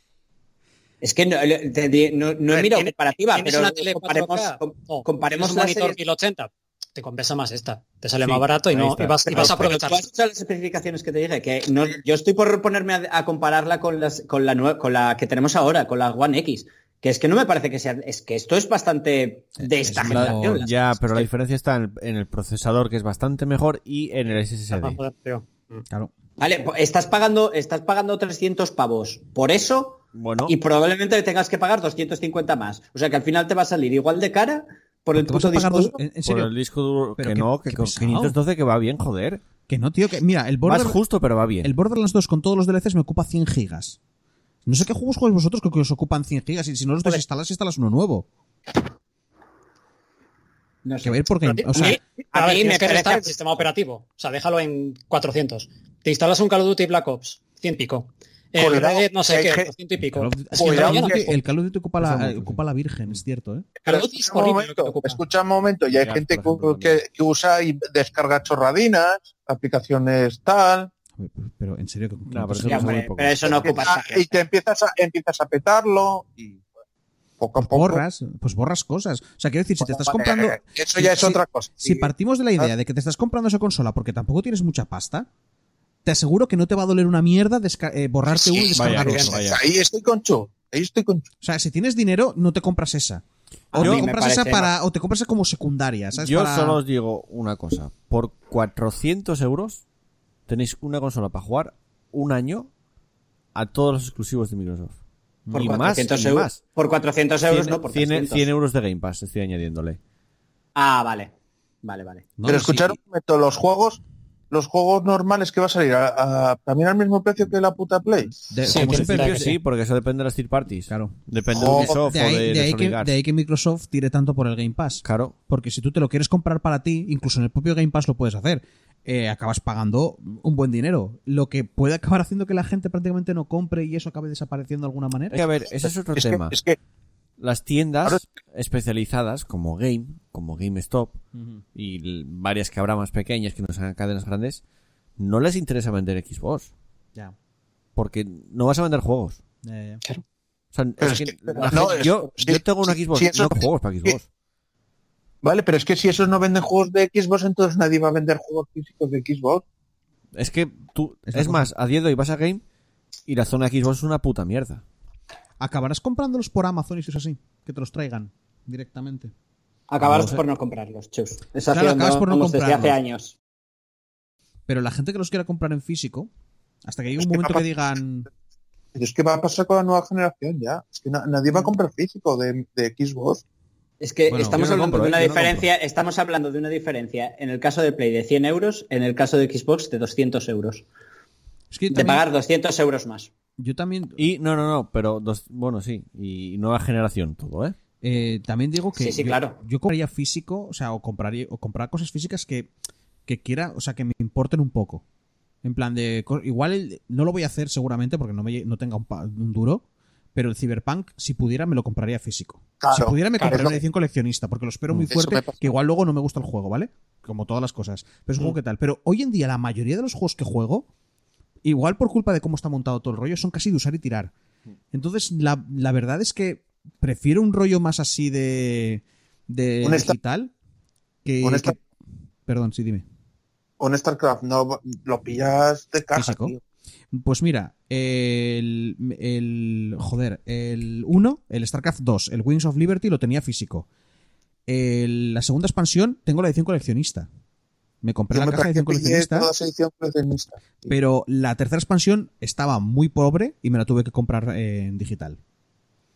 Speaker 6: Es que no, te di- no- no he
Speaker 5: Ver,
Speaker 6: mirado
Speaker 5: tiene-
Speaker 6: comparativa,
Speaker 5: Tienes
Speaker 6: pero
Speaker 5: una tele 4K,
Speaker 6: comparemos, com-
Speaker 5: o
Speaker 6: comparemos
Speaker 5: tienes
Speaker 6: las
Speaker 5: un monitor
Speaker 6: series-
Speaker 5: 1080. Te compensa más esta. Te sale
Speaker 1: Sí,
Speaker 5: más barato y
Speaker 1: ahí
Speaker 5: no
Speaker 1: está.
Speaker 5: y vas, y
Speaker 1: Ahí
Speaker 5: vas a
Speaker 1: está.
Speaker 5: aprovechar.
Speaker 6: ¿Tú has escuchado las especificaciones que te dije? Que no, yo estoy por ponerme a, a compararla con, las, con, la nue- con la que tenemos ahora, con la One X. Que es que no me parece que sea... Es que esto es bastante de esta
Speaker 2: es
Speaker 1: La-
Speaker 6: generación.
Speaker 1: Oh,
Speaker 6: las
Speaker 1: ya,
Speaker 6: cosas.
Speaker 1: pero la diferencia está en el, en el procesador, que es bastante mejor, y en el SSD.
Speaker 5: Joder, tío.
Speaker 2: Claro.
Speaker 6: Vale, po- estás pagando, estás pagando 300 pavos por eso
Speaker 1: Bueno,
Speaker 6: y probablemente tengas que pagar 250 más. O sea que al final te va a salir igual de cara por el
Speaker 2: Te vas a
Speaker 6: puto
Speaker 2: pagar
Speaker 6: disco
Speaker 2: dos-
Speaker 6: duro.
Speaker 2: en, en
Speaker 1: por
Speaker 2: serio.
Speaker 1: el disco duro,
Speaker 2: Pero
Speaker 1: que
Speaker 2: qué-
Speaker 1: no, que
Speaker 2: qué
Speaker 1: con
Speaker 2: pesado.
Speaker 1: 512 que va bien, joder.
Speaker 2: Que no, tío. Que, mira, el Border,
Speaker 1: Más justo, pero va bien.
Speaker 2: el Borderlands 2 con todos los DLCs me ocupa 100 gigas. No sé qué juegos jugáis vosotros que que os ocupan 100 gigas. Y si no los desinstalas, instalas uno nuevo.
Speaker 6: No
Speaker 2: Que
Speaker 6: sé.
Speaker 2: va a ir por Game- O sea,
Speaker 5: A
Speaker 6: A
Speaker 5: ver,
Speaker 6: mí
Speaker 5: tienes
Speaker 6: me
Speaker 5: que
Speaker 6: parece-
Speaker 5: restar el sistema operativo. O sea, déjalo en 400. Te instalas un Call of Duty Black Ops, 100 pico. El
Speaker 4: Cuidado,
Speaker 5: Red Dead no sé
Speaker 4: que hay
Speaker 5: qué,
Speaker 4: que-
Speaker 5: 200 y
Speaker 2: Call
Speaker 5: pico.
Speaker 2: of Duty- es
Speaker 5: que
Speaker 6: Pues
Speaker 2: que el
Speaker 4: Cuidado,
Speaker 2: Call of Duty-
Speaker 4: que-
Speaker 2: el Call of Duty ocupa
Speaker 1: Pasa
Speaker 2: la, eh,
Speaker 1: mucho,
Speaker 2: ocupa la Virgen, es cierto, ¿eh?
Speaker 5: Call
Speaker 4: Pero
Speaker 5: of Duty es
Speaker 4: escucha un
Speaker 5: horrible lo que te
Speaker 4: momento,
Speaker 5: ocupa.
Speaker 4: escucha un momento, y hay
Speaker 1: Ya,
Speaker 4: gente
Speaker 1: por ejemplo,
Speaker 4: que, que usa y descarga chorradinas, aplicaciones tal,
Speaker 2: Pero en serio, que- que
Speaker 1: pero
Speaker 2: no te
Speaker 1: eso muy
Speaker 2: sirve
Speaker 6: Ya, hombre,
Speaker 2: nada.
Speaker 1: poco.
Speaker 6: pero eso no
Speaker 4: que
Speaker 6: ocupa
Speaker 4: ta-
Speaker 6: espacio.
Speaker 4: y te empiezas a, empiezas a petarlo y poco a poco.
Speaker 2: borras, pues borras cosas. O sea, quiero decir, si te estás comprando,
Speaker 4: Eh, Eso ya es
Speaker 2: si-
Speaker 4: otra cosa.
Speaker 2: si
Speaker 4: Sí.
Speaker 2: partimos de la idea de que te estás comprando esa consola porque tampoco tienes mucha pasta, te aseguro que no te va a doler una mierda desca- eh, borrarte uno y
Speaker 1: vaya,
Speaker 2: descargar otro.
Speaker 1: vaya.
Speaker 4: Ahí estoy con Chu. Ahí estoy con Chu.
Speaker 2: O sea, si tienes dinero, no te compras esa.
Speaker 6: A
Speaker 2: O
Speaker 6: mí
Speaker 2: te
Speaker 6: me
Speaker 2: compras esa
Speaker 6: parece-
Speaker 2: para, o te compras esa como secundaria, ¿sabes?
Speaker 1: Yo
Speaker 2: Para-
Speaker 1: solo os digo una cosa. Por 400 euros tenéis una consola para jugar un año a todos los exclusivos de Microsoft.
Speaker 6: Por
Speaker 1: y
Speaker 6: 400
Speaker 1: más, y
Speaker 6: euros,
Speaker 1: más.
Speaker 6: por 400 euros,
Speaker 1: 100,
Speaker 6: no por
Speaker 1: 100,
Speaker 6: 300.
Speaker 1: euros de Game Pass, estoy añadiéndole.
Speaker 6: Ah, vale. Vale, vale.
Speaker 2: No,
Speaker 4: Pero
Speaker 2: sí.
Speaker 4: escucharon los juegos, los juegos normales que va a salir a- a- también al mismo precio que la puta Play.
Speaker 2: De-
Speaker 5: Sí,
Speaker 2: como
Speaker 5: que-
Speaker 2: siempre,
Speaker 5: claro
Speaker 1: sí,
Speaker 5: que sí.
Speaker 1: porque eso depende de las third parties.
Speaker 2: Claro.
Speaker 1: Depende
Speaker 4: Joder.
Speaker 1: de Ubisoft
Speaker 2: De
Speaker 1: o de
Speaker 2: ahí, de ahí que,
Speaker 1: Electronic Arts.
Speaker 2: de ahí que Microsoft tire tanto por el Game Pass.
Speaker 1: Claro.
Speaker 2: Porque si tú te lo quieres comprar para ti, incluso en el propio Game Pass lo puedes hacer. eh, acabas pagando un buen dinero. Lo que puede acabar haciendo que la gente prácticamente no compre y eso acabe desapareciendo de alguna
Speaker 1: Es
Speaker 2: manera.
Speaker 1: que, a ver, ese es otro
Speaker 4: Es que,
Speaker 1: tema.
Speaker 4: es que
Speaker 1: Las tiendas
Speaker 4: Ahora-
Speaker 1: especializadas como Game, como GameStop y l- varias que habrá más pequeñas que no sean cadenas grandes, no les interesa vender Xbox.
Speaker 2: Ya, Eh,
Speaker 1: Porque no vas a vender juegos.
Speaker 2: ya, ya.
Speaker 1: O sea,
Speaker 4: Pero
Speaker 1: es
Speaker 4: es
Speaker 1: que
Speaker 4: que-
Speaker 1: la
Speaker 4: no,
Speaker 1: gente-
Speaker 4: es-
Speaker 1: yo,
Speaker 4: sí,
Speaker 1: yo tengo una
Speaker 4: sí,
Speaker 1: Xbox,
Speaker 4: sí, eso-
Speaker 1: no juegos para Xbox.
Speaker 4: Vale, pero es que si esos no venden juegos de Xbox, entonces nadie va a vender juegos físicos de Xbox.
Speaker 1: Es que tú, es,
Speaker 2: Es la cosa.
Speaker 1: más, a día de hoy vas a Game y la zona Xbox es una puta mierda.
Speaker 2: Acabarás comprándolos por Amazon y si es así, que te los traigan directamente.
Speaker 6: Acabaros
Speaker 1: Vamos a-
Speaker 6: por no comprarlos, chus. Eso
Speaker 2: Claro, acabas por no
Speaker 6: haciéndolo desde hace
Speaker 2: comprarlos.
Speaker 6: años.
Speaker 2: Pero la gente que los quiera comprar en físico, hasta que llegue
Speaker 4: Es
Speaker 2: un
Speaker 4: que
Speaker 2: momento
Speaker 4: capaz-
Speaker 2: que digan,
Speaker 4: Pero es que va a pasar con la nueva generación ya. Es que na- nadie va a
Speaker 1: Mm.
Speaker 4: comprar físico de, de Xbox.
Speaker 6: Es que
Speaker 1: Bueno, yo
Speaker 6: estamos
Speaker 1: no
Speaker 6: hablando
Speaker 1: compro,
Speaker 6: de
Speaker 1: ¿eh?
Speaker 6: una
Speaker 1: Yo no
Speaker 6: diferencia, estamos hablando de una diferencia en el caso de Play de 100 euros, en el caso de Xbox de 200 euros.
Speaker 2: es que yo
Speaker 6: De
Speaker 2: también,
Speaker 6: pagar 200 euros más.
Speaker 2: yo también,
Speaker 1: Y no, no, no, pero dos, bueno, sí, y nueva generación todo, ¿eh?
Speaker 2: eh, también digo que
Speaker 6: Sí, sí,
Speaker 2: yo,
Speaker 6: claro.
Speaker 2: yo compraría físico, o sea, o compraría o comprar cosas físicas que, que quiera, o sea, que me importen un poco. En plan de, co- igual el- no lo voy a hacer seguramente porque no me lle- no tenga un, pa- un duro, pero el Cyberpunk si pudiera me lo compraría físico.
Speaker 4: Claro,
Speaker 2: si pudiera me
Speaker 4: claro,
Speaker 2: compraría
Speaker 4: es lo-
Speaker 2: una edición coleccionista porque lo espero muy
Speaker 4: Eso
Speaker 2: fuerte,
Speaker 4: me pasa. Mm.
Speaker 2: que igual luego no me gusta el juego, ¿vale? Como todas las cosas, pero es un juego que tal, pero hoy en día la mayoría de los juegos que juego igual por culpa de cómo está montado todo el rollo, son casi de usar y tirar. Entonces, la, la verdad es que prefiero un rollo más así de, de
Speaker 4: Un esta-
Speaker 2: digital que,
Speaker 4: un esta-
Speaker 2: que- Perdón, sí, dime.
Speaker 4: Un StarCraft no va- lo pillas de caja,
Speaker 2: Físico.
Speaker 4: tío.
Speaker 2: Pues mira, el, el- Joder, el 1, el StarCraft 2, el Wings of Liberty lo tenía físico. El- la segunda expansión tengo la edición coleccionista. Me compré
Speaker 4: Yo
Speaker 2: la
Speaker 4: me
Speaker 2: caja de
Speaker 4: traje
Speaker 2: edición
Speaker 4: pillé
Speaker 2: coleccionista,
Speaker 4: toda esa edición pues, coleccionista.
Speaker 2: pero la tercera expansión estaba muy pobre y me la tuve que comprar eh, en digital.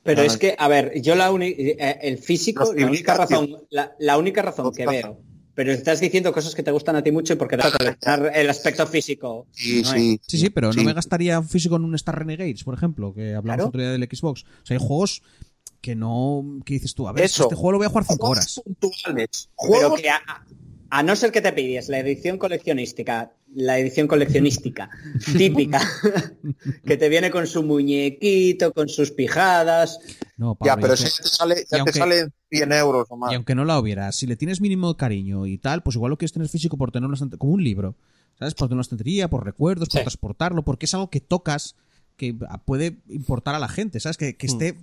Speaker 6: Pero
Speaker 4: Ah.
Speaker 6: es que, a ver, yo la uni- eh, el físico,
Speaker 4: Los
Speaker 6: la única
Speaker 4: civilistas,
Speaker 6: razón, la, la única razón
Speaker 4: Los
Speaker 6: que
Speaker 4: tazas.
Speaker 6: veo. Pero estás diciendo cosas que te gustan a ti mucho y porque te vas a coleccionar el aspecto físico.
Speaker 4: Sí,
Speaker 6: No
Speaker 4: sí.
Speaker 2: Sí, sí, pero
Speaker 4: Sí.
Speaker 2: no me gastaría físico en un Star Renegades, por ejemplo, que hablamos
Speaker 6: Claro.
Speaker 2: otro día del Xbox. O sea, hay juegos que no. que dices tú? A ver,
Speaker 4: Eso.
Speaker 2: este juego lo voy a jugar cinco
Speaker 4: Juegos
Speaker 2: horas.
Speaker 4: puntuales.
Speaker 6: Pero
Speaker 4: Juegos
Speaker 6: que a, a no ser que te pidies la edición coleccionística, la edición coleccionística típica, que te viene con su muñequito, con sus pijadas.
Speaker 2: No, Pablo,
Speaker 4: Ya, pero
Speaker 2: y
Speaker 4: si
Speaker 2: aunque-
Speaker 4: ya te sale,
Speaker 2: y
Speaker 4: ya
Speaker 2: aunque-
Speaker 4: te salen 100 euros o más.
Speaker 2: Y aunque no la hubiera, si le tienes mínimo cariño y tal, pues igual lo quieres tener físico por tener una estante- como un libro. ¿Sabes? Por tener una estantería, por recuerdos, por
Speaker 5: Sí.
Speaker 2: transportarlo, porque es algo que tocas, que ah, puede importar a la gente, ¿sabes? Que, que esté.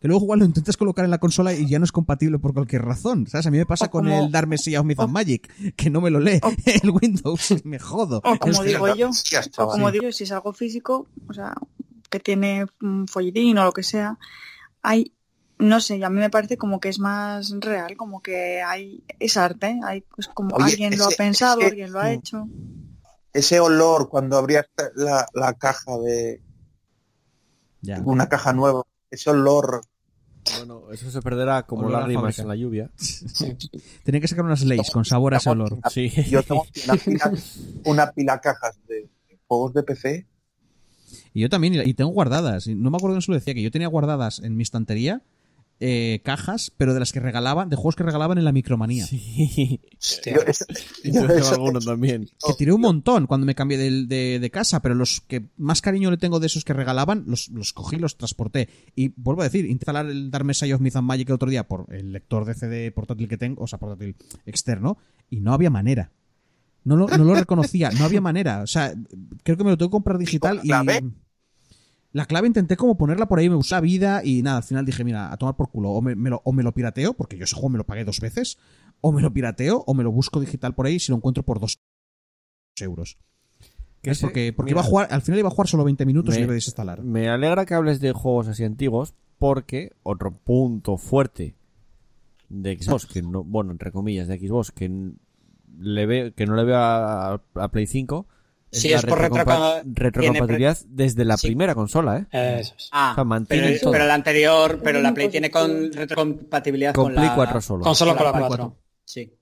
Speaker 2: Que luego igual lo intentas colocar en la consola y ya no es compatible por cualquier razón. ¿Sabes? A mí me pasa con el Darme Sea of Myth and Magic, que no me lo lee [laughs] el Windows, y me jodo.
Speaker 3: O como
Speaker 4: Hostia,
Speaker 3: digo yo,
Speaker 4: hostias,
Speaker 3: o
Speaker 4: chaval.
Speaker 3: como digo, si es algo físico, o sea, que tiene un folletín o lo que sea, hay, no sé, y a mí me parece como que es más real, como que hay, es arte, hay, pues como
Speaker 4: Oye,
Speaker 3: alguien lo ha
Speaker 4: ese- Mm.
Speaker 3: pensado,
Speaker 4: ese-
Speaker 3: alguien lo ha hecho.
Speaker 4: Ese olor cuando abrías la, la caja de
Speaker 2: Ya.
Speaker 4: una caja nueva,
Speaker 2: [laughs]
Speaker 4: ese olor.
Speaker 1: Bueno, eso se perderá como
Speaker 2: Olor a
Speaker 1: las rimas
Speaker 2: fábrica.
Speaker 1: en la lluvia.
Speaker 2: Tenía que sacar unas leyes con sabor a ese olor.
Speaker 1: Sí.
Speaker 4: Ah, Yo tengo una pila, una pila cajas de juegos de PC.
Speaker 2: Y yo también, y tengo guardadas. y No me acuerdo quién se lo decía, que yo tenía guardadas en mi estantería eh, cajas, pero de las que regalaban, de juegos que regalaban en la micromanía.
Speaker 1: [laughs] Sí.
Speaker 5: Hostia.
Speaker 4: Yo eso- yo [laughs]
Speaker 1: Yo tengo
Speaker 4: eso-
Speaker 1: alguno también.
Speaker 2: Que
Speaker 4: Oh,
Speaker 2: tiré un montón cuando me cambié del- de, de casa, pero los que más cariño le tengo de esos que regalaban, los, los cogí, los transporté. Y vuelvo a decir, instalar el Dark Messiah of Myth and Magic el otro día por el lector de CD portátil que tengo, o sea, portátil externo, y no había manera. No lo, no
Speaker 4: [laughs]
Speaker 2: lo reconocía, no había manera. O sea, creo que me lo tengo que comprar digital y.
Speaker 4: ¿La clave?
Speaker 2: La clave intenté como ponerla por ahí, me usaba vida y nada, al final dije, mira, a tomar por culo, o me, me lo, o me lo pirateo, porque yo ese juego me lo pagué dos veces, o me lo pirateo, o me lo busco digital por ahí y si lo encuentro por dos euros.
Speaker 1: Que
Speaker 2: ¿Ves?
Speaker 1: ese-
Speaker 2: Porque, porque
Speaker 1: mira,
Speaker 2: iba a jugar, al final iba a jugar solo 20 minutos
Speaker 1: Me-
Speaker 2: y lo iba a desinstalar.
Speaker 1: Me alegra que hables de juegos así antiguos porque otro punto fuerte de Xbox, que no, bueno, entre comillas, de Xbox, que n- le ve, que no le veo a, a Play 5,
Speaker 6: Sí, es por
Speaker 1: retrocompa-
Speaker 6: retrocompa-
Speaker 1: retrocompatibilidad desde la
Speaker 6: Sí.
Speaker 1: primera consola, ¿eh?
Speaker 5: Eso es.
Speaker 6: Ah,
Speaker 1: O sea, mantienen
Speaker 6: pero,
Speaker 1: todo.
Speaker 6: pero la anterior, pero
Speaker 3: Es
Speaker 6: la
Speaker 3: muy
Speaker 6: Play tiene
Speaker 3: positivo.
Speaker 6: con retrocompatibilidad
Speaker 1: Con
Speaker 6: con,
Speaker 1: Play
Speaker 6: la
Speaker 1: 4 solo.
Speaker 5: Con solo
Speaker 6: la
Speaker 5: con la
Speaker 6: Play
Speaker 5: 4.
Speaker 6: Sí.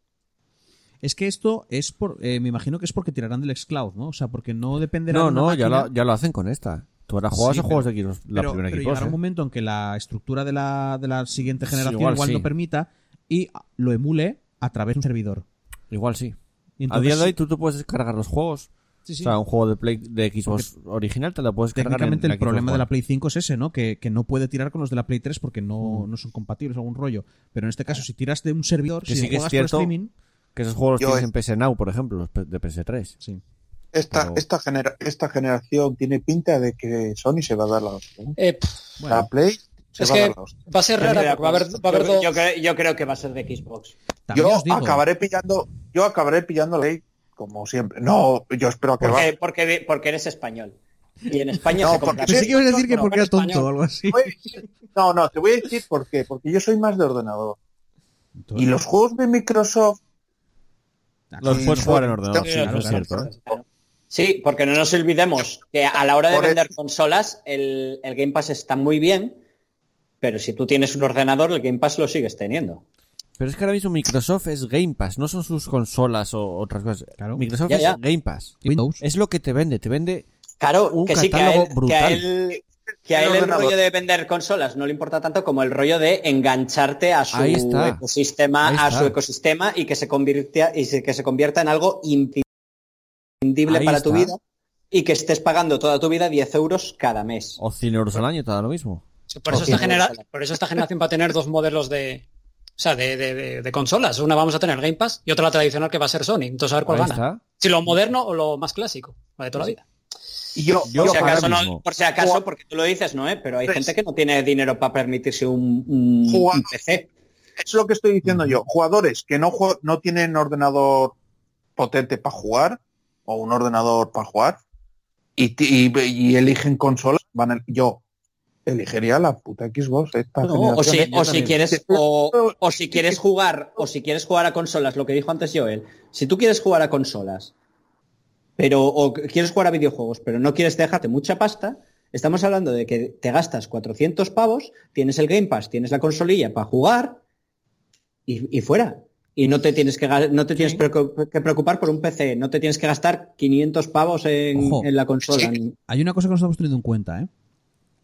Speaker 2: Es que esto es por, eh, me imagino que es porque tirarán del xCloud, ¿no? O sea, porque no dependerá
Speaker 1: No,
Speaker 2: de una
Speaker 1: no, ya
Speaker 2: máquina,
Speaker 1: lo, ya lo hacen con esta. Tú ahora jugabas
Speaker 2: Sí,
Speaker 1: a juegos de Xbox, la
Speaker 2: pero,
Speaker 1: primera
Speaker 2: pero
Speaker 1: Xbox.
Speaker 2: llegará un
Speaker 1: ¿eh?
Speaker 2: momento en que la estructura de la, de la siguiente generación
Speaker 1: igual
Speaker 2: igual,
Speaker 1: sí.
Speaker 2: no permita y lo emule a través de un servidor.
Speaker 1: Igual sí.
Speaker 2: Y
Speaker 1: a día
Speaker 2: entonces,
Speaker 1: de hoy tú te puedes descargar los juegos.
Speaker 2: sí, sí.
Speaker 1: O sea, un juego de Play de Xbox original te lo puedes descargar.
Speaker 2: Técnicamente
Speaker 1: en
Speaker 2: el problema de la
Speaker 1: Xbox One.
Speaker 2: Play 5 es ese, ¿no? Que, que no puede tirar con los de la Play 3 porque no, no son compatibles, algún rollo. Pero en este caso, si tiras de un servidor,
Speaker 1: Que
Speaker 2: si
Speaker 1: sí que es
Speaker 2: juegas
Speaker 1: cierto.
Speaker 2: por streaming,
Speaker 1: Que esos juegos los
Speaker 4: Yo
Speaker 1: tienes
Speaker 4: es-
Speaker 1: en PS Now, por ejemplo, los pe- de PS3.
Speaker 2: sí.
Speaker 4: Esta,
Speaker 1: Pero-
Speaker 4: esta, genera- esta generación tiene pinta de que Sony se va a dar la hostia. ¿eh?
Speaker 5: Eh, pff,
Speaker 4: La Play se
Speaker 5: es
Speaker 4: va a
Speaker 5: que
Speaker 4: dar la hostia.
Speaker 5: va a ser rara porque va a haber, va a haber
Speaker 6: yo,
Speaker 5: dos.
Speaker 6: yo creo, yo creo que va a ser de Xbox.
Speaker 2: También
Speaker 4: Yo
Speaker 2: os digo-
Speaker 4: acabaré pillando, yo acabaré pillando la Play como siempre. No, yo espero que
Speaker 6: Porque,
Speaker 4: baje.
Speaker 6: porque, porque eres español. Y en España
Speaker 4: No,
Speaker 6: se compra.
Speaker 4: porque- Pensé que
Speaker 2: ibas a decir
Speaker 5: que porque era tonto o
Speaker 2: algo así.
Speaker 4: Voy a decir- No, no, te voy a decir por qué. Porque yo soy más de ordenador. Y los juegos de Microsoft
Speaker 1: Los
Speaker 4: Sí,
Speaker 1: puedes
Speaker 4: no,
Speaker 1: jugar en
Speaker 4: no,
Speaker 1: ordenador,
Speaker 4: no,
Speaker 1: sí,
Speaker 5: no,
Speaker 1: eso es
Speaker 2: no,
Speaker 1: cierto. ¿eh?
Speaker 6: Sí, porque no nos olvidemos que a la hora de
Speaker 4: Por
Speaker 6: vender consolas el, el Game Pass está muy bien, pero si tú tienes un ordenador el Game Pass lo sigues teniendo.
Speaker 1: Pero es que ahora mismo Microsoft es Game Pass, no son sus consolas o otras cosas.
Speaker 2: Claro.
Speaker 1: Microsoft
Speaker 6: Ya,
Speaker 1: es
Speaker 6: ya.
Speaker 1: Game Pass.
Speaker 2: Windows.
Speaker 1: Es lo que te vende, te vende.
Speaker 6: Claro,
Speaker 1: Un
Speaker 6: que sí, que a
Speaker 1: catálogo
Speaker 6: él, que a
Speaker 1: brutal.
Speaker 6: él, que a él el
Speaker 4: ordenador.
Speaker 6: rollo de vender consolas no le importa tanto como el rollo de engancharte a su
Speaker 1: Ahí está.
Speaker 6: ecosistema,
Speaker 1: Ahí
Speaker 6: a
Speaker 1: está.
Speaker 6: su ecosistema y que se convierta y se- que se convierta en algo imprescindible
Speaker 1: Ahí
Speaker 6: para tu
Speaker 1: está.
Speaker 6: vida y que estés pagando toda tu vida 10 euros cada mes.
Speaker 1: O 100 euros al año, te da lo mismo.
Speaker 5: Por eso, esta
Speaker 6: Sí.
Speaker 5: genera- por eso esta generación va a tener dos modelos de. O sea, de, de- de- de consolas. Una vamos a tener Game Pass y otra la tradicional que va a ser Sony. Entonces a ver cuál
Speaker 1: Ahí
Speaker 5: gana.
Speaker 1: está.
Speaker 5: Si lo moderno o lo más clásico. La de toda la vida.
Speaker 4: y yo,
Speaker 1: Yo
Speaker 4: yo
Speaker 6: Por si,
Speaker 1: ahora
Speaker 6: acaso, no-
Speaker 1: mismo.
Speaker 6: por si acaso, porque tú lo dices, ¿no? eh? Pero hay
Speaker 4: Tres.
Speaker 6: gente que no tiene dinero para permitirse un, un-
Speaker 4: Jugar.
Speaker 6: un PC.
Speaker 4: es lo que estoy diciendo yo. Jugadores que no, jue- no tienen ordenador potente para jugar o un ordenador para jugar y, ti- y- y eligen consolas, van a- yo elegiría la puta Xbox esta
Speaker 6: No, o,
Speaker 4: generación.
Speaker 6: si,
Speaker 4: Yo
Speaker 6: o si
Speaker 4: también.
Speaker 6: quieres o, o si quieres jugar o si quieres jugar a consolas, lo que dijo antes Joel, si tú quieres jugar a consolas, pero o quieres jugar a videojuegos, pero no quieres dejarte mucha pasta, estamos hablando de que te gastas 400 pavos, tienes el Game Pass, tienes la consolilla para jugar y, y fuera. Y no te tienes que ga- no te tienes preocu- que preocupar por un PC, no te tienes que gastar 500 pavos en,
Speaker 2: Ojo.
Speaker 6: en la consola. ni-
Speaker 2: Hay una cosa que no estamos teniendo en cuenta, ¿eh?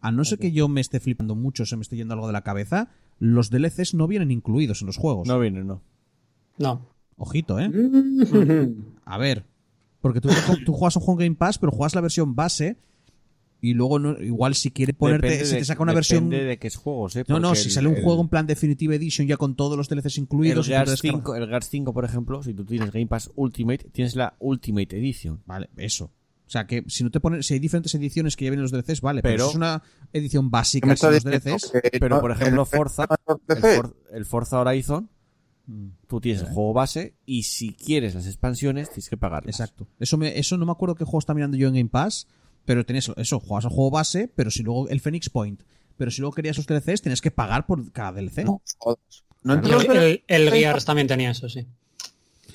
Speaker 2: A no ser que yo me esté flipando mucho, se me esté yendo algo de la cabeza, los DLCs no vienen incluidos en los juegos.
Speaker 1: No viene, no.
Speaker 5: No.
Speaker 2: Ojito, ¿eh?
Speaker 4: Mm.
Speaker 2: A ver, porque tú, tú juegas un juego en Game Pass, pero juegas la versión base y luego no- igual si quiere ponerte,
Speaker 1: Depende
Speaker 2: si
Speaker 1: de-
Speaker 2: te saca una versión...
Speaker 1: Depende de qué juegos, ¿eh?
Speaker 2: No, no,
Speaker 1: porque
Speaker 2: si
Speaker 1: el-
Speaker 2: sale un
Speaker 1: el-
Speaker 2: juego en plan Definitive Edition ya con todos los DLCs
Speaker 1: El
Speaker 2: incluidos... y tú te
Speaker 1: Gears,
Speaker 2: descargas-
Speaker 1: 5, el Gears 5, por ejemplo, si tú tienes Game Pass Ultimate, tienes la Ultimate Edition.
Speaker 2: Vale, eso. O sea, que si no te ponen, si hay diferentes ediciones que ya vienen los DLCs, vale, pero,
Speaker 1: Pero-
Speaker 2: si es una edición
Speaker 4: Que
Speaker 2: básica
Speaker 4: me
Speaker 2: sin
Speaker 4: está
Speaker 2: los
Speaker 4: diciendo
Speaker 2: DLCs.
Speaker 4: que
Speaker 1: Pero,
Speaker 4: Eh, no-
Speaker 1: por ejemplo,
Speaker 4: el-
Speaker 1: Forza, El,
Speaker 4: PC.
Speaker 1: For- el Forza Horizon,
Speaker 2: Mm.
Speaker 1: tú tienes el juego base y si quieres las expansiones, tienes que pagarlas.
Speaker 2: Exacto. Eso, me, eso no me acuerdo qué juego está mirando yo en Game Pass, pero tenías eso, jugabas al juego base, pero si luego el Phoenix Point, pero si luego querías los DLCs, tenías que pagar por cada DLC.
Speaker 4: No, jodas. No
Speaker 5: El,
Speaker 4: entiendo.
Speaker 5: el- el Gears también tenía eso, sí.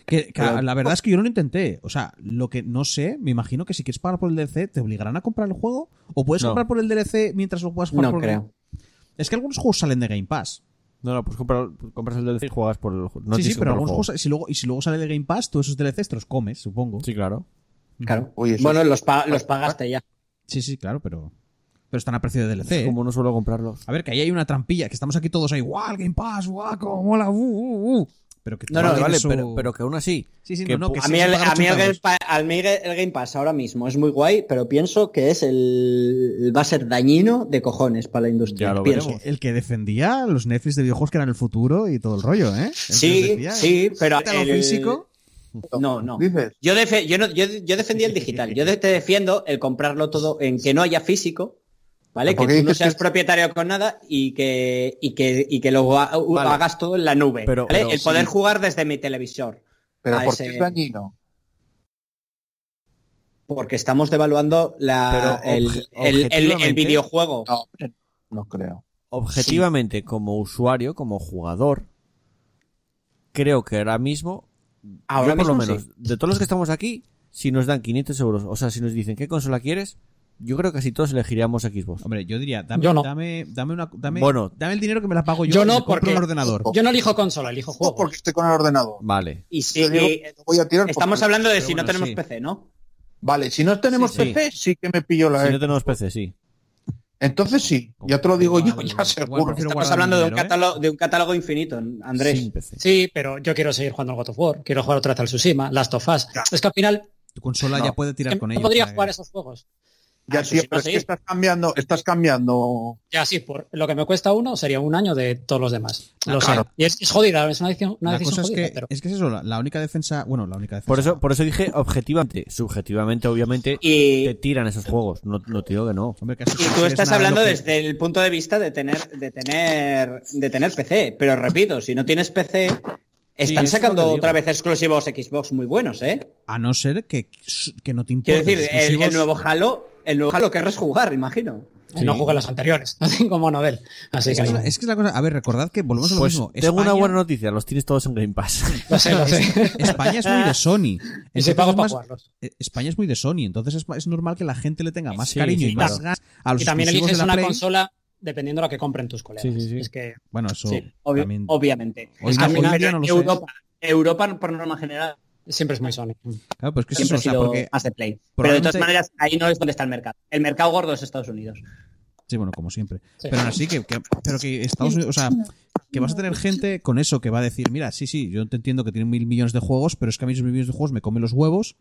Speaker 2: Que, que
Speaker 4: Pero-
Speaker 2: la verdad es que yo no lo intenté. O sea, lo que no sé, me imagino que si quieres pagar por el DLC, ¿te obligarán a comprar el juego? ¿O puedes
Speaker 1: No.
Speaker 2: comprar por el DLC mientras lo puedas jugar?
Speaker 6: No
Speaker 2: por-
Speaker 6: creo.
Speaker 2: Es que algunos juegos salen de Game Pass.
Speaker 1: No, no, pues compra- compras el DLC y juegas por el ju- no
Speaker 2: sí,
Speaker 1: tienes
Speaker 2: sí,
Speaker 1: que
Speaker 2: pero
Speaker 1: comprar el
Speaker 2: algunos
Speaker 1: juego.
Speaker 2: juegos, si luego, y si luego sale de Game Pass, todos esos DLCs te los comes, supongo.
Speaker 1: Sí, claro.
Speaker 6: Claro.
Speaker 4: Uy, eso
Speaker 6: bueno, los, pa- los pagaste ya.
Speaker 2: Sí, sí, claro, pero, pero están a precio de DLC. ¿eh?
Speaker 1: Como no suelo comprarlos.
Speaker 2: A ver, que ahí hay una trampilla, que estamos aquí todos ahí, guau, el Game Pass, guau, cómo mola, uh, uh, uh. Pero que
Speaker 1: No, no,
Speaker 2: vale,
Speaker 1: vale,
Speaker 2: eso-
Speaker 1: pero, pero que aún así.
Speaker 2: Sí, sí,
Speaker 1: que
Speaker 2: no, no, que
Speaker 6: A
Speaker 2: sí,
Speaker 6: mí,
Speaker 2: se
Speaker 6: el,
Speaker 2: pagan
Speaker 6: a mí el
Speaker 2: 80
Speaker 6: Game
Speaker 2: euros.
Speaker 6: Pa- al mí el- el Game Pass ahora mismo es muy guay, pero pienso que es el va a ser dañino de cojones para la industria.
Speaker 1: Ya lo
Speaker 6: pienso.
Speaker 1: veremos.
Speaker 2: El que defendía los Netflix de videojuegos que eran el futuro y todo el rollo, ¿eh? El que nos
Speaker 6: Sí,
Speaker 2: decía,
Speaker 1: ¿eh?
Speaker 6: sí, pero
Speaker 2: "Quita lo
Speaker 6: el-
Speaker 2: físico.
Speaker 6: [laughs] No, no.
Speaker 4: dices.
Speaker 6: Yo, defe- yo, no- yo, yo defendí el digital. Yo de- te defiendo el comprarlo todo en que no haya físico, ¿vale? Que
Speaker 4: Porque
Speaker 6: tú no
Speaker 4: dices
Speaker 6: seas
Speaker 4: que-
Speaker 6: propietario con nada y que, y que, y que lo ha- u-
Speaker 1: Vale.
Speaker 6: hagas todo en la nube.
Speaker 1: Pero-
Speaker 6: ¿vale?
Speaker 1: pero
Speaker 6: el poder
Speaker 1: sí.
Speaker 6: jugar desde mi televisor.
Speaker 4: Pero
Speaker 6: a
Speaker 4: ¿por
Speaker 6: Ah, ese-
Speaker 4: qué es dañino?
Speaker 6: Porque estamos devaluando la,
Speaker 1: Pero
Speaker 6: el,
Speaker 1: obje-
Speaker 6: el- el- el
Speaker 1: objetivamente-
Speaker 6: videojuego.
Speaker 4: No, hombre, no creo.
Speaker 1: Objetivamente, como usuario, como jugador, creo que ahora mismo,
Speaker 6: Ahora
Speaker 1: yo por lo
Speaker 6: mismo
Speaker 1: menos, de todos los que estamos aquí, si nos dan 500 euros, o sea, si nos dicen qué consola quieres, yo creo que casi todos elegiríamos Xbox.
Speaker 2: Hombre, yo diría, dame,
Speaker 5: Yo no.
Speaker 2: dame, dame, una, dame,
Speaker 1: Bueno.
Speaker 2: dame el dinero que me la pago yo,
Speaker 5: Yo
Speaker 2: y
Speaker 5: no,
Speaker 2: me compro
Speaker 5: porque-
Speaker 2: un ordenador.
Speaker 5: Yo no elijo consola, elijo
Speaker 4: No,
Speaker 5: juego.
Speaker 4: porque estoy con el ordenador.
Speaker 1: Vale.
Speaker 6: Y si
Speaker 4: Yo digo,
Speaker 6: y-
Speaker 4: lo voy a tirar
Speaker 6: estamos
Speaker 4: porque-
Speaker 6: hablando de
Speaker 2: pero
Speaker 6: si no
Speaker 2: bueno,
Speaker 6: tenemos
Speaker 2: sí.
Speaker 6: PC, ¿no?
Speaker 4: Vale, si no tenemos
Speaker 1: Sí, sí.
Speaker 4: PC, sí que me pillo la E.
Speaker 1: Si no tenemos PC, sí.
Speaker 4: Entonces sí, ya te lo digo yo,
Speaker 2: Igual-
Speaker 4: ya seguro.
Speaker 2: prefiero
Speaker 6: Estamos
Speaker 2: guardar
Speaker 6: hablando
Speaker 2: el
Speaker 6: de un,
Speaker 2: dinero, ¿eh?
Speaker 6: catálogo, de un catálogo infinito, Andrés.
Speaker 1: Sin PC.
Speaker 5: Sí, pero yo quiero seguir jugando al God of War, quiero jugar otra vez al Tsushima, Last of Us.
Speaker 4: Ya.
Speaker 5: Es que al final
Speaker 2: Tu consola
Speaker 4: No.
Speaker 2: ya puede tirar
Speaker 5: que
Speaker 2: con
Speaker 5: no
Speaker 2: ello.
Speaker 5: podría
Speaker 2: o sea,
Speaker 5: jugar esos juegos.
Speaker 4: ya
Speaker 5: Ah,
Speaker 4: tío,
Speaker 5: sí,
Speaker 4: pero
Speaker 5: no,
Speaker 4: es
Speaker 5: sí.
Speaker 4: que estás cambiando, estás cambiando.
Speaker 5: Ya sí, por lo que me cuesta uno sería un año de todos los demás. Lo
Speaker 4: Claro.
Speaker 5: sé. Y es, es jodida, es una decisión, una
Speaker 2: La
Speaker 5: decisión
Speaker 2: cosa es
Speaker 5: jodida,
Speaker 2: que,
Speaker 5: pero
Speaker 2: es que es eso, la, la única defensa, bueno, la única defensa.
Speaker 1: Por eso, por eso dije objetivamente. Subjetivamente, obviamente,
Speaker 6: Y,
Speaker 1: te tiran esos juegos. No, no te digo que no.
Speaker 2: Hombre, que
Speaker 6: y
Speaker 2: eso-
Speaker 6: tú
Speaker 2: es
Speaker 6: estás
Speaker 2: nada
Speaker 6: hablando
Speaker 2: lo que-
Speaker 6: desde el punto de este- vista de tener, de tener, de tener PC. Pero repito, si no tienes PC,
Speaker 1: eso es lo
Speaker 6: están
Speaker 1: que
Speaker 6: sacando
Speaker 1: digo.
Speaker 6: otra vez exclusivos Xbox muy buenos, ¿eh?
Speaker 2: A no ser que, que no te importe.
Speaker 6: Quiero decir,
Speaker 2: los
Speaker 6: el, el
Speaker 2: exclusivos-
Speaker 6: nuevo Halo, el nuevo Halo querrás jugar, imagino.
Speaker 5: no juego a los anteriores, [laughs] como novel. Así
Speaker 2: Es
Speaker 5: que
Speaker 2: que, es la- es que es la cosa. A ver, recordad que volvemos a lo
Speaker 1: Pues
Speaker 2: mismo.
Speaker 1: tengo
Speaker 2: España-
Speaker 1: una buena noticia. Los tienes todos en Game Pass.
Speaker 5: lo sé,
Speaker 2: [laughs]
Speaker 5: lo sé.
Speaker 2: España es muy de Sony.
Speaker 5: Y se
Speaker 2: Entonces,
Speaker 5: pago para
Speaker 2: más-
Speaker 5: jugarlos.
Speaker 2: eh, España es muy de Sony, entonces es, es normal que la gente le tenga más
Speaker 1: Sí,
Speaker 2: cariño
Speaker 1: sí,
Speaker 2: y más
Speaker 1: claro.
Speaker 2: ganas a los
Speaker 5: Y también
Speaker 2: exclusivos de
Speaker 5: eliges
Speaker 2: la
Speaker 5: una
Speaker 2: Play.
Speaker 5: consola dependiendo de lo que compren tus colegas.
Speaker 1: Sí, sí, sí.
Speaker 5: Es que
Speaker 2: Bueno, eso
Speaker 5: Sí,
Speaker 6: Obvi-
Speaker 2: también.
Speaker 6: Obviamente.
Speaker 2: Hoy
Speaker 6: Es que
Speaker 2: no,
Speaker 6: al
Speaker 2: hoy
Speaker 6: final,
Speaker 2: día no lo sé.
Speaker 6: Europa, Europa, por norma general,
Speaker 5: siempre es muy Sony.
Speaker 2: Claro, pues que es
Speaker 6: siempre
Speaker 2: eso,
Speaker 6: ha
Speaker 2: o sea,
Speaker 6: sido
Speaker 2: porque-
Speaker 6: más de play. Pero de
Speaker 2: probablemente-
Speaker 6: todas maneras, ahí no es donde está el mercado. El mercado gordo es Estados Unidos.
Speaker 2: Sí, bueno, como siempre.
Speaker 5: Sí.
Speaker 2: Pero aún así, que, que- pero que Estados Unidos, o sea, que vas a tener gente con eso que va a decir, mira, sí, sí, yo te entiendo que tienen mil millones de juegos, pero es que a mí esos mil millones de juegos me comen los huevos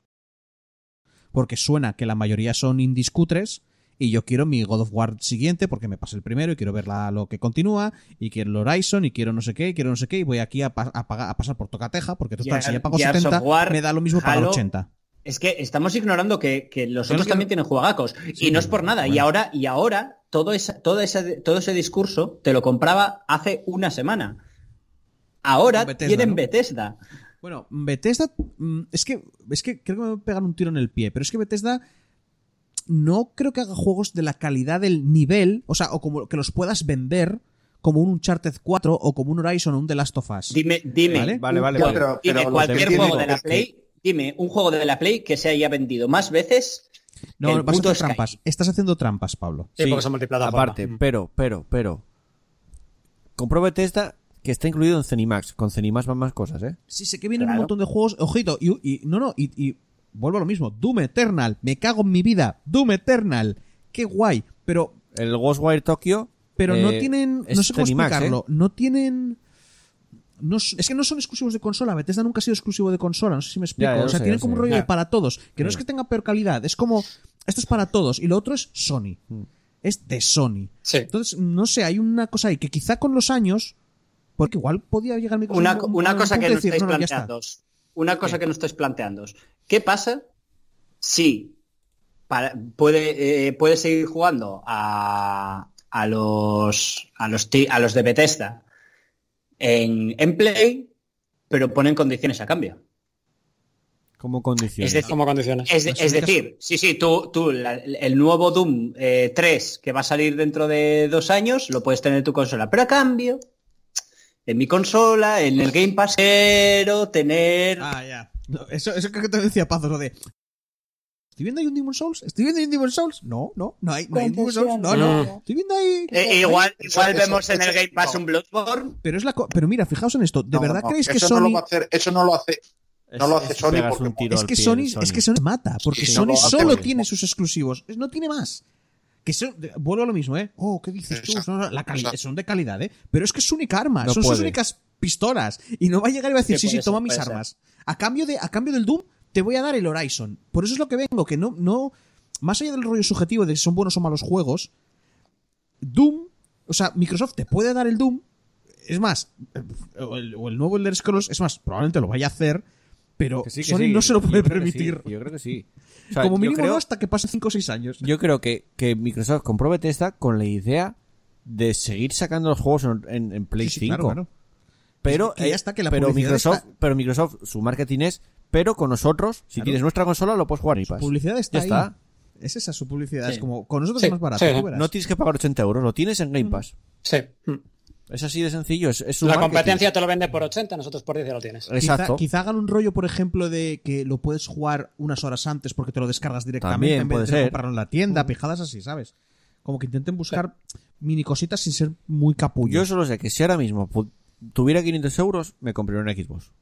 Speaker 2: porque suena que la mayoría son indies cutres y yo quiero mi God of War siguiente porque me pasé el primero y quiero ver la- lo que continúa y quiero el Horizon y quiero no sé qué y quiero no sé qué y voy aquí a, pa- a pagar- a pasar por tocateja porque total,
Speaker 6: Gear-
Speaker 2: si ya pago
Speaker 6: Gears of
Speaker 2: 70
Speaker 6: War,
Speaker 2: me da lo mismo pagar
Speaker 6: Halo,
Speaker 2: 80.
Speaker 6: Es que estamos ignorando que, que los
Speaker 2: Yo
Speaker 6: otros
Speaker 2: lo que-
Speaker 6: también tienen juegacos.
Speaker 2: Sí,
Speaker 6: y no es por nada. Y
Speaker 2: bueno.
Speaker 6: ahora, y ahora todo, esa, todo, ese, todo ese discurso te lo compraba hace una semana. Ahora
Speaker 2: Con Bethesda,
Speaker 6: tienen
Speaker 2: ¿no?
Speaker 6: Bethesda.
Speaker 2: Bueno, Bethesda. mm, Es que, es que creo que me voy a pegar un tiro en el pie, pero es que Bethesda no creo que haga juegos de la calidad del nivel, o sea, o como que los puedas vender como un Uncharted 4 o como un Horizon o un The Last of Us.
Speaker 6: Dime, dime.
Speaker 2: Vale,
Speaker 1: Vale, vale,
Speaker 6: Dime,
Speaker 1: vale.
Speaker 4: pero-
Speaker 6: dime
Speaker 4: pero lo
Speaker 6: cualquier
Speaker 4: que
Speaker 6: juego
Speaker 4: entiendo
Speaker 6: de la
Speaker 4: es que-
Speaker 6: Play, dime un juego de la Play que se haya vendido más veces que
Speaker 2: No,
Speaker 6: el
Speaker 2: vas a
Speaker 6: puto
Speaker 2: hacer
Speaker 6: Sky.
Speaker 2: trampas. Estás haciendo trampas, Pablo.
Speaker 5: Sí,
Speaker 1: Sí,
Speaker 5: porque son multiplataforma. Mm.
Speaker 1: Aparte,
Speaker 2: Mm.
Speaker 1: pero, pero, pero. Compruébete esta que está incluido en Cenimax. Con Cenimax van más cosas, ¿eh?
Speaker 2: Sí, sé que vienen un
Speaker 6: Claro.
Speaker 2: montón de juegos. Ojito, y, y- no, no, y, y vuelvo a lo mismo. Doom Eternal, me cago en mi vida. Doom Eternal, qué guay. Pero,
Speaker 1: El Ghostwire Tokyo.
Speaker 2: pero no
Speaker 1: eh,
Speaker 2: tienen,
Speaker 1: es
Speaker 2: no sé cómo
Speaker 1: Zenimax, ¿eh?
Speaker 2: explicarlo. No tienen. no s- es que no son exclusivos de consola. Bethesda nunca ha sido exclusivo de consola. No sé si me explico.
Speaker 1: Ya, ya lo
Speaker 2: o sea,
Speaker 1: sé,
Speaker 2: tienen
Speaker 1: ya
Speaker 2: como
Speaker 1: sé.
Speaker 2: un
Speaker 1: Mm.
Speaker 2: rollo de
Speaker 5: Ya.
Speaker 2: para todos. Que no es que tenga peor calidad. Es como. Esto es para todos. Y lo otro es Sony.
Speaker 1: Mm.
Speaker 2: Es de Sony.
Speaker 5: Sí.
Speaker 2: Entonces, no sé, hay una cosa ahí que quizá con los años. Porque igual podía llegar mi
Speaker 6: Una, co- una cosa que no estáis
Speaker 2: planteando
Speaker 6: planteando. Una cosa que no estáis planteando. ¿Qué pasa si para- puede, eh, puede seguir jugando a, a los a los ti- a los de Bethesda en, en Play, pero ponen condiciones a cambio?
Speaker 1: Como condiciones.
Speaker 6: Es decir,
Speaker 5: Como condiciones.
Speaker 6: Es, de-
Speaker 2: Las
Speaker 6: es
Speaker 2: únicas-
Speaker 6: decir, sí, sí, tú, tú la- el nuevo Doom eh, 3 que va a salir dentro de dos años, lo puedes tener en tu consola. Pero a cambio, en mi consola, en el Game Pass, quiero tener...
Speaker 2: Ah, ya. No, eso, eso creo que te decía Pazos, lo de. ¿Estoy viendo ahí un Demon Souls? ¿Estoy viendo ahí un Demon Souls? No, no, no hay, no hay un Demon Souls. No, no.
Speaker 3: Confesión.
Speaker 2: Estoy viendo ahí.
Speaker 6: Eh, igual
Speaker 4: Eso-
Speaker 6: igual
Speaker 4: eso-
Speaker 6: vemos en
Speaker 4: eso-
Speaker 6: el Game Pass
Speaker 4: no.
Speaker 6: un Bloodborne.
Speaker 2: Pero, es la co- pero mira, fijaos en esto. ¿De
Speaker 4: No,
Speaker 2: verdad
Speaker 4: no,
Speaker 2: creéis que
Speaker 4: eso no
Speaker 2: Sony.?
Speaker 4: lo va a hacer, eso no lo hace. No lo hace Sony
Speaker 1: pegas
Speaker 4: porque-
Speaker 1: un tiro
Speaker 2: es
Speaker 1: al
Speaker 2: que
Speaker 1: pie,
Speaker 2: Sony, es que Sony mata, porque
Speaker 4: Sí, no
Speaker 2: Sony
Speaker 4: lo hace
Speaker 2: solo
Speaker 4: porque-
Speaker 2: tiene sus exclusivos, Es- no tiene más. Que son- de- vuelvo a lo mismo, ¿eh? Oh, ¿qué dices tú?
Speaker 4: Exacto,
Speaker 2: No, no, la cali-
Speaker 4: exacto.
Speaker 2: son de calidad, ¿eh? Pero es que es su única arma,
Speaker 1: No
Speaker 2: son sus
Speaker 1: puede.
Speaker 2: únicas pistolas. Y no va a llegar y va a decir,
Speaker 6: Sí,
Speaker 2: sí, sí,
Speaker 6: puede
Speaker 2: toma
Speaker 6: ser,
Speaker 2: mis
Speaker 6: puede ser.
Speaker 2: armas. A cambio, de, a cambio del Doom, te voy a dar el Horizon. Por eso es lo que vengo, que no, no. Más allá del rollo subjetivo de si son buenos o malos juegos, Doom, o sea, Microsoft te puede dar el Doom. Es más, o el, o el nuevo Elder Scrolls, es más, probablemente lo vaya a hacer, pero
Speaker 1: Que sí, que
Speaker 2: Sony
Speaker 1: sí,
Speaker 2: no se lo
Speaker 1: yo
Speaker 2: puede
Speaker 1: creo que sí,
Speaker 2: permitir.
Speaker 1: yo creo que sí. O sea,
Speaker 2: Como
Speaker 1: yo
Speaker 2: mínimo
Speaker 1: creo-
Speaker 2: no hasta que pasen 5 o 6 años.
Speaker 1: Yo creo que, que Microsoft compró Bethesda con la idea de seguir sacando los juegos en, en- en Play
Speaker 2: Sí, sí,
Speaker 1: 5.
Speaker 2: claro, claro.
Speaker 1: Pero, eh,
Speaker 2: Es que ya está, que la
Speaker 1: pero
Speaker 2: publicidad
Speaker 1: Microsoft,
Speaker 2: está-
Speaker 1: pero Microsoft, su marketing es, pero con nosotros, si
Speaker 2: Claro.
Speaker 1: tienes nuestra consola, lo puedes jugar y
Speaker 2: Su
Speaker 1: pas.
Speaker 2: publicidad está
Speaker 1: Ya
Speaker 2: ahí.
Speaker 1: está.
Speaker 2: Es esa su publicidad.
Speaker 5: Sí.
Speaker 2: Es como, con nosotros
Speaker 5: Sí,
Speaker 2: es más barato.
Speaker 5: sí.
Speaker 2: tú verás.
Speaker 1: No tienes que pagar 80 euros, lo tienes en Game Pass.
Speaker 5: Sí.
Speaker 1: Es así de sencillo. Es, es su
Speaker 5: Mm. La
Speaker 1: marketing.
Speaker 5: competencia te lo vende por 80, nosotros por 10 ya lo tienes.
Speaker 2: Quizá-
Speaker 1: Exacto.
Speaker 2: Quizá, hagan un rollo, por ejemplo, de que lo puedes jugar unas horas antes porque te lo descargas directamente
Speaker 1: También
Speaker 2: en vez de
Speaker 1: puede
Speaker 2: tener que
Speaker 1: ser.
Speaker 2: comprarlo en la tienda, pijadas así, ¿sabes? Como que intenten buscar mini cositas sin ser muy
Speaker 1: Yo
Speaker 2: capullos.
Speaker 1: solo sé que si ahora mismo pu- tuviera 500 euros, me compraría una Xbox.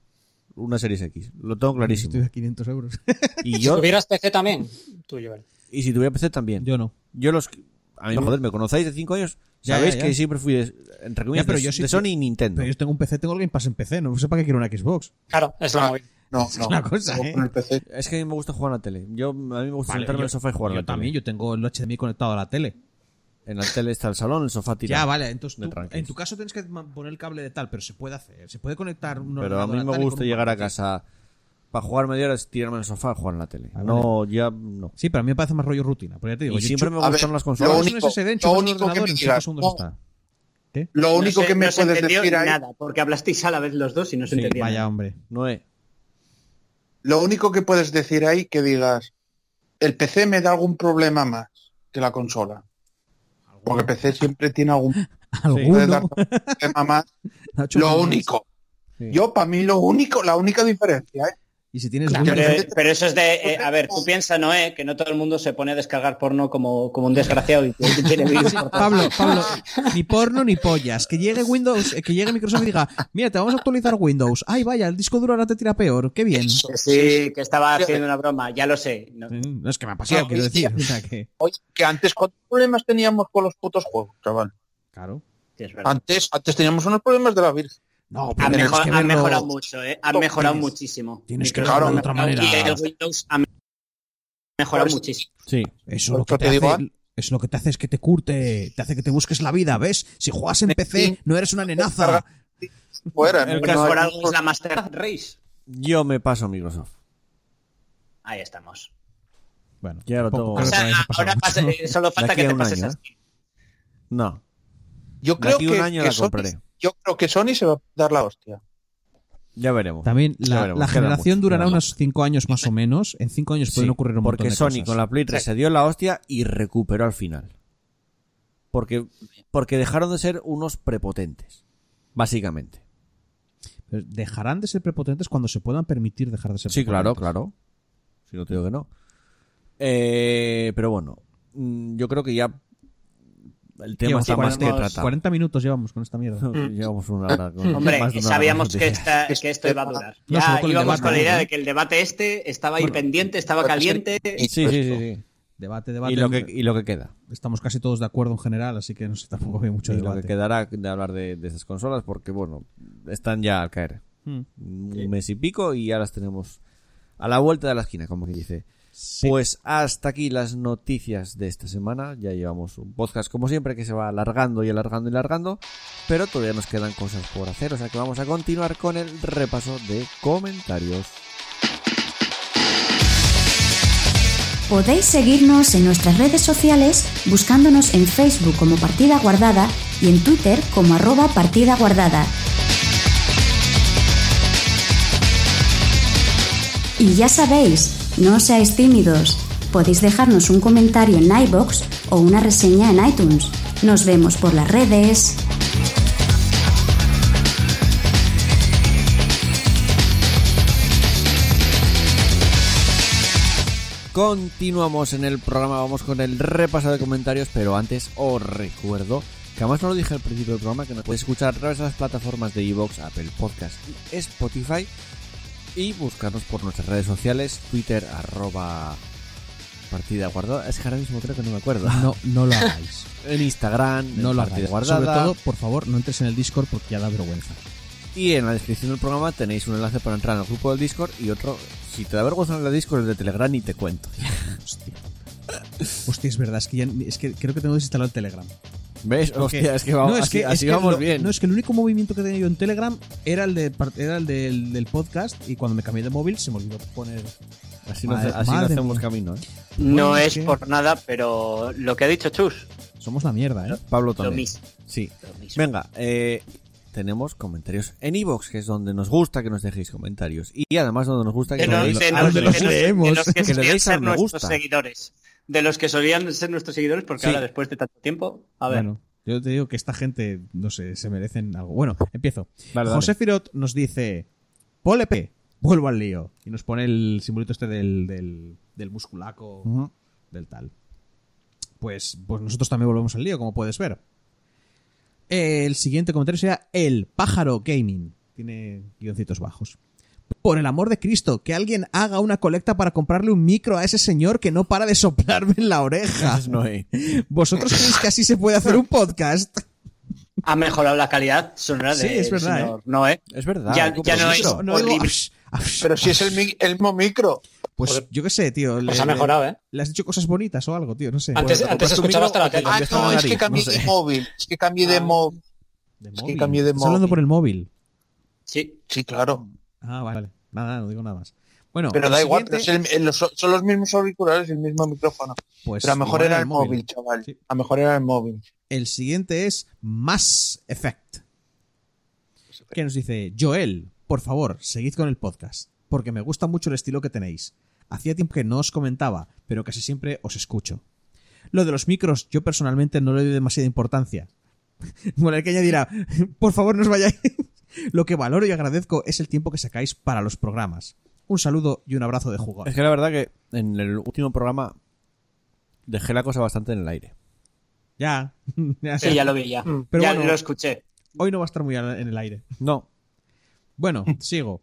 Speaker 1: Una Series X. Lo tengo
Speaker 2: Estoy
Speaker 1: clarísimo.
Speaker 2: a 500 euros.
Speaker 1: Y
Speaker 5: [laughs] Si
Speaker 1: yo,
Speaker 5: tuvieras PC también, tuyo, ¿verdad?
Speaker 1: y si tuviera PC también.
Speaker 2: yo no.
Speaker 1: Yo los. A mí, joder, me conocéis de 5 años.
Speaker 2: Ya,
Speaker 1: Sabéis
Speaker 2: ya, ya.
Speaker 1: que siempre fui, de, entre comillas,
Speaker 2: Ya, pero
Speaker 1: de,
Speaker 2: yo sí-
Speaker 1: de Sony y Nintendo.
Speaker 2: Pero yo tengo un PC, tengo el Game Pass en PC. No sé para qué quiero una Xbox.
Speaker 5: Claro, es la
Speaker 4: Ah,
Speaker 5: móvil.
Speaker 2: [laughs]
Speaker 4: No, no.
Speaker 2: una cosa,
Speaker 4: Luego
Speaker 2: ¿eh?
Speaker 4: con el PC.
Speaker 1: Es que a mí me gusta jugar en la tele. Yo, a mí me gusta
Speaker 2: Vale,
Speaker 1: sentarme en el sofá y jugar en
Speaker 2: yo
Speaker 1: la
Speaker 2: también,
Speaker 1: tele.
Speaker 2: yo tengo el HDMI conectado a la tele.
Speaker 1: En la tele está el salón, el sofá tirado.
Speaker 2: Ya, vale, entonces
Speaker 1: de
Speaker 2: tú-
Speaker 1: tranquis.
Speaker 2: en tu caso tienes que ma- poner el cable de tal, pero se puede hacer, se puede conectar un
Speaker 1: Pero a
Speaker 2: ordenador
Speaker 1: mí
Speaker 2: tal
Speaker 1: me
Speaker 2: y
Speaker 1: gusta
Speaker 2: con un
Speaker 1: llegar a
Speaker 2: parlante.
Speaker 1: casa. Para jugar media hora es tirarme en el sofá y jugar en la tele.
Speaker 2: Ah,
Speaker 1: No, ya no.
Speaker 2: Sí, pero a mí me parece más rollo rutina, porque ya te digo,
Speaker 1: Y
Speaker 2: yo
Speaker 1: siempre
Speaker 2: enchu-
Speaker 1: me
Speaker 4: A
Speaker 1: gustan
Speaker 4: ver,
Speaker 1: las
Speaker 4: lo
Speaker 1: consolas.
Speaker 2: ahora es un
Speaker 4: único-
Speaker 2: SSD,
Speaker 4: lo
Speaker 2: enchufas un
Speaker 4: único que
Speaker 2: ordenador
Speaker 4: me
Speaker 2: en
Speaker 4: digas,
Speaker 2: 5 segundos
Speaker 4: no.
Speaker 2: está.
Speaker 4: Lo
Speaker 6: No
Speaker 4: único
Speaker 6: se-
Speaker 4: que me
Speaker 6: no se
Speaker 4: puedes
Speaker 6: entendió
Speaker 4: decir ahí,
Speaker 6: nada, porque hablasteis a la vez los dos y no se
Speaker 1: Sí,
Speaker 6: entendía
Speaker 2: Vaya,
Speaker 6: nada.
Speaker 2: hombre.
Speaker 1: No es.
Speaker 4: lo único que puedes decir ahí que digas, el PC me da algún problema más que la consola. Porque el PC siempre
Speaker 2: [laughs]
Speaker 4: tiene algún puede
Speaker 2: Alguno.
Speaker 4: dar algún problema
Speaker 2: [laughs]
Speaker 4: más.
Speaker 2: Nacho
Speaker 4: Lo
Speaker 2: Fernández.
Speaker 4: único.
Speaker 1: Sí.
Speaker 4: Yo, para mí, lo único, la única diferencia, ¿eh?
Speaker 2: Y si tienes
Speaker 4: Claro,
Speaker 2: Windows,
Speaker 6: Pero, pero eso es de... eh, a ver, tú piensa, Noé, que no todo el mundo se pone a descargar porno como, como un desgraciado y y
Speaker 4: [laughs]
Speaker 6: tiene virus por todo.
Speaker 2: Pablo, Pablo, ni porno ni pollas. Que llegue Windows, eh, que llegue Microsoft y diga, mira, te vamos a actualizar Windows. Ay, vaya, el disco duro ahora te tira peor. Qué bien.
Speaker 6: Que Sí, que estaba haciendo una broma, ya lo sé. No.
Speaker 2: Mm, No es que me ha pasado,
Speaker 4: Sí,
Speaker 2: quiero
Speaker 4: hostia.
Speaker 2: decir. O sea que,
Speaker 4: Oye, que antes, ¿cuántos problemas teníamos con los putos juegos, chaval?
Speaker 2: claro.
Speaker 6: Sí, es verdad.
Speaker 4: Antes, antes teníamos unos problemas de la Virgen.
Speaker 2: No, pero
Speaker 6: Han
Speaker 2: tienes
Speaker 6: mejor-
Speaker 2: que
Speaker 6: han
Speaker 2: verlo.
Speaker 6: mejorado mucho, ¿eh? Han
Speaker 4: Tienes-
Speaker 6: mejorado muchísimo.
Speaker 2: tienes que
Speaker 6: Microsoft
Speaker 4: verlo de
Speaker 6: ha
Speaker 2: otra
Speaker 6: mejorado
Speaker 2: manera.
Speaker 6: Y el Windows ha mejorado muchísimo.
Speaker 1: Sí.
Speaker 2: Eso lo
Speaker 4: Por
Speaker 2: que
Speaker 4: eso
Speaker 2: te,
Speaker 4: te digo,
Speaker 2: hace, es lo que te hace es que te curte, te hace que te busques la vida, ¿ves? Si juegas en PC, no eres una nenaza.
Speaker 4: Fuera,
Speaker 1: El
Speaker 4: no,
Speaker 6: Pero
Speaker 1: caso-
Speaker 4: no,
Speaker 6: por
Speaker 4: no,
Speaker 6: algo es la Master Race.
Speaker 1: Yo me paso a Microsoft.
Speaker 6: Ahí estamos.
Speaker 2: Bueno,
Speaker 1: Ya lo
Speaker 2: tampoco
Speaker 1: tengo.
Speaker 2: creo
Speaker 6: O
Speaker 2: que te
Speaker 6: sea,
Speaker 2: vayas a pasar
Speaker 6: ahora
Speaker 2: mucho.
Speaker 6: pasa- eh, solo falta
Speaker 1: aquí
Speaker 6: que
Speaker 1: a
Speaker 6: te
Speaker 1: un
Speaker 6: pases
Speaker 1: año, ¿eh?
Speaker 6: así.
Speaker 1: No.
Speaker 4: Yo creo
Speaker 1: aquí a
Speaker 4: que,
Speaker 1: un año
Speaker 4: que
Speaker 1: la
Speaker 4: Sony,
Speaker 1: compraré.
Speaker 4: yo creo que Sony se va a dar la hostia.
Speaker 1: Ya veremos.
Speaker 2: También
Speaker 1: Ya
Speaker 2: la,
Speaker 1: veremos,
Speaker 2: la
Speaker 1: queda
Speaker 2: generación
Speaker 1: mucho,
Speaker 2: durará
Speaker 1: queda
Speaker 2: unos 5 años más o menos. En 5 años
Speaker 1: Sí,
Speaker 2: pueden ocurrir un montón
Speaker 1: Porque
Speaker 2: de
Speaker 1: Sony
Speaker 2: cosas.
Speaker 1: con la Play 3 se dio la hostia y recuperó al final. Porque, porque dejaron de ser unos prepotentes, básicamente.
Speaker 2: Pero Dejarán de ser prepotentes cuando se puedan permitir dejar de ser
Speaker 1: Sí, claro,
Speaker 2: prepotentes.
Speaker 1: claro. Si no te digo que no. Eh, pero bueno, mm, yo creo que ya el tema
Speaker 2: Llevamos
Speaker 1: está más que
Speaker 2: 40,
Speaker 1: tratado.
Speaker 2: 40 minutos llevamos con esta mierda.
Speaker 1: [laughs] Llevamos una hora con-
Speaker 6: [laughs] Hombre,
Speaker 1: más de una hora
Speaker 6: sabíamos
Speaker 1: de
Speaker 6: que,
Speaker 1: noticias.
Speaker 6: esta- que esto iba a durar.
Speaker 2: No,
Speaker 6: Ya
Speaker 2: solo con el
Speaker 6: íbamos
Speaker 2: debate,
Speaker 6: con la idea
Speaker 2: ¿no?
Speaker 6: de que el debate este estaba ahí pendiente, estaba caliente.
Speaker 1: Sí, sí, sí, sí.
Speaker 2: Debate, debate.
Speaker 1: Y lo que, y lo que queda.
Speaker 2: Estamos casi todos de acuerdo en general, así que no sé, tampoco había mucho
Speaker 1: Y lo
Speaker 2: debate.
Speaker 1: que quedará de hablar de, de esas consolas, porque bueno, están ya al caer.
Speaker 2: Hmm.
Speaker 1: Un mes y pico y ya las tenemos a la vuelta de la esquina, como que dice.
Speaker 2: Sí.
Speaker 1: Pues hasta aquí las noticias de esta semana. Ya llevamos un podcast, como siempre, que se va alargando y alargando y alargando, pero todavía nos quedan cosas por hacer, o sea que vamos a continuar con el repaso de comentarios.
Speaker 12: Podéis seguirnos en nuestras redes sociales buscándonos en Facebook como Partida Guardada y en Twitter como arroba Partida Guardada. Y ya sabéis, no seáis tímidos. Podéis dejarnos un comentario en iBox o una reseña en iTunes. Nos vemos por las redes.
Speaker 1: Continuamos en el programa, vamos con el repaso de comentarios, pero antes os recuerdo que además no lo dije al principio del programa, que nos podéis escuchar a través de las plataformas de iVoox, Apple Podcast y Spotify y buscarnos por nuestras redes sociales, Twitter, arroba partida guardada, es que ahora mismo creo que no me acuerdo,
Speaker 2: No, no lo hagáis.
Speaker 1: [laughs] en Instagram,
Speaker 2: No
Speaker 1: en
Speaker 2: lo
Speaker 1: partida
Speaker 2: hagáis.
Speaker 1: guardada
Speaker 2: Sobre todo, por favor, no entres en el Discord porque ya da vergüenza.
Speaker 1: y en la descripción del programa tenéis un enlace para entrar al grupo del Discord y otro, si te da vergüenza en el Discord, el de Telegram y te
Speaker 2: [laughs]
Speaker 1: cuento.
Speaker 2: Hostia. Hostia, es verdad, es que, ya, es que creo que tengo desinstalado el Telegram.
Speaker 1: ¿Ves?
Speaker 2: Porque-
Speaker 1: Hostia, es que vamos, así,
Speaker 2: es
Speaker 1: así vamos
Speaker 2: lo-
Speaker 1: bien.
Speaker 2: No, es que el único movimiento que tenía yo en Telegram era el, de, par- era el del, del podcast y cuando me cambié de móvil se me olvidó poner...
Speaker 1: Así no,
Speaker 2: Madre-
Speaker 1: hace- así no
Speaker 2: madre
Speaker 1: hacemos
Speaker 2: mía.
Speaker 1: camino, ¿eh?
Speaker 6: No
Speaker 2: Bueno,
Speaker 6: es
Speaker 2: sí.
Speaker 6: por nada, pero lo que ha dicho Chus,
Speaker 2: Somos la mierda, ¿eh?
Speaker 1: Pablo
Speaker 6: lo
Speaker 1: también.
Speaker 6: mismo.
Speaker 1: Sí.
Speaker 6: lo mismo.
Speaker 1: Venga, eh, tenemos comentarios en iVoox, que es donde nos gusta que nos dejéis comentarios. Y además donde nos gusta que,
Speaker 6: Que no-
Speaker 1: nos
Speaker 6: de
Speaker 1: deis-
Speaker 6: no-
Speaker 1: a donde
Speaker 6: de
Speaker 1: los-
Speaker 6: no- de
Speaker 2: leemos.
Speaker 6: los que
Speaker 1: Que le
Speaker 6: solían
Speaker 1: deis al
Speaker 6: ser
Speaker 1: me
Speaker 6: nuestros
Speaker 1: gusta.
Speaker 6: seguidores. De los que solían ser nuestros seguidores, porque
Speaker 1: Sí.
Speaker 6: ahora después de tanto tiempo, a ver,
Speaker 2: Bueno, yo te digo que esta gente, no sé, se merecen algo. Bueno, empiezo.
Speaker 1: Vale, dale.
Speaker 2: José Firot nos dice, Polepe, vuelvo al lío. Y nos pone el simbolito este del, del, del musculaco,
Speaker 1: Ujú.
Speaker 2: del tal. Pues, pues nosotros también volvemos al lío, como puedes ver. El siguiente comentario será El Pájaro Gaming. Tiene guioncitos bajos. Por el amor de Cristo, que alguien haga una colecta para comprarle un micro a ese señor que no para de soplarme en
Speaker 1: [laughs]
Speaker 2: la oreja.
Speaker 1: no, eh.
Speaker 2: ¿Vosotros creéis que así se puede hacer un podcast?
Speaker 6: ha mejorado la calidad sonora
Speaker 2: Sí,
Speaker 6: de
Speaker 2: es verdad,
Speaker 6: No, ¿eh?
Speaker 1: Es verdad.
Speaker 6: Ya-
Speaker 1: hay que
Speaker 6: ya no
Speaker 1: compromiso.
Speaker 6: es-
Speaker 2: No digo,
Speaker 6: Horrible.
Speaker 2: [laughs] "Ash, ash".
Speaker 4: Pero si es el, mi- el mismo micro.
Speaker 2: Pues yo qué sé, tío. le-
Speaker 5: Pues ha mejorado, ¿eh?
Speaker 2: le has dicho cosas bonitas o algo, tío, no sé.
Speaker 5: Antes,
Speaker 1: Bueno,
Speaker 5: antes
Speaker 1: pues tú mismo-
Speaker 5: escuchaba hasta la tele.
Speaker 4: Ah,
Speaker 1: Cambiaste
Speaker 4: no,
Speaker 1: la
Speaker 4: es que
Speaker 1: nariz,
Speaker 4: cambié
Speaker 1: no
Speaker 4: de
Speaker 1: sé.
Speaker 4: móvil. Es que cambié
Speaker 6: Ah.
Speaker 4: de móvil.
Speaker 2: De
Speaker 4: Es
Speaker 2: móvil.
Speaker 4: que cambié de
Speaker 2: Estás hablando
Speaker 4: móvil.
Speaker 2: por el móvil.
Speaker 6: Sí.
Speaker 4: Sí, claro.
Speaker 2: Ah, vale. vale. Nada, no digo nada más. Bueno,
Speaker 4: Pero da
Speaker 2: el
Speaker 4: igual,
Speaker 2: siguiente-
Speaker 4: pero es el- los- son los mismos auriculares y el mismo micrófono.
Speaker 2: pues,
Speaker 4: Pero a lo mejor
Speaker 2: igual
Speaker 4: era el móvil, chaval.
Speaker 2: Sí.
Speaker 4: A lo mejor era el móvil.
Speaker 2: El siguiente es Mass Effect. Que nos dice, Joel, por favor, seguid con el podcast, porque me gusta mucho el estilo que tenéis. Hacía tiempo que no os comentaba, pero casi siempre os escucho. Lo de los micros, yo personalmente no le doy demasiada importancia. [laughs] Bueno, el que añadirá, [laughs] por favor, no os vayáis. [laughs] Lo que valoro y agradezco es el tiempo que sacáis para los programas. Un saludo y un abrazo de
Speaker 1: Es
Speaker 2: jugador.
Speaker 1: que la verdad que en el último programa dejé la cosa bastante en el aire.
Speaker 2: Ya. [laughs] ya
Speaker 6: Sí, ya lo vi ya.
Speaker 2: Mm, Pero
Speaker 6: ya
Speaker 2: bueno.
Speaker 6: lo escuché.
Speaker 2: Hoy no va a estar muy en el aire.
Speaker 1: No.
Speaker 6: [laughs]
Speaker 2: Bueno, sigo.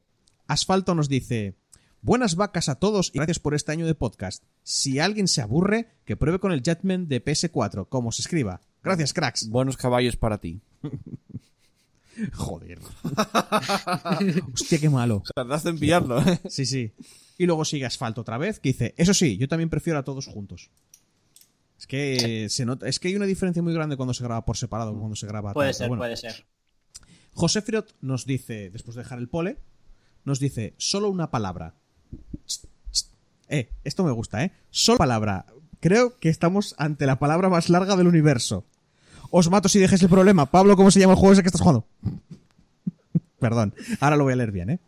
Speaker 2: Asfalto nos dice: Buenas vacas a todos y gracias por este año de podcast. Si alguien se aburre, que pruebe con el Jetman de PS4, como se escriba. Gracias,
Speaker 6: [laughs]
Speaker 2: cracks.
Speaker 1: Buenos caballos para ti.
Speaker 2: Joder. [laughs] Hostia, qué malo.
Speaker 1: Tardaste en pillarlo, ¿eh?
Speaker 2: Sí, sí. Y luego sigue Asfalto otra vez, que dice: Eso sí, yo también prefiero a todos juntos. Es que, se nota, es que hay una diferencia muy grande cuando se graba por separado, cuando se graba.
Speaker 6: Puede
Speaker 2: tal, pero
Speaker 6: ser,
Speaker 2: bueno.
Speaker 6: puede ser.
Speaker 2: José Firot nos dice, después de dejar el pole, nos dice solo una palabra. Eh, esto me gusta, ¿eh? Solo palabra. Creo que estamos ante la palabra más larga del universo. Os mato si dejes el problema. Pablo, ¿cómo se llama el juego ese que estás jugando? [laughs] Perdón, ahora lo voy a leer bien, ¿eh?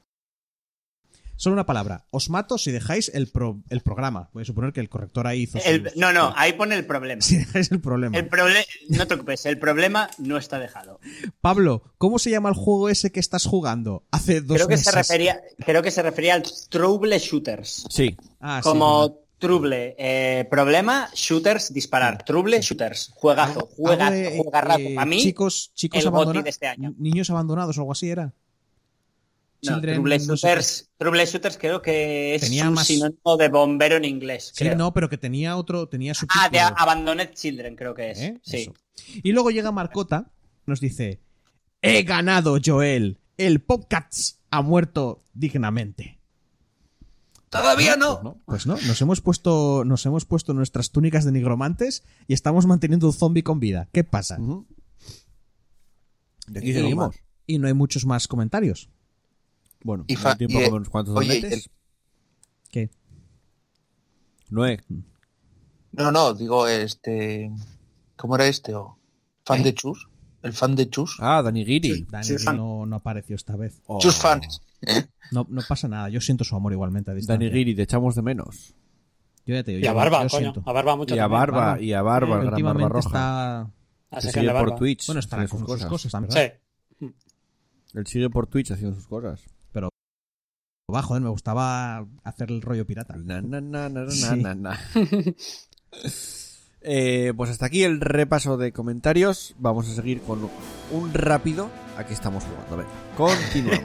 Speaker 2: Solo una palabra. Os mato si dejáis el, pro- el programa. Voy a suponer que el corrector ahí hizo. su-
Speaker 6: El- no, no, ahí pone el problema.
Speaker 2: [laughs] Si dejáis el problema.
Speaker 6: El proble- no te preocupes, el problema no está dejado.
Speaker 2: Pablo, ¿cómo se llama el juego ese que estás jugando? Hace dos
Speaker 6: Creo que, se
Speaker 2: meses.
Speaker 6: refería, creo que se refería al trouble shooters.
Speaker 1: Sí,
Speaker 2: Ah, sí,
Speaker 6: como
Speaker 2: verdad.
Speaker 6: trouble, eh, problema, shooters, disparar. Trouble, shooters. Juegazo,
Speaker 2: Algo
Speaker 6: juegazo,
Speaker 2: de,
Speaker 6: juegarrazo.
Speaker 2: Ah, eh,
Speaker 6: Para mí,
Speaker 2: chicos, chicos
Speaker 6: el GOTY
Speaker 2: abandona-
Speaker 6: de este año.
Speaker 2: Niños abandonados o algo así era.
Speaker 6: no,
Speaker 2: Children,
Speaker 6: trouble,
Speaker 2: no sé
Speaker 6: shooters, trouble shooters creo que es
Speaker 2: Tenía
Speaker 6: un
Speaker 2: más-
Speaker 6: sinónimo de bombero en inglés.
Speaker 2: qué. Sí,
Speaker 6: creo.
Speaker 2: no, pero que tenía otro, tenía su
Speaker 6: Ah, de Abandoned Children creo que es.
Speaker 2: ¿Eh?
Speaker 6: Sí.
Speaker 2: Eso. Y luego llega Marcota, nos dice: He ganado, Joel. El podcast ha muerto dignamente. Pues
Speaker 6: Todavía
Speaker 2: no, pues no, nos hemos puesto, nos hemos puesto nuestras túnicas de nigromantes y estamos manteniendo un zombie con vida. ¿Qué pasa?
Speaker 9: Y
Speaker 1: de aquí seguimos.
Speaker 2: Y no hay muchos más comentarios.
Speaker 1: Bueno,
Speaker 4: Y
Speaker 1: no
Speaker 4: fa-
Speaker 1: hay tiempo a
Speaker 4: y, eh,
Speaker 1: comer unos cuantos
Speaker 4: oye, y
Speaker 1: dobletes.
Speaker 2: ¿Qué?
Speaker 1: Noé,
Speaker 4: No, no, digo, este. ¿Cómo era este? o? ¿Fan de Chus? ¿El fan de Chus?
Speaker 1: ah, Danigiri.
Speaker 2: Dani
Speaker 6: Sí, fan.
Speaker 2: no, no apareció esta vez.
Speaker 1: Oh,
Speaker 4: Chus fans. [laughs]
Speaker 2: No, no pasa nada, yo siento su amor igualmente a distancia.
Speaker 1: Oh, Danigiri, te echamos de menos.
Speaker 2: Yo ya te digo,
Speaker 5: Y a
Speaker 2: yo-
Speaker 5: Barba,
Speaker 2: yo
Speaker 5: coño.
Speaker 2: siento.
Speaker 5: A Barba mucho.
Speaker 1: Y a
Speaker 5: también.
Speaker 1: Barba,
Speaker 2: Barba.
Speaker 1: y a Barba, el gran
Speaker 2: últimamente
Speaker 1: Barba roja.
Speaker 2: está...
Speaker 5: A
Speaker 1: Que
Speaker 5: sacar
Speaker 1: sigue
Speaker 5: la
Speaker 1: por
Speaker 5: Barba.
Speaker 1: Twitch.
Speaker 2: Bueno, estará
Speaker 1: haciendo
Speaker 2: con
Speaker 1: sus
Speaker 2: sus
Speaker 1: cosas.
Speaker 2: cosas, también.
Speaker 5: Sí.
Speaker 1: Él sigue por Twitch haciendo sus [laughs] cosas.
Speaker 2: Va, joder, ¿eh? me gustaba hacer el rollo pirata.
Speaker 1: Na, na, na, na, na,
Speaker 2: Sí.
Speaker 1: na, na. [laughs] Eh, pues hasta aquí el repaso de comentarios. Vamos a seguir con un rápido. Aquí estamos jugando. Venga, [laughs] continuamos.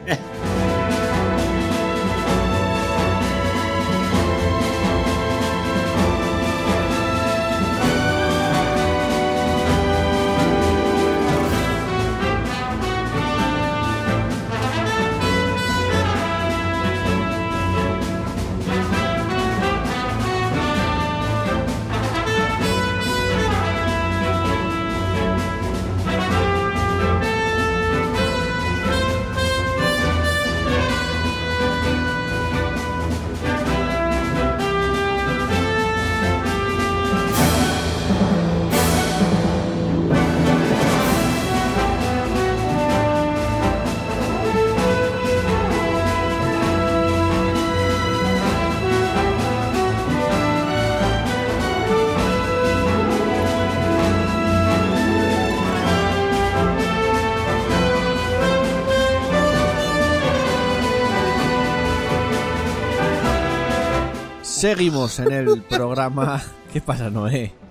Speaker 1: Seguimos en el programa. [laughs] ¿Qué pasa, Noé?
Speaker 2: [laughs]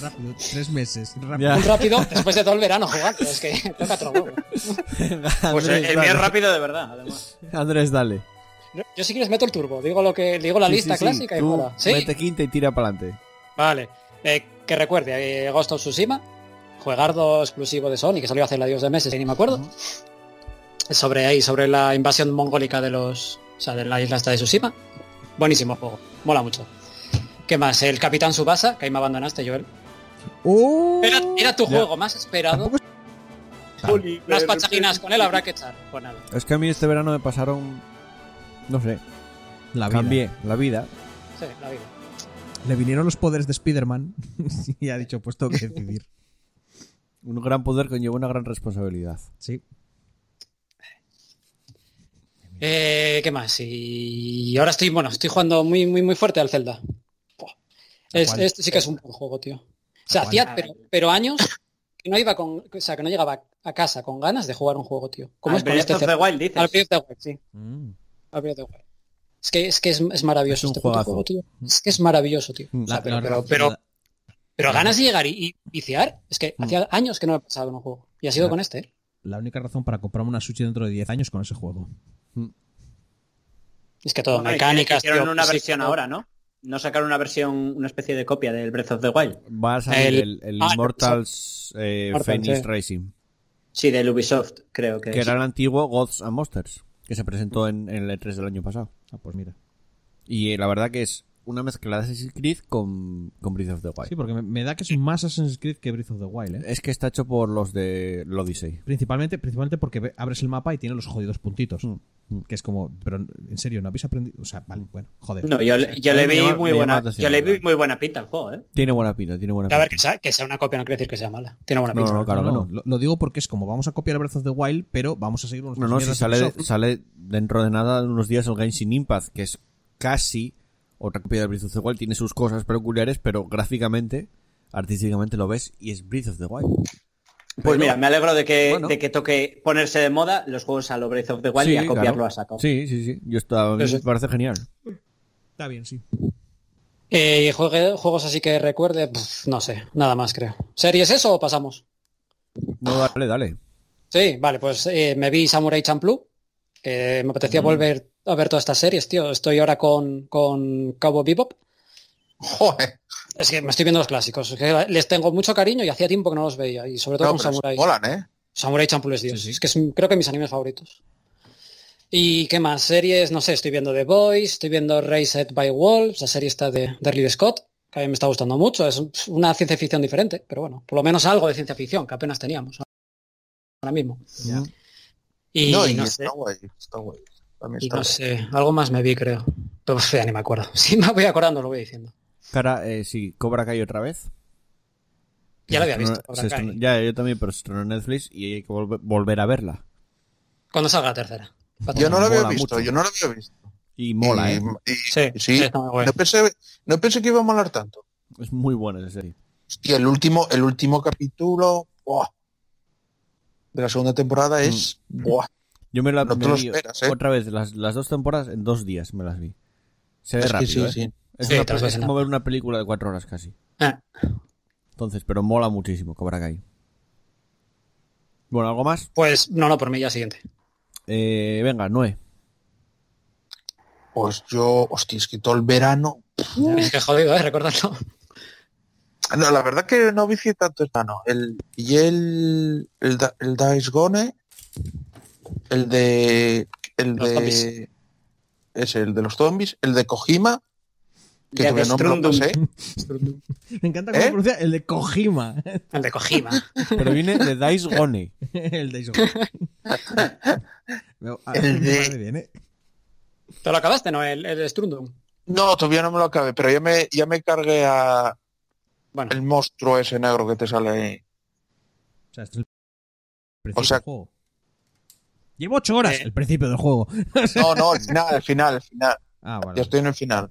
Speaker 2: Rápido, tres meses. rápido.
Speaker 1: Ya.
Speaker 5: Un rápido después de todo el verano jugando. Es que [laughs] toca otro huevo.
Speaker 6: Pues el, el mío es
Speaker 1: dale.
Speaker 6: rápido de verdad, además.
Speaker 1: Andrés, dale.
Speaker 5: Yo si quieres meto el turbo. Digo lo que digo la
Speaker 1: Sí,
Speaker 5: lista
Speaker 1: sí, sí.
Speaker 5: clásica y
Speaker 1: Tú
Speaker 5: mola. Sí.
Speaker 1: Mete quinta y tira para adelante.
Speaker 5: Vale. Eh, que recuerde, eh, Ghost of Tsushima, juegardo exclusivo de Sony, que salió hace la dios de meses, y ni me acuerdo. Sobre ahí, sobre la invasión mongólica de los. O sea, de la isla esta de Tsushima. Buenísimo juego. Mola mucho. ¿Qué más? El Capitán Subasa, que ahí me abandonaste, Joel.
Speaker 2: ¡Oh!
Speaker 5: Era, era tu
Speaker 2: Ya.
Speaker 5: juego más esperado.
Speaker 2: Tampoco
Speaker 5: Unas pachaginas con él habrá que echar. Pues nada.
Speaker 1: Es que a mí este verano me pasaron. No sé,
Speaker 2: La vida.
Speaker 1: cambié la vida.
Speaker 5: Sí, la vida.
Speaker 2: Le vinieron los poderes de Spider-Man [laughs] y ha dicho, pues tengo que decidir.
Speaker 1: Un gran poder conlleva una gran responsabilidad.
Speaker 2: Sí.
Speaker 5: Eh, ¿Qué más? Y ahora estoy, bueno, estoy jugando muy, muy, muy fuerte al Zelda. Buah. Es-
Speaker 2: cuál?
Speaker 5: este sí que es un buen juego, tío. O sea,
Speaker 2: ¿A cuál?
Speaker 5: hacía pero, pero años que no iba con, o sea, que no llegaba a casa con ganas de jugar un juego, tío. ¿Cómo
Speaker 6: Al
Speaker 5: es con
Speaker 6: Breath
Speaker 5: este
Speaker 6: of the
Speaker 5: Zelda?
Speaker 6: Wild, dices.
Speaker 5: Al Breath of the Wild, sí.
Speaker 2: Mm.
Speaker 5: Al Breath of the Wild. Es que es, que es, es maravilloso
Speaker 1: Es un
Speaker 5: este puto
Speaker 1: juegazo. Mm.
Speaker 5: juego, tío. Es que es maravilloso, tío. O sea,
Speaker 2: La-
Speaker 5: pero,
Speaker 2: la-
Speaker 5: pero, pero,
Speaker 2: la-
Speaker 5: pero ganas de llegar y, y viciar, es que
Speaker 1: Mm.
Speaker 5: hacía años que no me pasaba en un juego. Y ha sido
Speaker 2: La-
Speaker 5: con este, ¿eh?
Speaker 2: la única razón para comprarme una Switch dentro de 10 años con ese juego.
Speaker 5: Es que todo,
Speaker 6: Hombre,
Speaker 5: mecánicas.
Speaker 6: Hicieron
Speaker 5: tío,
Speaker 6: una
Speaker 5: física,
Speaker 6: versión
Speaker 5: todo.
Speaker 6: ahora, ¿no? No sacaron una versión, una especie de copia del Breath of the Wild.
Speaker 1: Va a salir el,
Speaker 5: El-
Speaker 1: el
Speaker 5: Ah,
Speaker 1: Immortals eh,
Speaker 5: Immortals,
Speaker 1: Phoenix
Speaker 5: sí.
Speaker 1: Racing,
Speaker 6: Sí, del Ubisoft, creo que,
Speaker 1: que
Speaker 6: es.
Speaker 1: era el antiguo Gods and Monsters, que se presentó en, en el E3 E del año pasado.
Speaker 2: Ah, pues mira.
Speaker 1: Y eh, la verdad que es una mezcla de Assassin's Creed con, con Breath of the Wild.
Speaker 2: Sí, porque me, me da que es más Assassin's Creed que Breath of the Wild, ¿eh?
Speaker 1: Es que está hecho por los de Odyssey.
Speaker 2: Principalmente, principalmente porque ve- abres el mapa y tiene los jodidos puntitos. Que es como, pero en serio, ¿no habéis aprendido? O sea, vale, bueno, joder.
Speaker 6: No, yo, le- yo le
Speaker 1: Me
Speaker 6: vi
Speaker 1: llama- me
Speaker 6: muy
Speaker 1: llama
Speaker 6: buena,
Speaker 1: la atención,
Speaker 6: yo le vi
Speaker 1: ¿verdad?
Speaker 6: muy buena pinta al juego, ¿eh?
Speaker 1: Tiene buena pinta, tiene buena
Speaker 5: A ver,
Speaker 1: pinta.
Speaker 5: que sea, que sea una copia no quiere decir que sea mala. Tiene buena
Speaker 1: No,
Speaker 5: pinta.
Speaker 1: no, no, claro que
Speaker 2: no,
Speaker 1: no.
Speaker 2: Lo, lo digo porque es como vamos a copiar Breath of the Wild, pero vamos a seguir unos
Speaker 1: No, no, si
Speaker 2: mierdas
Speaker 1: sale,
Speaker 2: de
Speaker 1: de-
Speaker 2: Ubisoft.
Speaker 1: sale dentro de nada, en unos días, el Genshin Impact, que es casi otra copia de Breath of the Wild. Tiene sus cosas peculiares, pero gráficamente, artísticamente lo ves y es Breath of the Wild.
Speaker 6: Pues mira, me alegro de que,
Speaker 1: Bueno.
Speaker 6: de que toque ponerse de moda los juegos a lo Breath of the Wild y a copiarlo
Speaker 1: claro.
Speaker 6: a saco.
Speaker 1: Sí, sí, sí. Yo estaba,
Speaker 6: Eso
Speaker 1: me
Speaker 6: es.
Speaker 1: parece genial.
Speaker 2: Está bien, sí.
Speaker 5: Eh, y juegue- juegos así que recuerde, pf, no sé, nada más creo. ¿Series eso o pasamos?
Speaker 1: No, dale, dale.
Speaker 5: Sí, vale, pues eh, me vi Samurai Champloo, que me apetecía
Speaker 1: Mm.
Speaker 5: volver a ver todas estas series, tío. Estoy ahora con, con Cowboy Bebop.
Speaker 4: Joder,
Speaker 5: Es que me estoy viendo los clásicos, es que les tengo mucho cariño y hacía tiempo que no los veía, y sobre todo
Speaker 4: no,
Speaker 5: con
Speaker 4: pero
Speaker 5: Samurai.
Speaker 4: molan, ¿eh?
Speaker 5: Samurai Champloo es Dios. Es que es, creo que mis animes favoritos. ¿Y qué más? Series, no sé, estoy viendo The Boys, estoy viendo Raised by Wolves, la serie está de, de Ridley Scott, que a mí me está gustando mucho. Es una ciencia ficción diferente, pero bueno, por lo menos algo de ciencia ficción, que apenas teníamos ahora mismo. Y,
Speaker 4: Mm. no, y
Speaker 5: no sé,
Speaker 4: está guay, está guay. También
Speaker 5: y
Speaker 4: está
Speaker 5: no
Speaker 4: guay.
Speaker 5: sé, algo más me vi, creo. Pero [laughs] uf, ya ni me acuerdo. Si me voy acordando, lo voy diciendo.
Speaker 1: Cara, eh, sí, Cobra Kai otra vez.
Speaker 5: Ya lo había
Speaker 1: Se estrenó-
Speaker 5: visto. Cobra
Speaker 1: se
Speaker 5: Kai.
Speaker 1: estrenó- ya, yo también, pero se estrenó en Netflix y hay que volve- volver a verla.
Speaker 5: Cuando salga la tercera.
Speaker 4: Yo no lo había
Speaker 1: Mola
Speaker 4: visto,
Speaker 1: mucho.
Speaker 4: yo no lo había visto.
Speaker 1: Y mola,
Speaker 4: Y-
Speaker 1: ¿eh?
Speaker 4: y-
Speaker 5: Sí,
Speaker 4: sí.
Speaker 5: está muy guay.
Speaker 4: No pensé, no pensé que iba a molar tanto.
Speaker 1: Es muy buena esa serie.
Speaker 4: Hostia, el último, el último capítulo ¡buah! de la segunda temporada es. ¡buah!
Speaker 1: Yo me la
Speaker 4: No te
Speaker 1: me
Speaker 4: lo
Speaker 1: vi
Speaker 4: esperas, ¿eh?
Speaker 1: otra vez, las, las dos temporadas en dos días me las vi. Se ve
Speaker 4: Es que
Speaker 1: rápido,
Speaker 4: sí,
Speaker 1: ¿eh?
Speaker 4: sí.
Speaker 1: Es,
Speaker 5: Sí,
Speaker 1: una-
Speaker 5: te las ves
Speaker 1: es
Speaker 5: en
Speaker 1: como
Speaker 5: nada.
Speaker 1: ver una película de cuatro horas casi.
Speaker 5: Ah,
Speaker 1: Entonces, pero mola muchísimo Cobra Kai. Bueno, ¿algo más?
Speaker 5: pues no, no, por mí ya siguiente.
Speaker 1: Eh, venga, Noé.
Speaker 4: Pues yo, hostia, es que todo el verano.
Speaker 1: Uh.
Speaker 5: Es que jodido, ¿eh? Recordarlo. [laughs]
Speaker 4: No, la verdad que no vicié tanto el verano. El, y el, el, Da- el Days Gone, el de. El
Speaker 5: Los zombies.
Speaker 4: de. Ese, el de los zombies, el de Kojima, que
Speaker 6: Ya
Speaker 4: todavía no me lo
Speaker 6: Destrundum.
Speaker 4: pasé.
Speaker 2: Me encanta cómo
Speaker 4: ¿Eh?
Speaker 2: pronuncia el de Kojima. [laughs]
Speaker 5: El de Kojima.
Speaker 1: Pero viene de Dice Gone.
Speaker 4: [laughs]
Speaker 2: el de Isogami. Ah,
Speaker 4: El de-
Speaker 2: madre bien, ¿eh?
Speaker 5: ¿Te lo acabaste, no? El, el Strundum.
Speaker 4: No, todavía no me lo acabé, pero ya me, ya me cargué a
Speaker 5: Bueno,
Speaker 4: el monstruo ese negro que te sale ahí.
Speaker 2: O sea, este es el principio
Speaker 4: sea-
Speaker 2: del juego. Llevo ocho horas.
Speaker 5: Eh.
Speaker 2: El principio del juego.
Speaker 4: No, no, el final, el final, el final.
Speaker 2: Ah,
Speaker 4: Ya
Speaker 2: vale.
Speaker 4: estoy en el final.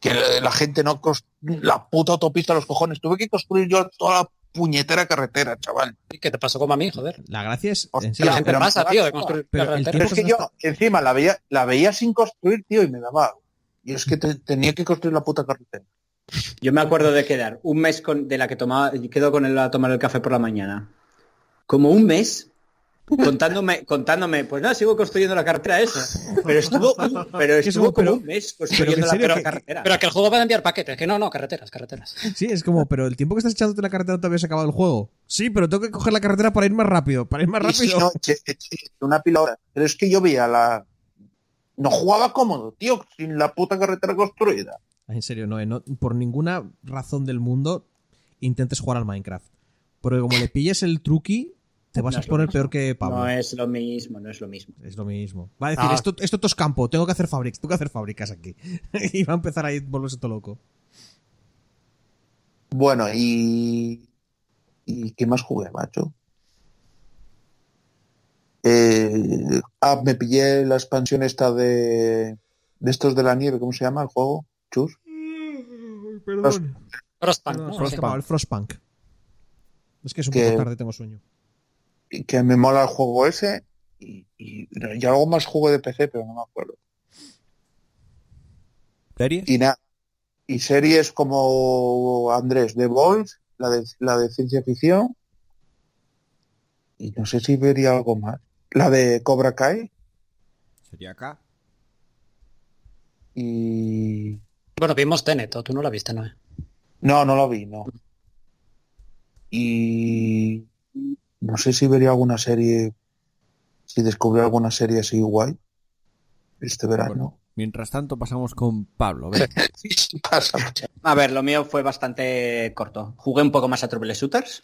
Speaker 4: Que la la gente no cons- la puta autopista los cojones. Tuve que construir yo toda la puñetera carretera, chaval.
Speaker 5: ¿qué te pasó como a mí, joder?
Speaker 2: La gracia es.
Speaker 4: Hostia,
Speaker 2: en
Speaker 5: Que
Speaker 2: serio,
Speaker 5: la gente
Speaker 4: pero-
Speaker 5: pasa, tío, de construir
Speaker 2: pero
Speaker 5: carreteras.
Speaker 2: el
Speaker 4: Pero es que yo encima la veía, la veía sin construir, tío, y me daba. Y es que te- tenía que construir la puta carretera.
Speaker 6: Yo me acuerdo de quedar un mes con, de la que tomaba, quedo con él a tomar el café por la mañana. Como un mes contándome, [laughs] contándome, pues nada, sigo construyendo la carretera esa. Pero estuvo, pero
Speaker 2: Que
Speaker 6: estuvo
Speaker 2: somos,
Speaker 6: como
Speaker 2: pero-
Speaker 6: un mes
Speaker 2: pero que en
Speaker 6: construyendo la
Speaker 2: serio,
Speaker 6: perra
Speaker 2: que-
Speaker 6: carretera.
Speaker 5: Pero que el juego va a enviar paquetes, que no, no, carreteras, carreteras.
Speaker 2: Sí, es como, pero el tiempo que estás echándote en la carretera todavía se ha acabado el juego. Sí, pero tengo que coger la carretera para ir más rápido. Para ir más
Speaker 4: Y si no,
Speaker 2: rápido.
Speaker 4: che- che- una pila ahora. Pero es que yo veía la. No jugaba cómodo, tío, sin la puta carretera construida.
Speaker 2: En serio, no, eh, no, por ninguna razón del mundo intentes jugar al Minecraft. Porque como le pilles el truqui, te vas
Speaker 6: No
Speaker 2: a
Speaker 6: es lo
Speaker 2: poner
Speaker 6: mismo.
Speaker 2: peor que Pablo.
Speaker 6: no eh.
Speaker 2: es...
Speaker 6: es lo mismo, no es lo mismo.
Speaker 2: lo mismo. Va a decir,
Speaker 5: Ah.
Speaker 2: esto, esto todo es campo, tengo que hacer fábricas, tengo que hacer fábricas aquí. [laughs] y va a empezar ahí a volverse todo loco.
Speaker 4: Bueno, y. ¿Y qué más jugué, macho? Eh, ah, me pillé la expansión esta de. De estos de la nieve, ¿cómo se llama el juego? Chus.
Speaker 2: Perdón.
Speaker 5: Frostpunk, ¿no? Sí.
Speaker 2: El Frostpunk. Es que es un
Speaker 4: Que-
Speaker 2: poco tarde, tengo sueño.
Speaker 4: Y Que me mola el juego ese. Y, y, y algo más jugué de PC, pero no me acuerdo.
Speaker 1: ¿Serie?
Speaker 4: Y nada. Y series como Andrés, The Voice, la de, la de ciencia ficción. Y no sé si vería algo más. La de Cobra Kai.
Speaker 1: Sería acá.
Speaker 4: Y.
Speaker 5: Bueno, vimos Tenet, o tú no la viste, ¿no?
Speaker 4: No, no lo vi, no. Y no sé si vería alguna serie, si descubrí alguna serie así guay. este verano.
Speaker 1: Bueno, mientras tanto pasamos con Pablo.
Speaker 6: [laughs]
Speaker 1: Venga.
Speaker 4: Sí, pasa, muchacho.
Speaker 6: A ver, lo mío fue bastante corto. Jugué un poco más a Trouble Shooters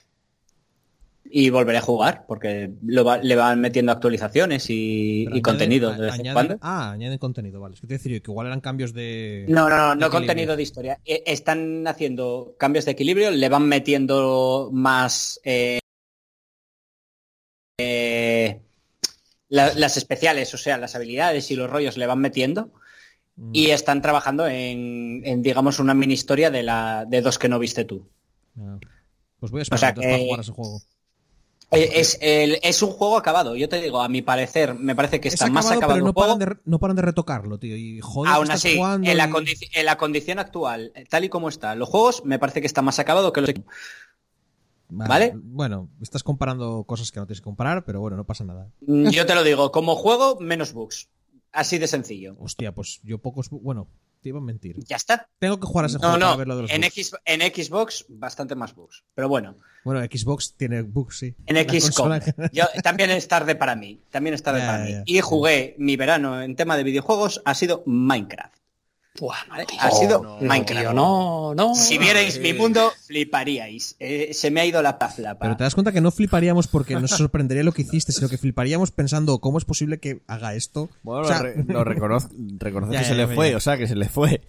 Speaker 6: y volveré a jugar porque lo va- le van metiendo actualizaciones y,
Speaker 2: Pero
Speaker 6: y
Speaker 2: añaden-
Speaker 6: contenido
Speaker 2: a-
Speaker 6: de vez en
Speaker 2: añaden-
Speaker 6: cuando.
Speaker 2: Ah, añaden contenido, vale. Es que te decir yo que igual eran cambios de.
Speaker 6: No, no, no, no
Speaker 2: equilibrio.
Speaker 6: contenido de historia. Eh, están haciendo cambios de equilibrio, le van metiendo más... eh, eh, la- las especiales, o sea, las habilidades y los rollos le van metiendo
Speaker 2: Mm.
Speaker 6: y están trabajando en, en, digamos, una mini historia de, la, de dos que no viste tú.
Speaker 2: Ah. Pues voy a
Speaker 6: O sea
Speaker 2: esperar entonces para
Speaker 6: que-
Speaker 2: jugar a ese juego.
Speaker 6: Eh, Es, el- es un juego acabado, yo te digo, a mi parecer, me parece que
Speaker 2: Es
Speaker 6: está más acabado
Speaker 2: pero
Speaker 6: el
Speaker 2: no
Speaker 6: juego.
Speaker 2: paran, de, re- no paran de retocarlo, tío. Y joder,
Speaker 6: Aún
Speaker 2: que estás
Speaker 6: así,
Speaker 2: jugando
Speaker 6: en, la
Speaker 2: y-
Speaker 6: condici- en la condición actual, eh, tal y como está, los juegos me parece que está más acabado que los... ¿vale?
Speaker 2: Bueno, estás comparando cosas que no tienes que comparar, pero bueno, no pasa nada. [laughs]
Speaker 6: Mm, Yo te lo digo, como juego, menos bugs. Así de sencillo.
Speaker 2: Hostia, pues yo pocos. Bueno, te iba a mentir.
Speaker 6: Ya está.
Speaker 2: Tengo que jugar a ese
Speaker 6: No,
Speaker 2: juego para
Speaker 6: no.
Speaker 2: ver lo de los
Speaker 6: En,
Speaker 2: bugs.
Speaker 6: X, en Xbox, bastante más bugs. Pero bueno,
Speaker 2: Bueno, Xbox tiene bugs, sí. La
Speaker 6: en XCOM.
Speaker 2: consola
Speaker 6: [laughs]
Speaker 2: que-
Speaker 6: Yo, también es tarde para mí. También es tarde
Speaker 2: Ya,
Speaker 6: para
Speaker 2: ya, ya.
Speaker 6: mí. Y jugué mi verano en tema de videojuegos, ha sido Minecraft.
Speaker 5: Buah, madre mía.
Speaker 6: Ha sido
Speaker 5: Oh, No,
Speaker 6: Minecraft.
Speaker 5: tío, no, no. Eh,
Speaker 6: Si vierais mi mundo, fliparíais. Eh, se me ha ido la pazla.
Speaker 2: Pero te das cuenta que no fliparíamos porque nos sorprendería lo que hiciste, sino que fliparíamos pensando cómo es posible que haga esto.
Speaker 1: Bueno,
Speaker 2: O sea,
Speaker 1: lo,
Speaker 2: [laughs]
Speaker 1: re- lo reconoz- reconoce
Speaker 2: Ya,
Speaker 1: que
Speaker 2: ya,
Speaker 1: se
Speaker 2: ya,
Speaker 1: le
Speaker 2: ya.
Speaker 1: fue, o sea, que se le fue.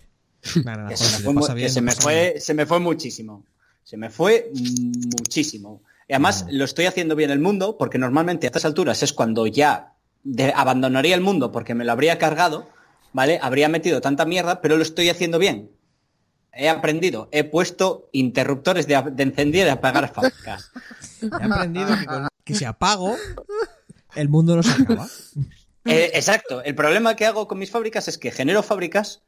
Speaker 2: Nah, nah, nah,
Speaker 6: Que
Speaker 2: joder,
Speaker 6: se
Speaker 2: si
Speaker 6: me
Speaker 2: le
Speaker 6: fue mu-
Speaker 2: pasa bien,
Speaker 6: que se
Speaker 2: no
Speaker 6: me
Speaker 2: pasa
Speaker 6: fue- se me fue muchísimo. Se me fue muchísimo. Y además lo estoy haciendo bien el mundo, porque normalmente a estas alturas es cuando ya de- abandonaría el mundo porque me lo habría cargado, ¿vale? Habría metido tanta mierda, pero lo estoy haciendo bien. He aprendido, he puesto interruptores de, a- de encender y apagar facas.
Speaker 2: nada. He aprendido que, con- que si
Speaker 6: [laughs]
Speaker 2: apago, el mundo no se acaba.
Speaker 6: Eh, exacto. El problema que hago con mis fábricas es que genero fábricas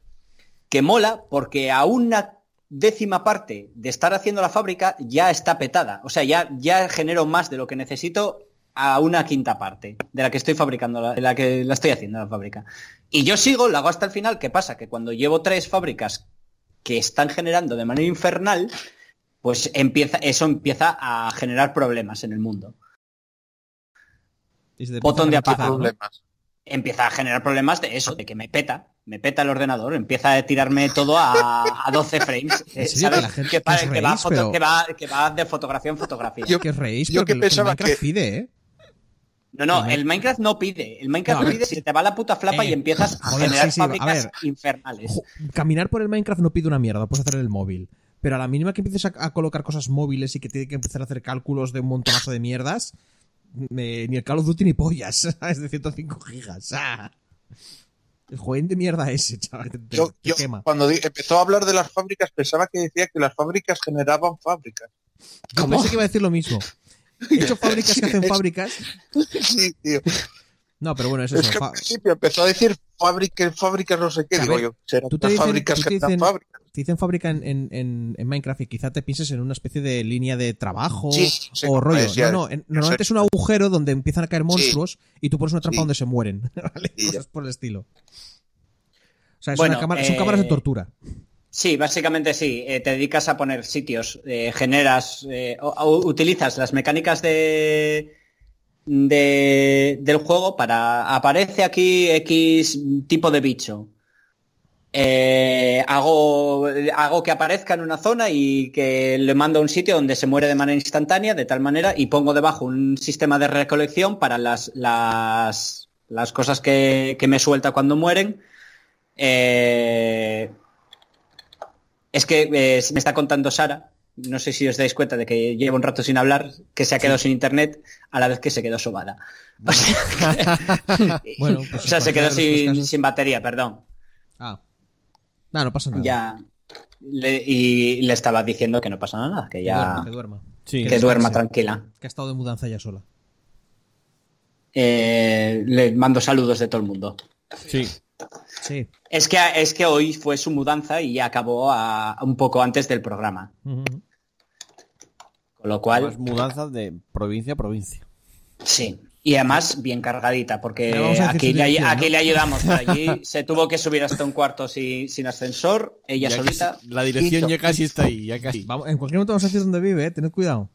Speaker 6: que mola porque a una décima parte de estar haciendo la fábrica ya está petada. O sea, ya, ya genero más de lo que necesito a una quinta parte de la que estoy fabricando, la- de la que la estoy haciendo la fábrica. Y yo sigo, la hago hasta el final. ¿Qué pasa? Que cuando llevo tres fábricas que están generando de manera infernal, pues empieza, eso empieza a generar problemas en el mundo.
Speaker 2: Y se te
Speaker 6: Botón de
Speaker 2: empieza a rechazar,
Speaker 6: apagar.
Speaker 2: ¿no?
Speaker 4: Problemas.
Speaker 6: empieza a generar problemas de eso, de que me peta, me peta el ordenador, empieza a
Speaker 2: [laughs]
Speaker 6: tirarme todo a, a 12 frames. eh,
Speaker 2: ¿En serio?
Speaker 6: ¿sabes?
Speaker 2: Que la gente-
Speaker 6: Que, para-
Speaker 2: que os
Speaker 6: que va
Speaker 2: reís,
Speaker 6: foto-
Speaker 2: pero-
Speaker 6: que va- que va de fotografía en fotografía.
Speaker 4: Yo-
Speaker 2: Que os reís,
Speaker 4: yo
Speaker 2: pero
Speaker 4: que
Speaker 2: que,
Speaker 4: pensaba
Speaker 2: Minecraft
Speaker 4: que-
Speaker 2: pide, ¿eh?
Speaker 6: No, no,
Speaker 2: Vale.
Speaker 6: el Minecraft no pide. El Minecraft
Speaker 2: No, a ver,
Speaker 6: pide si te va la puta flapa
Speaker 2: eh,
Speaker 6: y empiezas a
Speaker 2: joder,
Speaker 6: generar
Speaker 2: sí, sí, a
Speaker 6: fábricas
Speaker 2: ver.
Speaker 6: infernales.
Speaker 2: Ju- Caminar por el Minecraft no pide una mierda, puedes hacer en el móvil. Pero a la mínima que empieces a, a colocar cosas móviles y que tiene que empezar a hacer cálculos de un montonazo de mierdas, me- ni el Call of Duty ni pollas, [laughs] es de 105 gigas. ah. El juego de mierda ese, chaval, te, te-
Speaker 4: Yo,
Speaker 2: te
Speaker 4: yo,
Speaker 2: quema.
Speaker 4: cuando di- empezó a hablar de las fábricas, pensaba que decía que las fábricas generaban
Speaker 2: [laughs]
Speaker 4: fábricas.
Speaker 2: Yo
Speaker 4: [laughs]
Speaker 2: pensé que iba a decir lo mismo. He hecho fábricas que hacen fábricas.
Speaker 4: Sí, tío.
Speaker 2: No, pero bueno, es
Speaker 4: Es
Speaker 2: eso.
Speaker 4: que al
Speaker 2: fa-
Speaker 4: principio empezó a decir fábricas, fábricas, no sé qué.
Speaker 2: A
Speaker 4: Digo
Speaker 2: ver,
Speaker 4: yo, serán
Speaker 2: tú te
Speaker 4: las
Speaker 2: dicen-
Speaker 4: fábricas
Speaker 2: tú te
Speaker 4: que están
Speaker 2: dicen-
Speaker 4: fábricas.
Speaker 2: te dicen fábrica en, en- en- en Minecraft y quizá te pienses en una especie de línea de trabajo
Speaker 4: Sí, sí, sí,
Speaker 2: o rollo.
Speaker 4: pues ya-
Speaker 2: no, no, en-
Speaker 4: ya
Speaker 2: normalmente
Speaker 4: sé.
Speaker 2: es un agujero donde empiezan a caer monstruos y tú pones una trampa
Speaker 4: Sí.
Speaker 2: donde se mueren. [laughs] ¿vale?
Speaker 4: Y ya.
Speaker 2: Cosas por el estilo. O sea, es
Speaker 6: Bueno,
Speaker 2: una cámara- son cámaras de
Speaker 6: eh,
Speaker 2: tortura.
Speaker 6: Sí, básicamente sí. eh, te dedicas a poner sitios, eh, generas, eh, o- o utilizas las mecánicas de, de- del juego para aparece aquí X tipo de bicho. Eh, hago, hago que aparezca en una zona y que le mando a un sitio donde se muere de manera instantánea, de tal manera, y pongo debajo un sistema de recolección para las, las, las cosas que, que me suelta cuando mueren. Eh, es que eh, me está contando Sara, no sé si os dais cuenta de que llevo un rato sin hablar, que se ha quedado sin internet a la vez que se quedó sobada. [laughs] O sea, que-
Speaker 2: [laughs] Bueno, pues
Speaker 6: [laughs] o sea,
Speaker 2: en cualquiera
Speaker 6: se quedó
Speaker 2: de los dos
Speaker 6: sin,
Speaker 2: casos-
Speaker 6: sin batería, perdón.
Speaker 2: Ah. No, no pasa nada.
Speaker 6: Ya. Le- y le estaba diciendo que no pasa nada, que
Speaker 2: Que
Speaker 6: ya
Speaker 2: duerma, que duerma.
Speaker 1: Sí,
Speaker 6: que duerma
Speaker 2: descanse.
Speaker 6: tranquila.
Speaker 2: Que ha estado de mudanza ya sola.
Speaker 6: Eh, le mando saludos de todo el mundo.
Speaker 1: sí.
Speaker 2: Sí.
Speaker 6: Es que, es que hoy fue su mudanza y acabó a- un poco antes del programa.
Speaker 2: Ujú.
Speaker 6: [laughs] Con lo
Speaker 1: Además,
Speaker 6: cual,
Speaker 1: mudanzas de provincia a provincia.
Speaker 6: sí. Y además bien cargadita, porque
Speaker 2: Le vamos a decir
Speaker 6: aquí
Speaker 2: su
Speaker 6: le, ay-
Speaker 2: dirección,
Speaker 6: aquí
Speaker 2: ¿no?
Speaker 6: le ayudamos.
Speaker 2: [laughs]
Speaker 6: por Allí se tuvo que subir hasta un cuarto sin, sin ascensor, ella
Speaker 1: Ya
Speaker 6: solita.
Speaker 1: casi- la dirección ya casi está ahí, ya casi.
Speaker 2: Vamos, en cualquier momento vamos a decir dónde vive, eh, tened cuidado.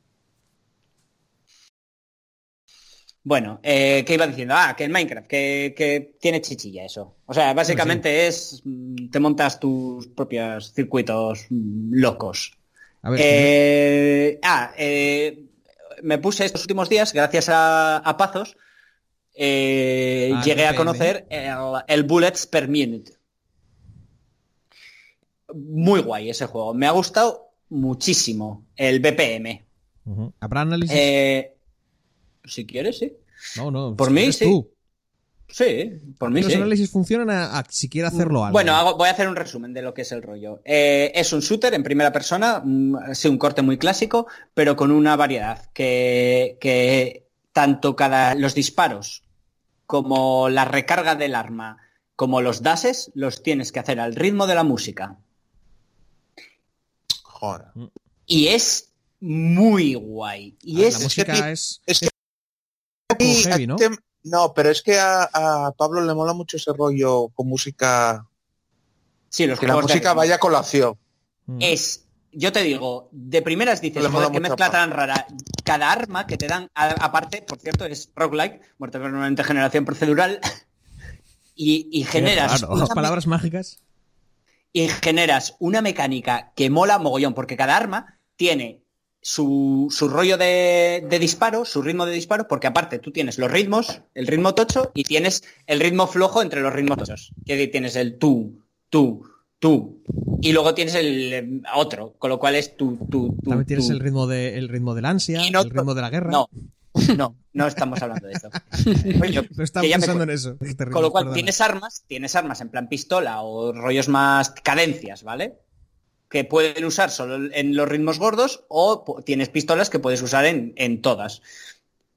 Speaker 6: Bueno, eh, ¿qué iba diciendo? Ah, que el Minecraft, que, que tiene chichilla eso. O sea, básicamente es, mm, te montas tus propios circuitos mm, locos.
Speaker 9: A
Speaker 2: Pues
Speaker 9: ver,
Speaker 6: Eh, ah, eh, me puse estos últimos días, gracias a, a Pazos, eh,
Speaker 9: Ah,
Speaker 6: llegué a
Speaker 9: RPM.
Speaker 6: conocer el, el Bullets per Minute. Muy guay ese juego. Me ha gustado muchísimo el BPM.
Speaker 9: ujú. ¿Habrá análisis?
Speaker 6: Eh, si quieres, sí.
Speaker 9: no, no.
Speaker 6: por
Speaker 9: si
Speaker 6: mí,
Speaker 9: eres
Speaker 6: sí.
Speaker 9: tú.
Speaker 6: Sí, por mí
Speaker 9: Los
Speaker 6: sí. Mm,
Speaker 9: análisis funcionan a, a si quiere hacerlo algo.
Speaker 6: Bueno, hago- voy a hacer un resumen de lo que es el rollo. Eh, es un shooter en primera persona, mm, sí, un corte muy clásico, pero con una variedad que, que tanto cada los disparos como la recarga del arma, como los dashes, los tienes que hacer al ritmo de la música.
Speaker 4: Joder.
Speaker 6: Y es muy guay. Y
Speaker 9: Ah, la
Speaker 6: es
Speaker 9: música
Speaker 4: que-
Speaker 9: es,
Speaker 4: es que-
Speaker 9: como
Speaker 4: Y
Speaker 9: heavy,
Speaker 4: a
Speaker 9: ¿no?
Speaker 4: tem- no, pero es que a, a Pablo le mola mucho ese rollo con música.
Speaker 6: sí, los
Speaker 4: Que la
Speaker 6: juegos de
Speaker 4: música
Speaker 6: ritmo.
Speaker 4: vaya a colación.
Speaker 9: Mm.
Speaker 6: es, yo te digo, de primeras dices,
Speaker 4: Le mola
Speaker 6: joder, qué
Speaker 4: mucho,
Speaker 6: mezcla
Speaker 4: pa.
Speaker 6: tan rara. Cada arma que te dan, a- aparte, por cierto, es roguelike, muerte permanente generación procedural, [laughs] y, y generas
Speaker 9: raro.
Speaker 6: una
Speaker 9: Las [laughs] palabras mágicas.
Speaker 6: y generas una mecánica que mola mogollón, porque cada arma tiene su, su rollo de, de disparo, su ritmo de disparo, porque aparte tú tienes los ritmos, el ritmo tocho, y tienes el ritmo flojo entre los ritmos tochos. Que di- tienes el tú, tú, tú, y luego tienes el eh, otro, con lo cual es tú, tú, tú.
Speaker 9: También tienes
Speaker 6: tú.
Speaker 9: el ritmo, de, el ritmo del ansia,
Speaker 6: Y no-
Speaker 9: el ritmo de la guerra.
Speaker 6: No, no, no estamos hablando de
Speaker 9: [laughs]
Speaker 6: esto. Coño,
Speaker 9: Pero estaba
Speaker 6: que ya me
Speaker 9: pensando en eso. [laughs] Qué terrible,
Speaker 6: Con lo cual,
Speaker 9: perdona.
Speaker 6: tienes armas, tienes armas en plan pistola o rollos más cadencias, ¿vale? Que pueden usar solo en los ritmos gordos o pu- tienes pistolas que puedes usar en, en todas.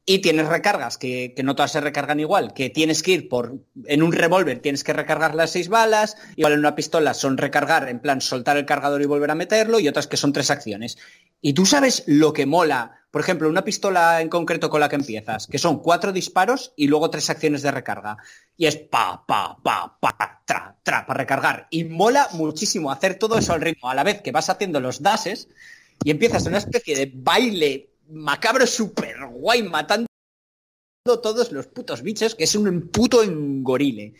Speaker 6: Y tienes recargas, que, que no todas se recargan igual, que tienes que ir por... En un revólver tienes que recargar las seis balas, igual en una pistola son recargar, en plan soltar el cargador y volver a meterlo, y otras que son tres acciones. Y tú sabes lo que mola, por ejemplo, una pistola en concreto con la que empiezas, que son cuatro disparos y luego tres acciones de recarga y es pa, pa, pa, pa, tra, tra, para recargar. Y mola muchísimo hacer todo eso al ritmo, a la vez que vas haciendo los dashes y empiezas una especie de baile macabro super guay matando todos los putos bichos, que es un puto engorile.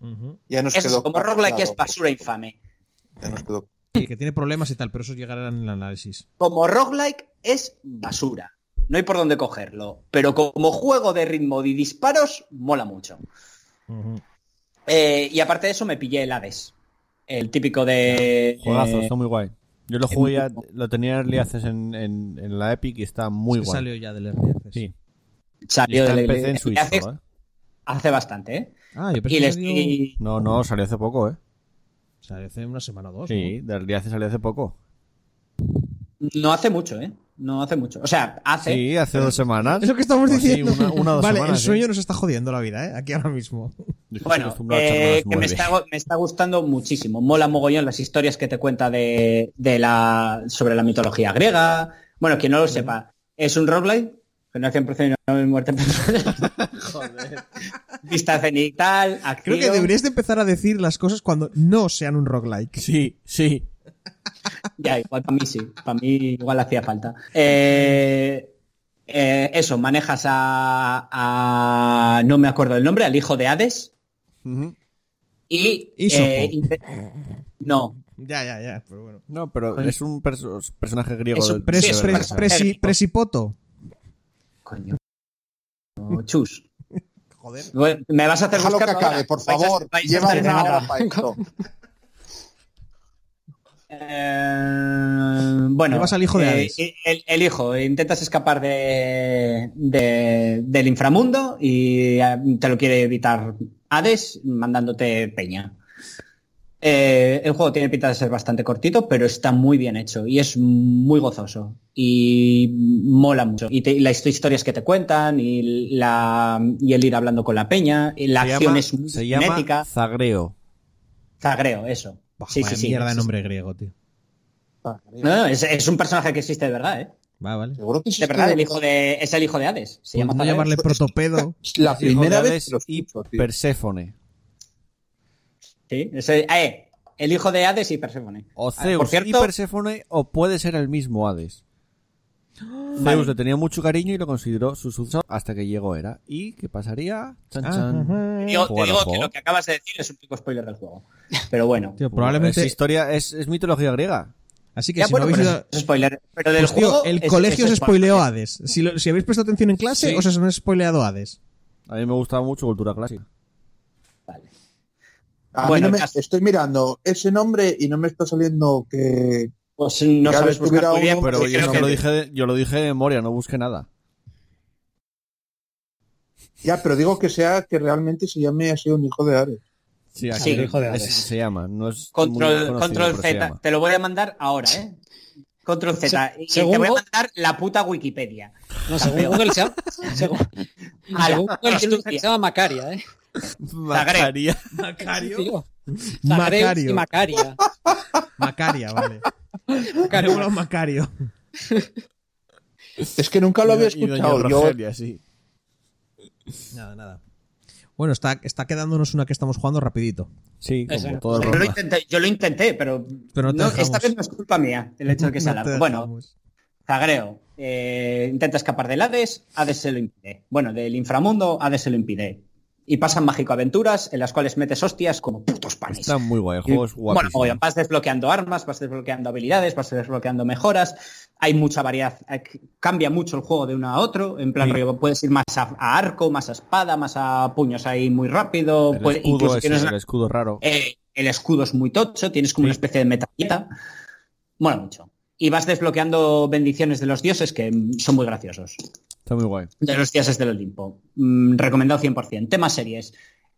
Speaker 9: Ujú.
Speaker 4: Ya nos
Speaker 6: Eso es
Speaker 4: quedó.
Speaker 6: como roguelike
Speaker 4: claro,
Speaker 6: es basura infame.
Speaker 4: ya nos quedó.
Speaker 9: Y que tiene problemas y tal, pero eso llegará en el análisis.
Speaker 6: Como roguelike es basura. No hay por dónde cogerlo. Pero como juego de ritmo de disparos, mola mucho.
Speaker 9: Ujú.
Speaker 6: Eh, y aparte de eso, me pillé el Hades. El típico de...
Speaker 1: Juegazo,
Speaker 6: eh,
Speaker 1: está muy guay. Yo lo jugué ya, lo tenía en Early Access en, en, en la Epic y está muy
Speaker 9: Que
Speaker 1: guay.
Speaker 9: salió ya del Early Access.
Speaker 1: Sí. Y
Speaker 6: salió
Speaker 1: está
Speaker 6: de
Speaker 1: en
Speaker 6: la-
Speaker 1: PC en
Speaker 6: de-
Speaker 1: Switch
Speaker 6: hace,
Speaker 1: solo, ¿eh?
Speaker 6: hace bastante, ¿eh?
Speaker 9: Ah, yo pensé
Speaker 6: Y
Speaker 9: que
Speaker 6: le
Speaker 9: salió,
Speaker 6: estoy-
Speaker 1: No, no, salió hace poco, ¿eh?
Speaker 9: salió hace una semana o dos.
Speaker 1: Sí, de Early Access salió hace poco.
Speaker 6: No hace mucho, ¿eh? No hace mucho. O sea, hace...
Speaker 1: Sí, hace dos semanas.
Speaker 9: Es lo que estamos
Speaker 1: Pues sí,
Speaker 9: diciendo.
Speaker 1: una- una o dos
Speaker 9: vale,
Speaker 1: semanas,
Speaker 9: el sueño
Speaker 1: ¿eh?
Speaker 9: nos está jodiendo la vida, ¿eh? Aquí ahora
Speaker 6: [laughs]
Speaker 9: mismo.
Speaker 1: Yo estoy
Speaker 6: Bueno,
Speaker 1: acostumbrado a echarme
Speaker 6: eh,
Speaker 1: las
Speaker 6: que me
Speaker 1: nueve.
Speaker 6: está, me está gustando muchísimo. Mola mogollón las historias que te cuenta de, de la, sobre la mitología griega. Bueno, quien no lo sepa, es un roguelite, generación procedente de muerte [laughs]
Speaker 1: [laughs]
Speaker 6: Joder. Vista cenital,
Speaker 9: Creo
Speaker 6: acción.
Speaker 9: que deberías de empezar a decir las cosas cuando no sean un roguelike.
Speaker 1: Sí, sí.
Speaker 6: Ya, igual para mí sí, para mí igual hacía falta. Eh, eh, eso, manejas a, a- No me acuerdo el nombre, al hijo de Hades.
Speaker 1: Ujú.
Speaker 6: Y.
Speaker 9: Ísopo.
Speaker 6: eh, inte- no,
Speaker 9: Ya, ya, ya, pero bueno.
Speaker 1: No, pero es un perso- personaje griego.
Speaker 6: Es un
Speaker 1: de- de
Speaker 9: Pres,
Speaker 6: Sí, es
Speaker 1: verdad,
Speaker 9: pres-
Speaker 6: verdad.
Speaker 1: ¿sabes?
Speaker 9: presi- presipoto.
Speaker 6: coño. No, Chus.
Speaker 9: Joder.
Speaker 6: Bueno, Me vas a hacer
Speaker 4: Déjalo que
Speaker 6: buscarlo
Speaker 4: acabe,
Speaker 6: ahora.
Speaker 4: por
Speaker 6: Vais a-
Speaker 4: favor.
Speaker 6: vais a
Speaker 4: Lleva
Speaker 6: estar
Speaker 4: una
Speaker 6: encerrado.
Speaker 4: hora [laughs] para esto.
Speaker 6: Eh, bueno,
Speaker 9: Llevas al hijo de
Speaker 6: eh,
Speaker 9: Hades.
Speaker 6: eh, el, el hijo, intentas escapar de, de- del inframundo y eh, te lo quiere evitar Hades mandándote peña. Eh, el juego tiene pinta de ser bastante cortito, pero está muy bien hecho y es muy gozoso y mola mucho. Y, te- y las historias que te cuentan y, la, y el ir hablando con la peña, y la
Speaker 1: Se
Speaker 6: acción
Speaker 1: llama-
Speaker 6: es muy
Speaker 1: Se llama
Speaker 6: frenética.
Speaker 1: Zagreo.
Speaker 6: Zagreo, eso.
Speaker 9: Buah,
Speaker 6: Sí,
Speaker 9: vaya
Speaker 6: sí, sí,
Speaker 9: mierda de
Speaker 6: sí, sí.
Speaker 9: nombre griego, tío.
Speaker 6: No, no, es, es un personaje que existe de verdad, ¿eh?
Speaker 9: Va, vale.
Speaker 4: Seguro que
Speaker 6: De verdad, el hijo de, es el hijo de Hades.
Speaker 2: Pues
Speaker 6: Se llama
Speaker 9: Podemos
Speaker 6: Zagreo.
Speaker 9: llamarle protopedo.
Speaker 4: La primera
Speaker 1: Hijo de
Speaker 4: vez que lo
Speaker 1: Hades y
Speaker 4: escucho, tío.
Speaker 1: Perséfone.
Speaker 6: Sí, es el, eh, el hijo de Hades y Perséfone.
Speaker 1: O
Speaker 6: Ah, Por
Speaker 1: Zeus y
Speaker 4: [gasps]
Speaker 6: cierto,
Speaker 1: Perséfone, o puede ser el mismo Hades. Zeus le tenía mucho cariño y lo consideró su sucesor hasta que llegó Hera. ¿Y qué pasaría? Ah. pues, Chan, chan.
Speaker 6: Te digo, te
Speaker 1: Jugar al
Speaker 6: digo que
Speaker 2: pues.
Speaker 1: juego.
Speaker 6: lo que acabas de decir es un pico spoiler del juego.
Speaker 2: [laughs]
Speaker 6: Pero bueno.
Speaker 2: Tío, probablemente.
Speaker 1: Es historia, es, es mitología griega.
Speaker 2: Así que
Speaker 6: Ya,
Speaker 2: si
Speaker 6: bueno,
Speaker 2: no habéis
Speaker 6: pero
Speaker 2: ido-
Speaker 6: es spoiler. Pero del
Speaker 2: Pues, tío,
Speaker 6: juego
Speaker 2: el
Speaker 6: es-
Speaker 2: colegio
Speaker 6: es
Speaker 2: se
Speaker 6: spoiler.
Speaker 2: spoileó Hades. Si, lo- si habéis prestado atención en clase,
Speaker 1: Sí.
Speaker 2: os han spoileado Hades.
Speaker 1: A mí me gustaba mucho cultura clásica.
Speaker 6: Vale.
Speaker 4: A mí
Speaker 6: Bueno,
Speaker 4: no
Speaker 6: el
Speaker 4: me-
Speaker 6: caso-
Speaker 4: estoy mirando ese nombre y no me está saliendo que.
Speaker 6: Pues no
Speaker 4: Ya ves,
Speaker 6: sabes buscar
Speaker 4: tuviera
Speaker 6: muy bien,
Speaker 4: uno,
Speaker 6: pero
Speaker 1: Pero yo,
Speaker 6: creo
Speaker 1: no
Speaker 6: que
Speaker 1: lo dije de, yo lo dije de memoria, no busqué nada.
Speaker 4: Ya, pero digo que sea que realmente se llame así un hijo de Ares.
Speaker 1: Sí, aquí
Speaker 6: Sí,
Speaker 1: es-
Speaker 5: hijo de Hades.
Speaker 1: es- se llama. No es muy
Speaker 6: Control,
Speaker 1: conocido,
Speaker 6: control
Speaker 1: pero se
Speaker 6: Z.
Speaker 1: llama.
Speaker 6: Te lo voy a mandar ahora, ¿eh? Control Z.
Speaker 5: Se-
Speaker 6: y
Speaker 5: según
Speaker 6: te voy a
Speaker 5: vos-
Speaker 6: mandar la puta Wikipedia.
Speaker 5: No, según
Speaker 6: Campeón.
Speaker 5: Google se llama, según,
Speaker 6: A la
Speaker 5: según Google se-
Speaker 6: hostia.
Speaker 5: se llama Macaria, ¿eh?
Speaker 1: Macaria.
Speaker 5: Tío. Zagreus y
Speaker 2: Macario.
Speaker 5: Macaria.
Speaker 2: Macaria,
Speaker 6: [laughs]
Speaker 2: vale. Macario.
Speaker 5: Macario.
Speaker 2: Macario.
Speaker 4: Es que nunca lo había
Speaker 1: Y doña
Speaker 4: escuchado. Yo,
Speaker 1: Rogelia, sí.
Speaker 2: Nada, nada. Bueno, está, está quedándonos una que estamos jugando rapidito.
Speaker 1: Sí, como
Speaker 5: Eso.
Speaker 1: todo el
Speaker 6: Yo
Speaker 1: programa.
Speaker 6: lo intenté, yo lo intenté, pero,
Speaker 2: Pero no te
Speaker 6: no-
Speaker 2: dejamos.
Speaker 6: esta vez no es culpa mía el hecho
Speaker 1: [laughs]
Speaker 6: de que sea
Speaker 2: No te
Speaker 6: largo. Bueno,
Speaker 2: dejamos.
Speaker 6: Zagreo eh, intenta escapar del Hades, Hades se lo impide. Bueno, del inframundo, Hades se lo impide. Y pasan mágico aventuras en las cuales metes hostias como putos panes.
Speaker 1: Está muy guay, el juego es
Speaker 6: Bueno,
Speaker 1: guapísimo.
Speaker 6: oye, vas desbloqueando armas, vas desbloqueando habilidades, vas desbloqueando mejoras. Hay mucha variedad, eh, cambia mucho el juego de uno a otro. En plan,
Speaker 1: Sí.
Speaker 6: rollo, puedes ir más a, a arco, más a espada, más a puños ahí muy rápido.
Speaker 1: el
Speaker 6: puede-
Speaker 1: escudo,
Speaker 6: incluso
Speaker 1: es,
Speaker 6: tienes
Speaker 1: el
Speaker 6: una-
Speaker 1: escudo raro.
Speaker 6: eh, el escudo es muy tocho, tienes como una especie de metalleta. Mola mucho. Y vas desbloqueando bendiciones de los dioses que mm, son muy graciosos.
Speaker 1: Está muy guay.
Speaker 6: De los dioses del Olimpo. Mm, recomendado 100%. Temas series.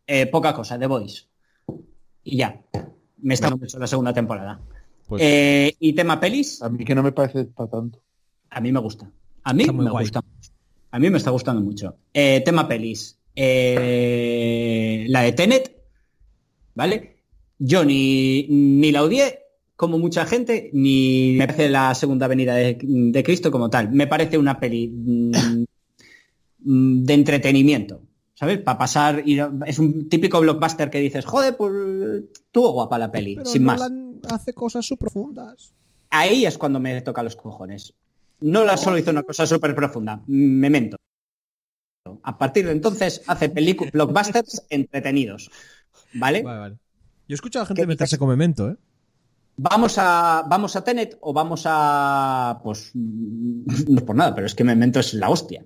Speaker 6: Eh, poca cosa, The Voice. Y ya. Me está gustando mucho la segunda temporada.
Speaker 1: Pues-
Speaker 6: Eh, y tema pelis,
Speaker 4: a mí que no me parece para tanto.
Speaker 6: a mí me gusta. A mí
Speaker 2: Está muy
Speaker 6: me
Speaker 2: guay.
Speaker 6: gusta. A mí me está gustando mucho. Eh, tema pelis. Eh, la de Tenet, ¿vale? Yo ni, ni la odié, como mucha gente, ni me parece la segunda venida de, de Cristo como tal. Me parece una peli mm, mm, de entretenimiento. ¿Sabes? Para pasar. ir a- es un típico blockbuster que dices, joder, pues tuvo guapa la peli, sin más
Speaker 2: hace cosas súper profundas.
Speaker 6: ahí es cuando me toca los cojones. No la solo hizo una cosa súper profunda, me mento. A partir de entonces hace películas blockbusters entretenidos. ¿Vale?
Speaker 2: Vale, vale. Yo he escuchado a gente
Speaker 6: ¿Qué
Speaker 2: meterse con memento, ¿eh?
Speaker 6: ¿Vamos a, ¿Vamos a Tenet o vamos a. Pues. mm, No es por nada, pero es que Memento es la hostia.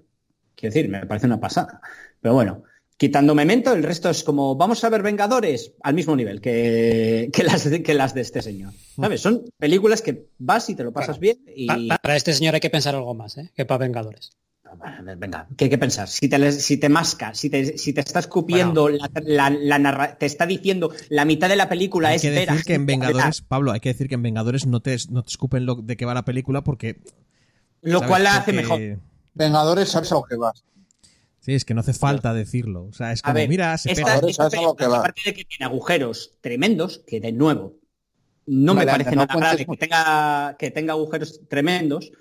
Speaker 6: Quiero decir, me parece una pasada. Pero bueno, quitando Memento, el resto es como. Vamos a ver Vengadores al mismo nivel que, que las, de, que las de este señor. ¿Sabes? Son películas que vas y te lo pasas bien y.
Speaker 5: Mm. Pa- pa- Para este señor hay que pensar algo más, ¿eh? Que para Vengadores.
Speaker 6: Venga, ¿qué hay que pensar? Si te, les- si te masca, si te, si te está escupiendo, la, la- la narra- te está diciendo la mitad de la película
Speaker 2: Hay
Speaker 6: es
Speaker 2: que
Speaker 6: Vera,
Speaker 2: decir que en
Speaker 6: la-
Speaker 2: Vengadores, Pablo, hay que decir que en Vengadores no te, no te escupen lo, de qué va la película porque.
Speaker 6: lo
Speaker 2: ¿sabes?
Speaker 6: cual la hace
Speaker 2: Porque-
Speaker 6: mejor.
Speaker 4: Vengadores, sabes a lo que vas.
Speaker 2: Sí, es que no hace falta decirlo. O sea, es
Speaker 6: A
Speaker 2: como,
Speaker 6: ver,
Speaker 2: mira, se
Speaker 6: Esta-
Speaker 2: pega.
Speaker 4: Vengadores,
Speaker 6: esta
Speaker 4: ¿sabes a lo
Speaker 6: película,
Speaker 4: que va?
Speaker 6: aparte de que tiene agujeros tremendos, que de nuevo no me
Speaker 4: Vale,
Speaker 6: parece
Speaker 4: anda, no
Speaker 6: nada
Speaker 4: cuentes
Speaker 6: grave que
Speaker 4: mucho.
Speaker 6: tenga, que tenga agujeros tremendos.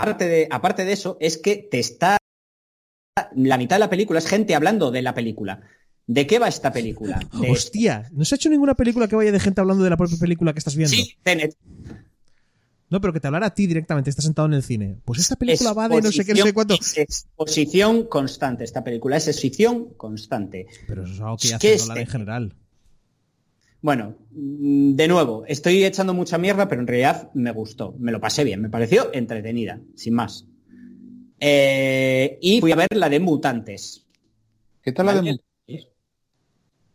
Speaker 6: Aparte de, aparte de eso, es que te está. La mitad de la película es gente hablando de la película. ¿De qué va esta película? De-
Speaker 2: Hostia, no se ha hecho ninguna película que vaya de gente hablando de la propia película que estás viendo.
Speaker 6: Sí, Tenet.
Speaker 2: No, pero que te hablara a ti directamente, estás sentado en el cine. Pues esta película va de no sé qué, no
Speaker 6: Exposición-
Speaker 2: sé cuánto.
Speaker 6: es exposición constante, esta película es exposición constante.
Speaker 2: Pero eso es algo que ya
Speaker 6: ¿Qué
Speaker 2: hace
Speaker 6: es
Speaker 2: Nolan en
Speaker 6: este?
Speaker 2: general.
Speaker 6: Bueno, mm, de nuevo, estoy echando mucha mierda, pero en realidad me gustó, me lo pasé bien, me pareció entretenida, sin más. Eh, y fui a ver la de Mutantes.
Speaker 4: ¿Qué tal la de
Speaker 6: ¿vale?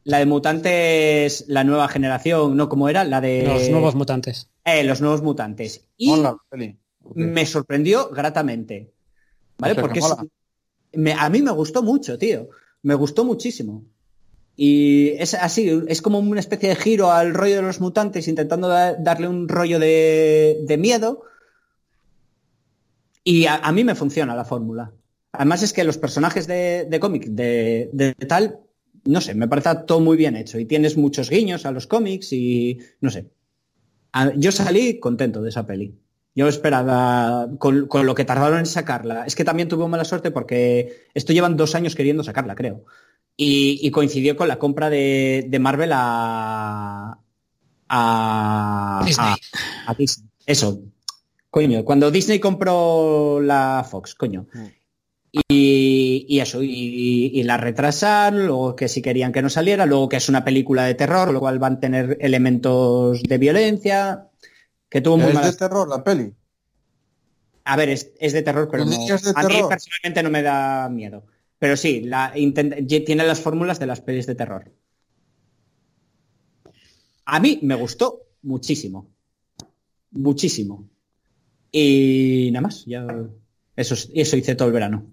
Speaker 6: La de Mutantes, la nueva generación, ¿no? ¿Cómo era? La de
Speaker 5: Los nuevos mutantes.
Speaker 6: eh, los nuevos mutantes. Y
Speaker 4: Mola, peli.
Speaker 6: me sorprendió gratamente. ¿Vale?
Speaker 4: O sea, que
Speaker 6: Porque es-
Speaker 4: mola.
Speaker 6: me- a mí me gustó mucho, tío. Me gustó muchísimo. Y es así, es como una especie de giro al rollo de los mutantes, intentando da- darle un rollo de, de miedo. Y a, a mí me funciona la fórmula. Además es que los personajes de, de cómic, de, de tal, no sé, me parece todo muy bien hecho. Y tienes muchos guiños a los cómics y no sé. A- Yo salí contento de esa peli. Yo esperaba, con, con lo que tardaron en sacarla, es que también tuve mala suerte porque esto llevan dos años queriendo sacarla, creo. Y, y coincidió con la compra de, de Marvel a, a,
Speaker 5: Disney.
Speaker 6: a- a Disney. Eso. Coño, cuando Disney compró la Fox, coño. Y, y eso, y, y la retrasaron, luego que si querían que no saliera, luego que es una película de terror, con lo cual van a tener elementos de violencia, que tuvo muy
Speaker 4: ¿Es de
Speaker 6: malas...
Speaker 4: terror la peli?
Speaker 6: A ver, es, es de terror, pero
Speaker 4: ¿Tú
Speaker 6: no...
Speaker 4: dirías de
Speaker 6: a mí
Speaker 4: terror?
Speaker 6: personalmente no me da miedo. Pero sí, la, intenta- ye- tiene las fórmulas de las pelis de terror. A mí me gustó muchísimo. Muchísimo. Y nada más, ya eso, es- eso hice todo el verano.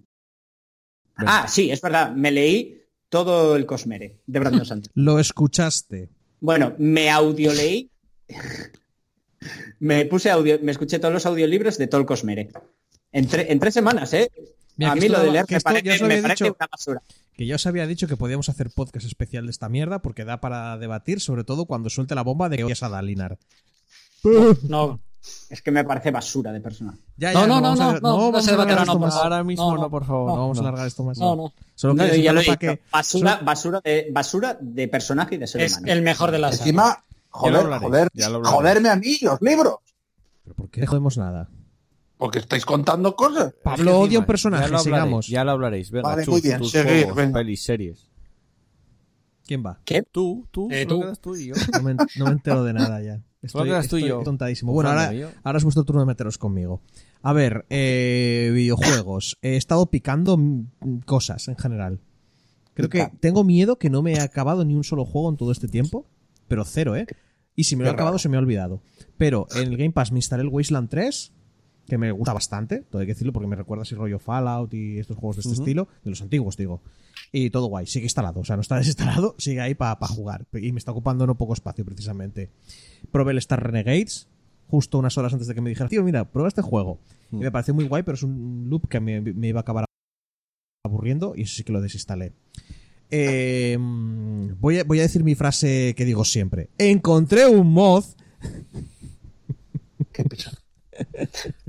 Speaker 6: Ah, sí, es verdad, me leí todo el Cosmere de
Speaker 4: [laughs]
Speaker 6: Brandon Santos.
Speaker 2: Lo escuchaste.
Speaker 6: Bueno, me audioleí. me puse audio, me escuché todos los audiolibros de todo el Cosmere. En, tre- en tres semanas, ¿eh?
Speaker 2: Mira,
Speaker 6: a
Speaker 2: que
Speaker 6: mí
Speaker 2: esto
Speaker 6: lo de
Speaker 2: daba-
Speaker 6: leer
Speaker 2: que
Speaker 6: me
Speaker 2: esto ya os
Speaker 6: parece,
Speaker 2: lo
Speaker 6: me
Speaker 2: había
Speaker 6: parece
Speaker 2: dicho.
Speaker 6: una basura.
Speaker 2: Que ya os había dicho que podíamos hacer podcast especial de esta mierda porque da para debatir, sobre todo cuando suelte la bomba de que odias a Dalinar.
Speaker 5: No,
Speaker 6: Es que me parece basura de persona.
Speaker 2: Ya,
Speaker 5: No,
Speaker 2: ya,
Speaker 5: no, no,
Speaker 2: vamos a-
Speaker 5: no, no, no
Speaker 2: vamos
Speaker 5: se
Speaker 2: a alargar
Speaker 5: debate,
Speaker 2: esto
Speaker 5: no,
Speaker 2: más.
Speaker 5: por favor.
Speaker 2: Ahora mismo,
Speaker 5: No,
Speaker 2: no,
Speaker 5: no,
Speaker 2: por favor,
Speaker 5: no.
Speaker 2: no vamos a alargar esto más.
Speaker 5: no, no.
Speaker 2: Solo
Speaker 6: No,
Speaker 2: quería
Speaker 6: ya lo he
Speaker 2: decirlo
Speaker 6: dicho,
Speaker 2: para que-
Speaker 6: basura, basura, de, basura de personaje y de ser
Speaker 5: Es
Speaker 6: humano.
Speaker 5: el mejor de las.
Speaker 4: Encima, joder,
Speaker 2: hablaré,
Speaker 4: joder,
Speaker 2: ya lo hablaré.
Speaker 4: joderme a mí los libros.
Speaker 2: Pero ¿Por qué no jodemos nada?
Speaker 4: Porque estáis contando cosas.
Speaker 2: Pablo odia un
Speaker 1: Ya
Speaker 2: personaje,
Speaker 1: lo hablaréis,
Speaker 2: sigamos.
Speaker 1: Ya lo hablaréis. Venga,
Speaker 4: Vale,
Speaker 1: tus-
Speaker 4: muy bien,
Speaker 1: tus
Speaker 4: seguid,
Speaker 1: juegos,
Speaker 4: venga.
Speaker 1: pelis, series.
Speaker 2: ¿Quién va?
Speaker 1: Tú, tú,
Speaker 5: Eh,
Speaker 1: solo
Speaker 5: tú.
Speaker 1: quedas tú y yo.
Speaker 2: No me, no me entero de nada ya. Estoy,
Speaker 1: quedas [laughs] tú y
Speaker 2: estoy
Speaker 1: yo.
Speaker 2: tontadísimo. Bueno,
Speaker 1: Anda,
Speaker 2: ahora,
Speaker 1: mío.
Speaker 2: ahora es vuestro turno de meteros conmigo. A ver, eh, videojuegos. He estado picando mm, cosas en general. Creo
Speaker 4: Mm,
Speaker 2: que tengo miedo que no me he acabado ni un solo juego en todo este tiempo, pero cero, ¿eh? Y si me lo he
Speaker 4: Qué
Speaker 2: acabado
Speaker 4: raro.
Speaker 2: se me ha olvidado. Pero en el Game Pass me instalé el Wasteland 3, que me gusta bastante, todo hay que decirlo, porque me recuerda así rollo Fallout y estos juegos de este estilo, de los antiguos, digo. Y todo guay, sigue instalado, o sea, no está [laughs] desinstalado, sigue ahí para jugar. Y me está ocupando no poco espacio, precisamente. Probé el Star Renegades, justo unas horas antes de que me dijera, tío, mira, prueba este juego.
Speaker 4: Mm.
Speaker 2: Y me pareció muy guay, pero es un loop que me, me iba a acabar aburriendo y eso sí que lo desinstalé. Eh, mm, voy, a, voy a decir mi frase que digo siempre. Encontré un mod
Speaker 1: [laughs]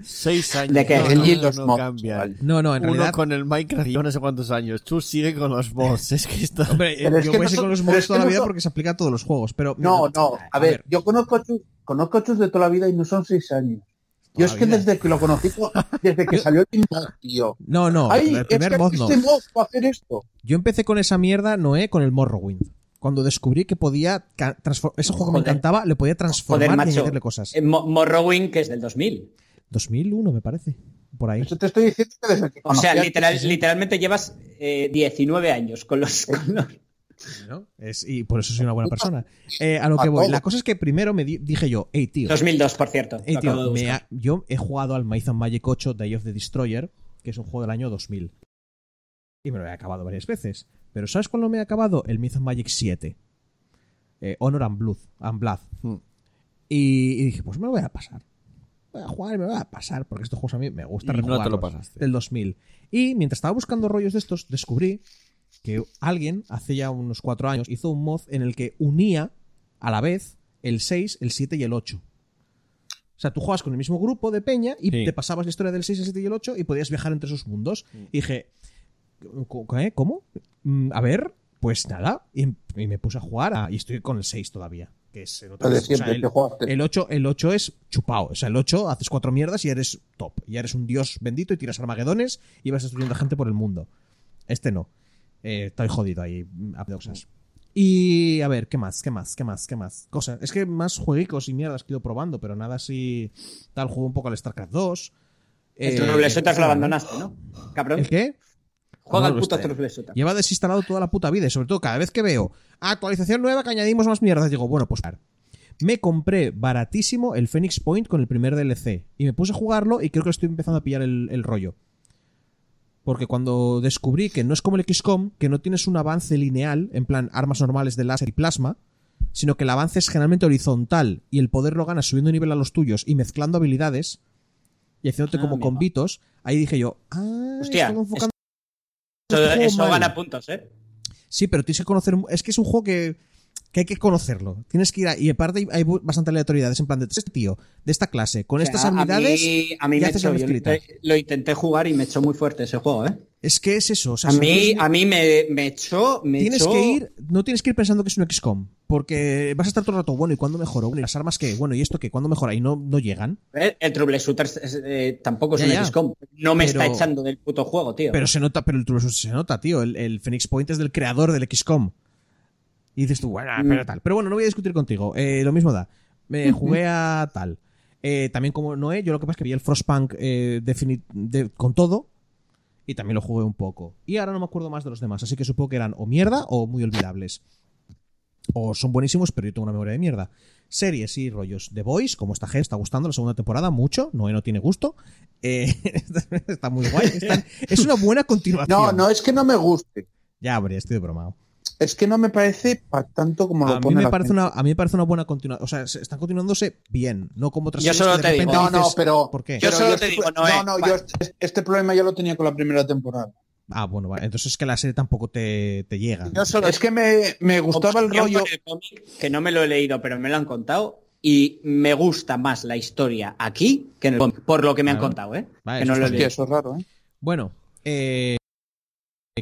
Speaker 1: Seis años.
Speaker 6: ¿De qué?
Speaker 1: No,
Speaker 6: El
Speaker 1: no,
Speaker 4: y
Speaker 1: no,
Speaker 4: los
Speaker 1: no
Speaker 4: mods,
Speaker 1: cambian.
Speaker 4: vale.
Speaker 2: No, no, en
Speaker 1: Uno
Speaker 2: realidad.
Speaker 1: con el Minecraft y yo no sé cuántos años. Tú sigue con los bots. Es que esto...
Speaker 2: Hombre, eh,
Speaker 4: Pero es
Speaker 2: yo
Speaker 4: que
Speaker 2: voy a
Speaker 4: no
Speaker 2: seguir
Speaker 4: son-
Speaker 2: con los
Speaker 4: pero
Speaker 2: mods
Speaker 4: es que
Speaker 2: toda la
Speaker 4: no
Speaker 2: vida
Speaker 4: son-
Speaker 2: porque se aplica a todos los juegos. Pero.
Speaker 4: No,
Speaker 2: mira,
Speaker 4: no, a ver, yo conozco a Chus, conozco a Chus de toda la vida y no son seis años. Yo es que
Speaker 2: vida.
Speaker 4: desde que lo
Speaker 2: [laughs]
Speaker 4: conocí, co- desde que salió el mod, tío.
Speaker 2: No, no,
Speaker 4: Ay,
Speaker 2: el
Speaker 4: es que
Speaker 2: primer mod no.
Speaker 4: este mod va a hacer esto.
Speaker 2: Yo empecé con esa mierda, Noé, con el Morrowind. Cuando descubrí que podía. ca- transfor- Ese juego que me
Speaker 6: Joder.
Speaker 2: encantaba, le podía transformar
Speaker 6: Joder,
Speaker 2: y
Speaker 6: macho.
Speaker 2: añadirle cosas.
Speaker 6: Eh, Mo- Morrowind, que es del 2000.
Speaker 2: 2001, me parece. Por ahí.
Speaker 4: Eso te estoy diciendo que desde que
Speaker 6: O sea,
Speaker 4: conocí a-
Speaker 6: literal- literalmente llevas eh, 19 años con los... con los-
Speaker 2: ¿no? Es- y por eso soy una buena persona. Eh, a lo que
Speaker 4: A
Speaker 2: voy.
Speaker 4: todo.
Speaker 2: La cosa es que primero me di- dije yo, hey, tío.
Speaker 6: 2002, por cierto. lo
Speaker 2: Ey, tío,
Speaker 6: acabo de
Speaker 2: me
Speaker 6: buscar.
Speaker 2: ha- yo he jugado al Maze and Magic 8 Day of the Destroyer, que es un juego del año 2000. Y me lo he acabado varias veces. Pero ¿sabes cuándo me he acabado? El Maze and Magic 7. Eh, Honor and Blood. And Blood.
Speaker 1: Hmm.
Speaker 2: Y, y dije, pues me lo voy a pasar. Voy a jugar y me lo voy a pasar, porque estos juegos a mí me gusta
Speaker 1: Y no te lo
Speaker 2: rejugarlos,
Speaker 1: pasaste.
Speaker 2: Del 2000. Y mientras estaba buscando rollos de estos, descubrí que alguien, hace ya unos cuatro años, hizo un mod en el que unía a la vez el 6, el 7 y el 8. O sea, tú jugabas con el mismo grupo de peña y
Speaker 1: Sí.
Speaker 2: te pasabas la historia del 6, el 7 y el 8 y podías viajar entre esos mundos. Y dije, "¿Co- co- eh? ¿cómo? Mm, A ver, pues nada. Y, y me puse a jugar a- y estoy con el 6 todavía. Que es el otro-
Speaker 4: Lo de
Speaker 2: o sea,
Speaker 4: siempre
Speaker 2: el-
Speaker 4: que jugaste.
Speaker 2: el 8, el 8 es chupao. O sea, el 8 haces cuatro mierdas y eres top. Y eres un dios bendito y tiras armagedones y vas destruyendo a gente por el mundo. Este no. Eh, estoy jodido ahí. mm, haciendo cosas. Y a ver, ¿qué más? ¿Qué más? ¿Qué más? ¿Qué más? Cosas. Es que más jueguicos y mierdas que he ido probando, pero nada así. Tal, juego un poco al StarCraft 2.
Speaker 6: El
Speaker 2: Eh,
Speaker 6: Trouble Shooter lo abandonaste, ¿no? Cabrón.
Speaker 2: ¿El qué?
Speaker 6: Juega
Speaker 2: No
Speaker 6: al
Speaker 2: lo
Speaker 6: puto
Speaker 2: sé.
Speaker 6: Trouble Shooter.
Speaker 2: Lleva desinstalado toda la puta vida y sobre todo cada vez que veo actualización nueva que añadimos más mierdas, digo, bueno, pues par. Me compré baratísimo el Phoenix Point con el primer DLC y me puse a jugarlo y creo que estoy empezando a pillar el, el rollo. Porque cuando descubrí que no es como el XCOM, que no tienes un avance lineal, en plan armas normales de láser y plasma, sino que el avance es generalmente horizontal y el poder lo ganas subiendo nivel a los tuyos y mezclando habilidades y haciéndote
Speaker 6: Ah,
Speaker 2: como
Speaker 6: amigo.
Speaker 2: combitos, ahí dije yo, ah,
Speaker 6: Hostia,
Speaker 2: estaba enfocando
Speaker 6: Eso,
Speaker 2: este juego
Speaker 6: eso
Speaker 2: mal.
Speaker 6: gana puntos, ¿eh?
Speaker 2: Sí, pero tienes que conocer. Es que es un juego que, que hay que conocerlo. Tienes que ir a. Y aparte hay, hay bastante aleatoriedades. En plan, de este tío, de esta clase, con
Speaker 6: O sea,
Speaker 2: estas
Speaker 6: a
Speaker 2: habilidades.
Speaker 6: mí- a mí
Speaker 2: ya
Speaker 6: me
Speaker 2: haces la
Speaker 6: echó, yo
Speaker 2: mezclita.
Speaker 6: lo- lo intenté jugar y me echó muy fuerte ese juego, ¿eh?
Speaker 2: Es que es eso. O sea,
Speaker 6: A
Speaker 2: si
Speaker 6: mí,
Speaker 2: tienes-
Speaker 6: a mí me, me echó. Me
Speaker 2: tienes
Speaker 6: echó-
Speaker 2: que ir, no tienes que ir pensando que es un XCOM, porque vas a estar todo el rato, bueno, ¿y cuándo mejora? Bueno, ¿y las armas que Bueno, ¿y esto que ¿Cuándo mejora? Y no, no llegan.
Speaker 6: El, ¿eh? el Troubleshooter es- eh, tampoco es
Speaker 2: Ya,
Speaker 6: un
Speaker 2: ya.
Speaker 6: XCOM. No me
Speaker 2: Pero-
Speaker 6: está echando del puto juego, tío.
Speaker 2: Pero se nota, pero el Troubleshoot se nota, tío. El, el Phoenix Point es del creador del XCOM. Y dices tú, bueno, ah, pero tal. Pero bueno, no voy a discutir contigo. Eh, lo mismo da. Me jugué a tal. Eh, también como Noé, yo lo que pasa es que vi el Frostpunk eh, defini- de- con todo. Y también lo jugué un poco. Y ahora no me acuerdo más de los demás. Así que supongo que eran o mierda o muy olvidables. O son buenísimos, pero yo tengo una memoria de mierda. Series y rollos. The Voice, como esta gente está gustando la segunda temporada, mucho. Noé no tiene gusto. Eh, [laughs] está muy guay. Está- es una buena continuación.
Speaker 4: No, no, es que no me guste.
Speaker 2: Ya, hombre, estoy de bromado.
Speaker 4: Es que no me parece pa tanto como lo
Speaker 2: A mí,
Speaker 4: pone
Speaker 2: me
Speaker 4: la
Speaker 2: parece
Speaker 4: gente.
Speaker 2: una, a mí me parece una buena continuación. O sea, se- están continuándose bien, no como otras
Speaker 6: Yo
Speaker 2: series
Speaker 6: solo
Speaker 2: que de
Speaker 6: te digo-
Speaker 2: repente
Speaker 4: No, no,
Speaker 2: dices,
Speaker 4: pero
Speaker 2: ¿Por qué?
Speaker 6: Yo
Speaker 4: pero
Speaker 6: solo te
Speaker 4: estu-
Speaker 6: digo, eh, Noé,
Speaker 4: No, no, yo este, este problema ya lo tenía con la primera temporada.
Speaker 2: Ah, bueno, vale. Entonces es que la serie tampoco te, te llega.
Speaker 4: Yo solo- es que me, me gustaba el
Speaker 6: Opinión
Speaker 4: rollo.
Speaker 6: con el cómic, que no me lo he leído, pero me lo han contado. Y me gusta más la historia aquí que en el cómic, por lo que me han
Speaker 2: Vale.
Speaker 6: contado, ¿eh?
Speaker 2: Vale,
Speaker 6: que no
Speaker 2: eso está
Speaker 6: lo he
Speaker 4: Hostia,
Speaker 6: leído.
Speaker 4: eso es raro, ¿eh?
Speaker 2: Bueno, eh,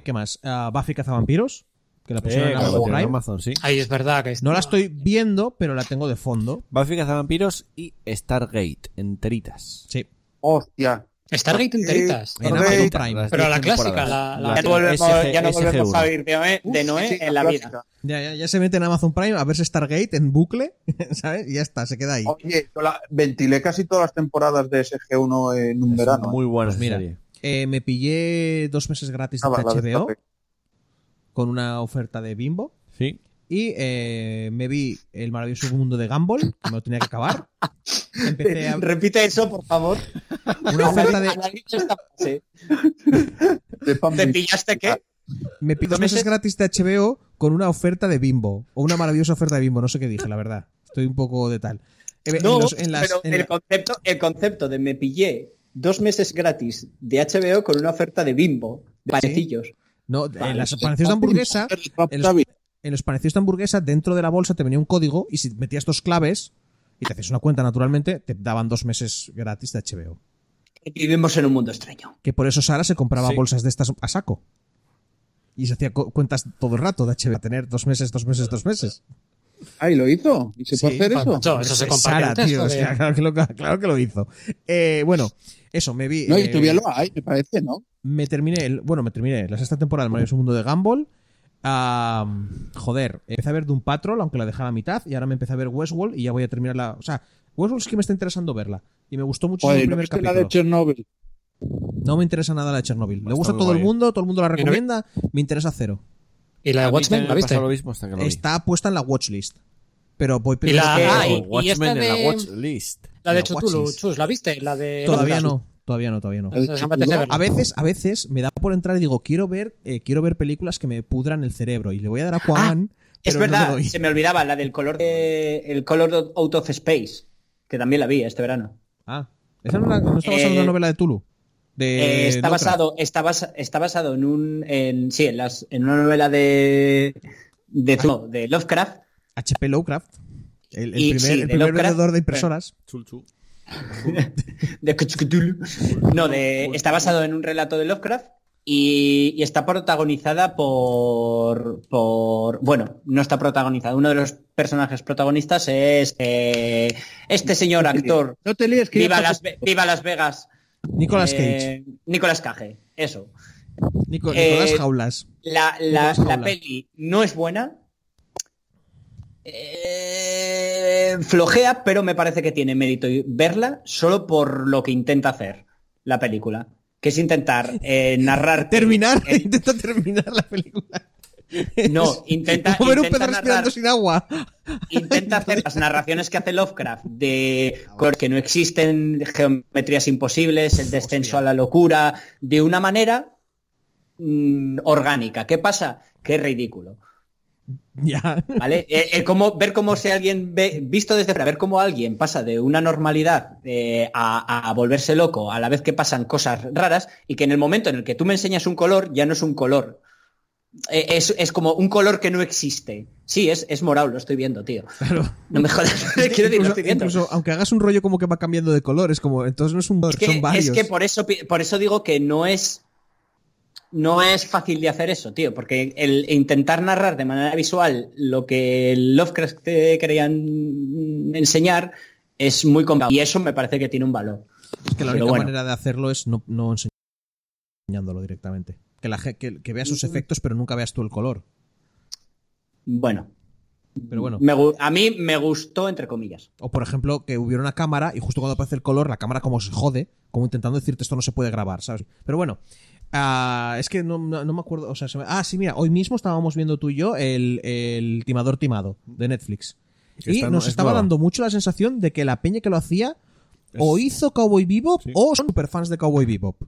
Speaker 2: ¿qué más? Ah, Buffy cazavampiros, que la pusieron
Speaker 1: Eh,
Speaker 2: en
Speaker 1: claro,
Speaker 2: Amazon
Speaker 1: tiene
Speaker 2: Prime.
Speaker 1: Amazon, sí.
Speaker 5: Ahí es verdad que es-
Speaker 2: No la estoy viendo, pero la tengo de fondo.
Speaker 1: Buffy Cazavampiros y Stargate, enteritas.
Speaker 2: Sí.
Speaker 4: Hostia.
Speaker 5: Stargate
Speaker 4: Eh,
Speaker 5: enteritas.
Speaker 2: En
Speaker 4: Stargate.
Speaker 2: Amazon Prime.
Speaker 1: Las
Speaker 5: Pero
Speaker 1: tres
Speaker 5: la clásica,
Speaker 1: temporadas.
Speaker 5: la- la-
Speaker 2: Ah,
Speaker 1: Las
Speaker 6: Ya, no volvemos-
Speaker 1: SG
Speaker 6: ya no volvemos
Speaker 1: SG1.
Speaker 6: a oír de Noé, de Noé
Speaker 4: Sí, sí,
Speaker 6: en la
Speaker 4: clásica.
Speaker 6: vida.
Speaker 2: Ya, ya, ya se mete en Amazon Prime a verse Stargate en bucle, [laughs] ¿sabes? Y ya está, se queda ahí.
Speaker 4: Oye, yo la- ventilé casi todas las temporadas de SG1 en un
Speaker 1: Es
Speaker 4: verano. ¿eh?
Speaker 1: Muy buena
Speaker 2: Pues mira.
Speaker 1: serie.
Speaker 2: Eh, me pillé dos meses gratis de
Speaker 4: Ah, la de
Speaker 2: HBO
Speaker 4: Stargate.
Speaker 2: con una oferta de Bimbo.
Speaker 1: Sí.
Speaker 2: Y eh, me vi El maravilloso mundo de Gumball, que me lo tenía que acabar. Empecé
Speaker 6: [laughs]
Speaker 2: a
Speaker 6: Repite eso, por favor.
Speaker 2: Eh, una oferta
Speaker 6: [laughs]
Speaker 2: de.
Speaker 6: Analiza esta frase.
Speaker 4: ¿eh? De Pam
Speaker 6: ¿Te
Speaker 4: Beach.
Speaker 6: pillaste
Speaker 2: ah,
Speaker 6: qué?
Speaker 2: Me pido meses gratis de HBO con una oferta de Bimbo. O una maravillosa oferta de Bimbo, no sé qué dije, la verdad. Estoy un poco de tal. Eh, en
Speaker 6: No,
Speaker 2: los- en las-
Speaker 6: pero
Speaker 2: en
Speaker 6: el,
Speaker 2: la-
Speaker 6: concepto, el concepto de me pillé dos meses gratis de HBO con una oferta de bimbo, de panecillos.
Speaker 2: no, en las apariciones de hamburguesa. En los, en los panecillos de hamburguesa, dentro de la bolsa te venía un código y si metías dos claves y te hacías una cuenta naturalmente, te daban dos meses gratis de HBO.
Speaker 6: Vivimos en un mundo extraño.
Speaker 2: Que por eso Sara se compraba
Speaker 1: Sí.
Speaker 2: bolsas de estas a saco. Y se hacía co- cuentas todo el rato de HBO. Tener dos meses, dos meses, dos meses. Eh,
Speaker 4: Ay, lo hizo. ¿Y se puede hacer eso?
Speaker 5: Pancho, eso se comparte
Speaker 2: Sara,
Speaker 5: antes,
Speaker 2: tío. o
Speaker 5: joder.
Speaker 2: sea, [laughs] claro, que lo, claro que lo hizo. Eh, bueno, eso, me vi.
Speaker 4: No,
Speaker 2: eh,
Speaker 4: y todavía lo hay, me parece, ¿no?
Speaker 2: me terminé, el- bueno, me terminé la sexta temporada del maravilloso mundo de Gumball. Am, joder, empecé a ver Doom Patrol, aunque la dejé a la mitad, y ahora me empecé a ver Westworld y ya voy a terminar la. O sea, Westworld sí que me está interesando verla. Y me gustó mucho
Speaker 4: Joder,
Speaker 2: el
Speaker 4: ¿no
Speaker 2: primer
Speaker 4: viste la de
Speaker 2: capítulo.
Speaker 4: Chernobyl?
Speaker 2: No me interesa nada la de Chernobyl. Le gusta a
Speaker 1: muy
Speaker 2: todo el
Speaker 1: guay.
Speaker 2: mundo, todo el mundo la
Speaker 5: no vi-
Speaker 2: recomienda, me interesa cero.
Speaker 5: Y la de
Speaker 1: A mí
Speaker 5: Watchmen,
Speaker 1: también
Speaker 5: ¿la
Speaker 1: me
Speaker 5: viste?
Speaker 1: pasó lo mismo hasta que lo vi.
Speaker 2: Está puesta en la watchlist. Pero voy
Speaker 5: Y la-
Speaker 2: que-
Speaker 5: Ah, y-
Speaker 1: Watchmen
Speaker 5: y esta
Speaker 1: en la
Speaker 5: de-
Speaker 1: watch list.
Speaker 5: La de
Speaker 2: No,
Speaker 5: Chutulu,
Speaker 2: Watchis.
Speaker 5: Chus, ¿la viste? La de
Speaker 2: Todavía no,
Speaker 5: Londra.
Speaker 2: todavía no, todavía no.
Speaker 4: La de
Speaker 5: Esa es la
Speaker 4: Chernobyl.
Speaker 5: APTC,
Speaker 2: A veces, a veces me da por entrar y digo, quiero ver, eh, quiero ver películas que me pudran el cerebro. Y le voy a dar a Juan.
Speaker 6: Es verdad, se me olvidaba la del color de, el color out of space, que también la vi este verano.
Speaker 2: Ah, esa no, era- no está basada en una
Speaker 6: Eh,
Speaker 2: novela de Tulu. De
Speaker 6: Eh, está
Speaker 2: Lovecraft.
Speaker 6: basado, está, basa- está basado en un, en, sí, en, las, en una novela de, de,
Speaker 2: Ah.
Speaker 6: no, de Lovecraft.
Speaker 2: H.P. Lovecraft. El, el
Speaker 6: Y
Speaker 2: primer,
Speaker 6: sí,
Speaker 2: el
Speaker 6: de
Speaker 2: primer
Speaker 6: Lovecraft, eh,
Speaker 2: vendedor de impresoras.
Speaker 6: De Cthulhu. No, de, está basado en un relato de Lovecraft y, y está protagonizada por, por. Bueno, no está protagonizada. Uno de los personajes protagonistas es eh, este señor actor.
Speaker 4: No te líes, que
Speaker 6: Viva
Speaker 4: ya-
Speaker 6: Las, Ve- Viva Las Vegas.
Speaker 2: Nicolas Cage.
Speaker 6: eh, Nicolas Cage, eso.
Speaker 2: Nico-
Speaker 6: eh,
Speaker 2: Nicolás Jaulas.
Speaker 6: La, la-
Speaker 2: Nicolas
Speaker 6: la
Speaker 2: Cage.
Speaker 6: peli no es buena. Eh, flojea, pero me parece que tiene mérito y- verla solo por lo que intenta hacer la película. Que es intentar eh,
Speaker 2: [laughs]
Speaker 6: narrar.
Speaker 2: Terminar,
Speaker 6: eh,
Speaker 2: intenta terminar la película. [laughs]
Speaker 6: no, intenta,
Speaker 2: Como ver un
Speaker 6: intenta
Speaker 2: pedo
Speaker 6: narrar,
Speaker 2: respirando sin agua. [laughs]
Speaker 6: intenta hacer las narraciones que hace Lovecraft de cosas que no existen, geometrías imposibles, el descenso a la locura, de una manera mm, orgánica. ¿Qué pasa? Que es ridículo.
Speaker 2: Ya. [laughs]
Speaker 6: ¿Vale? Eh, eh, como- ver cómo si alguien ve- visto desde fuera, ver cómo alguien pasa de una normalidad eh, a, a volverse loco a la vez que pasan cosas raras y que en el momento en el que tú me enseñas un color ya no es un color. Eh, es, es como un color que no existe. Sí, es, es morado, lo estoy viendo, tío.
Speaker 2: Claro.
Speaker 6: No me jodas, [laughs] quiero decir, lo
Speaker 2: incluso,
Speaker 6: estoy viendo.
Speaker 2: incluso aunque hagas un rollo como que va cambiando de color, es como, entonces no es un color,
Speaker 6: Es que,
Speaker 2: son varios.
Speaker 6: es que por eso, pi- por eso digo que no es no es fácil de hacer eso, tío, porque el intentar narrar de manera visual lo que Lovecraft te querían enseñar es muy complicado. Y eso me parece que tiene un valor.
Speaker 2: Es que la
Speaker 6: Pero
Speaker 2: única
Speaker 6: bueno.
Speaker 2: manera de hacerlo es no, no enseñ- enseñándolo directamente. Que, la, ge- que, que veas
Speaker 6: Mm.
Speaker 2: sus efectos, pero nunca veas tú el color.
Speaker 6: Bueno,
Speaker 2: Pero bueno.
Speaker 6: me gu- a mí me gustó, entre comillas.
Speaker 2: O por ejemplo, que hubiera una cámara y justo cuando aparece el color, la cámara como se jode, como intentando decirte esto no se puede grabar, ¿sabes? Pero bueno, ah, es que no, no- no me acuerdo. O sea, se me- ah, sí, mira, hoy mismo estábamos viendo tú y yo el, el Timador Timado de Netflix.
Speaker 1: Que
Speaker 2: Y
Speaker 1: está-
Speaker 2: nos
Speaker 1: es
Speaker 2: estaba
Speaker 1: nueva.
Speaker 2: dando mucho la sensación de que la peña que lo hacía o hizo Cowboy Bebop
Speaker 1: Sí. Mm.
Speaker 2: o son superfans de Cowboy Bebop.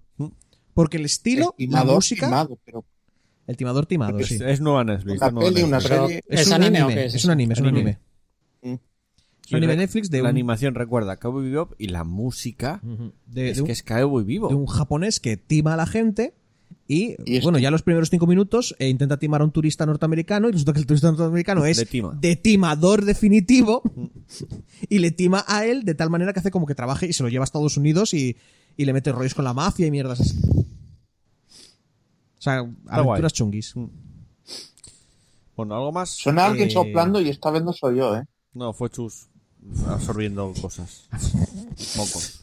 Speaker 2: Porque el estilo, la
Speaker 10: Estimador,
Speaker 2: música,
Speaker 10: estimado, pero
Speaker 2: el Timador Timado,
Speaker 1: Es,
Speaker 2: sí.
Speaker 1: es nueva Netflix.
Speaker 10: una
Speaker 1: es nueva
Speaker 10: peli, una
Speaker 1: Netflix.
Speaker 5: Pero-
Speaker 10: serie.
Speaker 5: ¿Es
Speaker 2: un
Speaker 5: anime o qué es
Speaker 2: es?
Speaker 5: eso?
Speaker 2: un anime, es un anime.
Speaker 10: Mm.
Speaker 2: Es un anime
Speaker 1: Y
Speaker 2: de Netflix de
Speaker 1: la
Speaker 2: un,
Speaker 1: animación, recuerda, Cowboy Bebop y la música
Speaker 2: Ujú. de-
Speaker 1: es
Speaker 2: de un-
Speaker 1: que es Cowboy Bebop.
Speaker 2: de un japonés que tima a la gente y,
Speaker 10: Y es-
Speaker 2: bueno, ya los primeros cinco minutos eh, intenta timar a un turista norteamericano y resulta que el turista norteamericano es
Speaker 1: Le tima.
Speaker 2: de timador definitivo [laughs] y le tima a él de tal manera que hace como que trabaje y se lo lleva a Estados Unidos y, y le mete rollos con la mafia y mierdas así. O sea, aventuras
Speaker 1: guay.
Speaker 2: chunguis.
Speaker 1: Bueno, algo más.
Speaker 10: Suena alguien
Speaker 2: Eh,
Speaker 10: soplando y esta vez no soy yo, ¿eh?
Speaker 1: No, fue Chus absorbiendo cosas. Mocos.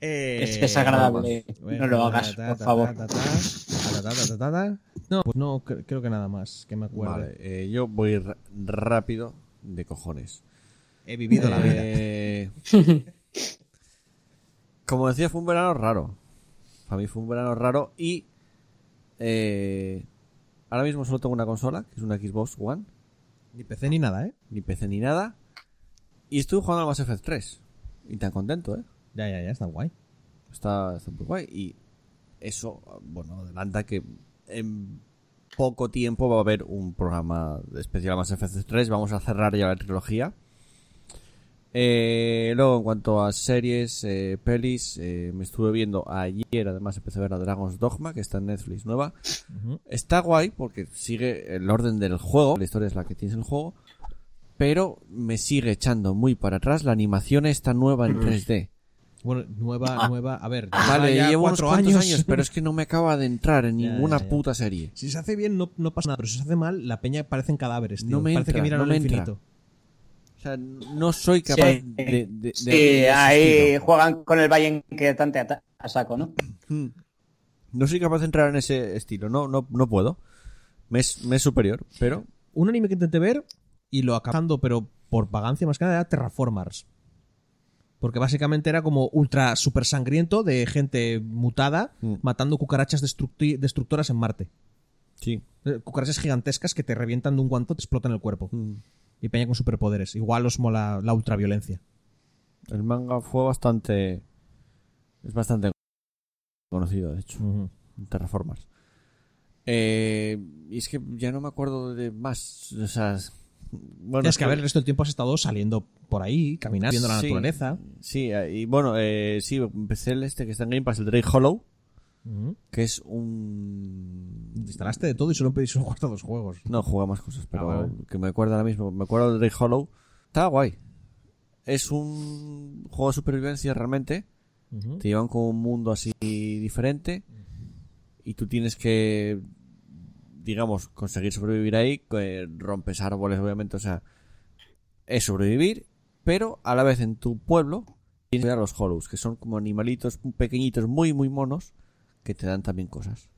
Speaker 6: es desagradable.
Speaker 2: Eh, Bueno,
Speaker 6: no lo hagas,
Speaker 2: ta, ta,
Speaker 6: por
Speaker 2: ta,
Speaker 6: favor.
Speaker 2: ta, ta, ta, ta, ta, ta, ta, ta. No, pues no, cre- creo que nada más que me acuerdo.
Speaker 1: Vale, eh, yo voy r- rápido de cojones.
Speaker 2: He vivido la vida.
Speaker 1: Eh, como decía, fue un verano raro. Para mí fue un verano raro y eh, ahora mismo solo tengo una consola, que es una Xbox One,
Speaker 2: Ni PC ni nada, ¿eh?
Speaker 1: ni PC ni nada. Y estuve jugando al Mass Effect 3. Y tan contento, ¿eh?
Speaker 2: Ya, ya, ya, está guay.
Speaker 1: Está, está muy guay. Y eso, bueno, adelanta que en poco tiempo va a haber un programa especial a Mass Effect 3. Vamos a cerrar ya la trilogía. Eh, luego, en cuanto a series, eh, pelis, eh, me estuve viendo ayer, además empecé a ver a Dragon's Dogma, que está en Netflix nueva. Está guay porque sigue el orden del juego, la historia es la que tienes en el juego, pero me sigue echando muy para atrás la animación esta nueva en 3D.
Speaker 2: Bueno, nueva, nueva. A ver,
Speaker 1: Ah. Vale,
Speaker 2: ya
Speaker 1: llevo unos
Speaker 2: cuatro
Speaker 1: cuantos
Speaker 2: años.
Speaker 1: años. [laughs] pero es que no me acaba de entrar en
Speaker 2: Ya,
Speaker 1: ninguna
Speaker 2: ya, ya.
Speaker 1: puta serie.
Speaker 2: [laughs] Si se hace bien, no, no pasa nada. Pero si se hace mal, la peña parecen cadáveres, tío.
Speaker 1: No me
Speaker 2: Parece
Speaker 1: entra,
Speaker 2: que miran
Speaker 1: no
Speaker 2: al
Speaker 1: me entra.
Speaker 2: infinito.
Speaker 1: O sea, no soy capaz
Speaker 6: Sí.
Speaker 1: de, de- de-
Speaker 6: Sí,
Speaker 1: de
Speaker 2: ah,
Speaker 6: ahí
Speaker 2: eh,
Speaker 1: resistirlo.
Speaker 6: juegan con el Bayern que tantea ta- a saco, ¿no?
Speaker 1: Mm. No soy capaz de entrar en ese estilo. No, no, no puedo. Me es, me es superior, pero
Speaker 2: Un anime que intenté ver y lo acabando, pero por vagancia más que nada, era Terraformers. Porque básicamente era como ultra super sangriento de gente mutada
Speaker 1: Mm.
Speaker 2: matando cucarachas destructi- destructoras en Marte.
Speaker 1: sí.
Speaker 2: Eh, Cucarachas gigantescas que te revientan de un guanto, te explotan el cuerpo.
Speaker 1: Mm.
Speaker 2: Y peña con superpoderes. Igual os mola la ultraviolencia.
Speaker 1: El manga fue bastante. Es bastante conocido, de hecho. Terraformers. Eh, y es que ya no me acuerdo de más. O sea, es- bueno,
Speaker 2: es que a ver, el resto del tiempo has estado saliendo por ahí, caminando, viendo la
Speaker 1: Sí.
Speaker 2: naturaleza.
Speaker 1: Sí, eh, y bueno, eh, sí, empecé el este que está en Game Pass, el Drake Hollow,
Speaker 2: Ujú.
Speaker 1: que es un...
Speaker 2: Te instalaste de todo y solo, solo jugaste a dos juegos.
Speaker 1: No, juega más cosas, pero
Speaker 2: Ah, vale.
Speaker 1: que me acuerdo ahora mismo. Me acuerdo del Drake Hollow. Está guay. Es un juego de supervivencia realmente. Te llevan con un mundo así diferente y tú tienes que, digamos, conseguir sobrevivir ahí. que rompes árboles, obviamente, o sea, es sobrevivir, pero a la vez en tu pueblo tienes que cuidar a los hollows, que son como animalitos pequeñitos muy, muy monos que te dan también cosas.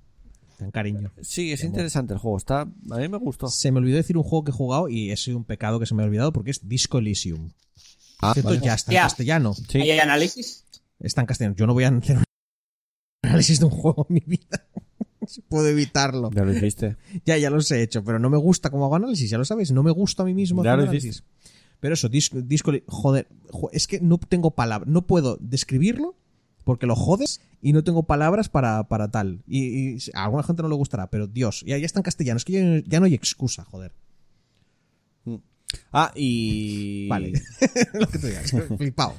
Speaker 2: Tan cariño.
Speaker 1: Sí, es interesante el juego. Está, a mí me gustó.
Speaker 2: Se me olvidó decir un juego que he jugado y es un pecado que se me ha olvidado porque es Disco Elysium. Por cierto, ya está en
Speaker 6: Ya.
Speaker 2: castellano.
Speaker 6: ¿Hay análisis?
Speaker 2: Está en castellano. Yo no voy a hacer un [laughs] análisis de un juego en mi vida. Si [laughs] Puedo evitarlo.
Speaker 1: Ah, Ya lo hiciste.
Speaker 2: Ya, ya los he hecho, pero no me gusta cómo hago análisis, ya lo sabéis. No me gusta a mí mismo
Speaker 1: Ya
Speaker 2: hacer
Speaker 1: lo
Speaker 2: análisis. Pero eso, disco, disco- joder, jo- es que no tengo palabras, no puedo describirlo porque lo jodes y no tengo palabras para, para tal. Y, y a alguna gente no le gustará, pero Dios, ya, ya está en castellano, es que ya, ya no hay excusa, joder.
Speaker 1: Ah, y...
Speaker 2: Vale. [laughs] lo que tú digas, flipado.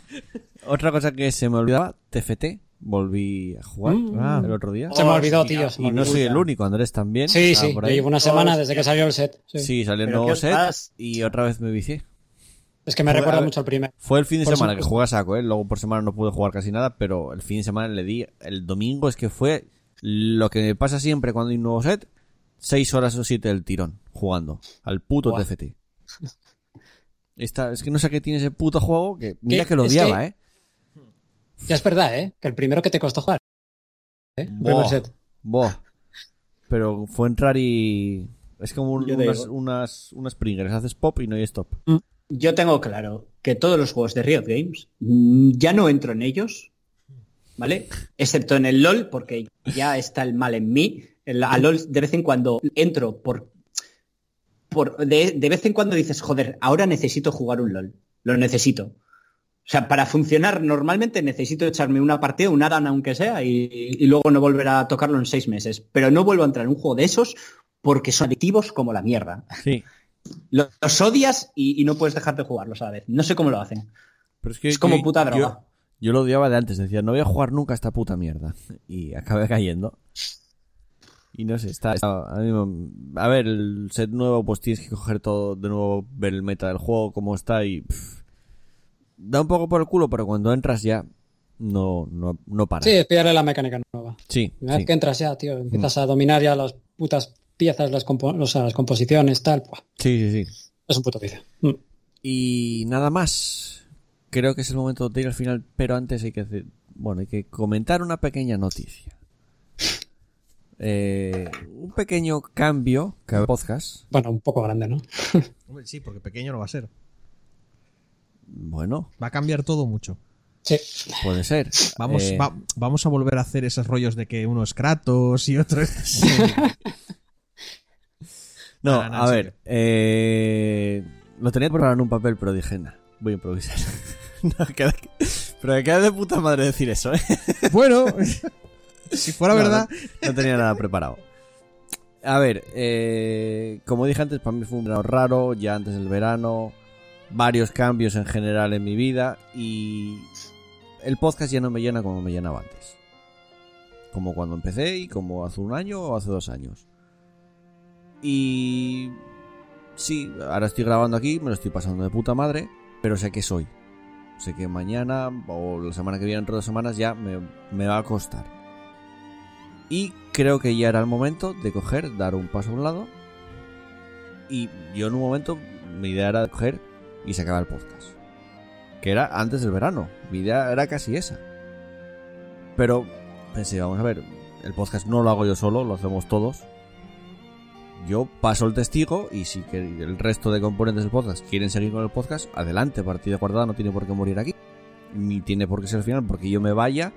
Speaker 1: Otra cosa que se me olvidaba, TFT. Volví a jugar el otro día.
Speaker 5: Se me olvidó, tío. se me
Speaker 1: Y no
Speaker 5: olvidó.
Speaker 1: soy el único, Andrés también.
Speaker 5: Sí,
Speaker 1: estaba
Speaker 5: sí.
Speaker 1: Ah, por
Speaker 5: yo
Speaker 1: ahí.
Speaker 5: Llevo una semana desde que salió el set. Sí.
Speaker 1: Sí, salió el
Speaker 6: Pero
Speaker 1: nuevo
Speaker 6: ¿qué
Speaker 1: set
Speaker 6: pasa?
Speaker 1: y otra vez me vicié.
Speaker 5: Es que me
Speaker 1: Joder, a
Speaker 5: recuerda
Speaker 1: ver.
Speaker 5: mucho al primer.
Speaker 1: Fue el fin de
Speaker 5: Por
Speaker 1: semana que
Speaker 5: supuesto.
Speaker 1: juega saco, ¿eh? Luego por semana no pude jugar casi nada, pero el fin de semana le di, el domingo es que fue Lo que me pasa siempre cuando hay un nuevo set, 6 horas o 7 del tirón jugando al puto
Speaker 5: Buah.
Speaker 1: TFT. [laughs] Esta- es que no sé qué tiene ese puto juego que mira
Speaker 5: ¿Qué?
Speaker 1: que lo
Speaker 5: Es
Speaker 1: odiaba,
Speaker 5: que-
Speaker 1: ¿eh?
Speaker 5: Ya es verdad, ¿eh? Que el primero que te costó jugar. ¿eh? El primer
Speaker 1: Buah.
Speaker 5: set.
Speaker 1: Buah. Pero fue entrar y es como un-
Speaker 6: Yo te
Speaker 1: unas,
Speaker 6: digo.
Speaker 1: unas unas Pringles, haces pop y no hay
Speaker 5: [laughs]
Speaker 1: stop.
Speaker 6: Yo tengo claro que todos los juegos de Riot Games mm, ya no entro en ellos, ¿vale? Excepto en el LOL, porque ya está el mal en mí. El- A LOL de vez en cuando entro por... por de, de vez en cuando dices, joder, ahora necesito jugar un LOL. Lo necesito. O sea, para funcionar normalmente necesito echarme una partida, un Aran aunque sea, y, y luego no volver a tocarlo en seis meses. Pero no vuelvo a entrar en un juego de esos porque son adictivos como la mierda.
Speaker 1: Sí.
Speaker 6: Los, odias y, y no puedes dejar de jugarlos a la vez. No sé cómo lo hacen.
Speaker 1: Pero es que
Speaker 6: Es como
Speaker 1: yo-
Speaker 6: puta
Speaker 1: yo-
Speaker 6: droga.
Speaker 1: Yo lo odiaba de antes, decía, no voy a jugar nunca a esta puta mierda. Y acabé cayendo. Y no sé, está... está- a, mí me- a ver, el set nuevo, pues tienes que coger todo de nuevo, ver el meta del juego, cómo está y... pff, da un poco por el culo, pero cuando entras ya no, no, no para.
Speaker 5: Sí, pillarle la mecánica nueva.
Speaker 1: sí.
Speaker 5: Una
Speaker 1: sí.
Speaker 5: vez que entras ya, tío, empiezas a dominar ya las putas piezas, las, compo- o sea, las composiciones, tal. buah,
Speaker 1: Sí, sí, sí.
Speaker 5: es un puto vicio. Mm.
Speaker 1: Y nada más. Creo que es el momento de ir al final, pero antes hay que hacer- bueno, hay que comentar una pequeña noticia. Eh, un pequeño cambio que habrá podcast.
Speaker 5: Bueno, un poco grande, ¿no?
Speaker 9: Hombre, sí, porque pequeño no va a ser.
Speaker 1: Bueno,
Speaker 9: Va a cambiar todo mucho.
Speaker 5: Sí.
Speaker 1: puede ser.
Speaker 9: Vamos,
Speaker 1: Eh,
Speaker 9: va- vamos a volver a hacer esos rollos de que uno es Kratos y
Speaker 1: [laughs]
Speaker 9: otro
Speaker 2: [laughs]
Speaker 9: es.
Speaker 1: No,
Speaker 9: Nada, nada,
Speaker 1: a
Speaker 9: en
Speaker 1: ver.
Speaker 9: serio.
Speaker 1: eh, lo tenía preparado en un papel, pero dije, nah, voy a improvisar. [laughs] No, queda- pero me queda de puta madre decir eso, ¿eh?
Speaker 2: [laughs]
Speaker 9: bueno, si fuera
Speaker 1: No,
Speaker 9: verdad.
Speaker 1: No, no tenía nada preparado. A ver, eh, como dije antes, para mí fue un verano raro, ya antes del verano, varios cambios en general en mi vida y el podcast ya no me llena como me llenaba antes. Como cuando empecé y como hace un año o hace dos años. Y sí, ahora estoy grabando aquí, me lo estoy pasando de puta madre, pero sé que soy. Sé que mañana o la semana que viene, entre dos semanas, ya me, me va a costar. Y creo que ya era el momento de coger, dar un paso a un lado. Y yo en un momento, mi idea era coger y se acaba el podcast. Que era antes del verano. Mi idea era casi esa. Pero pensé, vamos a ver, el podcast no lo hago yo solo, lo hacemos todos. Yo paso el testigo y si que el resto de componentes del podcast quieren seguir con el podcast, adelante, partida guardada no tiene por qué morir aquí. Ni tiene por qué ser el final, porque yo me vaya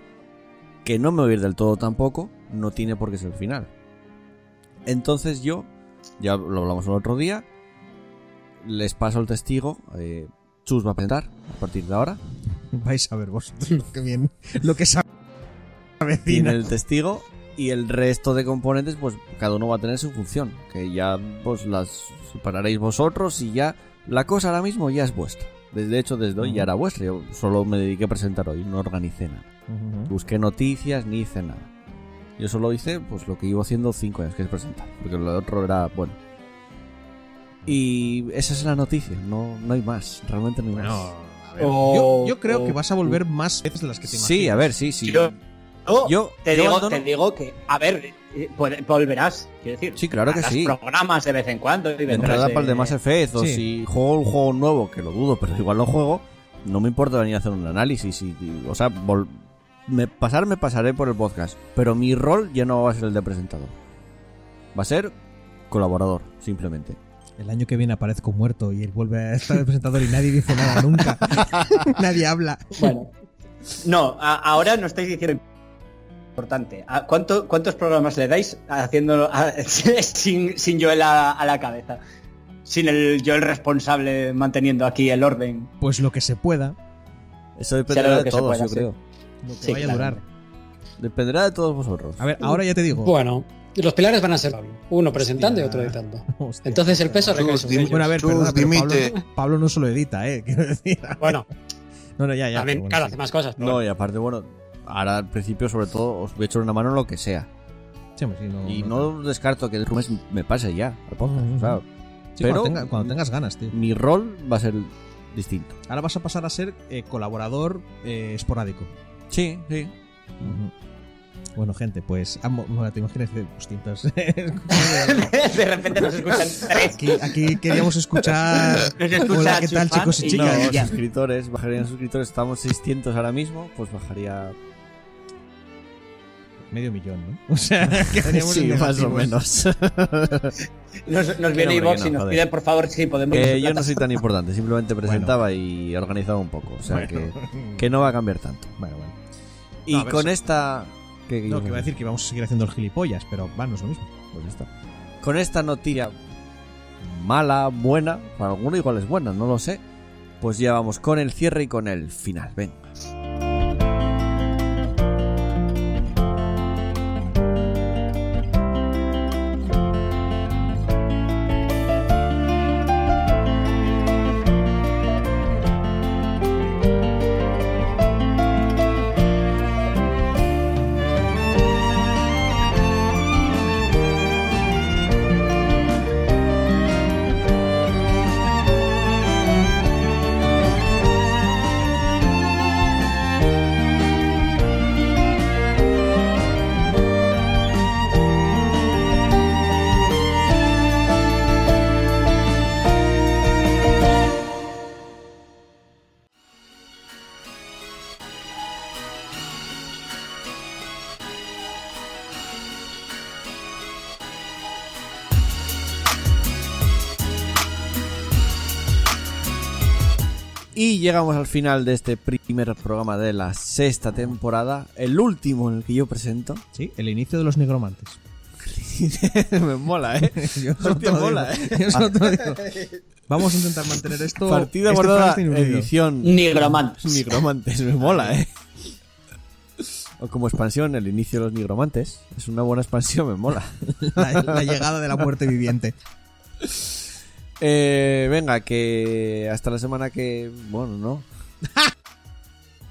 Speaker 1: que no me voy a ir del todo tampoco, no tiene por qué ser el final. Entonces yo, ya lo hablamos el otro día, les paso el testigo, eh, Chus va a presentar a partir de ahora,
Speaker 9: Vais a ver vosotros lo que bien. Lo que sabe la
Speaker 1: tiene
Speaker 9: vecina.
Speaker 1: el testigo y el resto de componentes pues cada uno va a tener su función, que ya pues las separaréis vosotros y ya la cosa ahora mismo ya es vuestra. De hecho, desde hoy ya era vuestra. Yo solo me dediqué a presentar hoy, no organicé nada. Busqué noticias ni hice nada. Yo solo hice pues lo que iba haciendo cinco años, que es presentar. Porque lo otro era bueno. Y esa es la noticia, no, no hay más, realmente no hay más.
Speaker 9: A ver,
Speaker 6: O-
Speaker 9: yo, yo creo
Speaker 6: o-
Speaker 9: que vas a volver más veces de las que te imaginas.
Speaker 1: Sí, a ver, sí, sí.
Speaker 6: Yo, yo
Speaker 1: Yo-
Speaker 6: te,
Speaker 1: yo
Speaker 6: digo,
Speaker 1: abandono-
Speaker 6: te digo que, a ver, eh, puede- volverás, quiero decir.
Speaker 1: Sí, claro que
Speaker 6: harás
Speaker 1: sí.
Speaker 6: programas de vez en cuando. Y
Speaker 1: De
Speaker 6: vendrás,
Speaker 1: entrada
Speaker 6: eh,
Speaker 1: para el de Mass Effect, o
Speaker 9: sí.
Speaker 1: si juego un juego nuevo, que lo dudo, pero igual lo juego, no me importa venir a hacer un análisis. Y, y- o sea, vol- me, pasar me pasaré por el podcast, pero mi rol ya no va a ser el de presentador. Va a ser colaborador, simplemente.
Speaker 9: El año que viene aparezco muerto y él vuelve a estar de presentador y nadie dice nada
Speaker 6: [laughs]
Speaker 9: nunca. nadie habla.
Speaker 6: [laughs] Bueno. No, a- ahora no estáis diciendo importante. ¿A cuánto, ¿Cuántos programas le dais haciéndolo a- [laughs] sin, sin Joel a, a la cabeza? Sin el Joel responsable manteniendo aquí el orden. [laughs]
Speaker 9: Pues lo que se pueda,
Speaker 1: Eso
Speaker 6: Será
Speaker 1: dependerá
Speaker 6: lo
Speaker 1: de
Speaker 6: que se
Speaker 1: todos,
Speaker 6: pueda
Speaker 1: yo
Speaker 6: hacer.
Speaker 1: creo.
Speaker 9: lo que
Speaker 6: Sí,
Speaker 9: vaya
Speaker 6: claro.
Speaker 9: a durar.
Speaker 1: Dependerá de todos vosotros.
Speaker 9: A ver, ahora ya te digo.
Speaker 5: Bueno, los pilares van a ser Pablo. Uno presentando y
Speaker 9: Hostia.
Speaker 5: otro editando.
Speaker 9: Hostia.
Speaker 5: Entonces el peso recae
Speaker 4: Chus,
Speaker 5: sobre ellos.
Speaker 9: Bueno, a ver, perdona,
Speaker 4: Chus,
Speaker 9: pero Pablo,
Speaker 4: dimite.
Speaker 9: Pablo no solo edita, ¿eh? [laughs] Quiero decir.
Speaker 5: Bueno,
Speaker 9: No, no, ya, ya.
Speaker 5: también,
Speaker 9: pero bueno,
Speaker 5: claro,
Speaker 9: sí.
Speaker 5: hace más cosas. pero
Speaker 1: No,
Speaker 5: bueno.
Speaker 1: y aparte, bueno, ahora al principio, sobre todo, os voy a echar una mano en lo que sea.
Speaker 9: Sí, hombre, sí, no-
Speaker 1: y
Speaker 9: no-
Speaker 1: no descarto que el mes me pase ya al podcast. o sea,
Speaker 9: Sí,
Speaker 1: pero
Speaker 9: cuando, tenga- cuando tengas ganas, tío.
Speaker 1: mi rol va a ser distinto.
Speaker 9: Ahora vas a pasar a ser eh, colaborador eh, esporádico.
Speaker 1: Sí, sí.
Speaker 2: Bueno, gente, pues. amo- bueno, te imaginas de distintos.
Speaker 6: de repente nos escuchan tres.
Speaker 2: [laughs]
Speaker 1: [laughs]
Speaker 2: aquí, aquí queríamos [laughs] Pues escuchar.
Speaker 6: Nos escucha
Speaker 2: Hola, ¿qué tal,
Speaker 6: Chufat
Speaker 2: chicos y
Speaker 6: y
Speaker 2: chicas?
Speaker 6: no, ya.
Speaker 1: suscriptores, bajarían suscriptores, estamos 600 ahora mismo, pues bajaría
Speaker 2: Medio millón, ¿no? [laughs] O sea,
Speaker 1: [laughs]
Speaker 2: quedaríamos
Speaker 1: Sí,
Speaker 2: en
Speaker 1: más o
Speaker 2: negativos.
Speaker 1: menos.
Speaker 6: Nos, nos
Speaker 1: Pero,
Speaker 6: viene Ivox
Speaker 1: hombre,
Speaker 6: y
Speaker 1: no,
Speaker 6: nos
Speaker 1: joder.
Speaker 6: pide, por favor, si podemos.
Speaker 1: que yo no soy tan importante, simplemente presentaba y organizaba un poco, o sea que, que no va a cambiar tanto.
Speaker 2: Bueno, bueno.
Speaker 1: Y
Speaker 2: No, a ver,
Speaker 1: con
Speaker 2: sí.
Speaker 1: esta ¿qué- qué
Speaker 2: No,
Speaker 1: ibas
Speaker 2: que iba a decir que íbamos a seguir haciendo el gilipollas, pero va, no es lo mismo.
Speaker 1: Pues ya está. Con esta noticia mala, buena, para alguno igual es buena, no lo sé. Pues ya vamos con el cierre y con el final. Venga. Y llegamos al final de este primer programa de la sexta temporada, el último en el que yo presento. [laughs]
Speaker 2: Sí, el inicio de los negromantes.
Speaker 1: Me mola, [laughs] ¿eh?
Speaker 2: Yo solo
Speaker 1: Hostia,
Speaker 2: te lo
Speaker 1: mola,
Speaker 2: digo.
Speaker 1: ¿eh?
Speaker 2: Yo solo te
Speaker 1: [laughs]
Speaker 2: lo digo. Vamos a intentar mantener esto.
Speaker 1: Partida
Speaker 2: este
Speaker 1: guardada,
Speaker 2: Frankenstein unido.
Speaker 1: edición
Speaker 6: Nigromante.
Speaker 1: Nigromantes, me mola, ¿eh? O como expansión, el inicio de los nigromantes. Es una buena expansión, me [laughs] mola.
Speaker 2: La, la llegada de la muerte viviente.
Speaker 1: Eh, venga, que hasta la semana que... Bueno, no.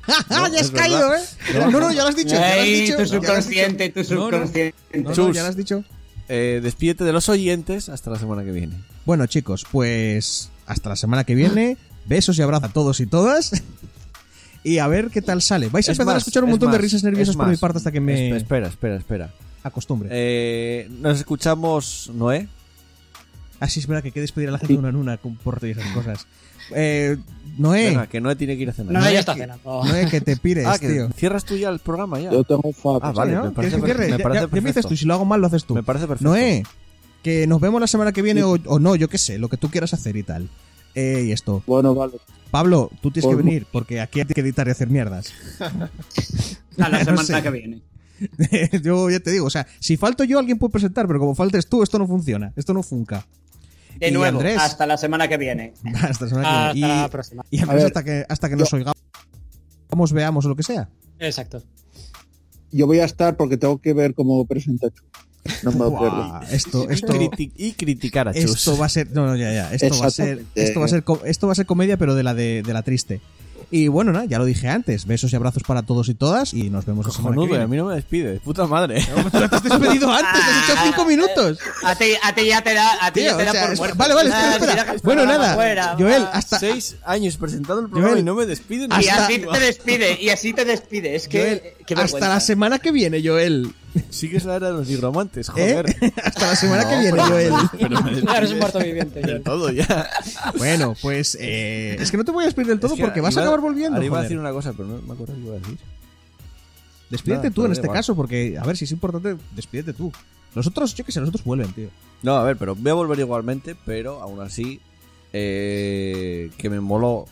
Speaker 2: ¡Ah, ya
Speaker 1: es
Speaker 2: has caído,
Speaker 1: verdad.
Speaker 2: eh! No, no, ya lo has dicho. ya lo has
Speaker 6: Ey,
Speaker 2: dicho. Ya
Speaker 6: tu
Speaker 2: lo has dicho.
Speaker 6: subconsciente, tu
Speaker 2: No, no.
Speaker 6: subconsciente.
Speaker 2: No, no,
Speaker 1: Chus.
Speaker 2: ya lo has dicho.
Speaker 1: Eh, despídete de los oyentes hasta la semana que viene.
Speaker 2: Bueno, chicos, pues hasta la semana que viene. Besos y abrazos a todos y todas. Y a ver qué tal sale. Vais a
Speaker 1: Es
Speaker 2: empezar a
Speaker 1: más,
Speaker 2: escuchar un
Speaker 1: es
Speaker 2: montón de
Speaker 1: más,
Speaker 2: risas
Speaker 1: es
Speaker 2: nerviosas por mi
Speaker 1: más.
Speaker 2: parte hasta que me
Speaker 1: Espe- Espera, espera, espera.
Speaker 2: acostumbre.
Speaker 1: Eh, nos escuchamos, Noé.
Speaker 2: Así es verdad que hay que despedir a la gente una en una con- por todas esas cosas. Eh, Noé,
Speaker 1: Venga, que Noé tiene que ir a cenar.
Speaker 5: No, ya está
Speaker 2: que-
Speaker 5: cenando.
Speaker 2: Noé, que te pires,
Speaker 1: ah, que
Speaker 2: tío.
Speaker 1: cierras tú ya el programa ya.
Speaker 4: Yo tengo pues, eh, un fax.
Speaker 1: Ah, vale,
Speaker 2: ¿no?
Speaker 1: me parece,
Speaker 2: ¿Quieres que
Speaker 1: per-
Speaker 2: cierre?
Speaker 1: me
Speaker 2: Ya-
Speaker 1: parece
Speaker 2: ya- ya me dices
Speaker 1: perfecto.
Speaker 2: tú, si lo hago mal lo haces tú.
Speaker 1: Me parece perfecto.
Speaker 2: Noé, que nos vemos la semana que viene o, o no, yo qué sé, lo que tú quieras hacer y tal. Eh, y esto.
Speaker 4: Bueno, vale.
Speaker 2: Pablo, tú tienes que
Speaker 4: Por-
Speaker 2: venir, porque aquí hay que editar y hacer mierdas. [laughs]
Speaker 6: A la
Speaker 2: No
Speaker 6: semana
Speaker 2: sé.
Speaker 6: que viene.
Speaker 2: yo ya te digo, o sea, si falto yo, alguien puede presentar, pero como faltes tú, esto no funciona. Esto no funca.
Speaker 6: De
Speaker 2: Y
Speaker 6: nuevo,
Speaker 2: Andrés.
Speaker 6: hasta la semana que viene.
Speaker 2: [laughs] Hasta la semana que
Speaker 5: Hasta
Speaker 2: viene.
Speaker 5: la próxima.
Speaker 2: Y, y Andrés, hasta que, hasta que nos oigamos, veamos o lo que sea.
Speaker 5: [laughs] Exacto.
Speaker 4: Yo voy a estar porque tengo que ver cómo presenta Chu. No me acuerdo.
Speaker 2: Buah, Ah, esto,
Speaker 1: Y,
Speaker 2: esto,
Speaker 1: criti- y criticar a Chus.
Speaker 2: esto va a ser. No, no, ya, ya. Esto va a ser.
Speaker 4: Exactamente.
Speaker 2: Esto va a ser, co- esto va a ser comedia, pero de la de, de la triste. Y bueno, nada, ya lo dije antes. Besos y abrazos para todos y todas. Y nos vemos la semana que
Speaker 1: Cojonudo, eh, a
Speaker 2: viene.
Speaker 1: mí no me despide. Puta
Speaker 2: [laughs]
Speaker 1: madre.
Speaker 2: Te has despedido antes, te Pues has hecho
Speaker 6: Ah,
Speaker 2: cinco minutos.
Speaker 6: A ti, a ti ya te da, a ti ya
Speaker 2: Tío,
Speaker 6: te
Speaker 2: o
Speaker 6: da
Speaker 2: sea,
Speaker 6: ah, por
Speaker 2: es-
Speaker 6: muerto.
Speaker 2: vale, vale, espera,
Speaker 6: Ah,
Speaker 2: espera.
Speaker 6: mira que el
Speaker 2: Bueno,
Speaker 6: programa
Speaker 2: nada.
Speaker 6: fuera,
Speaker 2: Joel,
Speaker 6: va.
Speaker 2: hasta,
Speaker 1: Seis años presentando el programa
Speaker 2: Joel,
Speaker 1: y no me despiden.
Speaker 6: Y
Speaker 2: hasta-
Speaker 6: así te despide, y así te despide. Es que.
Speaker 2: Joel,
Speaker 6: qué
Speaker 2: hasta
Speaker 6: vergüenza.
Speaker 2: la semana que viene, Joel.
Speaker 1: Sigues la era de los nigromantes,
Speaker 2: ¿Eh? [laughs]
Speaker 1: joder.
Speaker 2: Hasta la semana que viene, Joel.
Speaker 1: [laughs] Pero me
Speaker 5: Claro, es
Speaker 1: despides
Speaker 5: un muerto
Speaker 1: [laughs]
Speaker 5: viviente.
Speaker 1: del todo ya.
Speaker 2: Bueno, pues eh, es que no te voy a despedir del todo
Speaker 1: Es que
Speaker 2: porque vas a
Speaker 1: iba-
Speaker 2: acabar volviendo.
Speaker 1: ahora iba a
Speaker 2: joder.
Speaker 1: decir una cosa, pero no me acuerdo qué iba a decir.
Speaker 2: Despídete
Speaker 1: Nada,
Speaker 2: tú en
Speaker 1: pero
Speaker 2: este
Speaker 1: igual.
Speaker 2: caso porque, a ver, si es importante, despídete tú. Los otros, yo que sé, los otros vuelven, tío.
Speaker 1: No, a ver, pero voy a volver igualmente, pero aún así, eh, que me moló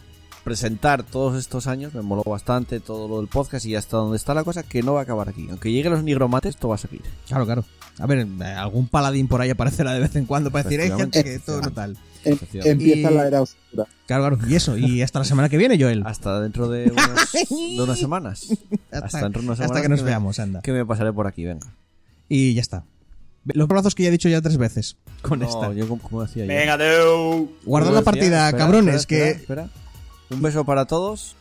Speaker 1: presentar todos estos años, me moló bastante todo lo del podcast y hasta donde está la cosa, que no va a acabar aquí. Aunque lleguen los nigromates, esto va a seguir.
Speaker 2: Claro, claro. A ver, eh, algún paladín por ahí aparecerá de vez en cuando para decir, hay gente que todo no tal.
Speaker 4: Em-
Speaker 1: Efectivamente.
Speaker 4: empieza
Speaker 2: Y-
Speaker 4: la era oscura.
Speaker 2: Claro, claro. Y eso, y hasta la semana que viene, Joel.
Speaker 1: Hasta dentro
Speaker 2: [laughs]
Speaker 1: de, unos- de unas semanas. Hasta, dentro de unas
Speaker 2: hasta
Speaker 1: semanas
Speaker 2: que nos
Speaker 1: me-
Speaker 2: veamos, anda.
Speaker 1: Que me pasaré por aquí, venga.
Speaker 2: Y ya está. Los brazos que ya he dicho ya tres veces con
Speaker 1: No,
Speaker 2: esta.
Speaker 1: yo como- como decía yo.
Speaker 6: Venga, Deu.
Speaker 2: Guardad
Speaker 1: Como
Speaker 2: la
Speaker 1: decía,
Speaker 2: partida,
Speaker 1: espera,
Speaker 2: cabrones,
Speaker 1: espera,
Speaker 2: que...
Speaker 1: espera, espera. Un beso para todos.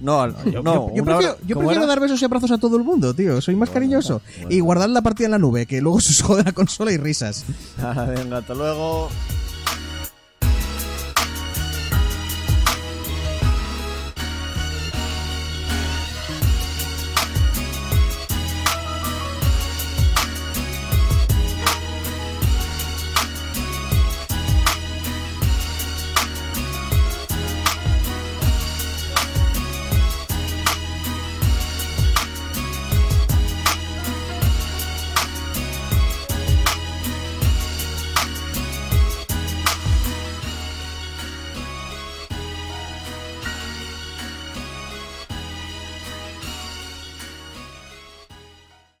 Speaker 1: No, no,
Speaker 2: Yo,
Speaker 1: no,
Speaker 2: yo
Speaker 1: un
Speaker 2: prefiero,
Speaker 1: abra-
Speaker 2: yo
Speaker 1: ¿cómo
Speaker 2: prefiero
Speaker 1: era?
Speaker 2: dar besos y abrazos a todo el mundo, tío. Soy más
Speaker 1: Bueno,
Speaker 2: cariñoso.
Speaker 1: bueno. [laughs]
Speaker 2: Y guardad la partida en la nube, que luego se os jode la consola y risas.
Speaker 1: Ah, Venga, hasta luego.